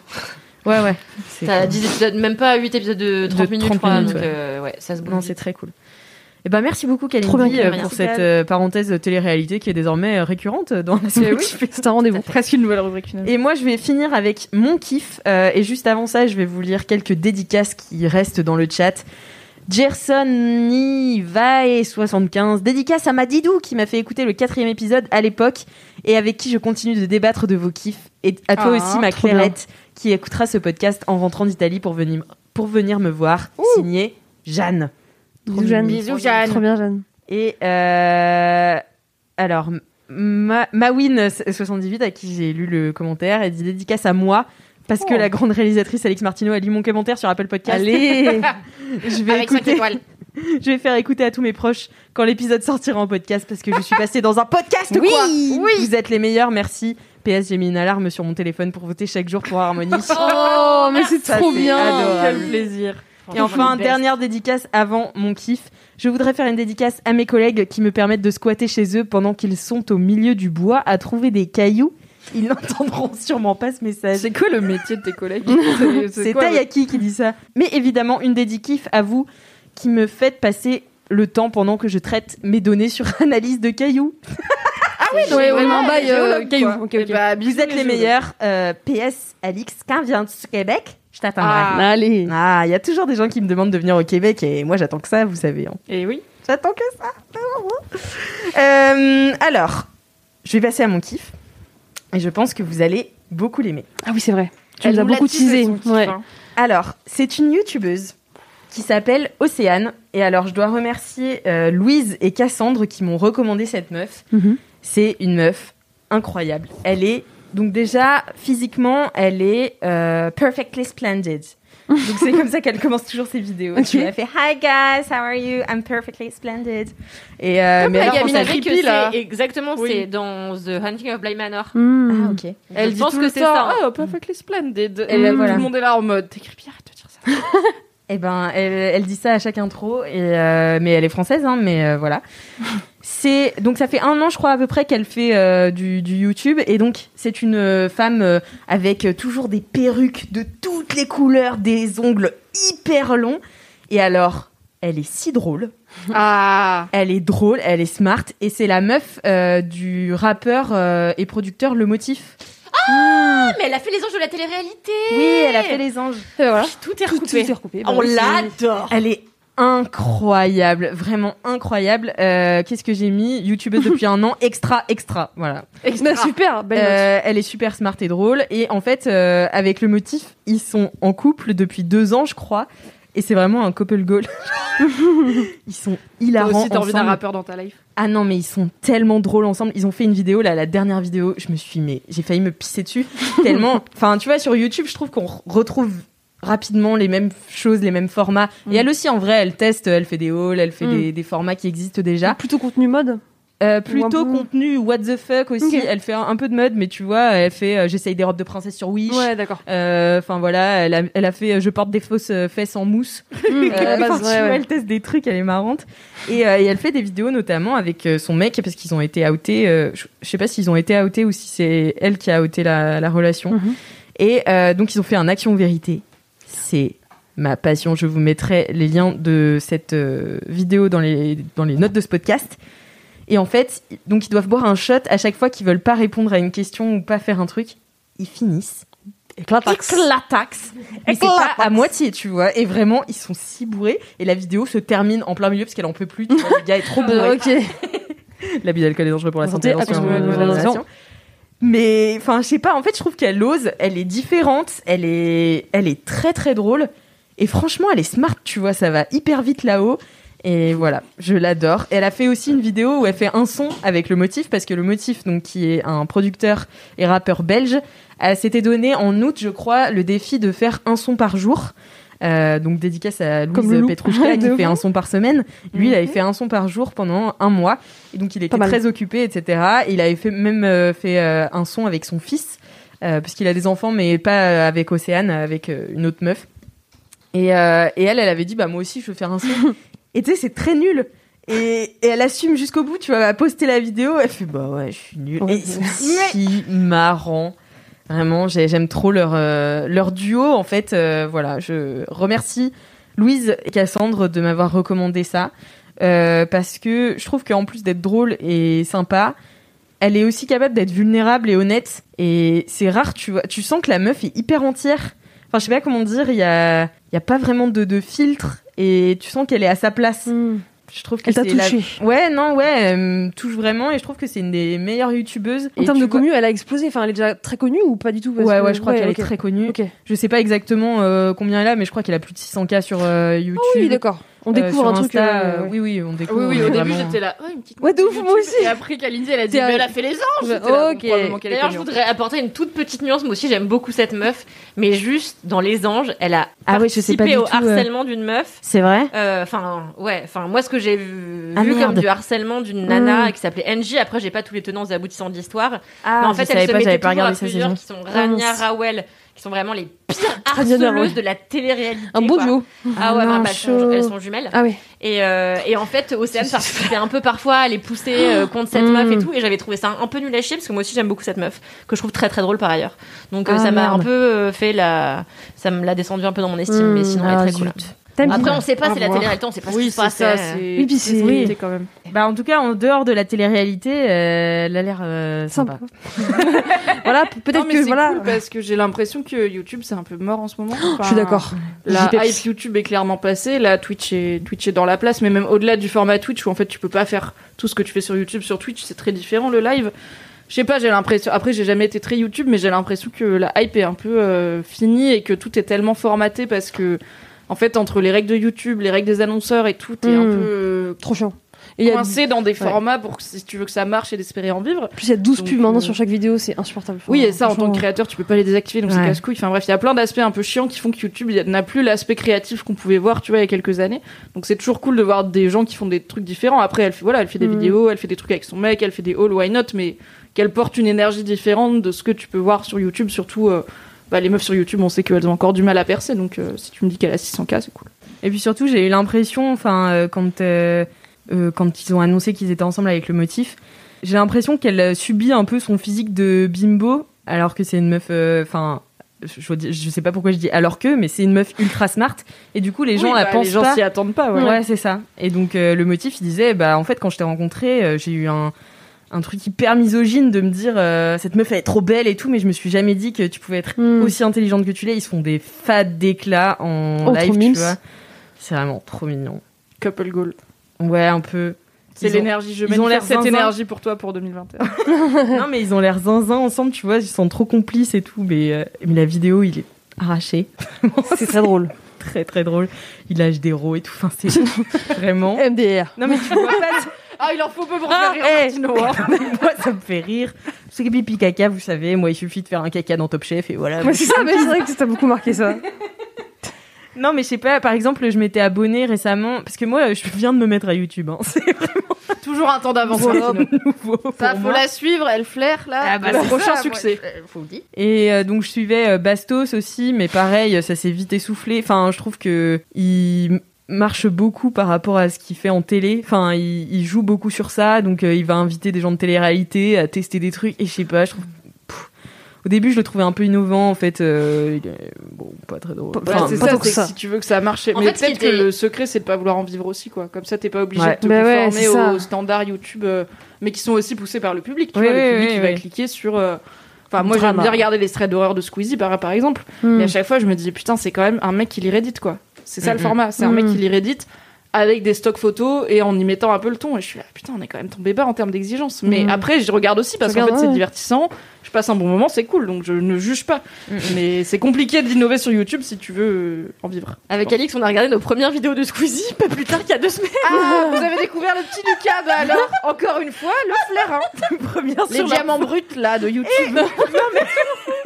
[SPEAKER 3] Ouais, ouais. C'est
[SPEAKER 4] T'as
[SPEAKER 3] cool.
[SPEAKER 4] 10 épisodes, même pas 8 épisodes de 30
[SPEAKER 3] De
[SPEAKER 4] minutes, je
[SPEAKER 3] 30
[SPEAKER 4] crois.
[SPEAKER 3] minutes,
[SPEAKER 4] donc,
[SPEAKER 3] ouais.
[SPEAKER 4] euh, ouais, ça se
[SPEAKER 3] Non,
[SPEAKER 4] bouge.
[SPEAKER 3] c'est très cool. Et ben merci beaucoup Kalindi
[SPEAKER 2] Trop bien,
[SPEAKER 3] euh,
[SPEAKER 4] Kalindi.
[SPEAKER 3] pour cette euh, parenthèse de télé-réalité qui est désormais euh, récurrente dans la
[SPEAKER 5] Eh
[SPEAKER 3] série.
[SPEAKER 5] oui.
[SPEAKER 2] C'est un rendez-vous.
[SPEAKER 5] Presque une nouvelle rubrique finalement.
[SPEAKER 3] Et moi je vais finir avec mon kiff euh, et juste avant ça je vais vous lire quelques dédicaces qui restent dans le chat. Gerson Nivae 75 dédicace à Madidou qui m'a fait écouter le quatrième épisode à l'époque et avec qui je continue de débattre de vos kiffs et à toi
[SPEAKER 5] Ah,
[SPEAKER 3] aussi ma
[SPEAKER 2] trop
[SPEAKER 3] Clairette qui écoutera ce podcast en rentrant d'Italie pour venir pour venir me voir signé Jeanne.
[SPEAKER 2] Bisous Jeanne.
[SPEAKER 4] Bisous, Jeanne.
[SPEAKER 2] Trop bien Jeanne.
[SPEAKER 3] Et euh, alors, Ma- Mawin78, à qui j'ai lu le commentaire, elle dit dédicace à moi. Parce que la grande réalisatrice Alex Martineau a lu mon commentaire sur Apple Podcast. Allez je, vais
[SPEAKER 4] Avec 5
[SPEAKER 3] écouter,
[SPEAKER 4] étoiles.
[SPEAKER 3] je vais faire écouter à tous mes proches quand l'épisode sortira en podcast parce que je suis passée dans un podcast quoi Vous êtes les meilleurs, merci. PS, j'ai mis une alarme sur mon téléphone pour voter chaque jour pour Harmonie.
[SPEAKER 2] Oh mais c'est
[SPEAKER 3] Ça,
[SPEAKER 2] trop
[SPEAKER 3] c'est
[SPEAKER 2] bien.
[SPEAKER 3] adorable. Et enfin, dernière dédicace avant mon kiff. Je voudrais faire une dédicace à mes collègues qui me permettent de squatter chez eux pendant qu'ils sont au milieu du bois à trouver des cailloux. Ils n'entendront sûrement pas ce message.
[SPEAKER 5] C'est quoi le métier de tes collègues
[SPEAKER 3] C'est
[SPEAKER 5] quoi, le-
[SPEAKER 3] Tayaki qui dit ça. Mais évidemment, une dédikiff à vous qui me faites passer le temps pendant que je traite mes données sur analyse de cailloux.
[SPEAKER 5] Ah
[SPEAKER 2] oui,
[SPEAKER 5] donc- Ouais, ouais,
[SPEAKER 2] vraiment
[SPEAKER 5] ouais,
[SPEAKER 2] bail, euh,
[SPEAKER 5] géologue,
[SPEAKER 2] caillou.
[SPEAKER 5] quoi.
[SPEAKER 2] Ok,
[SPEAKER 5] Eh
[SPEAKER 2] ok.
[SPEAKER 5] bah,
[SPEAKER 3] Vous
[SPEAKER 5] bisous,
[SPEAKER 3] êtes
[SPEAKER 5] les
[SPEAKER 3] les
[SPEAKER 5] géologues.
[SPEAKER 3] meilleurs. Euh, PS, Alix, quand viens-tu au Québec Je t'attendrai.
[SPEAKER 2] Allez.
[SPEAKER 3] Ah, il y a toujours des gens qui me demandent de venir au Québec et moi j'attends que ça, vous savez. hein.
[SPEAKER 5] Et oui.
[SPEAKER 3] J'attends que ça. Euh, alors, je vais passer à mon kiff et je pense que vous allez beaucoup l'aimer.
[SPEAKER 2] Ah oui, c'est vrai. Tu
[SPEAKER 5] Elle
[SPEAKER 2] nous as
[SPEAKER 5] nous l'a
[SPEAKER 2] beaucoup
[SPEAKER 5] teasé,
[SPEAKER 2] teasé.
[SPEAKER 5] son kiff,
[SPEAKER 2] Ouais.
[SPEAKER 5] hein.
[SPEAKER 3] Alors, c'est une youtubeuse qui s'appelle Océane. Et alors, je dois remercier euh, Louise et Cassandre qui m'ont recommandé cette meuf.
[SPEAKER 2] Mhm.
[SPEAKER 3] C'est une meuf incroyable. Elle est, donc déjà, physiquement, elle est euh, perfectly splendid. Donc, c'est comme ça qu'elle commence toujours ses vidéos.
[SPEAKER 2] Ok.
[SPEAKER 3] Tu Elle fait Hi guys, how are you? I'm perfectly splendid. Et euh, mais
[SPEAKER 4] la
[SPEAKER 3] alors,
[SPEAKER 4] gamine
[SPEAKER 5] on
[SPEAKER 3] en
[SPEAKER 5] s'en
[SPEAKER 4] avec,
[SPEAKER 5] creepy,
[SPEAKER 3] hein.
[SPEAKER 5] là.
[SPEAKER 4] c'est exactement,
[SPEAKER 5] Oui.
[SPEAKER 4] c'est dans The Hunting of Bly Manor.
[SPEAKER 2] Mmh.
[SPEAKER 3] Ah, ok.
[SPEAKER 5] Elle
[SPEAKER 4] je
[SPEAKER 5] dit
[SPEAKER 4] pense
[SPEAKER 5] tout
[SPEAKER 4] que
[SPEAKER 5] le
[SPEAKER 4] c'est
[SPEAKER 5] temps,
[SPEAKER 4] ça.
[SPEAKER 5] Oh, perfectly splendid.
[SPEAKER 3] Et ben,
[SPEAKER 5] Tout
[SPEAKER 3] voilà.
[SPEAKER 5] le monde est là en mode, t'es creepy, arrête de dire ça.
[SPEAKER 3] Eh ben, elle, elle dit ça à chaque intro, et euh, mais elle est française, hein, mais euh, voilà. C'est donc ça fait un an, je crois à peu près, qu'elle fait euh, du, du YouTube, et donc c'est une euh, femme euh, avec euh, toujours des perruques de toutes les couleurs, des ongles hyper longs, et alors elle est si drôle,
[SPEAKER 5] Ah.
[SPEAKER 3] elle est drôle, elle est smart, et c'est la meuf euh, du rappeur euh, et producteur Le Motif.
[SPEAKER 4] Ah, mais elle a fait les anges de la télé-réalité.
[SPEAKER 3] Oui, elle a fait les anges.
[SPEAKER 4] Tout est recoupé.
[SPEAKER 2] recoupé.
[SPEAKER 4] On l'adore.
[SPEAKER 3] Elle est incroyable, vraiment incroyable. Euh, Qu'est-ce que j'ai mis YouTubeuse depuis un an, extra, extra. Voilà.
[SPEAKER 2] Bah, super, belle note.
[SPEAKER 3] Euh, elle est super smart et drôle. Et en fait, euh, avec le motif, ils sont en couple depuis deux ans, je crois. Et c'est vraiment un couple goal. ils sont
[SPEAKER 5] Toi
[SPEAKER 3] hilarants
[SPEAKER 5] aussi, t'as envie d'un
[SPEAKER 3] ensemble.
[SPEAKER 5] rappeur dans ta life.
[SPEAKER 3] Ah non, mais ils sont tellement drôles ensemble. Ils ont fait une vidéo, là, la dernière vidéo. Je me suis, mais j'ai failli me pisser dessus. tellement. Enfin, tu vois, sur YouTube, je trouve qu'on re- retrouve rapidement les mêmes choses, les mêmes formats. Et elle aussi, en vrai, elle teste, elle fait des hauls, elle fait
[SPEAKER 2] Mm.
[SPEAKER 3] des, des formats qui existent déjà.
[SPEAKER 2] Plutôt contenu mode.
[SPEAKER 3] Euh,
[SPEAKER 2] Ou un
[SPEAKER 3] plutôt
[SPEAKER 2] peu-
[SPEAKER 3] contenu what the fuck aussi.
[SPEAKER 2] Ok.
[SPEAKER 3] Elle fait un, un peu de mode, mais tu vois, elle fait euh, j'essaye des robes de princesse sur Wish.
[SPEAKER 2] Ouais, d'accord.
[SPEAKER 3] Euh, Enfin voilà, elle a, elle a fait euh, je porte des fausses euh, fesses en mousse.
[SPEAKER 2] Mmh, à la
[SPEAKER 3] Euh,
[SPEAKER 2] base,
[SPEAKER 3] enfin, tu
[SPEAKER 2] ouais,
[SPEAKER 3] vois,
[SPEAKER 2] ouais.
[SPEAKER 3] Elle teste des trucs, elle est marrante. Et, euh, et elle fait des vidéos notamment avec euh, son mec parce qu'ils ont été outés. euh, je je sais pas s'ils ont été outés ou si c'est elle qui a outé la, la relation.
[SPEAKER 2] Mhm.
[SPEAKER 3] Et euh, donc ils ont fait un action vérité. C'est ma passion. Je vous mettrai les liens de cette euh, vidéo dans les, dans les notes de ce podcast. Et en fait, donc ils doivent boire un shot à chaque fois qu'ils veulent pas répondre à une question ou pas faire un truc. Ils finissent.
[SPEAKER 2] Éclataxe.
[SPEAKER 3] Éclataxe. Mais c'est pas à moitié, tu vois. Et vraiment, ils sont si bourrés. Et la vidéo se termine en plein milieu parce qu'elle en peut plus. Tu vois, le gars est trop bourré.
[SPEAKER 2] Ok.
[SPEAKER 3] L'abus d'alcool est dangereux pour la santé.
[SPEAKER 2] Santé,
[SPEAKER 3] attention,
[SPEAKER 2] attention,
[SPEAKER 3] euh,
[SPEAKER 2] attention.
[SPEAKER 3] attention. Mais enfin, je sais pas. En fait, je trouve qu'elle ose. Elle est différente. Elle est, elle est très très drôle. Et franchement, elle est smart. Tu vois, ça va hyper vite là-haut. Et voilà, je l'adore. Et Elle a fait aussi une vidéo où elle fait un son avec le motif parce que le motif, donc qui est un producteur et rappeur belge, euh, s'était donné en août, je crois, le défi de faire un son par jour. Euh, donc dédicace à
[SPEAKER 2] Comme
[SPEAKER 3] Louise
[SPEAKER 2] le loup.
[SPEAKER 3] Petrouchka qui
[SPEAKER 2] De
[SPEAKER 3] fait
[SPEAKER 2] ouf. Mhm.
[SPEAKER 3] un son par semaine. Lui, il avait fait un son par jour pendant un mois. Et donc, il était
[SPEAKER 2] mal.
[SPEAKER 3] très occupé, etc. Et il avait fait, même euh, fait euh, un son avec son fils, euh, puisqu'il a des enfants, mais pas euh, avec Océane, avec euh, une autre meuf. Et, euh, et elle, elle avait dit, bah moi aussi, je veux faire un son. et tu sais, c'est très nul. Et, et elle assume jusqu'au bout, tu vois, elle a posté la vidéo, elle fait, bah ouais, je suis nulle. Et ils sont si marrants. Vraiment, j'ai- j'aime trop leur, euh, leur duo. En fait, euh, voilà, je remercie Louise et Cassandre de m'avoir recommandé ça. Euh, parce que je trouve qu'en plus d'être drôle et sympa, elle est aussi capable d'être vulnérable et honnête. Et c'est rare, tu vois. Tu sens que la meuf est hyper entière. Enfin, je sais pas comment dire, il y a, il y a pas vraiment de, de filtre. Et tu sens qu'elle est à sa place.
[SPEAKER 2] Mmh.
[SPEAKER 3] Je trouve que
[SPEAKER 2] Elle t'a
[SPEAKER 3] c'est la-
[SPEAKER 2] touché.
[SPEAKER 3] Ouais, non, ouais, elle me touche vraiment. Et je trouve que c'est une des meilleures youtubeuses.
[SPEAKER 2] En
[SPEAKER 3] Et
[SPEAKER 2] termes
[SPEAKER 3] tu
[SPEAKER 2] de
[SPEAKER 3] vois-
[SPEAKER 2] commu, elle a explosé. Enfin, elle est déjà très connue ou pas du tout parce
[SPEAKER 3] Ouais,
[SPEAKER 2] que-
[SPEAKER 3] ouais, je crois qu'elle
[SPEAKER 2] ok.
[SPEAKER 3] est très connue.
[SPEAKER 2] Ok.
[SPEAKER 3] Je sais pas exactement euh, combien elle a, mais je crois qu'elle a plus de 600K sur euh, YouTube.
[SPEAKER 2] Oh Oui, d'accord. On
[SPEAKER 3] euh,
[SPEAKER 2] découvre
[SPEAKER 3] sur
[SPEAKER 2] un truc.
[SPEAKER 3] Insta,
[SPEAKER 2] euh,
[SPEAKER 3] euh,
[SPEAKER 2] ouais.
[SPEAKER 3] Oui, oui, on découvre.
[SPEAKER 5] Oui, oui,
[SPEAKER 3] euh,
[SPEAKER 5] au début,
[SPEAKER 3] vraiment.
[SPEAKER 5] j'étais là. Oh, une petite
[SPEAKER 2] Ouais, de ouf,
[SPEAKER 5] YouTube.
[SPEAKER 2] moi aussi.
[SPEAKER 5] Et après, Kalindi, elle a dit,
[SPEAKER 2] T'es
[SPEAKER 5] mais
[SPEAKER 2] un-
[SPEAKER 5] elle a fait les anges. J'étais là,
[SPEAKER 2] Ok.
[SPEAKER 5] bon, probablement qu'elle est
[SPEAKER 4] D'ailleurs, je
[SPEAKER 5] connue.
[SPEAKER 4] voudrais apporter une toute petite nuance. Moi aussi, j'aime beaucoup cette meuf, mais juste dans Les Anges, elle a
[SPEAKER 3] Ah oui, je
[SPEAKER 4] participé
[SPEAKER 3] sais pas du
[SPEAKER 4] au
[SPEAKER 3] tout, euh.
[SPEAKER 4] harcèlement d'une meuf.
[SPEAKER 3] C'est vrai
[SPEAKER 4] Euh, Enfin, ouais. Enfin, moi, ce que j'ai vu,
[SPEAKER 3] Ah,
[SPEAKER 4] vu
[SPEAKER 3] merde. Mmh.
[SPEAKER 4] comme du harcèlement d'une nana qui s'appelait Angie. Après, j'ai pas tous les tenants et aboutissants de l'histoire.
[SPEAKER 3] Ah,
[SPEAKER 4] mais en
[SPEAKER 3] je
[SPEAKER 4] fait,
[SPEAKER 3] savais
[SPEAKER 4] elle se
[SPEAKER 3] pas, j'avais
[SPEAKER 4] mettait toujours
[SPEAKER 3] pas
[SPEAKER 4] à
[SPEAKER 3] regardé ça, Ah,
[SPEAKER 4] plusieurs
[SPEAKER 3] saison.
[SPEAKER 4] qui sont Rania
[SPEAKER 2] mince.
[SPEAKER 4] Rawell, qui sont vraiment les pires
[SPEAKER 2] Rania Rawell.
[SPEAKER 4] harceleuses de la télé-réalité.
[SPEAKER 2] Un beau
[SPEAKER 4] quoi.
[SPEAKER 2] duo.
[SPEAKER 4] Ah ouais,
[SPEAKER 2] Non,
[SPEAKER 4] bah, elles,
[SPEAKER 2] chaud.
[SPEAKER 4] sont, elles sont jumelles.
[SPEAKER 2] Ah oui.
[SPEAKER 4] Et, euh, et en fait, Océane participait un peu parfois, elle est poussée euh, contre cette
[SPEAKER 2] Mm.
[SPEAKER 4] meuf et tout. Et j'avais trouvé ça un peu nul à chier parce que moi aussi j'aime beaucoup cette meuf, que je trouve très très drôle par ailleurs. Donc euh,
[SPEAKER 3] Ah,
[SPEAKER 4] ça m'a
[SPEAKER 3] merde.
[SPEAKER 4] un peu euh, fait la. Ça me l'a descendu un peu dans mon estime,
[SPEAKER 2] Mm.
[SPEAKER 4] mais sinon elle
[SPEAKER 3] Ah,
[SPEAKER 4] est très
[SPEAKER 3] zut.
[SPEAKER 4] cool. Après, on sait pas, c'est la
[SPEAKER 2] voir.
[SPEAKER 4] télé-réalité, on sait pas ce qui
[SPEAKER 5] Oui,
[SPEAKER 4] se
[SPEAKER 5] c'est
[SPEAKER 4] passe.
[SPEAKER 5] ça.
[SPEAKER 4] euh,
[SPEAKER 5] c'est-
[SPEAKER 2] Oui, puis c'est-
[SPEAKER 5] réalité, quand même.
[SPEAKER 3] Bah, en tout cas, en dehors de la télé-réalité, euh, elle a l'air euh, sympa.
[SPEAKER 2] voilà, p- peut-être
[SPEAKER 5] Non, mais
[SPEAKER 2] que
[SPEAKER 5] c'est
[SPEAKER 2] voilà.
[SPEAKER 5] cool parce que j'ai l'impression que YouTube c'est un peu mort en ce moment.
[SPEAKER 2] Je suis d'accord.
[SPEAKER 5] La
[SPEAKER 2] J'y pète.
[SPEAKER 5] hype YouTube est clairement passée, la Twitch est, Twitch est dans la place, mais même au-delà du format Twitch où en fait tu peux pas faire tout ce que tu fais sur YouTube sur Twitch, c'est très différent le live. Je sais pas, j'ai l'impression. Après, j'ai jamais été très YouTube, mais j'ai l'impression que la hype est un peu euh, finie et que tout est tellement formaté parce que, en fait, entre les règles de YouTube, les règles des annonceurs et tout, t'es un
[SPEAKER 2] Mm.
[SPEAKER 5] peu euh,
[SPEAKER 2] Trop chiant. Et il y a-
[SPEAKER 5] coincé dans des formats pour que si tu veux que ça marche et d'espérer en vivre.
[SPEAKER 2] plus, il y a 12
[SPEAKER 5] Donc,
[SPEAKER 2] pubs maintenant
[SPEAKER 5] euh,
[SPEAKER 2] sur chaque vidéo, c'est insupportable.
[SPEAKER 5] Oui,
[SPEAKER 2] Enfin,
[SPEAKER 5] et ça, en tant que
[SPEAKER 2] franchement,
[SPEAKER 5] créateur, tu peux pas les désactiver, donc
[SPEAKER 3] Ouais.
[SPEAKER 5] c'est casse-couille. Enfin bref, il y a plein d'aspects un peu chiants qui font que YouTube il y a- n'a plus l'aspect créatif qu'on pouvait voir, tu vois, il y a quelques années. Donc c'est toujours cool de voir des gens qui font des trucs différents. Après, elle fait, voilà, elle fait des
[SPEAKER 2] Mhm.
[SPEAKER 5] vidéos, elle fait des trucs avec son mec, elle fait des hauls, why not, mais qu'elle porte une énergie différente de ce que tu peux voir sur YouTube, surtout. euh, bah, les meufs sur YouTube, on sait qu'elles ont encore du mal à percer, donc euh, si tu me dis qu'elle a 600K, c'est cool.
[SPEAKER 3] Et puis surtout, j'ai eu l'impression, enfin, euh, quand, euh, euh, quand ils ont annoncé qu'ils étaient ensemble avec le motif, j'ai l'impression qu'elle euh, subit un peu son physique de bimbo, alors que c'est une meuf, euh, enfin, je, je dis- je sais pas pourquoi je dis alors que, mais c'est une meuf ultra smart. Et du coup, les gens
[SPEAKER 5] Oui,
[SPEAKER 3] la
[SPEAKER 5] bah,
[SPEAKER 3] pensent
[SPEAKER 5] Les gens
[SPEAKER 3] pas.
[SPEAKER 5] s'y attendent pas, ouais.
[SPEAKER 3] Ouais, c'est ça. Et donc euh, le motif, il disait, bah en fait, quand je t'ai rencontré, euh, j'ai eu un, un truc hyper misogyne de me dire, euh, cette meuf elle est trop belle et tout, mais je me suis jamais dit que tu pouvais être
[SPEAKER 2] Hmm.
[SPEAKER 5] Mm.
[SPEAKER 3] aussi intelligente que tu l'es. Ils se font des fades d'éclat en
[SPEAKER 2] Oh, trop
[SPEAKER 3] live, tu
[SPEAKER 2] mimes.
[SPEAKER 3] vois. C'est vraiment trop mignon.
[SPEAKER 5] Couple goal.
[SPEAKER 3] Ouais, un peu.
[SPEAKER 5] C'est
[SPEAKER 3] Ils ont-
[SPEAKER 5] l'énergie, je
[SPEAKER 3] ils ont l'air
[SPEAKER 5] manifeste cette
[SPEAKER 3] zinzin.
[SPEAKER 5] énergie pour toi pour 2021.
[SPEAKER 3] non, mais ils ont l'air zinzin ensemble, tu vois. Ils sont trop complices et tout, mais euh, mais la vidéo, il est arraché.
[SPEAKER 2] C'est très drôle.
[SPEAKER 3] très très drôle. Il lâche des rots et tout. Enfin, c'est vraiment.
[SPEAKER 2] MDR.
[SPEAKER 3] Non mais tu vois pas.
[SPEAKER 5] ah, il en faut peu pour
[SPEAKER 3] Ah,
[SPEAKER 5] faire rire
[SPEAKER 3] eh.
[SPEAKER 5] Martino, hein.
[SPEAKER 3] moi, ça me fait rire. Parce que pipi caca, vous savez, moi, il suffit de faire un caca dans Top Chef et voilà.
[SPEAKER 2] Ouais, c'est ça, mais c'est vrai que ça t'a beaucoup marqué ça.
[SPEAKER 3] Non, mais je sais pas, par exemple, je m'étais abonnée récemment. Parce que moi, je viens de me mettre à YouTube. hein. C'est
[SPEAKER 5] Toujours un temps d'avance. Martino.
[SPEAKER 3] nouveau. Pour
[SPEAKER 5] Ça, faut
[SPEAKER 3] moi.
[SPEAKER 5] la suivre, elle flaire là.
[SPEAKER 3] Ah bah,
[SPEAKER 5] Le
[SPEAKER 3] c'est
[SPEAKER 5] prochain
[SPEAKER 3] ça,
[SPEAKER 5] succès.
[SPEAKER 3] Et euh, donc, je suivais euh, Bastos aussi, mais pareil, ça s'est vite essoufflé. Enfin, je trouve que il marche beaucoup par rapport à ce qu'il fait en télé. Enfin, il, il joue beaucoup sur ça. Donc, euh, il va inviter des gens de télé-réalité à tester des trucs. Et je sais pas, je trouve. Pff. Au début, je le trouvais un peu innovant, en fait. euh, il est- Bon, pas très drôle.
[SPEAKER 5] Ouais,
[SPEAKER 2] Enfin,
[SPEAKER 5] c'est
[SPEAKER 2] pas
[SPEAKER 5] ça,
[SPEAKER 2] tant que
[SPEAKER 5] c'est
[SPEAKER 2] ça.
[SPEAKER 5] que si tu veux que ça marche.
[SPEAKER 4] En
[SPEAKER 5] mais
[SPEAKER 4] fait, ce qui
[SPEAKER 5] peut-être que
[SPEAKER 4] était-
[SPEAKER 5] le secret, c'est de pas vouloir en vivre aussi, quoi. Comme ça, t'es pas obligé
[SPEAKER 3] Ouais.
[SPEAKER 5] de te
[SPEAKER 2] Bah ouais,
[SPEAKER 5] conformer
[SPEAKER 2] c'est ça.
[SPEAKER 5] aux standards YouTube, euh, mais qui sont aussi poussés par le public. Tu
[SPEAKER 3] Oui,
[SPEAKER 5] vois,
[SPEAKER 3] oui,
[SPEAKER 5] le public
[SPEAKER 3] oui,
[SPEAKER 5] qui va
[SPEAKER 3] oui.
[SPEAKER 5] cliquer sur. euh, Enfin, moi, j'aime
[SPEAKER 2] Drama.
[SPEAKER 5] bien regarder les traits d'horreur de Squeezie, par, par exemple.
[SPEAKER 2] Hmm.
[SPEAKER 5] Mais à chaque fois, je me dis, putain, c'est quand même un mec qui les rédite, quoi. C'est ça le
[SPEAKER 3] Mhm.
[SPEAKER 5] format. C'est un mec
[SPEAKER 2] Mhm.
[SPEAKER 5] qui les rédite avec des stocks photos et en y mettant un peu le ton. Et je suis là, putain, on est quand même tombé bas en termes d'exigence. Mais
[SPEAKER 2] Mhm.
[SPEAKER 5] après, je regarde aussi parce
[SPEAKER 2] Tu
[SPEAKER 5] qu'en fait,
[SPEAKER 2] regardes,
[SPEAKER 5] c'est
[SPEAKER 2] ouais.
[SPEAKER 5] divertissant. Je passe un bon moment, c'est cool. Donc, je ne juge pas. Mais c'est compliqué d'innover sur YouTube si tu veux euh, en vivre.
[SPEAKER 4] Avec Alix, on a regardé nos premières vidéos de Squeezie, pas plus tard qu'il y a deux semaines.
[SPEAKER 5] Ah, vous avez découvert le petit Lucas, bah alors, encore une fois, le flair, hein. Les diamants bruts, là, de YouTube.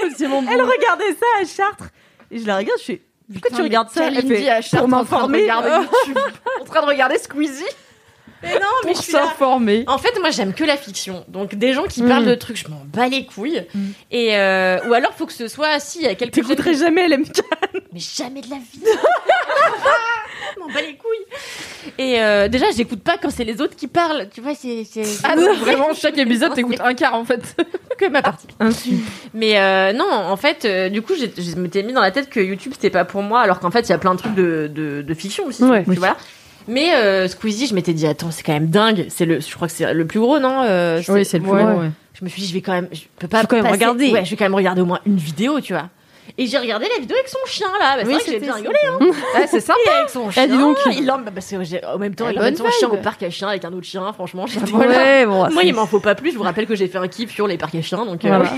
[SPEAKER 3] Elle regardait ça à Chartres. Et je la regarde, je fais. Pourquoi tu regardes ça Elle
[SPEAKER 5] Kalindi
[SPEAKER 3] fait,
[SPEAKER 5] à Chartres
[SPEAKER 3] pour
[SPEAKER 5] en train de
[SPEAKER 3] m'informer.
[SPEAKER 5] regarder YouTube. en train de regarder Squeezie.
[SPEAKER 4] Mais non, mais je
[SPEAKER 5] Pour
[SPEAKER 4] suis là.
[SPEAKER 5] s'informer.
[SPEAKER 4] En fait, moi, j'aime que la fiction. Donc, des gens qui parlent de trucs, je m'en bats les couilles. Et euh, ou alors, faut que ce soit si il y a quelques jeunes-
[SPEAKER 3] T'écouterais jamais LMK.
[SPEAKER 4] mais jamais de la vie. je m'en bats les couilles. Et euh, déjà, j'écoute pas quand c'est les autres qui parlent. Tu vois, c'est c'est-
[SPEAKER 5] Ah non, vraiment, chaque épisode, t'écoutes un quart, en fait.
[SPEAKER 4] que ma partie. Mais euh, non, en fait, euh, du coup, j'ai- je m'étais mis dans la tête que YouTube c'était pas pour moi, alors qu'en fait, il y a plein de trucs de, de, de fiction aussi.
[SPEAKER 2] Ouais.
[SPEAKER 4] tu vois. Mais euh, Squeezie, je m'étais dit, attends, c'est quand même dingue. C'est le, je crois que c'est le plus gros, non euh, c'est- Ouais. Je me suis dit, je vais quand même, je peux pas
[SPEAKER 3] Faut quand même
[SPEAKER 4] passer-
[SPEAKER 3] regarder.
[SPEAKER 4] Ouais, je vais quand même regarder au moins une vidéo, tu vois. Et j'ai regardé la vidéo avec son chien là. Bah, c'est
[SPEAKER 3] Oui,
[SPEAKER 4] vrai que j'ai
[SPEAKER 3] c'était
[SPEAKER 4] bien
[SPEAKER 3] ça.
[SPEAKER 4] rigolé. Hein.
[SPEAKER 5] c'est ça.
[SPEAKER 4] Et avec son chien.
[SPEAKER 2] dis donc,
[SPEAKER 4] il l'emmène- bah, parce que j'ai- en même temps,
[SPEAKER 5] Ah,
[SPEAKER 4] il
[SPEAKER 5] bonne
[SPEAKER 4] emmène son chien au
[SPEAKER 5] vibe.
[SPEAKER 4] parc à chiens avec un autre chien. Franchement, j'étais-
[SPEAKER 2] Ouais, Ah, bon.
[SPEAKER 4] moi, il m'en faut pas plus. Je vous rappelle que j'ai fait un kiff sur les parcs à chiens, donc euh,
[SPEAKER 2] Voilà.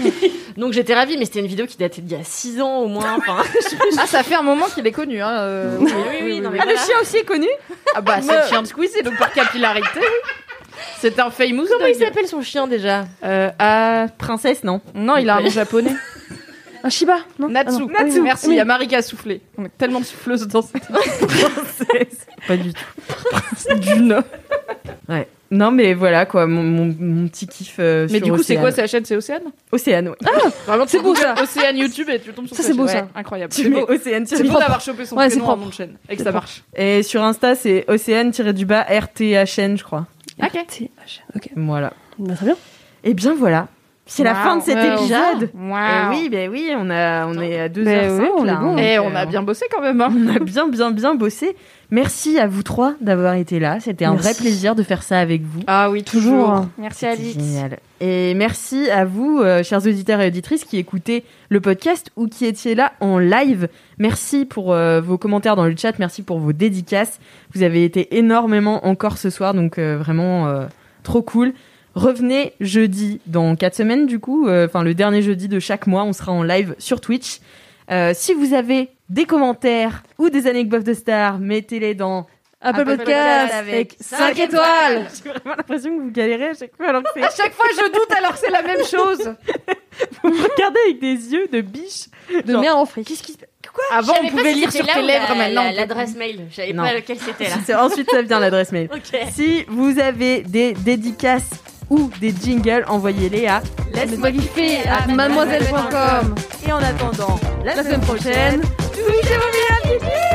[SPEAKER 4] donc j'étais ravie. Mais c'était une vidéo qui datait d'il y a 6 ans au moins. Enfin,
[SPEAKER 5] Ah, ça fait un moment qu'il est connu, hein. euh, oui, oui, oui, oui.
[SPEAKER 4] mais voilà.
[SPEAKER 3] aussi est connu
[SPEAKER 5] Ah bah, c'est le chien de Squeezie, donc par capillarité, oui. C'est un famous
[SPEAKER 4] Comment il
[SPEAKER 5] dog.
[SPEAKER 4] s'appelle son chien déjà
[SPEAKER 5] Euh, ah,
[SPEAKER 3] Princesse, non
[SPEAKER 5] Non, il a un nom japonais.
[SPEAKER 2] Un Shiba non Ah
[SPEAKER 5] Ah, Natsu.
[SPEAKER 2] non. Ah oui,
[SPEAKER 5] Merci, il y a Marie qui a soufflé. On est tellement souffleuse dans cette
[SPEAKER 3] Princesse. Pas du tout.
[SPEAKER 5] du Nord.
[SPEAKER 3] Ouais. Non, mais voilà quoi, mon, mon- mon petit kiff. euh,
[SPEAKER 5] Mais
[SPEAKER 3] sur
[SPEAKER 5] du coup, c'est Ah, quoi
[SPEAKER 3] Océane.
[SPEAKER 5] sa chaîne C'est Océane
[SPEAKER 3] Océane, ouais.
[SPEAKER 5] Vraiment,
[SPEAKER 2] C'est beau, ça.
[SPEAKER 5] Océane YouTube et tu tombes sur
[SPEAKER 2] Ça,
[SPEAKER 5] sa
[SPEAKER 2] c'est
[SPEAKER 5] chaîne.
[SPEAKER 2] beau,
[SPEAKER 5] Ouais,
[SPEAKER 2] ça.
[SPEAKER 5] Incroyable.
[SPEAKER 3] Tu
[SPEAKER 5] C'est
[SPEAKER 3] mets
[SPEAKER 5] beau.
[SPEAKER 3] Océane
[SPEAKER 5] C'est beau d'avoir chopé son
[SPEAKER 2] Ouais, c'est
[SPEAKER 5] prénom à
[SPEAKER 2] propre.
[SPEAKER 5] nom de chaîne et que
[SPEAKER 2] C'est
[SPEAKER 5] ça
[SPEAKER 2] propre.
[SPEAKER 5] marche.
[SPEAKER 3] Et sur Insta, c'est Océane-du-bas RTHN, je crois.
[SPEAKER 2] Ok. Ok.
[SPEAKER 3] Voilà.
[SPEAKER 2] Ah, Bah, très bien.
[SPEAKER 3] Et bien voilà. C'est la fin de cet
[SPEAKER 5] Wow.
[SPEAKER 3] épisode. Eh
[SPEAKER 5] Waouh.
[SPEAKER 3] oui, ben oui, on a, on est à 2h05
[SPEAKER 2] Mais oui, on est
[SPEAKER 3] là.
[SPEAKER 2] bon.
[SPEAKER 3] hein.
[SPEAKER 5] Et
[SPEAKER 3] Donc,
[SPEAKER 5] on
[SPEAKER 3] euh,
[SPEAKER 5] a bien bossé quand même. hein.
[SPEAKER 3] on a bien, bien, bien bossé. Merci à vous trois d'avoir été là. C'était un vrai plaisir de faire ça avec vous.
[SPEAKER 5] Ah oui,
[SPEAKER 2] Toujours.
[SPEAKER 5] Merci
[SPEAKER 3] C'était génial. Et merci à vous, euh, chers auditeurs et auditrices, qui écoutez le podcast ou qui étiez là en live. Merci pour euh, vos commentaires dans le chat, merci pour vos dédicaces. Vous avez été énormément encore ce soir, donc euh, vraiment euh, trop cool. Revenez jeudi dans quatre semaines, du coup, euh, enfin le dernier jeudi de chaque mois, on sera en live sur Twitch. Euh, si vous avez des commentaires ou des anecdotes de stars, mettez-les dans
[SPEAKER 2] Apple Podcast avec 5 étoiles.
[SPEAKER 3] J'ai vraiment l'impression que vous galérez à chaque fois alors que c'est
[SPEAKER 5] À chaque fois, je doute alors que c'est la même chose.
[SPEAKER 3] Vous me regardez avec des yeux de biche.
[SPEAKER 2] De merde en fric.
[SPEAKER 3] Qu'est-ce qui
[SPEAKER 5] Avant, on pouvait lire sur tes lèvres, maintenant. on peut-
[SPEAKER 4] L'adresse mail, je savais
[SPEAKER 3] Non.
[SPEAKER 4] pas lequel c'était là.
[SPEAKER 3] se passe Ensuite, ça vient l'adresse mail.
[SPEAKER 4] Ok.
[SPEAKER 3] Si vous avez des dédicaces ou des jingles, envoyez-les à
[SPEAKER 2] Laisse-moi kiffer à mademoiselle.com.
[SPEAKER 3] Et en attendant, la,
[SPEAKER 2] La
[SPEAKER 3] semaine
[SPEAKER 2] semaine
[SPEAKER 3] prochaine, touchez vos mireilles.